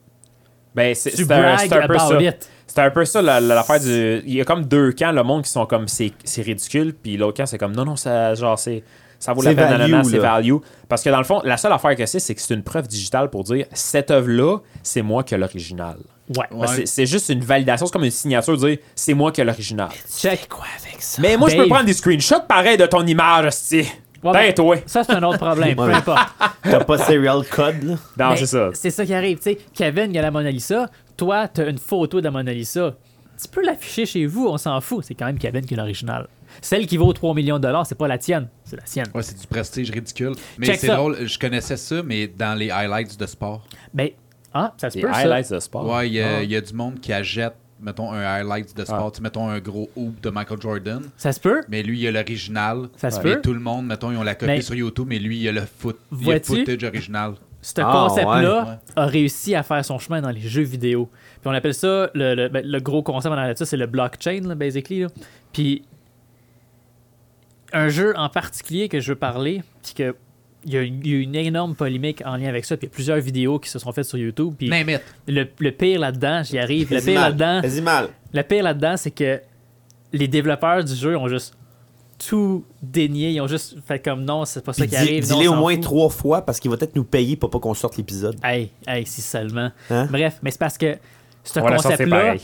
Speaker 1: Ben, c'est
Speaker 2: tu
Speaker 1: c'est un,
Speaker 2: bragues
Speaker 1: c'est un peu
Speaker 2: about
Speaker 1: ça.
Speaker 2: it.
Speaker 1: C'est un peu ça la- la- l'affaire du. Il y a comme deux camps, le monde qui sont comme c'est c'est ridicule, puis l'autre camp c'est comme non, non, ça, genre, c'est. Ça vaut la
Speaker 4: C'est
Speaker 1: peine,
Speaker 4: value,
Speaker 1: nanana, c'est
Speaker 4: là.
Speaker 1: value. Parce que dans le fond, la seule affaire que c'est, c'est que c'est une preuve digitale pour dire cette œuvre-là, c'est moi qui ai l'original.
Speaker 2: Ouais.
Speaker 1: Parce que
Speaker 3: Ouais.
Speaker 1: c'est- C'est juste une validation, c'est comme une signature, dire c'est moi qui ai l'original.
Speaker 2: Check. quoi avec ça?
Speaker 1: Mais moi, je peux
Speaker 2: Dave.
Speaker 1: prendre des screenshots pareil de ton image, si. Ben, toi.
Speaker 2: Ça, c'est un autre problème, peu importe.
Speaker 4: T'as pas serial code, là?
Speaker 1: Non,
Speaker 2: Mais
Speaker 1: c'est ça.
Speaker 2: C'est Ben, ça qui arrive. Tu sais, Kevin, il y a la Mona Lisa. Toi, tu as une photo de la Mona Lisa. Tu peux l'afficher chez vous, on s'en fout. C'est quand même Kevin qui est l'original. Celle qui vaut 3 millions de dollars, c'est pas la tienne, c'est la sienne.
Speaker 3: Ouais, c'est du prestige ridicule. Mais
Speaker 2: Check
Speaker 3: c'est
Speaker 2: ça.
Speaker 3: drôle, je connaissais ça, mais dans les highlights de sport.
Speaker 2: Mais, ah, ça se
Speaker 1: Les
Speaker 2: peut, ça.
Speaker 1: highlights de
Speaker 4: Ah.
Speaker 1: sport.
Speaker 3: Ouais, il y, a- il y a du monde qui achète, mettons, un highlight de
Speaker 4: Ah.
Speaker 3: sport, tu sais, mettons un gros hoop de Michael Jordan.
Speaker 2: Ça se peut.
Speaker 3: Mais lui, il a l'original.
Speaker 2: Ça se
Speaker 3: Mais
Speaker 2: peut.
Speaker 3: tout le monde, mettons, ils ont la copie
Speaker 2: Mais-
Speaker 3: sur YouTube, mais lui, il a le foot. Il a le
Speaker 2: Vois-tu?
Speaker 3: footage original.
Speaker 2: ce
Speaker 4: Ah,
Speaker 2: concept-là
Speaker 4: ouais.
Speaker 2: a réussi à faire son chemin dans les jeux vidéo. Puis on appelle ça, le, le- ben, le gros concept en arrière de ça, c'est le blockchain, là, basically. là. Puis un jeu en particulier que je veux parler, puis que il y a eu une énorme polémique en lien avec ça, puis il y a plusieurs vidéos qui se sont faites sur YouTube. Puis
Speaker 3: Name it.
Speaker 2: le, le pire là-dedans, j'y arrive, le
Speaker 4: Vas-y
Speaker 2: pire
Speaker 4: mal.
Speaker 2: là-dedans,
Speaker 4: Vas-y mal.
Speaker 2: le pire là-dedans, c'est que les développeurs du jeu ont juste tout dénié. Ils ont juste fait comme non, c'est pas ça qui
Speaker 4: Puis dis-
Speaker 2: arrive. non,
Speaker 4: dis-les
Speaker 2: on
Speaker 4: au
Speaker 2: s'en
Speaker 4: moins
Speaker 2: fout.
Speaker 4: trois fois parce qu'il va peut-être nous payer pour pas qu'on sorte l'épisode.
Speaker 2: Hey, hey, si seulement.
Speaker 4: Hein?
Speaker 2: Bref, mais c'est parce que ce
Speaker 1: On va la sortir
Speaker 2: concept-là,
Speaker 1: pareil.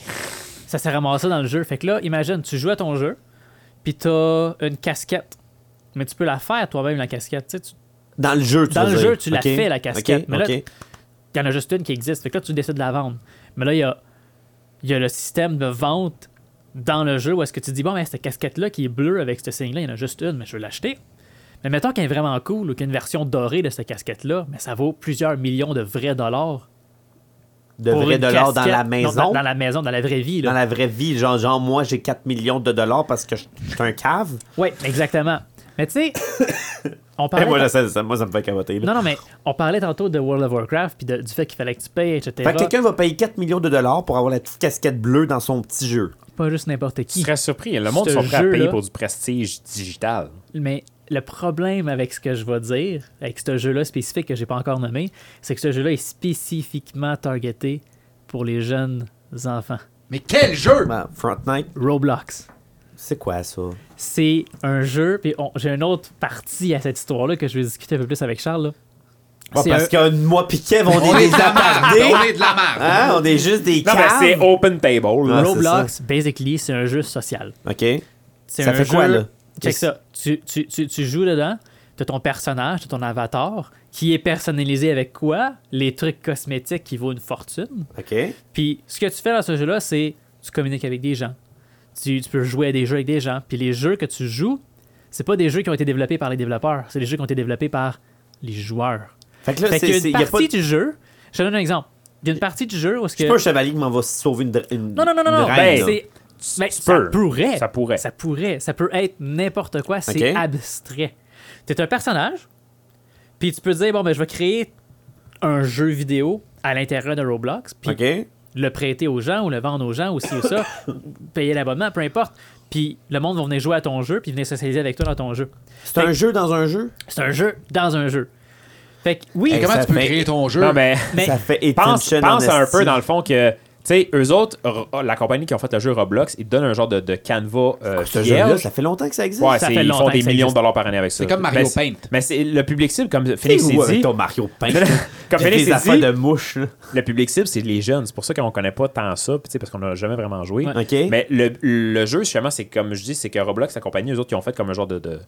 Speaker 2: ça s'est ramassé dans le jeu. Fait que là, imagine, tu joues à ton jeu, puis t'as une casquette. Mais tu peux la faire toi-même, la casquette. Tu sais, tu-
Speaker 4: Dans le jeu, tu
Speaker 2: Dans
Speaker 4: veux
Speaker 2: le
Speaker 4: dire.
Speaker 2: jeu, tu la
Speaker 4: Ok,
Speaker 2: fais, la casquette.
Speaker 4: ok,
Speaker 2: Mais là,
Speaker 4: ok.
Speaker 2: Il y en a juste une qui existe. Fait que là, tu décides de la vendre. Mais là, il y a, il y a le système de vente dans le jeu où est-ce que tu dis, bon, mais cette casquette-là qui est bleue avec ce signe-là, il y en a juste une, mais je veux l'acheter. Mais mettons qu'elle est vraiment cool ou qu'il y a une version dorée de cette casquette-là, mais ça vaut plusieurs millions de vrais dollars.
Speaker 4: de
Speaker 2: pour
Speaker 4: vrais
Speaker 2: une
Speaker 4: dollars dans
Speaker 2: casquette-
Speaker 4: la
Speaker 2: non,
Speaker 4: maison.
Speaker 2: dans, dans la maison, dans la vraie vie. Là.
Speaker 4: dans la vraie vie, genre, genre moi j'ai 4 millions de dollars parce que je je suis un cave.
Speaker 2: Oui, exactement. Mais tu sais, on parlait.
Speaker 4: moi, je sais, ça, moi ça me fait caboter. là.
Speaker 2: non, non, mais on parlait tantôt de World of Warcraft puis de- du fait qu'il fallait que tu payes, etc.
Speaker 4: fait que quelqu'un va payer 4 millions de dollars pour avoir la petite casquette bleue dans son petit jeu.
Speaker 2: Pas juste n'importe
Speaker 1: Je
Speaker 2: qui.
Speaker 1: serais surpris. Le monde
Speaker 2: Ce
Speaker 1: sont prêts à
Speaker 2: jeu-là-
Speaker 1: payer pour du prestige digital.
Speaker 2: Mais le problème avec ce que je vais dire, avec ce jeu-là spécifique que j'ai pas encore nommé, c'est que ce jeu-là est spécifiquement targeté pour les jeunes enfants.
Speaker 3: Mais quel jeu!
Speaker 4: Ben, Front Night,
Speaker 2: Roblox.
Speaker 4: c'est quoi ça?
Speaker 2: C'est un jeu, puis on- j'ai une autre partie à cette histoire-là que je vais discuter un peu plus avec Charles. là.
Speaker 1: Ah,
Speaker 4: Pas
Speaker 2: C'est
Speaker 4: parce
Speaker 2: un-
Speaker 4: que moi pis Kev, on
Speaker 3: On
Speaker 4: est
Speaker 3: est Ah.
Speaker 4: des
Speaker 3: de la merde!
Speaker 4: attardés.
Speaker 3: On est de la merde!
Speaker 4: Hein? On est juste des
Speaker 1: Non, mais
Speaker 4: caves.
Speaker 1: c'est open table. là.
Speaker 4: Ah, c'est
Speaker 2: Roblox, basically, c'est un jeu social.
Speaker 4: OK.
Speaker 2: C'est
Speaker 4: Ça
Speaker 2: un
Speaker 4: fait
Speaker 2: jeu-
Speaker 4: quoi, là?
Speaker 2: Check
Speaker 4: Qu'est-ce-
Speaker 2: ça. Tu, tu, tu, tu joues dedans, t'as ton personnage, t'as ton avatar, qui est personnalisé avec quoi? Les trucs cosmétiques qui vaut une fortune.
Speaker 4: OK.
Speaker 2: Puis ce que tu fais dans ce jeu-là, c'est tu communiques avec des gens. Tu, tu peux jouer à des jeux avec des gens. Puis les jeux que tu joues, c'est pas des jeux qui ont été développés par les développeurs, c'est des jeux qui ont été développés par les joueurs.
Speaker 4: Fait que là,
Speaker 2: fait
Speaker 4: c'est-
Speaker 2: qu'il y a
Speaker 4: c'est-
Speaker 2: une
Speaker 4: y a pas
Speaker 2: partie
Speaker 4: de-
Speaker 2: du jeu, je te donne un exemple. Il y a une partie du jeu où est-ce
Speaker 4: Je
Speaker 2: que
Speaker 4: suis pas un chevalier qui m'en va sauver une, dra- une
Speaker 2: non non non non,
Speaker 4: une
Speaker 2: non,
Speaker 4: reine,
Speaker 2: ben,
Speaker 4: là.
Speaker 2: c'est- mais
Speaker 1: tu
Speaker 2: ça
Speaker 1: peux.
Speaker 2: pourrait.
Speaker 1: Ça pourrait.
Speaker 2: Ça pourrait. Ça peut être n'importe quoi. C'est
Speaker 4: Ok.
Speaker 2: abstrait. T'es un personnage, puis tu peux te dire bon ben je vais créer un jeu vidéo à l'intérieur de Roblox, puis
Speaker 4: OK.
Speaker 2: le prêter aux gens ou le vendre aux gens aussi ou ça, payer l'abonnement, peu importe. Puis le monde va venir jouer à ton jeu, puis venir socialiser avec toi dans ton jeu.
Speaker 4: C'est un jeu dans un jeu?
Speaker 2: C'est un jeu dans un jeu. Fait que oui,
Speaker 3: Mais
Speaker 4: Hey,
Speaker 3: comment
Speaker 4: ça
Speaker 3: tu peux
Speaker 4: fait-
Speaker 3: créer ton jeu?
Speaker 1: Non, mais
Speaker 2: mais
Speaker 4: Ça fait
Speaker 1: pense,
Speaker 4: attention
Speaker 1: pense
Speaker 4: en
Speaker 1: un peu
Speaker 4: esti.
Speaker 1: dans le fond que. Tu sais, eux autres, R- oh, la compagnie qui ont fait le jeu Roblox, ils te donnent un genre de, de canevas euh,
Speaker 4: Ce
Speaker 1: vierge.
Speaker 4: jeu-là, ça fait longtemps que ça existe.
Speaker 1: Ouais,
Speaker 2: Ça
Speaker 1: c'est-
Speaker 2: fait
Speaker 1: ils
Speaker 2: longtemps
Speaker 1: font
Speaker 2: que
Speaker 1: des
Speaker 2: ça
Speaker 1: millions de
Speaker 2: existe.
Speaker 1: dollars par année avec ça.
Speaker 3: C'est comme Mario
Speaker 1: Mais c'est-
Speaker 3: Paint.
Speaker 1: Mais c'est le public cible, comme
Speaker 4: T'es
Speaker 1: Félix
Speaker 4: où
Speaker 1: s'est
Speaker 4: avec
Speaker 1: dit.
Speaker 4: ton Mario Paint?
Speaker 1: comme
Speaker 4: J'ai
Speaker 1: Félix
Speaker 4: des
Speaker 1: s'est
Speaker 4: affaires
Speaker 1: dit,
Speaker 4: de mouche, là.
Speaker 1: le public cible, c'est les jeunes. C'est pour ça qu'on connaît pas tant ça, puis tu sais, parce qu'on n'a jamais vraiment joué.
Speaker 2: Ouais.
Speaker 4: OK.
Speaker 1: Mais le, le jeu, justement, c'est comme je dis, c'est que Roblox, la compagnie, eux autres, ils ont fait comme un genre de. de-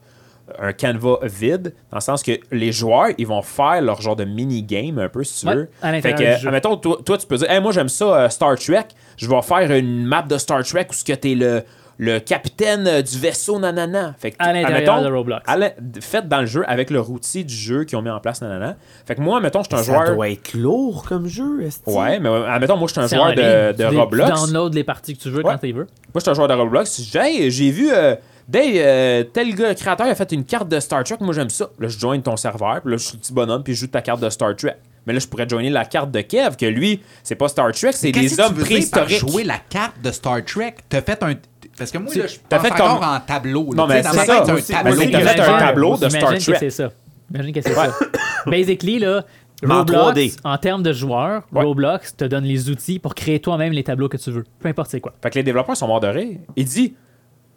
Speaker 1: un canevas vide, dans le sens que les joueurs, ils vont faire leur genre de mini-game un peu, si tu
Speaker 2: Ouais,
Speaker 1: veux.
Speaker 2: à l'intérieur
Speaker 1: fait que,
Speaker 2: du jeu.
Speaker 1: admettons, toi, toi, tu peux dire, hey, moi, j'aime ça, euh, Star Trek, je vais faire une map de Star Trek où ce que t'es le, le capitaine euh, du vaisseau, nanana. Fait que,
Speaker 2: À l'intérieur
Speaker 1: admettons,
Speaker 2: de Roblox.
Speaker 1: à l'in- Faites dans le jeu avec leur outil du jeu qu'ils ont mis en place, nanana. Fait que moi, mettons, je suis un
Speaker 4: Ça
Speaker 1: joueur.
Speaker 4: doit être lourd comme jeu, esti.
Speaker 1: Ouais, mais euh, admettons, moi, je suis un
Speaker 2: c'est
Speaker 1: joueur
Speaker 2: en ligne.
Speaker 1: de, de
Speaker 2: Tu
Speaker 1: Roblox.
Speaker 2: download les parties que tu veux
Speaker 1: Ouais.
Speaker 2: quand tu veux.
Speaker 1: Moi, je suis un joueur de Roblox. J'ai, Hey, j'ai vu, euh, Dave, euh, tel gars, créateur, a fait une carte de Star Trek. Moi, j'aime ça. Là, je joins ton serveur. Puis là, je suis le petit bonhomme. Puis je joue ta carte de Star Trek. Mais là, je pourrais joigner la carte de Kev, que lui, c'est pas Star Trek, c'est
Speaker 3: Qu'est-ce
Speaker 1: des
Speaker 3: que tu
Speaker 1: hommes
Speaker 3: veux dire par
Speaker 1: préhistoriques.
Speaker 3: jouer la carte de Star Trek, t'as fait un. Parce que moi, là, je
Speaker 1: T'as
Speaker 3: pense
Speaker 1: fait
Speaker 3: encore
Speaker 1: comme-
Speaker 3: en tableau. là.
Speaker 1: Non, mais
Speaker 3: Tu sais,
Speaker 1: c'est
Speaker 3: dans ma
Speaker 1: ça.
Speaker 3: tête,
Speaker 1: Moi
Speaker 3: c'est
Speaker 1: aussi,
Speaker 2: Ah,
Speaker 3: un
Speaker 1: moi aussi,
Speaker 3: tableau.
Speaker 1: j'ai fait un
Speaker 2: Imagine-
Speaker 1: tableau de Star
Speaker 2: imagine que
Speaker 1: Trek.
Speaker 2: c'est ça. Imagine que c'est ça. Basically, là,
Speaker 4: Mais en
Speaker 2: Roblox,
Speaker 4: 3D.
Speaker 2: en, termes de joueurs,
Speaker 1: Ouais.
Speaker 2: Roblox te donne les outils pour créer toi-même les tableaux que tu veux. Peu importe c'est quoi.
Speaker 1: Fait que les développeurs sont morts de rire. Il dit,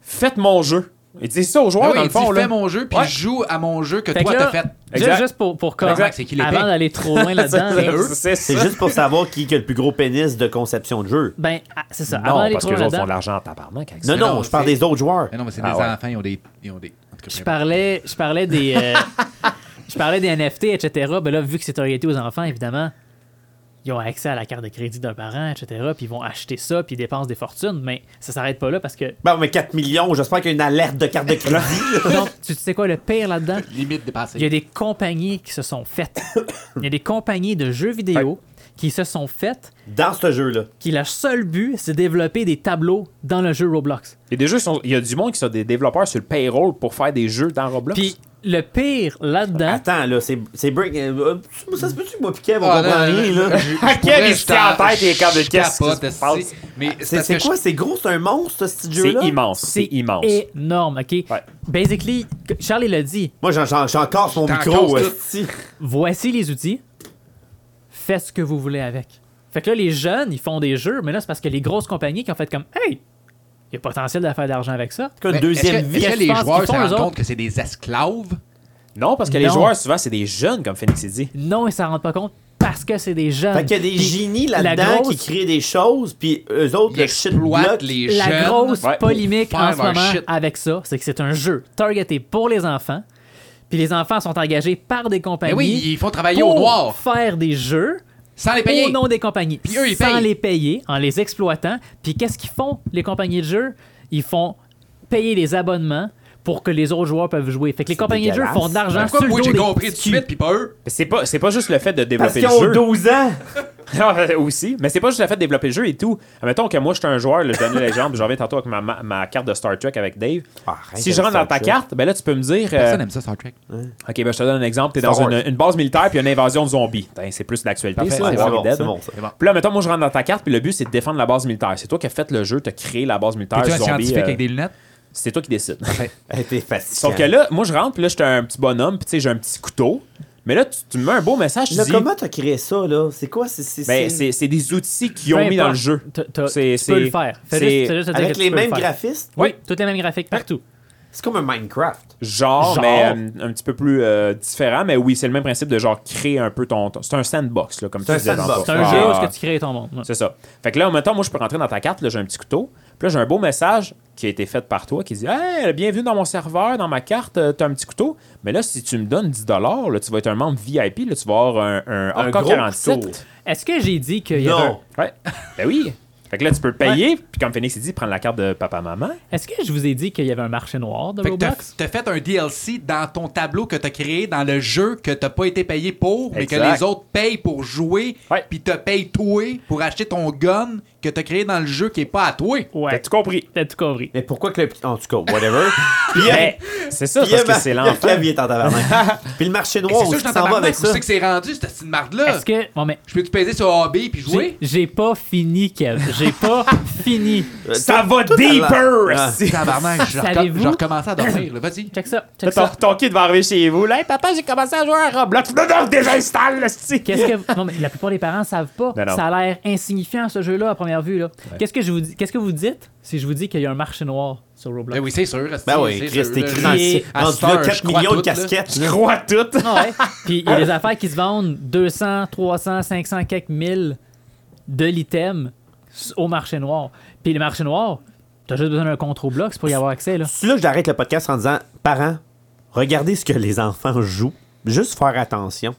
Speaker 1: faites mon jeu. Il dit ça aux joueurs,
Speaker 3: Ah oui,
Speaker 1: dans le
Speaker 3: il
Speaker 1: fond.
Speaker 3: dit,
Speaker 1: là.
Speaker 3: fais mon jeu, puis
Speaker 1: Ouais.
Speaker 3: je joue à mon jeu que
Speaker 2: Fait que
Speaker 3: toi
Speaker 2: là,
Speaker 3: t'as fait.
Speaker 2: ju-
Speaker 1: Exact.
Speaker 2: Juste pour, pour corriger,
Speaker 3: Exact, c'est qui les
Speaker 2: avant
Speaker 3: paye.
Speaker 2: d'aller trop loin là-dedans, hein.
Speaker 1: C'est-
Speaker 2: là,
Speaker 1: c'est
Speaker 4: C'est
Speaker 1: ça.
Speaker 4: juste pour savoir qui qui a le plus gros pénis de conception de jeu.
Speaker 2: ben, ah, c'est ça. avant
Speaker 1: Non,
Speaker 2: d'aller
Speaker 1: parce
Speaker 2: trop
Speaker 1: que les
Speaker 2: loin
Speaker 1: autres font
Speaker 2: là-dedans,
Speaker 1: de l'argent en tabarnak avec ça.
Speaker 4: Non, non,
Speaker 3: non,
Speaker 4: je parle
Speaker 3: c'est-
Speaker 4: des autres joueurs.
Speaker 3: Mais non, mais c'est
Speaker 1: Ah
Speaker 3: des
Speaker 1: ouais.
Speaker 3: enfants, ils ont des. Ils ont des... en tout cas,
Speaker 2: je parlais, je parlais des, euh, je parlais des NFT, etc. Ben là, vu que c'est targeté aux enfants, évidemment, ils ont accès à la carte de crédit d'un parent, etc. Puis ils vont acheter ça, puis ils dépensent des fortunes. Mais ça s'arrête pas là parce que
Speaker 4: Bon, mais 4 millions, j'espère qu'il y a une alerte de carte de crédit.
Speaker 2: Donc, tu sais quoi le pire là-dedans?
Speaker 3: Limite dépassée.
Speaker 2: Il y a des compagnies qui se sont faites. Il y a des compagnies de jeux vidéo qui se sont faites,
Speaker 4: dans ce jeu-là.
Speaker 2: qui leur seul but, c'est de développer des tableaux dans le jeu Roblox.
Speaker 1: Il y a des jeux qui sont- il y a du monde qui sont des développeurs sur le payroll pour faire des jeux dans Roblox.
Speaker 2: Puis le pire là-dedans.
Speaker 4: Attends, là, c'est c'est break. euh, euh, Ça se peut-tu que moi piquet, on
Speaker 3: Ah,
Speaker 4: comprend
Speaker 3: non,
Speaker 4: rien,
Speaker 3: non,
Speaker 4: là?
Speaker 3: je- je
Speaker 1: Quel
Speaker 3: pourrais,
Speaker 1: ici en tête et comme de
Speaker 3: je
Speaker 1: qu'est-ce qui
Speaker 3: capote,
Speaker 1: se
Speaker 3: esti.
Speaker 1: passe?
Speaker 3: Mais c'est
Speaker 4: C'est
Speaker 3: parce
Speaker 4: c'est
Speaker 3: que
Speaker 4: quoi?
Speaker 3: je-
Speaker 4: C'est gros, c'est un monstre, ce petit
Speaker 1: C'est
Speaker 4: jeu-là?
Speaker 1: immense. C'est immense.
Speaker 2: énorme, OK?
Speaker 1: Ouais.
Speaker 2: Basically, que- Charlie l'a dit,
Speaker 4: Moi, j'en- j'en j'en casse mon
Speaker 3: T'en
Speaker 4: micro, euh,
Speaker 3: casses
Speaker 4: esti.
Speaker 2: voici les outils, faites ce que vous voulez avec. Fait que là, les jeunes, ils font des jeux, mais là, c'est parce que les grosses compagnies qui ont fait comme « Hey, il y a potentiel de faire de l'argent avec ça.
Speaker 4: Une
Speaker 3: Mais
Speaker 4: deuxième
Speaker 3: est-ce que-
Speaker 4: vie.
Speaker 3: Est-ce
Speaker 2: Qu'est-ce
Speaker 3: que les
Speaker 2: qu'ils pensent
Speaker 3: joueurs
Speaker 2: qu'ils
Speaker 3: se
Speaker 2: font, eux
Speaker 3: rendent
Speaker 2: autres?
Speaker 3: compte que c'est des esclaves?
Speaker 1: Non, parce que les
Speaker 2: Non.
Speaker 1: joueurs, souvent, c'est des jeunes, comme Phoenix a dit. ».
Speaker 2: Non, ils s'en rendent pas compte parce que c'est des jeunes.
Speaker 4: Fait qu'il y a des
Speaker 2: Puis
Speaker 4: génies
Speaker 2: la
Speaker 4: là-dedans
Speaker 2: grosse-
Speaker 4: qui créent des choses, puis eux autres,
Speaker 3: Ils
Speaker 4: le shit
Speaker 3: exploitent
Speaker 4: bloque.
Speaker 3: les
Speaker 2: La
Speaker 3: jeunes.
Speaker 2: grosse
Speaker 1: Ouais.
Speaker 2: polémique
Speaker 3: Pour
Speaker 2: en
Speaker 3: faire
Speaker 2: ce
Speaker 3: leur
Speaker 2: moment
Speaker 3: shit.
Speaker 2: avec ça, c'est que c'est un jeu targeté pour les enfants. Puis les enfants sont engagés par des compagnies
Speaker 3: Mais Ben oui, ils font travailler
Speaker 2: pour
Speaker 3: au noir,
Speaker 2: faire des jeux
Speaker 3: sans les payer.
Speaker 2: au nom des compagnies.
Speaker 3: Puis eux, ils
Speaker 2: sans
Speaker 3: payent.
Speaker 2: les payer, en les exploitant. Puis qu'est-ce qu'ils font, les compagnies de jeux? Ils font payer les abonnements pour que les autres joueurs peuvent jouer. Fait que les compagnies de jeux
Speaker 4: dégueulasse.
Speaker 2: font de l'argent sur
Speaker 3: Pourquoi
Speaker 2: le
Speaker 3: moi
Speaker 2: dos
Speaker 3: j'ai
Speaker 2: des
Speaker 3: compris tout de
Speaker 2: petits
Speaker 3: suite, puis pas eux?
Speaker 1: Mais C'est pas, c'est pas juste le fait de
Speaker 4: Parce
Speaker 1: développer
Speaker 4: qu'ils
Speaker 1: le
Speaker 4: ont
Speaker 1: jeu.
Speaker 4: 12 ans.
Speaker 1: Non, aussi. Mais c'est pas juste le fait de développer le jeu et tout. Admettons que moi, je suis un joueur, là, je donnais l'exemple, j'en reviens tantôt avec ma, ma, ma carte de Star Trek avec Dave.
Speaker 4: Ah, arrête
Speaker 1: si je
Speaker 4: avec
Speaker 1: rentre dans
Speaker 4: Star
Speaker 1: ta
Speaker 4: Trek.
Speaker 1: carte, ben là, tu peux me dire. euh,
Speaker 3: Personne aime ça, Star Trek.
Speaker 1: ok, ben je te donne un exemple. T'es dans
Speaker 4: Star Wars.
Speaker 1: une, une base militaire puis il y a une invasion de zombies. Tain, c'est plus l'actualité,
Speaker 4: Parfait,
Speaker 1: ça.
Speaker 4: c'est
Speaker 1: Walking
Speaker 4: bon,
Speaker 1: Dead.
Speaker 4: c'est bon, ça. C'est bon.
Speaker 1: Puis là, mettons, moi, je rentre dans ta carte puis le but, c'est de défendre la base militaire. C'est toi qui as fait le jeu, t'as créé la base militaire
Speaker 3: T'es-tu un
Speaker 1: zombie.
Speaker 3: scientifique
Speaker 1: euh,
Speaker 3: avec des lunettes?
Speaker 1: C'est toi qui décides.
Speaker 4: Hey, T'es facile.
Speaker 1: Sauf que là, moi, je rentre puis là, j'étais un petit bonhomme puis tu sais, j'ai un petit couteau. Mais là, tu, tu me mets un beau message. Tu
Speaker 4: Là,
Speaker 1: dis,
Speaker 4: comment t'as créé ça, là? C'est quoi? C'est- c'est-
Speaker 1: ben,
Speaker 4: c'est
Speaker 1: c'est c'est des outils qu'ils ont
Speaker 2: Peu
Speaker 1: mis dans le
Speaker 2: importe.
Speaker 1: jeu.
Speaker 2: T'as- t'as-
Speaker 1: C'est-
Speaker 2: Tu peux
Speaker 1: c'est-
Speaker 2: le faire. Fais
Speaker 1: c'est-
Speaker 2: juste- fais juste te dire que
Speaker 4: avec
Speaker 2: tu
Speaker 4: les
Speaker 2: peux le
Speaker 4: mêmes
Speaker 2: faire.
Speaker 4: graphistes?
Speaker 2: Oui, toutes les mêmes graphiques partout.
Speaker 4: C'est comme un Minecraft.
Speaker 1: Genre,
Speaker 2: Genre.
Speaker 1: mais euh, un petit peu plus euh, différent. Mais oui, c'est le même principe de genre créer un peu ton. ton- c'est un sandbox, là, comme tu
Speaker 4: un
Speaker 1: disais dans
Speaker 4: sandbox.
Speaker 1: le
Speaker 2: C'est un
Speaker 1: fond.
Speaker 2: jeu où
Speaker 1: Ah,
Speaker 2: est-ce que tu crées ton monde.
Speaker 1: C'est ça. Fait que là, en même temps, moi, je peux rentrer dans ta carte, là, j'ai un petit couteau. Puis là, j'ai un beau message qui a été fait par toi qui dit Hey, bienvenue dans mon serveur, dans ma carte, euh, t'as un petit couteau. Mais là, si tu me donnes 10 là, tu vas être un membre VIP, là, tu vas avoir un, un,
Speaker 4: Un
Speaker 1: Hardcore
Speaker 4: gros
Speaker 1: 47.
Speaker 4: couteau.
Speaker 2: Est-ce que j'ai dit qu'il y avait un-
Speaker 4: Non.
Speaker 1: Ouais. ben oui. Fait que là, tu peux payer, puis comme Phoenix il dit, prendre la carte de papa-maman.
Speaker 2: Est-ce que je vous ai dit qu'il y avait un marché noir de
Speaker 3: Fait que t'as
Speaker 2: Roblox?
Speaker 3: t'as fait un DLC dans ton tableau que t'as créé dans le jeu que t'as pas été payé pour, mais que
Speaker 1: Exact.
Speaker 3: les autres payent pour jouer,
Speaker 1: Ouais.
Speaker 3: puis te payent toi pour acheter ton gun que t'as créé dans le jeu qui est pas à toi.
Speaker 1: T'as
Speaker 2: Ouais,
Speaker 1: tout compris.
Speaker 2: t'as tout compris.
Speaker 4: Mais pourquoi que le petit. En tout cas, whatever. Puis, il y a-
Speaker 1: Ben, c'est ça,
Speaker 4: puis il y a
Speaker 1: parce que
Speaker 4: ma-
Speaker 1: c'est
Speaker 4: il y a
Speaker 1: l'enfer.
Speaker 4: Flavie est en tabarnak. Puis le marché
Speaker 3: Et C'est
Speaker 4: noir,
Speaker 3: ça
Speaker 4: où
Speaker 3: que
Speaker 4: Oh, tu
Speaker 3: je
Speaker 4: s'en vas
Speaker 3: t'entends
Speaker 4: avec
Speaker 3: c'est
Speaker 4: ça?
Speaker 3: que c'est rendu, cette petite marde-là.
Speaker 2: Est-ce que... Bon, mais
Speaker 3: Je peux-tu peser sur AB puis
Speaker 2: j'ai
Speaker 3: jouer?
Speaker 2: j'ai pas fini, Kev. J'ai pas fini.
Speaker 1: Ça va
Speaker 4: tout à l'heure.
Speaker 1: deeper!
Speaker 4: Ah.
Speaker 1: esti.
Speaker 3: Tabarnak, je
Speaker 2: Savez-vous?
Speaker 3: recom- je recommence à dormir, là. Vas-y.
Speaker 2: Check ça, check
Speaker 1: Là, Ton,
Speaker 2: ça.
Speaker 1: ton kid va arriver chez vous. Là, Hey, papa, j'ai commencé à jouer à Roblox. Non, non, désinstalle, le style.
Speaker 2: Qu'est-ce que non mais la plupart des parents savent pas.
Speaker 1: Non, non.
Speaker 2: Ça a l'air insignifiant ce jeu-là à première vue là. Qu'est-ce que je vous dis- qu'est-ce que vous dites si je vous dis qu'il y a un marché noir sur Roblox
Speaker 3: Ben oui, c'est sûr.
Speaker 4: Ben oui, Chris, t'es écrit dans le
Speaker 2: Et
Speaker 4: ciel.
Speaker 3: à
Speaker 4: Rendu
Speaker 3: cette heure,
Speaker 4: là,
Speaker 3: je
Speaker 4: 4
Speaker 3: crois
Speaker 4: millions de
Speaker 3: tout, là.
Speaker 4: casquettes.
Speaker 1: Je crois tout.
Speaker 2: Ah ouais. Puis il y a des affaires qui se vendent 200, 300, 500 quelques mille de l'item s- au marché noir. Puis le marché noir, t'as juste besoin d'un compte Roblox pour y avoir accès là.
Speaker 4: C'est là que j'arrête le podcast en disant Parents, regardez ce que les enfants jouent. Juste faire attention. Ça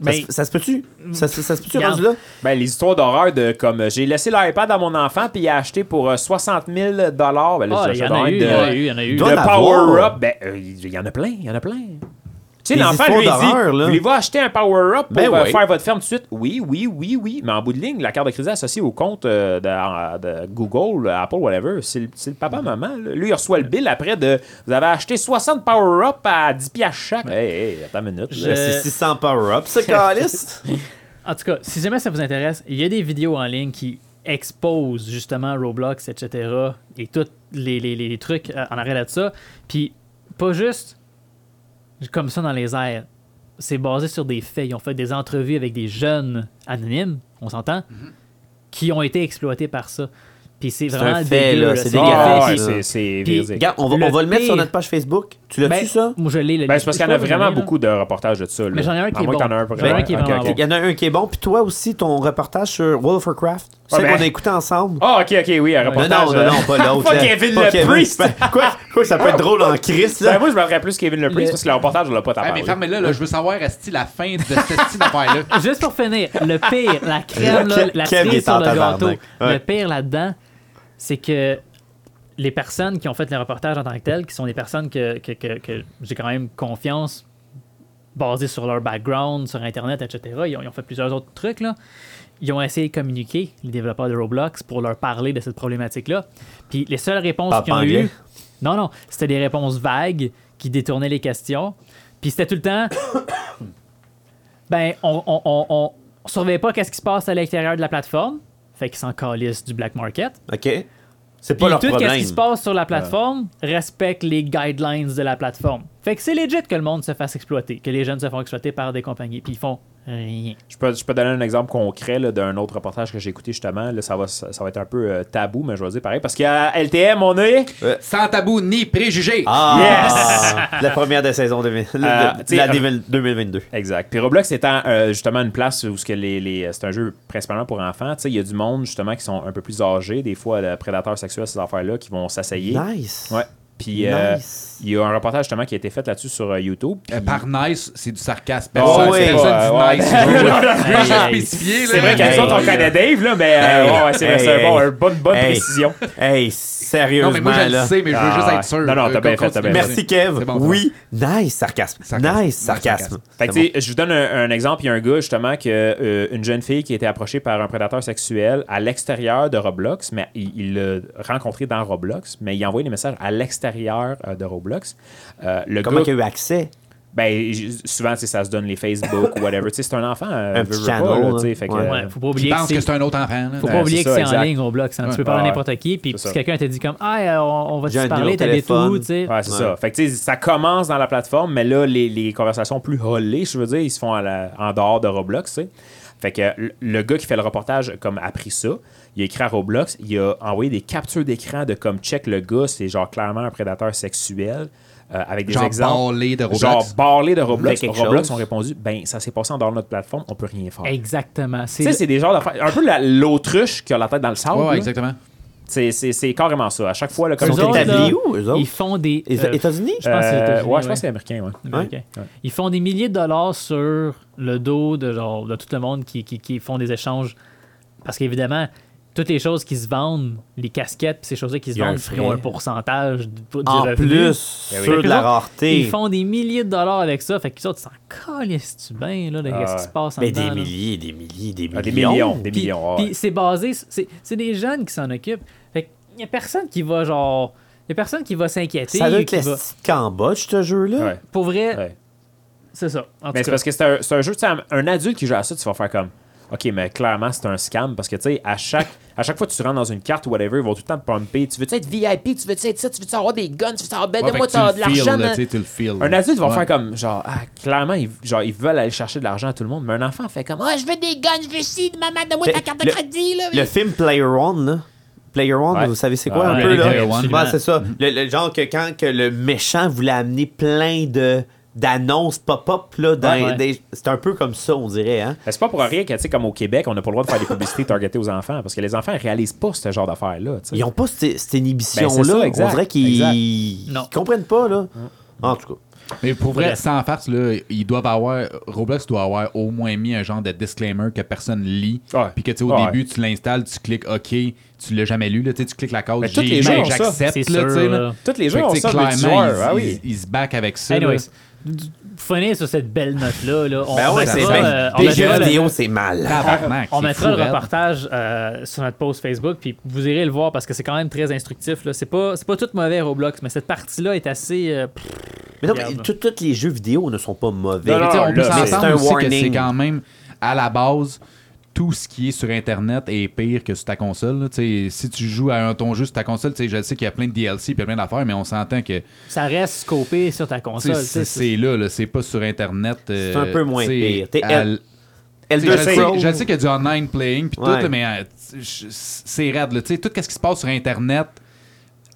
Speaker 2: Mais-
Speaker 3: Ben,
Speaker 4: se- Ça se peut-tu? Ça se ça se peut-tu
Speaker 2: Regarde.
Speaker 4: rendu
Speaker 3: euh,
Speaker 4: là?
Speaker 1: Ben, les histoires d'horreur de comme euh, j'ai laissé l'iPad à mon enfant puis il a acheté pour euh, 60 000 Ben là,
Speaker 2: Ah,
Speaker 1: j'ai
Speaker 2: il y
Speaker 1: acheté
Speaker 2: en a eu, il y en
Speaker 1: un
Speaker 2: a eu, hein. il y en a eu.
Speaker 1: de,
Speaker 4: Doit en
Speaker 1: Power-Up.
Speaker 4: avoir.
Speaker 1: Ben, euh, il y en a plein, il y en a plein. Tu sais,
Speaker 4: Des
Speaker 1: l'enfant
Speaker 4: histoires
Speaker 1: lui a dit
Speaker 4: d'horreur, là.
Speaker 1: Vous voulez-vous acheter un Power-Up pour
Speaker 4: Ben
Speaker 1: euh,
Speaker 4: oui.
Speaker 1: faire votre ferme tout de suite Oui, oui, oui, oui. Mais en bout de ligne, la carte de crédit associée au compte euh, de, euh, de Google, Apple, whatever, c'est le, c'est le
Speaker 4: Mm-hmm.
Speaker 1: papa-maman. là. Lui, il reçoit le bill après de Vous avez acheté 60 Power-Up à 10 piastres chaque. Hey, hey, attends une minute.
Speaker 2: Je-
Speaker 1: là.
Speaker 4: Ben,
Speaker 1: Ah,
Speaker 4: C'est 600 power-up, ça, Calis.
Speaker 2: En tout cas, si jamais ça vous intéresse, il y a des vidéos en ligne qui exposent justement Roblox, etc. et tous les, les- les trucs euh, en arrière de ça. Puis, pas juste comme ça dans les airs. C'est basé sur des faits. Ils ont fait des entrevues avec des jeunes anonymes, on s'entend, qui ont été exploités par ça. Puis c'est vraiment
Speaker 4: un fait,
Speaker 2: dégueu, là.
Speaker 4: là, Mhm. c'est
Speaker 2: C'est
Speaker 4: dégueulasse.
Speaker 2: dégueu.
Speaker 1: Ah,
Speaker 4: fait,
Speaker 1: ouais,
Speaker 2: Puis-
Speaker 4: ça.
Speaker 1: c'est- c'est
Speaker 2: Puis-
Speaker 1: véridique.
Speaker 4: Regarde, on va,
Speaker 2: Le
Speaker 4: on va le mettre sur
Speaker 2: pire-
Speaker 4: notre page Facebook. Tu l'as-tu,
Speaker 2: Ben,
Speaker 4: ça?
Speaker 2: Moi, je l'ai. le-
Speaker 1: Ben, c'est parce qu'il y
Speaker 2: je
Speaker 1: en a
Speaker 2: crois que je
Speaker 1: vraiment
Speaker 2: l'ai, là.
Speaker 1: beaucoup de reportages de ça. là.
Speaker 2: Mais j'en ai un qui
Speaker 1: À
Speaker 2: est
Speaker 1: moins que
Speaker 2: bon.
Speaker 1: t'en aies un
Speaker 2: J'en ai un qui est
Speaker 1: Ok,
Speaker 2: vraiment
Speaker 1: ok.
Speaker 2: bon.
Speaker 4: Il y en a un qui est bon, puis toi aussi, ton reportage sur World of Warcraft. C'est
Speaker 1: Ouais, ben-
Speaker 4: qu'on a écouté ensemble.
Speaker 1: Ah, ok, ok, oui, un
Speaker 4: Non,
Speaker 1: reportage.
Speaker 4: non,
Speaker 1: euh,
Speaker 4: non, non, pas l'autre.
Speaker 1: pas
Speaker 4: là.
Speaker 1: Kevin
Speaker 4: Pas
Speaker 1: le
Speaker 4: Kevin. Ben,
Speaker 1: Priest.
Speaker 4: Quoi? Quoi, ça peut être drôle en Chris,
Speaker 1: Ben,
Speaker 4: là?
Speaker 1: moi, je me ferais plus Kevin Le Priest
Speaker 2: Le-
Speaker 1: parce que le reportage, on l'a pas tant
Speaker 3: Ah, mais
Speaker 1: parlé.
Speaker 3: fermez-le, là. Je veux savoir, est-ce la fin de cette petite affaire-là?
Speaker 2: Euh, Juste pour finir, le pire, la crème, là,
Speaker 4: Kev-
Speaker 2: la
Speaker 4: Kev
Speaker 2: cerise
Speaker 4: est
Speaker 2: sur
Speaker 4: en
Speaker 2: le
Speaker 4: tabarnak.
Speaker 2: gâteau,
Speaker 4: Ouais.
Speaker 2: le pire là-dedans, c'est que les personnes qui ont fait le reportage en tant que telles, qui sont des personnes que, que- que- que j'ai quand même confiance, basées sur leur background, sur Internet, etc., ils ont, ils ont fait plusieurs autres trucs, là. Ils ont essayé de communiquer, les développeurs de Roblox, pour leur parler de cette problématique-là. Puis les seules réponses
Speaker 4: Papa
Speaker 2: qu'ils ont
Speaker 4: anglais.
Speaker 2: eues... Non, non, c'était des réponses vagues qui détournait les questions. Puis c'était tout le temps. ben, on, on, on- on- on surveillait pas qu'est-ce qui se passe à l'intérieur de la plateforme. Fait qu'ils s'en calissent du black market.
Speaker 4: OK? C'est pas
Speaker 2: Puis
Speaker 4: leur
Speaker 2: tout ce
Speaker 4: problème. Ah.
Speaker 2: qui se passe sur la plateforme respecte les guidelines de la plateforme. Fait que c'est legit que le monde se fasse exploiter, que les jeunes se font exploiter par des compagnies. Puis ils font rien.
Speaker 1: Je peux, je peux donner un exemple concret là, d'un autre reportage que j'ai écouté justement. Là, ça, va, ça va être un peu euh, tabou, mais je vais dire pareil. Parce qu'à LTM, on est.
Speaker 3: Sans tabou ni préjugé.
Speaker 4: Ah! La première de saison 2000, de-
Speaker 1: Euh,
Speaker 4: de-
Speaker 1: t'sais,
Speaker 4: la
Speaker 1: euh,
Speaker 4: 2000 2022.
Speaker 1: Exact. Puis Roblox étant euh, justement une place où ce que les, les- euh, c'est un jeu principalement pour enfants, tu sais, il y a du monde justement qui sont un peu plus âgés, des fois euh, prédateurs sexuels, ces affaires-là, qui vont s'asseyer.
Speaker 4: Nice.
Speaker 1: Ouais. Puis euh,
Speaker 4: Nice.
Speaker 1: il y a un reportage justement qui a été fait là-dessus sur euh, YouTube.
Speaker 3: Euh, par nice, c'est du sarcasme.
Speaker 1: Oh,
Speaker 3: Personne,
Speaker 4: oui.
Speaker 3: personne dit
Speaker 1: Ouais,
Speaker 3: nice.
Speaker 1: ouais.
Speaker 3: Je veux- je veux- je veux
Speaker 2: Hey,
Speaker 3: juste
Speaker 2: hey.
Speaker 3: spécifier,
Speaker 1: C'est vrai
Speaker 3: là.
Speaker 1: qu'à
Speaker 4: Hey.
Speaker 1: nous autres, on connaît Dave, là, mais euh,
Speaker 4: Hey.
Speaker 1: ouais, ouais, c'est
Speaker 4: Hey,
Speaker 1: c'est un bon,
Speaker 4: hey.
Speaker 1: une bonne, bonne
Speaker 4: Hey.
Speaker 1: précision.
Speaker 4: Hey, sérieusement,
Speaker 3: Non, mais moi, je le
Speaker 4: là.
Speaker 3: sais, mais je veux
Speaker 1: Ah,
Speaker 3: juste
Speaker 1: ouais.
Speaker 3: être sûr.
Speaker 1: Non, non, t'as
Speaker 3: Euh,
Speaker 1: bien fait, t'as bien fait.
Speaker 3: continue.
Speaker 4: Merci, Kev.
Speaker 3: C'est bon,
Speaker 4: oui. Nice, sarcasme.
Speaker 3: Sarcasme.
Speaker 4: Nice, sarcasme.
Speaker 1: Fait que,
Speaker 4: C'est
Speaker 1: tu sais, je vous donne un, un exemple. Il y a un gars, justement, que, euh, une jeune fille qui a été approchée par un prédateur sexuel à l'extérieur de Roblox, mais il il l'a rencontré dans Roblox, mais il a envoyé des messages à l'extérieur euh, de Roblox. Euh, le
Speaker 4: bon. Comment
Speaker 1: gars,
Speaker 4: il a eu accès?
Speaker 1: ben, j- souvent, tu sais, ça se donne les Facebook ou whatever. Tu sais, c'est un enfant, euh,
Speaker 4: Un
Speaker 1: veut,
Speaker 4: petit
Speaker 1: veut pas,
Speaker 4: channel,
Speaker 1: là, tu sais,
Speaker 4: là.
Speaker 1: fait que,
Speaker 4: Ouais.
Speaker 1: euh,
Speaker 2: Ouais, faut pas
Speaker 3: Je
Speaker 2: oublier que
Speaker 3: pense que
Speaker 2: c'est
Speaker 3: c'est un autre enfant. là.
Speaker 2: Faut
Speaker 1: Ouais,
Speaker 2: pas oublier
Speaker 1: c'est
Speaker 2: que
Speaker 1: ça,
Speaker 2: c'est en
Speaker 1: exact.
Speaker 2: ligne Roblox. hein. Tu peux
Speaker 3: Ouais.
Speaker 2: parler à
Speaker 1: Ouais.
Speaker 2: n'importe qui, puis
Speaker 1: C'est
Speaker 2: si
Speaker 1: ça.
Speaker 2: quelqu'un t'a dit comme Ah, on, on va
Speaker 4: J'ai un
Speaker 2: te parler,
Speaker 4: numéro de
Speaker 2: t'habites où,
Speaker 4: téléphone.
Speaker 2: tu sais.
Speaker 1: Ouais, c'est
Speaker 4: Ouais.
Speaker 1: ça. Fait que, tu sais, ça commence dans la plateforme, mais là, les, les conversations plus rollées, je veux dire, ils se font à la- en dehors de Roblox, tu sais. Fait que euh, le- le gars qui fait le reportage comme a pris ça, il a écrit à Roblox, il a envoyé des captures d'écran de comme check le gars, c'est genre clairement un prédateur sexuel euh, avec des
Speaker 3: Genre
Speaker 1: exemples
Speaker 3: parler de Roblox.
Speaker 1: genre barlé de Roblox.
Speaker 4: Fait quelque
Speaker 1: Roblox
Speaker 4: chose.
Speaker 1: ont répondu ben ça s'est passé en dehors de notre plateforme, on peut rien faire.
Speaker 2: Exactement. C'est
Speaker 1: Tu sais, c'est des genres d'affaires. Un peu la- l'autruche qui a la tête dans le sable.
Speaker 3: Ouais, ouais,
Speaker 1: là.
Speaker 3: exactement.
Speaker 1: c'est c'est- c'est carrément ça. À chaque fois, le
Speaker 4: Ils
Speaker 2: Eux
Speaker 4: sont
Speaker 2: autres,
Speaker 4: établis
Speaker 2: là,
Speaker 4: où, eux
Speaker 2: ils
Speaker 4: autres?
Speaker 2: font des.
Speaker 4: Les
Speaker 2: euh,
Speaker 4: États-Unis?
Speaker 2: je pense que c'est
Speaker 1: Euh,
Speaker 2: aux États-Unis,
Speaker 1: ouais, je pense
Speaker 2: ouais.
Speaker 1: que c'est américain, ouais.
Speaker 2: Américains. Ils font des milliers de dollars sur le dos de, genre, de tout le monde qui, qui, qui font des échanges. Parce qu'évidemment, toutes les choses qui se vendent, les casquettes, puis ces choses-là qui se
Speaker 1: Il y a un
Speaker 2: vendent, ils ont
Speaker 1: frais.
Speaker 2: un pourcentage du, du
Speaker 4: En
Speaker 2: revenu.
Speaker 3: Ben
Speaker 4: plus,
Speaker 1: oui.
Speaker 2: Ils font-
Speaker 4: ceux de la
Speaker 2: Ils
Speaker 4: rareté.
Speaker 2: font des milliers de dollars avec ça. Fait qu'ils autres, ils s'en calissent-tu bien là, de
Speaker 1: Ah
Speaker 2: ce qui
Speaker 1: ouais.
Speaker 2: se passe en
Speaker 4: Mais
Speaker 2: dedans,
Speaker 4: des
Speaker 2: là?
Speaker 4: milliers, des milliers, des millions.
Speaker 1: Ah, des millions, des
Speaker 2: Puis-
Speaker 1: millions. ouais,
Speaker 2: Puis
Speaker 1: ouais.
Speaker 2: c'est basé, sur- c'est c'est des jeunes qui s'en occupent. Fait qu'il y a personne qui va genre, y a personne qui va s'inquiéter.
Speaker 4: Ça doit être
Speaker 2: qui va-
Speaker 4: le Cambodge, ce jeu-là.
Speaker 1: Ouais.
Speaker 2: Pour vrai,
Speaker 3: euh,
Speaker 1: Ouais.
Speaker 2: c'est ça. En
Speaker 1: Mais
Speaker 2: tout
Speaker 1: c'est
Speaker 2: cas.
Speaker 1: parce que c'est un, c'est un jeu, tu sais, un- un adulte qui joue à ça, tu vas faire comme. Ok, mais clairement, c'est un scam parce que, tu sais, à chaque, à chaque fois que tu rentres dans une carte ou whatever, ils vont tout le temps te pomper. Tu veux-tu être VIP? Tu veux-tu être ça? Tu veux-tu avoir des guns? Tu veux-tu avoir ben,
Speaker 3: Ouais, fait
Speaker 1: moi
Speaker 3: que tu le
Speaker 1: de l'argent?
Speaker 3: feels, là,
Speaker 1: hein?
Speaker 3: tu sais, tu le feels,
Speaker 1: Un
Speaker 3: là.
Speaker 1: adulte va
Speaker 3: Ouais.
Speaker 1: faire comme, genre, ah, clairement, ils, genre, ils veulent aller chercher de l'argent à tout le monde, mais un enfant fait comme, ah, je veux des guns, je veux ci, maman, donne-moi
Speaker 3: Ben,
Speaker 1: ta
Speaker 4: Mais
Speaker 1: carte de
Speaker 4: le-
Speaker 1: crédit, là.
Speaker 4: Le film Player One, là. Player One,
Speaker 1: Ouais.
Speaker 4: vous savez c'est quoi
Speaker 1: Ah,
Speaker 4: un
Speaker 2: ouais,
Speaker 4: peu là?
Speaker 3: Player One.
Speaker 4: Ouais, c'est ça. Le, le genre que quand que le méchant voulait amener plein de d'annonces pop-up là, dans
Speaker 2: Ouais, ouais.
Speaker 4: des- c'est un peu comme ça on dirait hein.
Speaker 1: Mais C'est pas pour rien que, tu sais, comme au Québec, on n'a pas le droit de faire des publicités targetées aux enfants parce que les enfants réalisent pas ce genre d'affaires-là, tu sais.
Speaker 4: Ils ont pas cette, cette inhibition
Speaker 1: Ben, c'est
Speaker 4: là,
Speaker 1: ça,
Speaker 4: on
Speaker 1: exact,
Speaker 4: dirait
Speaker 1: exact.
Speaker 4: qu'ils
Speaker 2: Non.
Speaker 4: ils comprennent pas là. En tout cas,
Speaker 3: Mais pour vrai,
Speaker 2: Bref.
Speaker 3: sans farce, là, ils doivent avoir. Roblox doit avoir au moins mis un genre de disclaimer que personne lit.
Speaker 1: Ouais.
Speaker 3: Puis que tu sais, au
Speaker 1: Ouais.
Speaker 3: début, tu l'installes, tu cliques OK, tu l'as jamais lu, là, tu sais, tu cliques la case
Speaker 1: Mais tous
Speaker 3: j'ai-
Speaker 1: les jeux ont ça.
Speaker 3: j'accepte.
Speaker 2: C'est
Speaker 3: là,
Speaker 2: sûr,
Speaker 3: tu sais, là.
Speaker 2: là.
Speaker 1: Toutes les
Speaker 3: Fait
Speaker 1: gens
Speaker 3: que,
Speaker 1: ont
Speaker 3: tu sais,
Speaker 1: ça,
Speaker 3: clairement,
Speaker 1: multijoueur,
Speaker 3: ils,
Speaker 1: ah oui.
Speaker 3: ils- ils se back avec ça. là.
Speaker 2: Anyways, du- finir sur cette belle note-là. Là. On,
Speaker 4: ben ouais,
Speaker 2: mettra,
Speaker 4: c'est
Speaker 2: euh,
Speaker 4: bien.
Speaker 2: on
Speaker 4: Des
Speaker 2: mettra
Speaker 4: jeux
Speaker 2: le-
Speaker 4: vidéo, hein. c'est mal.
Speaker 3: Tabarnak,
Speaker 2: on
Speaker 3: c'est
Speaker 2: mettra
Speaker 3: fou,
Speaker 2: le
Speaker 3: raide.
Speaker 2: reportage euh, sur notre post Facebook, puis vous irez le voir parce que c'est quand même très instructif. là. C'est pas, c'est pas tout mauvais Roblox, mais cette partie-là est assez. euh, pff,
Speaker 4: Mais non,
Speaker 2: Regarde.
Speaker 4: mais tout- tous les jeux vidéo ne sont pas mauvais.
Speaker 1: Non, non,
Speaker 3: Mais tu sais, on peut
Speaker 1: là,
Speaker 4: mais c'est un
Speaker 3: s'entendre aussi que c'est
Speaker 4: warning.
Speaker 3: quand même à la base tout ce qui est sur internet est pire que sur ta console là. Tu sais, si tu joues à un ton jeu sur ta console tu sais, je sais qu'il y a plein de DLC puis plein d'affaires mais on s'entend que tu
Speaker 2: ça reste scopé sur ta console.
Speaker 3: sais,
Speaker 2: tu sais,
Speaker 3: c'est c'est là, là, c'est pas sur internet euh,
Speaker 4: C'est un peu moins
Speaker 3: tu sais,
Speaker 4: pire. T'es
Speaker 3: à
Speaker 4: L-
Speaker 3: l- tu
Speaker 4: Elder
Speaker 3: sais, je, sais,
Speaker 4: Scrolls.
Speaker 3: je sais qu'il y a du online playing puis
Speaker 4: Ouais.
Speaker 3: tout là, mais euh, tu- je- c'est raide là. Tu sais, tout ce qui se passe sur internet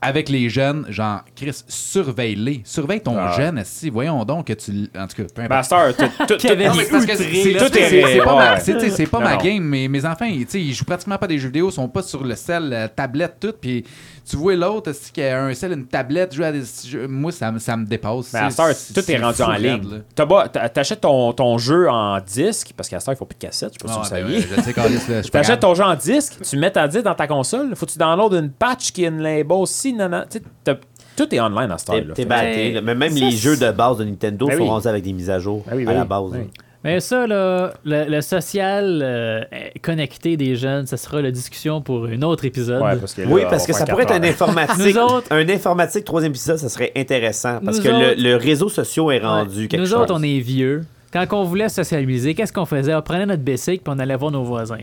Speaker 3: avec les jeunes, genre, Chris, surveille-les. Surveille ton
Speaker 1: Ah.
Speaker 3: jeune, si, voyons donc que tu. l- En tout cas,
Speaker 4: Ben,
Speaker 3: peu importe.
Speaker 1: Master, tout, tout-
Speaker 2: Kevin,
Speaker 1: tout-
Speaker 3: Non, mais c'est parce que
Speaker 2: outré,
Speaker 3: c'est-
Speaker 2: là.
Speaker 3: c'est-
Speaker 1: Tout est
Speaker 3: c'est-
Speaker 1: réel,
Speaker 3: c'est pas, ma,
Speaker 1: ouais.
Speaker 3: c'est- tu sais, c'est pas
Speaker 1: Non,
Speaker 3: ma
Speaker 1: non.
Speaker 3: game, mais mes enfants, ils, tu sais, ils jouent pratiquement pas des jeux vidéo, ils sont pas sur le sel, la tablette, tout. Puis tu vois l'autre, est-ce qu'il y a un sel, une tablette, jouer à des jeux. Moi, ça, me- ça me dépasse.
Speaker 1: Mais Ben, à
Speaker 3: C'est-
Speaker 1: cette heure,
Speaker 3: c'est-
Speaker 1: tout est
Speaker 3: c'est
Speaker 1: rendu
Speaker 3: fou
Speaker 1: en
Speaker 3: raide,
Speaker 1: ligne.
Speaker 3: là.
Speaker 1: T'as pas- t'a- T'achètes ton, ton jeu en disque, parce qu'à cette heure, il faut plus de cassette, je sais pas si
Speaker 3: Ah,
Speaker 1: vous
Speaker 3: ben,
Speaker 1: saviez.
Speaker 3: ouais, je sais, Carlis, là, je suis pas
Speaker 1: T'achètes
Speaker 3: capable.
Speaker 1: ton jeu en disque, tu le mets ta disque dans ta console, faut que tu downloads une patch qui est une label si, non, non. Tu sais, t'as- Tout est online à cette
Speaker 4: T'es
Speaker 1: heure-là.
Speaker 4: t'es
Speaker 1: Fait-
Speaker 4: batté. là. Mais même les jeux de base de Nintendo
Speaker 1: Ben
Speaker 4: sont
Speaker 1: oui.
Speaker 4: rendus avec des mises à jour
Speaker 1: Ah oui,
Speaker 4: à
Speaker 1: ben
Speaker 4: la
Speaker 1: oui,
Speaker 4: base.
Speaker 1: ben
Speaker 4: là.
Speaker 1: oui.
Speaker 2: Mais ça, là, le, le social euh, connecté des jeunes, ça sera la discussion pour un autre épisode.
Speaker 1: Ouais, parce que là,
Speaker 4: Oui,
Speaker 1: on
Speaker 4: parce que
Speaker 1: va
Speaker 4: ça
Speaker 1: faire
Speaker 4: pourrait être
Speaker 1: quatre
Speaker 4: un
Speaker 1: heures.
Speaker 4: informatique.
Speaker 2: Nous autres-
Speaker 4: un informatique troisième épisode, ça serait intéressant. Parce
Speaker 2: Nous
Speaker 4: que le,
Speaker 2: autres-
Speaker 4: le réseau social est
Speaker 2: Ouais.
Speaker 4: rendu quelque
Speaker 2: Nous
Speaker 4: chose.
Speaker 2: autres, on est vieux. Quand on voulait sociabiliser, qu'est-ce qu'on faisait? On prenait notre bicycle puis on allait voir nos voisins.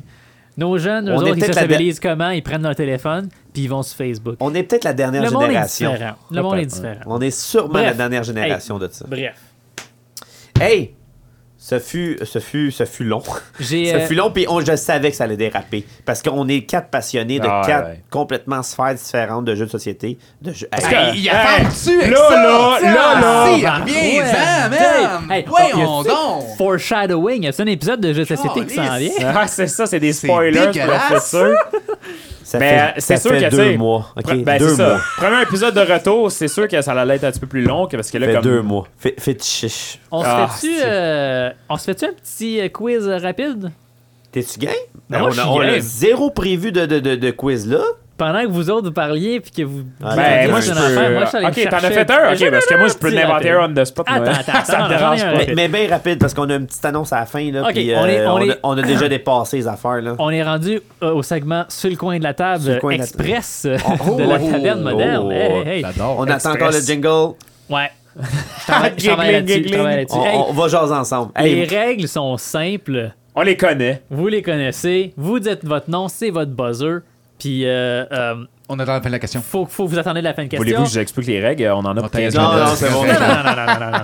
Speaker 2: Nos jeunes, eux
Speaker 4: On est
Speaker 2: autres, ils
Speaker 4: peut-être la
Speaker 2: sociabilisent comment? Ils prennent leur téléphone puis ils vont sur Facebook.
Speaker 4: On est peut-être la dernière
Speaker 2: Le monde est
Speaker 4: génération.
Speaker 2: différent. Le monde est différent.
Speaker 4: on est sûrement
Speaker 2: Bref.
Speaker 4: la dernière génération de ça.
Speaker 2: Bref.
Speaker 4: Hey! Ce fut, ce fut, ce fut long.
Speaker 2: J'ai
Speaker 4: Ce
Speaker 2: euh,
Speaker 4: fut long, puis on- je savais que ça allait déraper. Parce qu'on est quatre passionnés de
Speaker 1: Ah, ouais,
Speaker 4: quatre
Speaker 1: ouais.
Speaker 4: complètement sphères différentes de jeux de société. De jeux... Hey,
Speaker 1: que-
Speaker 3: Hey, il y a
Speaker 1: hey,
Speaker 3: pas dessus avec
Speaker 1: là,
Speaker 3: ça,
Speaker 1: là,
Speaker 3: tiens,
Speaker 1: là, là.
Speaker 3: si, Reviens-en, man!
Speaker 2: Hey,
Speaker 3: Voyons
Speaker 2: oh, y a-tu
Speaker 3: donc!
Speaker 2: Foreshadowing, y a un épisode de jeu de société qui s'en
Speaker 3: Calisse.
Speaker 2: vient?
Speaker 1: Ah, c'est ça, c'est des spoilers pour le
Speaker 3: dégueulasse.
Speaker 1: futur.
Speaker 4: ça
Speaker 1: Ben,
Speaker 4: fait,
Speaker 1: c'est
Speaker 4: ça
Speaker 1: sûr
Speaker 4: fait
Speaker 1: que, tu
Speaker 4: deux
Speaker 1: sais,
Speaker 4: mois. OK,
Speaker 1: Pre- ben,
Speaker 4: deux
Speaker 1: c'est ça.
Speaker 4: mois.
Speaker 1: Premier épisode de retour, c'est sûr que ça allait être un petit peu plus long que parce que là,
Speaker 4: fait
Speaker 1: comme.
Speaker 4: deux mois. Fait, fait chiche.
Speaker 2: On se
Speaker 1: Ah,
Speaker 2: fait-tu
Speaker 1: c'est-
Speaker 2: euh, on se fait-tu un petit euh, quiz euh, rapide?
Speaker 4: T'es-tu game?
Speaker 2: Ben, moi,
Speaker 4: on,
Speaker 2: je
Speaker 4: a,
Speaker 2: suis
Speaker 4: on a
Speaker 2: game.
Speaker 4: zéro prévu de, de, de, de quiz là.
Speaker 2: Pendant que vous autres vous parliez puis que vous.
Speaker 4: Ah,
Speaker 1: Ben,
Speaker 4: Attends,
Speaker 1: moi, je
Speaker 2: une
Speaker 1: peux.
Speaker 2: affaire, moi, je suis allé
Speaker 1: ok, t'en as
Speaker 2: chercher-
Speaker 1: fait un,
Speaker 2: J'en ai
Speaker 1: ok, parce que moi, je peux
Speaker 2: petit
Speaker 1: l'inventer
Speaker 2: rapide.
Speaker 1: un on the spot. moi.
Speaker 2: Attends, attends,
Speaker 1: ça
Speaker 2: attends,
Speaker 1: me dérange
Speaker 2: j'en ai un
Speaker 1: pas.
Speaker 2: rapide.
Speaker 4: Mais, mais bien rapide parce qu'on a une petite annonce à la fin. Là,
Speaker 2: Ok,
Speaker 4: puis,
Speaker 2: on est-
Speaker 4: euh,
Speaker 2: on
Speaker 4: on, a,
Speaker 2: est-
Speaker 4: on a déjà dépassé les affaires. Là.
Speaker 2: On est rendu euh, au segment sur le coin de la table
Speaker 4: Sur le coin de la-
Speaker 2: express euh,
Speaker 4: Oh,
Speaker 2: de la
Speaker 4: oh,
Speaker 2: taverne
Speaker 4: oh,
Speaker 2: moderne.
Speaker 4: oh,
Speaker 2: Hey, hey, hey.
Speaker 3: J'adore.
Speaker 4: On attend encore le jingle.
Speaker 2: Ouais. Je travaille- Je travaille
Speaker 1: Giggling,
Speaker 2: là-dessus, je travaille là-dessus.
Speaker 4: On,
Speaker 2: Hey,
Speaker 4: on va jaser ensemble. Hey,
Speaker 2: Les règles sont simples.
Speaker 1: On les connaît.
Speaker 2: Vous les connaissez. Vous dites votre nom, c'est votre buzzer. Puis, euh, euh,
Speaker 3: On attend la fin de la question.
Speaker 2: faut, faut vous attendre de la fin de question.
Speaker 1: Voulez-vous que j'explique les règles On en a pour 15
Speaker 4: Non,
Speaker 1: minutes.
Speaker 4: non, c'est bon.
Speaker 2: Non, non, non, non, non, non, non, non.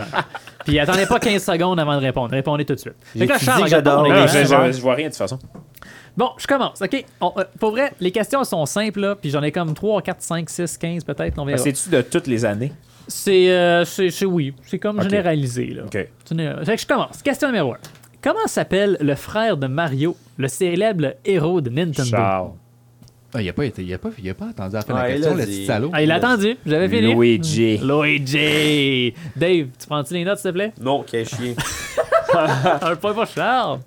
Speaker 2: Puis attendez pas 15 secondes avant de répondre. Répondez tout de suite. Fait que là,
Speaker 4: J'ai
Speaker 2: Charles,
Speaker 4: dit que j'adore
Speaker 2: répond,
Speaker 4: les
Speaker 2: les
Speaker 1: Non,
Speaker 2: gens.
Speaker 1: je, je- je vois rien de toute façon.
Speaker 2: Bon, je commence. OK. On- euh, pour vrai, les questions sont simples, là. Puis j'en ai comme 3, 4, 5, 6, 15 peut-être. On verra.
Speaker 1: C'est-tu de toutes les années
Speaker 2: C'est, euh, c'est, c'est oui. C'est comme
Speaker 1: Ok.
Speaker 2: généralisé, là.
Speaker 1: Ok.
Speaker 2: C'est une- Fait que je commence. Question numéro 1. Comment s'appelle le frère de Mario, le célèbre héros de Nintendo?
Speaker 1: Charles.
Speaker 3: Ah, il a pas été, il a pas, il a pas attendu la fin de
Speaker 4: Ouais,
Speaker 3: la
Speaker 4: il
Speaker 3: question,
Speaker 4: a
Speaker 3: le
Speaker 4: dit.
Speaker 3: petit salaud.
Speaker 2: Ah, il a attendu. J'avais fini.
Speaker 1: Luigi.
Speaker 2: Luigi. Dave, tu prends-tu les notes, s'il te plaît?
Speaker 4: Non, quel chien.
Speaker 2: Un point pour Charles.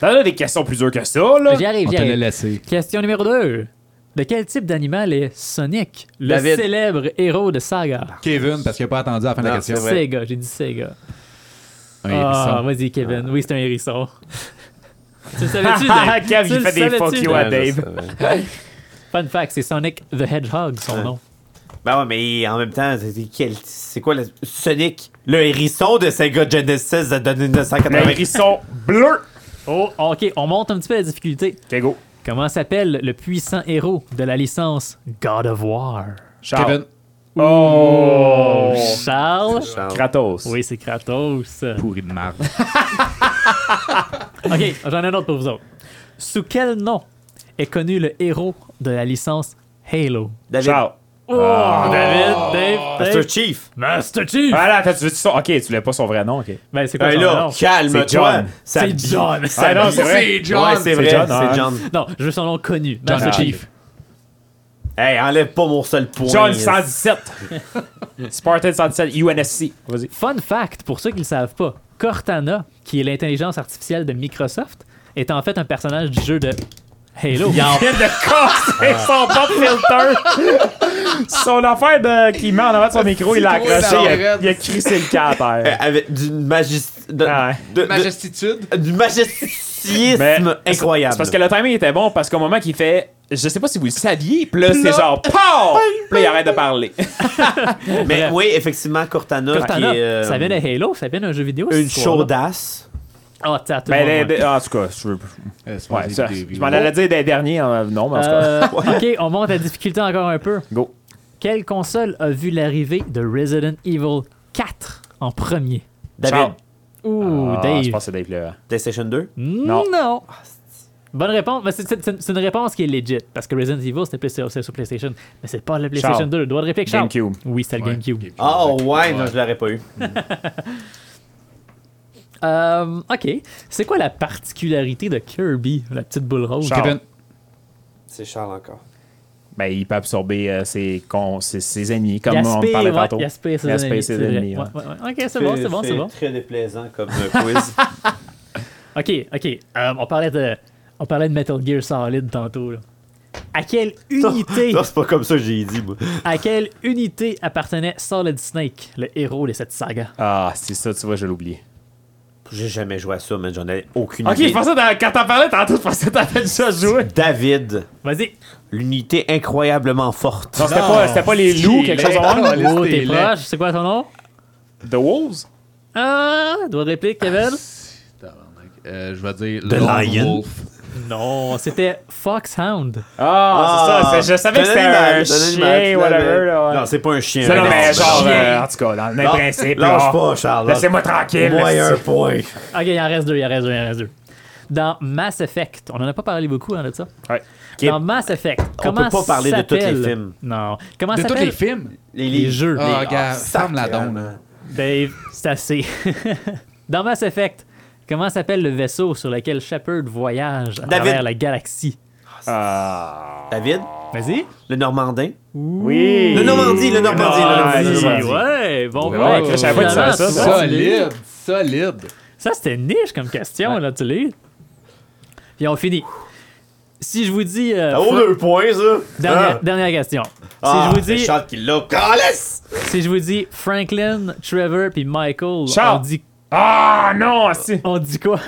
Speaker 1: T'en as des questions plus dures que ça, là
Speaker 2: J'y arrive,
Speaker 3: On
Speaker 2: j'y
Speaker 3: te l'a
Speaker 2: arrive.
Speaker 3: laissé.
Speaker 2: Question numéro 2. De quel type d'animal est Sonic, le
Speaker 4: David.
Speaker 2: célèbre héros de saga?
Speaker 3: Kevin, parce qu'il a pas attendu la fin de la
Speaker 4: Non,
Speaker 3: question.
Speaker 4: c'est vrai.
Speaker 2: Sega, j'ai dit Sega.
Speaker 3: Un
Speaker 2: Ah,
Speaker 3: hérisson.
Speaker 2: vas-y, Kevin. Oui, c'est un hérisson. tu le savais-tu,
Speaker 1: Ah,
Speaker 2: Dave?
Speaker 1: Kev,
Speaker 2: Tu
Speaker 1: il
Speaker 2: le
Speaker 1: fait des
Speaker 2: savais-tu,
Speaker 1: fuck you
Speaker 2: Dave?
Speaker 1: à
Speaker 4: Ouais, je
Speaker 1: Dave.
Speaker 4: savais.
Speaker 2: Fun fact, c'est Sonic the Hedgehog, son nom.
Speaker 4: ben ouais, mais en même temps, c'est- c'est quel- c'est quoi le Sonic? Le hérisson de Sega Genesis de
Speaker 1: Un
Speaker 4: 1990.
Speaker 1: hérisson bleu.
Speaker 2: Oh, ok, on monte un petit peu la difficulté.
Speaker 1: Ok, go.
Speaker 2: Comment s'appelle le puissant héros de la licence God of War?
Speaker 1: Charles.
Speaker 3: Kevin.
Speaker 1: Oh.
Speaker 2: Charles?
Speaker 1: Kratos.
Speaker 2: Oui, c'est Kratos.
Speaker 3: Pourri de marde.
Speaker 4: Ah,
Speaker 2: Ok, j'en ai un autre pour vous autres. Sous quel nom est connu le héros de la licence Halo?
Speaker 4: David.
Speaker 1: Charles.
Speaker 2: David, Dave, Dave.
Speaker 4: Master Chief.
Speaker 2: Master Chief!
Speaker 1: Ah là, tu veux son... Ok, tu voulais pas son vrai nom, ok.
Speaker 2: Ben, c'est quoi son
Speaker 4: Ben là,
Speaker 2: nom?
Speaker 1: C'est
Speaker 4: calme-toi.
Speaker 1: John.
Speaker 4: Ça
Speaker 2: C'est
Speaker 4: bille.
Speaker 2: John.
Speaker 4: Ça
Speaker 1: Ah non,
Speaker 4: bille.
Speaker 1: c'est vrai.
Speaker 4: Ouais, c'est vrai,
Speaker 1: John, hein.
Speaker 4: c'est John.
Speaker 2: Non, je veux son nom connu. Master
Speaker 1: Ah.
Speaker 2: Chief.
Speaker 4: Hey, enlève pas mon seul point.
Speaker 1: John 117. Spartan 117, UNSC. Vas-y.
Speaker 2: Fun fact, pour ceux qui ne le savent pas, Cortana, qui est l'intelligence artificielle de Microsoft, est en fait un personnage du jeu de Halo.
Speaker 1: vient de casser son pop filter. son affaire de... qui met en avant de son micro, il l'a
Speaker 3: C'est trop
Speaker 1: accroché, il a,
Speaker 3: arrête.
Speaker 1: il a crissé le hein. cas à
Speaker 4: Euh,
Speaker 1: terre.
Speaker 4: Avec du majesté.
Speaker 1: Ah.
Speaker 3: Majestitude.
Speaker 4: du
Speaker 1: Mais-
Speaker 4: majesticisme incroyable.
Speaker 1: C'est parce que le timing était bon, parce qu'au moment qu'il fait. Je sais pas si vous le saviez, pis là, c'est genre POW! Pis là, il arrête de parler.
Speaker 4: Mais oui, effectivement, Cortana,
Speaker 2: Cortana,
Speaker 4: qui est euh,
Speaker 2: ça vient de Halo, ça vient d'un jeu vidéo.
Speaker 4: une
Speaker 2: cette histoire-là.
Speaker 4: chaudasse.
Speaker 2: Ah, t'as tout le
Speaker 1: Mais
Speaker 2: monde,
Speaker 1: les-
Speaker 2: ouais.
Speaker 1: Ben, en tout cas, je, veux-
Speaker 3: Euh, c'est pas
Speaker 1: ouais,
Speaker 3: des
Speaker 1: ça,
Speaker 3: vidéos.
Speaker 1: je m'en allais dire des derniers. euh, non, mais en tout cas.
Speaker 2: Euh, ok, on monte la difficulté encore un peu.
Speaker 1: Go.
Speaker 2: Quelle console a vu l'arrivée de Resident Evil 4 en premier?
Speaker 4: David,
Speaker 1: Charles.
Speaker 2: Ouh,
Speaker 1: Ah, Je
Speaker 2: Dave.
Speaker 1: pense que c'est Dave là.
Speaker 4: PlayStation 2.
Speaker 2: Non.
Speaker 1: Non.
Speaker 2: Bonne réponse, mais c'est- c'est c'est une réponse qui est legit, parce que Resident Evil, c'était plus- c'est sur PlayStation, mais c'est pas le PlayStation
Speaker 1: Charles.
Speaker 2: 2. Doigt de réplique, Charles.
Speaker 1: GameCube.
Speaker 2: Oui, c'était le
Speaker 3: Ouais.
Speaker 2: GameCube.
Speaker 4: Oh, ouais, non, je l'aurais pas eu.
Speaker 2: Euh, ok. C'est quoi la particularité de Kirby, la petite boule rose?
Speaker 1: Charles.
Speaker 3: Kevin.
Speaker 4: C'est Charles encore.
Speaker 1: Ben, il peut absorber euh, ses, con- ses, ses ennemis, comme
Speaker 2: Yaspé,
Speaker 1: on parlait
Speaker 2: ouais,
Speaker 1: tantôt.
Speaker 2: Yaspé, c'est
Speaker 1: Yaspé,
Speaker 2: ennemis,
Speaker 1: ses
Speaker 2: c'est vrai.
Speaker 1: ennemis,
Speaker 2: Ouais,
Speaker 1: ouais.
Speaker 2: ouais, ouais. Ok, c'est bon, c'est bon, c'est bon.
Speaker 4: très déplaisant comme euh, quiz.
Speaker 2: Ok, ok. Euh, on, parlait de, on parlait de Metal Gear Solid tantôt. là. À quelle unité,
Speaker 4: non, c'est pas comme ça que j'ai dit, moi.
Speaker 2: à quelle unité appartenait Solid Snake, le héros de cette saga?
Speaker 1: Ah, c'est ça, tu vois, je l'ai oublié.
Speaker 4: J'ai jamais joué à ça, mais j'en ai aucune
Speaker 1: Ok, je
Speaker 4: idée.
Speaker 1: pensais que quand t'en parlais tantôt, je pensais que t'avais déjà joué.
Speaker 4: David,
Speaker 2: Vas-y.
Speaker 4: l'unité incroyablement forte.
Speaker 1: Non, c'était pas, c'était pas les loups, quelque chose en même.
Speaker 2: Oh,
Speaker 3: t'es
Speaker 2: t'es
Speaker 3: laid.
Speaker 2: proche. C'est quoi ton nom?
Speaker 1: The Wolves?
Speaker 2: Ah, doigt de réplique, Kevin?
Speaker 3: Tabarnak. Euh, je vais dire
Speaker 4: The
Speaker 3: Lone
Speaker 4: Lion.
Speaker 3: Wolf.
Speaker 2: Non, c'était Foxhound.
Speaker 1: Ah,
Speaker 4: Ah,
Speaker 1: c'est ça. c'est- Je savais que
Speaker 4: un
Speaker 1: c'était
Speaker 4: animal,
Speaker 1: un
Speaker 4: c'est un animal,
Speaker 1: chien,
Speaker 4: finalement.
Speaker 1: whatever. là, ouais.
Speaker 4: Non, c'est pas un chien.
Speaker 1: Ça, non,
Speaker 4: un
Speaker 1: mais
Speaker 4: animal.
Speaker 1: genre,
Speaker 4: Chien.
Speaker 1: euh, en tout cas, dans le
Speaker 4: Lâ-
Speaker 1: principe.
Speaker 4: Lâche
Speaker 1: là.
Speaker 4: pas, Charles. lâche-
Speaker 1: Laissez-moi tranquille.
Speaker 4: Moi,
Speaker 1: là,
Speaker 4: un
Speaker 1: c'est-
Speaker 4: point.
Speaker 2: Ok, il en reste deux, il en reste deux, il en reste deux. Dans Mass Effect, on en a pas parlé beaucoup hein, de ça.
Speaker 1: Ouais.
Speaker 2: Dans Mass Effect, comment
Speaker 4: peut pas parler de tous les
Speaker 2: s'appelle-
Speaker 4: films.
Speaker 2: Non. Comment
Speaker 3: De tous les
Speaker 2: s'appelle
Speaker 3: films.
Speaker 4: Les,
Speaker 2: les jeux.
Speaker 3: Ah,
Speaker 2: Les-
Speaker 3: regarde,
Speaker 4: ah,
Speaker 3: ferme la
Speaker 4: sacrément.
Speaker 3: donne. hein.
Speaker 2: Dave, c'est assez. Dans Mass Effect, comment s'appelle le vaisseau sur lequel Shepard voyage à
Speaker 4: David.
Speaker 2: travers la galaxie
Speaker 1: Ah.
Speaker 4: David,
Speaker 2: Vas-y.
Speaker 4: le Normandin.
Speaker 1: Oui.
Speaker 4: Le Normandie, le Normandie, le
Speaker 1: Ah,
Speaker 4: Normandie.
Speaker 1: le
Speaker 2: Vas-y,
Speaker 1: Normandie.
Speaker 2: ouais, bon,
Speaker 1: Ouais,
Speaker 2: ouais.
Speaker 1: Chris, je savais pas que tu savais ça,
Speaker 2: Finalement,
Speaker 1: ça.
Speaker 2: tu l'as.
Speaker 3: Solide, solide.
Speaker 2: Ça, c'était niche comme question, là, tu l'es. Puis on finit. Si je vous dis. euh,
Speaker 4: Oh,
Speaker 2: Fra-
Speaker 4: deux points, ça.
Speaker 2: dernière,
Speaker 4: Ah.
Speaker 2: dernière question.
Speaker 4: Ah,
Speaker 2: si, je vous dis,
Speaker 4: Charles qui l'a. Calisse!
Speaker 2: si je vous dis Franklin, Trevor puis Michael,
Speaker 1: Charles.
Speaker 2: on dit,
Speaker 1: Ah, non, si.
Speaker 2: on dit quoi?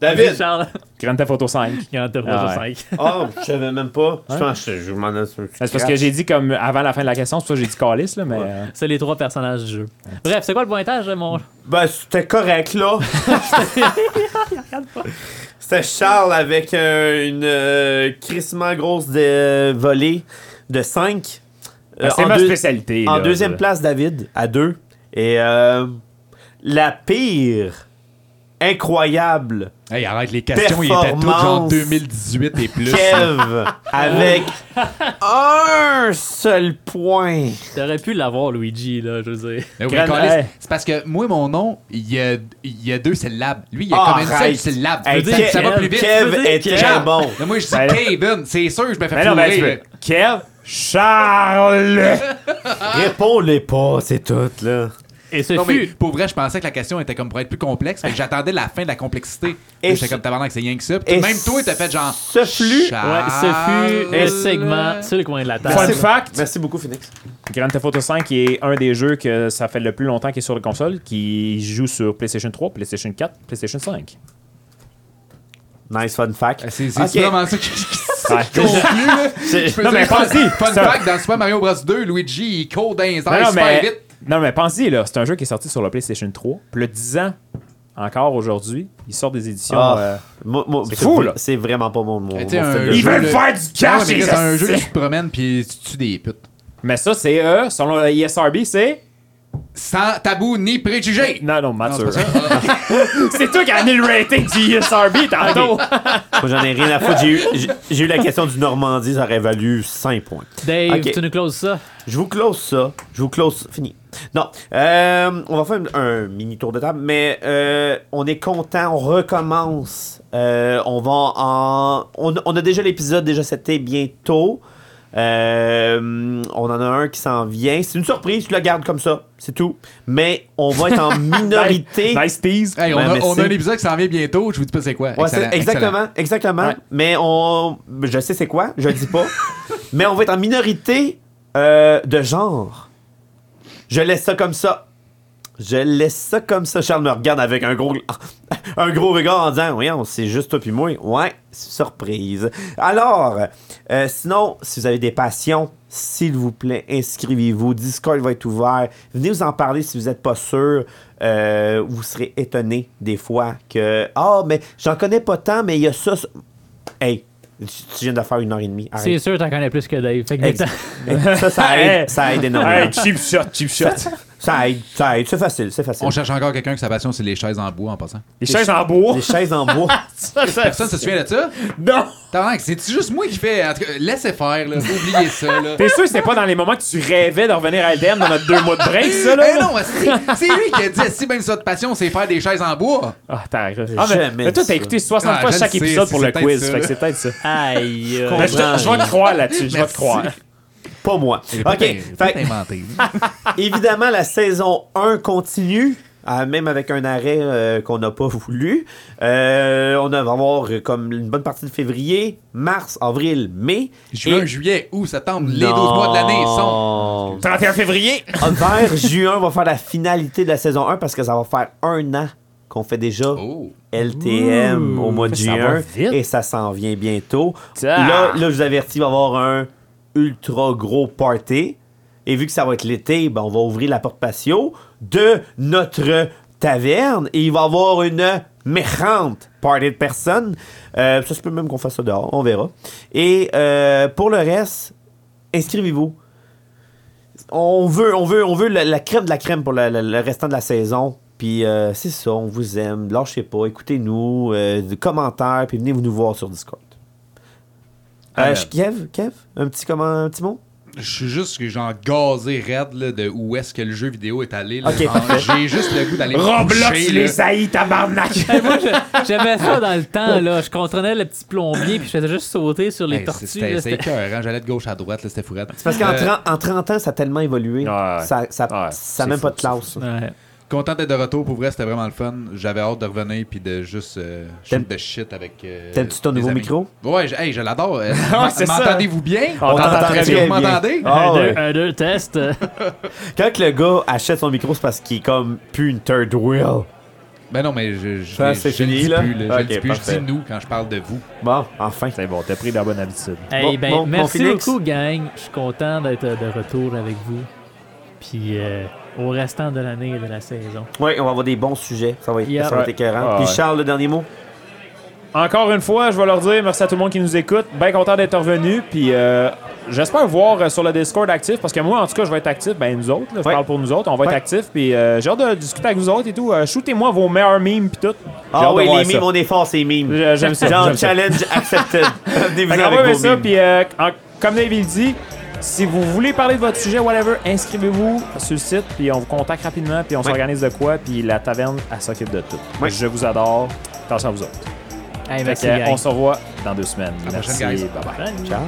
Speaker 4: David.
Speaker 2: Charles.
Speaker 1: Grand Theft Auto 5.
Speaker 2: Il y en a
Speaker 1: Ah,
Speaker 2: 5.
Speaker 4: Oh, je savais même pas. Je pense que je m'en ai sur-
Speaker 1: C'est parce que j'ai dit comme avant la fin de la question, c'est pour ça que j'ai dit Calis, là, mais. euh,
Speaker 2: C'est les trois personnages du jeu. Bref, c'est quoi le pointage, mon.
Speaker 4: Ben, c'était correct, là. c'était Charles avec euh, une euh, crissement grosse de- volée de 5.
Speaker 1: Ben, c'est ma spécialité.
Speaker 4: En
Speaker 1: là,
Speaker 4: deuxième
Speaker 1: je-
Speaker 4: place, David, à 2. Et euh, la pire, incroyable,
Speaker 3: Hey, arrête les questions, il était tout genre
Speaker 4: Performance.
Speaker 3: 2018 et plus.
Speaker 4: Kev, avec un seul point.
Speaker 2: T'aurais pu l'avoir, Luigi, là, je veux dire.
Speaker 3: Ben oui,
Speaker 1: Gran-
Speaker 3: Calis,
Speaker 1: hey.
Speaker 3: C'est parce que moi, mon nom, il y a, il y a deux syllabes. Lui, il y a
Speaker 4: Ah,
Speaker 3: comme une seule
Speaker 4: arrête.
Speaker 3: syllabe.
Speaker 4: Hey,
Speaker 3: Je veux dire, ça va
Speaker 2: Kev-
Speaker 3: plus vite.
Speaker 4: Kev
Speaker 2: Tu veux dire
Speaker 4: est
Speaker 2: Kev?
Speaker 4: très bon.
Speaker 3: Mais moi, je dis
Speaker 1: Ben-
Speaker 3: Kevin, c'est sûr, je me fais
Speaker 1: Mais non, mais tu
Speaker 3: fourrer.
Speaker 1: veux. Kev Charles.
Speaker 4: Réponds-les pas, c'est tout, là.
Speaker 2: Et ce
Speaker 3: Non, mais
Speaker 2: fut.
Speaker 3: pour vrai, je pensais que la question était comme pour être plus complexe. Fait que j'attendais la fin de la complexité.
Speaker 4: Et
Speaker 3: J'étais
Speaker 4: ce-
Speaker 3: comme tabarnak, c'est rien que ça. Puis même toi, t'as fait genre.
Speaker 4: Ce flux.
Speaker 2: Ouais, ce fut le
Speaker 3: Charles-
Speaker 2: segment sur le coin de la
Speaker 1: Fun
Speaker 2: table.
Speaker 1: fact.
Speaker 4: Merci beaucoup, Phoenix.
Speaker 1: Grand Theft Auto 5 qui est un des jeux que ça fait le plus longtemps qu'il est sur les consoles, qui joue sur PlayStation 3, PlayStation 4, PlayStation 5.
Speaker 4: Nice fun fact.
Speaker 1: Ah,
Speaker 3: Euh, C'est c'est
Speaker 4: Ok.
Speaker 3: vraiment ça qui qui
Speaker 1: Ouais.
Speaker 3: conclut, là. Je peux
Speaker 1: Non,
Speaker 3: dire,
Speaker 1: mais
Speaker 3: fun-
Speaker 1: pense-y.
Speaker 3: Fun
Speaker 1: Ça-
Speaker 3: fact, dans Super Mario Bros 2, Luigi, il court dans les airs
Speaker 1: Non, non,
Speaker 3: super
Speaker 1: mais,
Speaker 3: vite.
Speaker 1: non, mais pensez, là, c'est un jeu qui est sorti sur la PlayStation 3. Puis le 10 ans, encore aujourd'hui, il sort des éditions.
Speaker 4: Ah,
Speaker 1: euh,
Speaker 4: moi- moi,
Speaker 1: c'est
Speaker 4: c'est
Speaker 1: fou, là.
Speaker 4: C'est vraiment pas mon mot.
Speaker 3: Eh, t'sais, un
Speaker 1: Ils
Speaker 3: jeu,
Speaker 1: veulent
Speaker 3: là-
Speaker 1: faire du
Speaker 3: Non,
Speaker 1: cash,
Speaker 3: mais
Speaker 1: les
Speaker 3: c'est un jeu
Speaker 1: assis.
Speaker 3: que tu te promènes puis tu tues des putes.
Speaker 1: Mais ça, c'est eux, selon E la ESRB, c'est.
Speaker 3: Sans tabou ni préjugé.
Speaker 1: Non, non, mature.
Speaker 3: c'est pas ça. Ah,
Speaker 1: C'est toi qui as mis le rating du E ESRB tantôt.
Speaker 4: Moi, j'en ai rien à foutre. J'ai eu, j'ai- j'ai eu la question du Normandie, ça aurait valu 5 points.
Speaker 2: Dave,
Speaker 4: Ok.
Speaker 2: tu nous closes ça.
Speaker 4: Je vous close ça. Je vous close. Fini. Non. Euh, on va faire une- un mini tour de table, mais euh, on est content. On recommence. Euh, on va en. On, on a déjà l'épisode, déjà c'était bientôt. Euh, on en a un qui s'en vient. C'est une surprise, tu la gardes comme ça. C'est tout. Mais on va être en minorité.
Speaker 1: Nice tease.
Speaker 3: Ah, Hey, on,
Speaker 4: Ouais,
Speaker 3: a,
Speaker 4: merci.
Speaker 3: on a un épisode qui s'en vient bientôt. Je vous dis pas c'est quoi.
Speaker 4: Ouais,
Speaker 3: Excellent,
Speaker 4: c'est- exactement,
Speaker 3: excellent.
Speaker 4: exactement.
Speaker 1: Ouais.
Speaker 4: Mais on, je sais c'est quoi, je le dis pas. mais on va être en minorité euh, de genre. Je laisse ça comme ça. Je laisse ça comme ça. Charles me regarde avec un gros, un gros regard en disant, oui, c'est juste toi puis moi. Ouais, surprise. Alors, euh, sinon, si vous avez des passions, s'il vous plaît, inscrivez-vous. Discord va être ouvert. Venez vous en parler si vous n'êtes pas sûr. Euh, vous serez étonné des fois que, ah, mais j'en connais pas tant, mais il y a ça. ça. Hey, tu tu viens de faire une heure et demie.
Speaker 2: C'est
Speaker 4: Arrête.
Speaker 2: sûr, t'en connais plus que Dave. Fait que
Speaker 4: Ex-
Speaker 2: maintenant-
Speaker 4: Ça, ça aide, ça aide énormément.
Speaker 1: Hey, cheap shot, cheap shot.
Speaker 4: Ça aide, ça aide. C'est facile, c'est facile.
Speaker 3: On cherche encore quelqu'un que sa passion, c'est les chaises en bois en passant.
Speaker 1: Les chaises en bois.
Speaker 4: Les chaises en bois.
Speaker 3: Personne se souvient de ça?
Speaker 1: Non.
Speaker 3: Tabarnak, c'est juste moi qui fais. En tout cas, laissez faire, là. Oubliez ça, là.
Speaker 1: T'es sûr que c'était pas dans les moments que tu rêvais de revenir à LDM dans notre deux mois de break, ça, là?
Speaker 3: Eh non, c'est c'est lui qui a dit si même ça de passion, c'est faire des chaises en bois.
Speaker 1: Ah, t'arrête. Ah, mais,
Speaker 4: Jamais
Speaker 1: mais toi,
Speaker 4: dit
Speaker 1: t'as
Speaker 4: ça.
Speaker 1: écouté 60
Speaker 3: Ah,
Speaker 1: fois
Speaker 3: je
Speaker 1: chaque
Speaker 3: le sais,
Speaker 1: épisode
Speaker 3: c'est
Speaker 1: pour le
Speaker 3: peut-être
Speaker 1: quiz,
Speaker 3: ça,
Speaker 1: fait que
Speaker 3: là.
Speaker 1: c'est peut-être ça.
Speaker 2: Aïe. euh,
Speaker 3: Ben,
Speaker 1: Mais je, te- je vais te croire là-dessus, je vais te
Speaker 3: Merci.
Speaker 1: croire.
Speaker 4: Pas moi.
Speaker 3: J'ai pas
Speaker 4: OK.
Speaker 3: t'in-
Speaker 4: Fait-
Speaker 3: pas inventé.
Speaker 4: évidemment, la saison 1 continue. euh, même avec un arrêt euh, qu'on n'a pas voulu. Euh, on va avoir euh, comme une bonne partie de février, mars, avril, mai.
Speaker 3: Juin,
Speaker 4: Et-
Speaker 3: juillet, août, septembre, les 12 mois de l'année sont.
Speaker 4: Non.
Speaker 1: 31 février.
Speaker 4: Vers juin, on va faire la finalité de la saison 1 parce que ça va faire un an qu'on fait déjà
Speaker 5: Oh.
Speaker 4: LTM au mois de
Speaker 1: Ça va
Speaker 4: juin
Speaker 1: vite.
Speaker 4: et ça s'en vient bientôt.
Speaker 1: Ah!
Speaker 4: Là, là, je vous avertis, il va y avoir un ultra gros party. Et vu que ça va être l'été, ben, on va ouvrir la porte patio de notre taverne et il va y avoir une méchante party de personnes. Euh, ça se peut même qu'on fasse ça dehors, on verra. Et euh, pour le reste, inscrivez-vous. On veut, on veut, on veut la, la crème de la crème pour la- la- le restant de la saison. Puis euh, c'est ça, on vous aime. Lâchez pas, écoutez-nous, euh, des commentaires, puis venez nous voir sur Discord. Euh,
Speaker 5: Amen.
Speaker 4: je- Kev, Kev, un petit, comment, un petit mot?
Speaker 3: Je suis juste genre gazé raide là, de où est-ce que le jeu vidéo est allé. là.
Speaker 4: Ok,
Speaker 3: Genre, J'ai juste le goût d'aller me coucher, là.
Speaker 4: haïs, tabarnak!
Speaker 2: Moi, je- j'aimais ça dans le temps, là. Je contrôlais le petit plombier, puis je faisais juste sauter sur les
Speaker 3: Hey,
Speaker 2: tortues.
Speaker 3: C'était
Speaker 2: là,
Speaker 3: c'est
Speaker 2: c'était-
Speaker 3: écœurant. J'allais de gauche à droite, là, c'était fourette. Euh,
Speaker 4: C'est parce qu'en 30 en 30 ans, ça a tellement évolué.
Speaker 1: Euh, Ouais.
Speaker 4: Ça ça,
Speaker 1: Ouais,
Speaker 4: ça a
Speaker 1: c'est
Speaker 4: même
Speaker 1: fou,
Speaker 4: pas de
Speaker 1: c'est fou,
Speaker 4: classe.
Speaker 2: Ouais.
Speaker 3: Content d'être de retour, pour vrai, c'était vraiment le fun. J'avais hâte de revenir puis de juste euh, shoot
Speaker 4: T'aimes-
Speaker 3: de shit avec. euh,
Speaker 4: T'aimes-tu ton
Speaker 3: mes
Speaker 4: nouveau
Speaker 3: amis.
Speaker 4: micro?
Speaker 3: Ouais, je, hey, je l'adore. Euh,
Speaker 1: Ah,
Speaker 3: m-
Speaker 1: c'est ça.
Speaker 3: M'entendez-vous bien?
Speaker 1: On t'entend très
Speaker 3: Vous
Speaker 1: bien.
Speaker 3: m'entendez?
Speaker 4: Ah
Speaker 2: un,
Speaker 4: ouais.
Speaker 2: deux, un, deux, test.
Speaker 4: Quand le gars achète son micro, c'est parce qu'il est comme plus une third wheel.
Speaker 3: Ben non, mais je, je,
Speaker 4: Ça,
Speaker 3: je-
Speaker 4: c'est
Speaker 3: je le
Speaker 4: fini,
Speaker 3: dis
Speaker 4: là?
Speaker 3: plus. là. je
Speaker 4: Ok,
Speaker 3: le dis plus. Je
Speaker 4: parfait.
Speaker 3: dis nous quand je parle de vous.
Speaker 4: Bon, enfin.
Speaker 1: C'est bon, t'as pris la bonne habitude.
Speaker 2: Hey,
Speaker 4: Bon,
Speaker 2: ben,
Speaker 4: bon, bon
Speaker 2: merci
Speaker 4: Phoenix.
Speaker 2: beaucoup, gang. Je suis content d'être euh, de retour avec vous. Puis euh, au restant de l'année et de la saison.
Speaker 4: Ouais, on va avoir des bons sujets. Ça va être,
Speaker 2: Yeah.
Speaker 4: ça va être
Speaker 1: Ouais.
Speaker 4: écœurant.
Speaker 1: Ah
Speaker 4: Puis
Speaker 1: ouais.
Speaker 4: Charles, le dernier mot.
Speaker 1: Encore une fois, je vais leur dire merci à tout le monde qui nous écoute. Bien content d'être revenu. Puis euh, j'espère voir euh, sur le Discord actif, parce que moi, en tout cas, je vais être actif. Ben, nous autres, là, je
Speaker 4: Ouais.
Speaker 1: parle pour nous autres, on va
Speaker 4: Ouais.
Speaker 1: être actif. Puis euh, j'ai hâte de discuter avec vous autres et tout. Euh, Shootez-moi vos meilleurs memes, puis tout. J'ai hâte
Speaker 4: Ah
Speaker 1: de
Speaker 4: oui,
Speaker 1: voir
Speaker 4: les
Speaker 1: ça.
Speaker 4: mimes, on est fort, ces mimes.
Speaker 1: Je- J'aime ça.
Speaker 4: Genre,
Speaker 1: j'aime ça.
Speaker 4: challenge accepted.
Speaker 1: Fait
Speaker 4: Venez-vous
Speaker 1: qu'on
Speaker 4: avec
Speaker 1: va
Speaker 4: vos
Speaker 1: aimer ça,
Speaker 4: mimes.
Speaker 1: puis euh, en- comme David le dit, si vous voulez parler de votre sujet, whatever, inscrivez-vous sur le site, puis on vous contacte rapidement, puis on s'organise de quoi, puis la taverne, elle s'occupe de tout.
Speaker 4: Ouais.
Speaker 1: Je vous adore. Attention à vous autres.
Speaker 2: Hey,
Speaker 1: Fait
Speaker 2: merci,
Speaker 1: que, euh,
Speaker 2: gang.
Speaker 1: on se revoit dans deux semaines.
Speaker 3: la prochaine,
Speaker 1: Merci.
Speaker 3: guys.
Speaker 1: Bye bye.
Speaker 4: Ciao.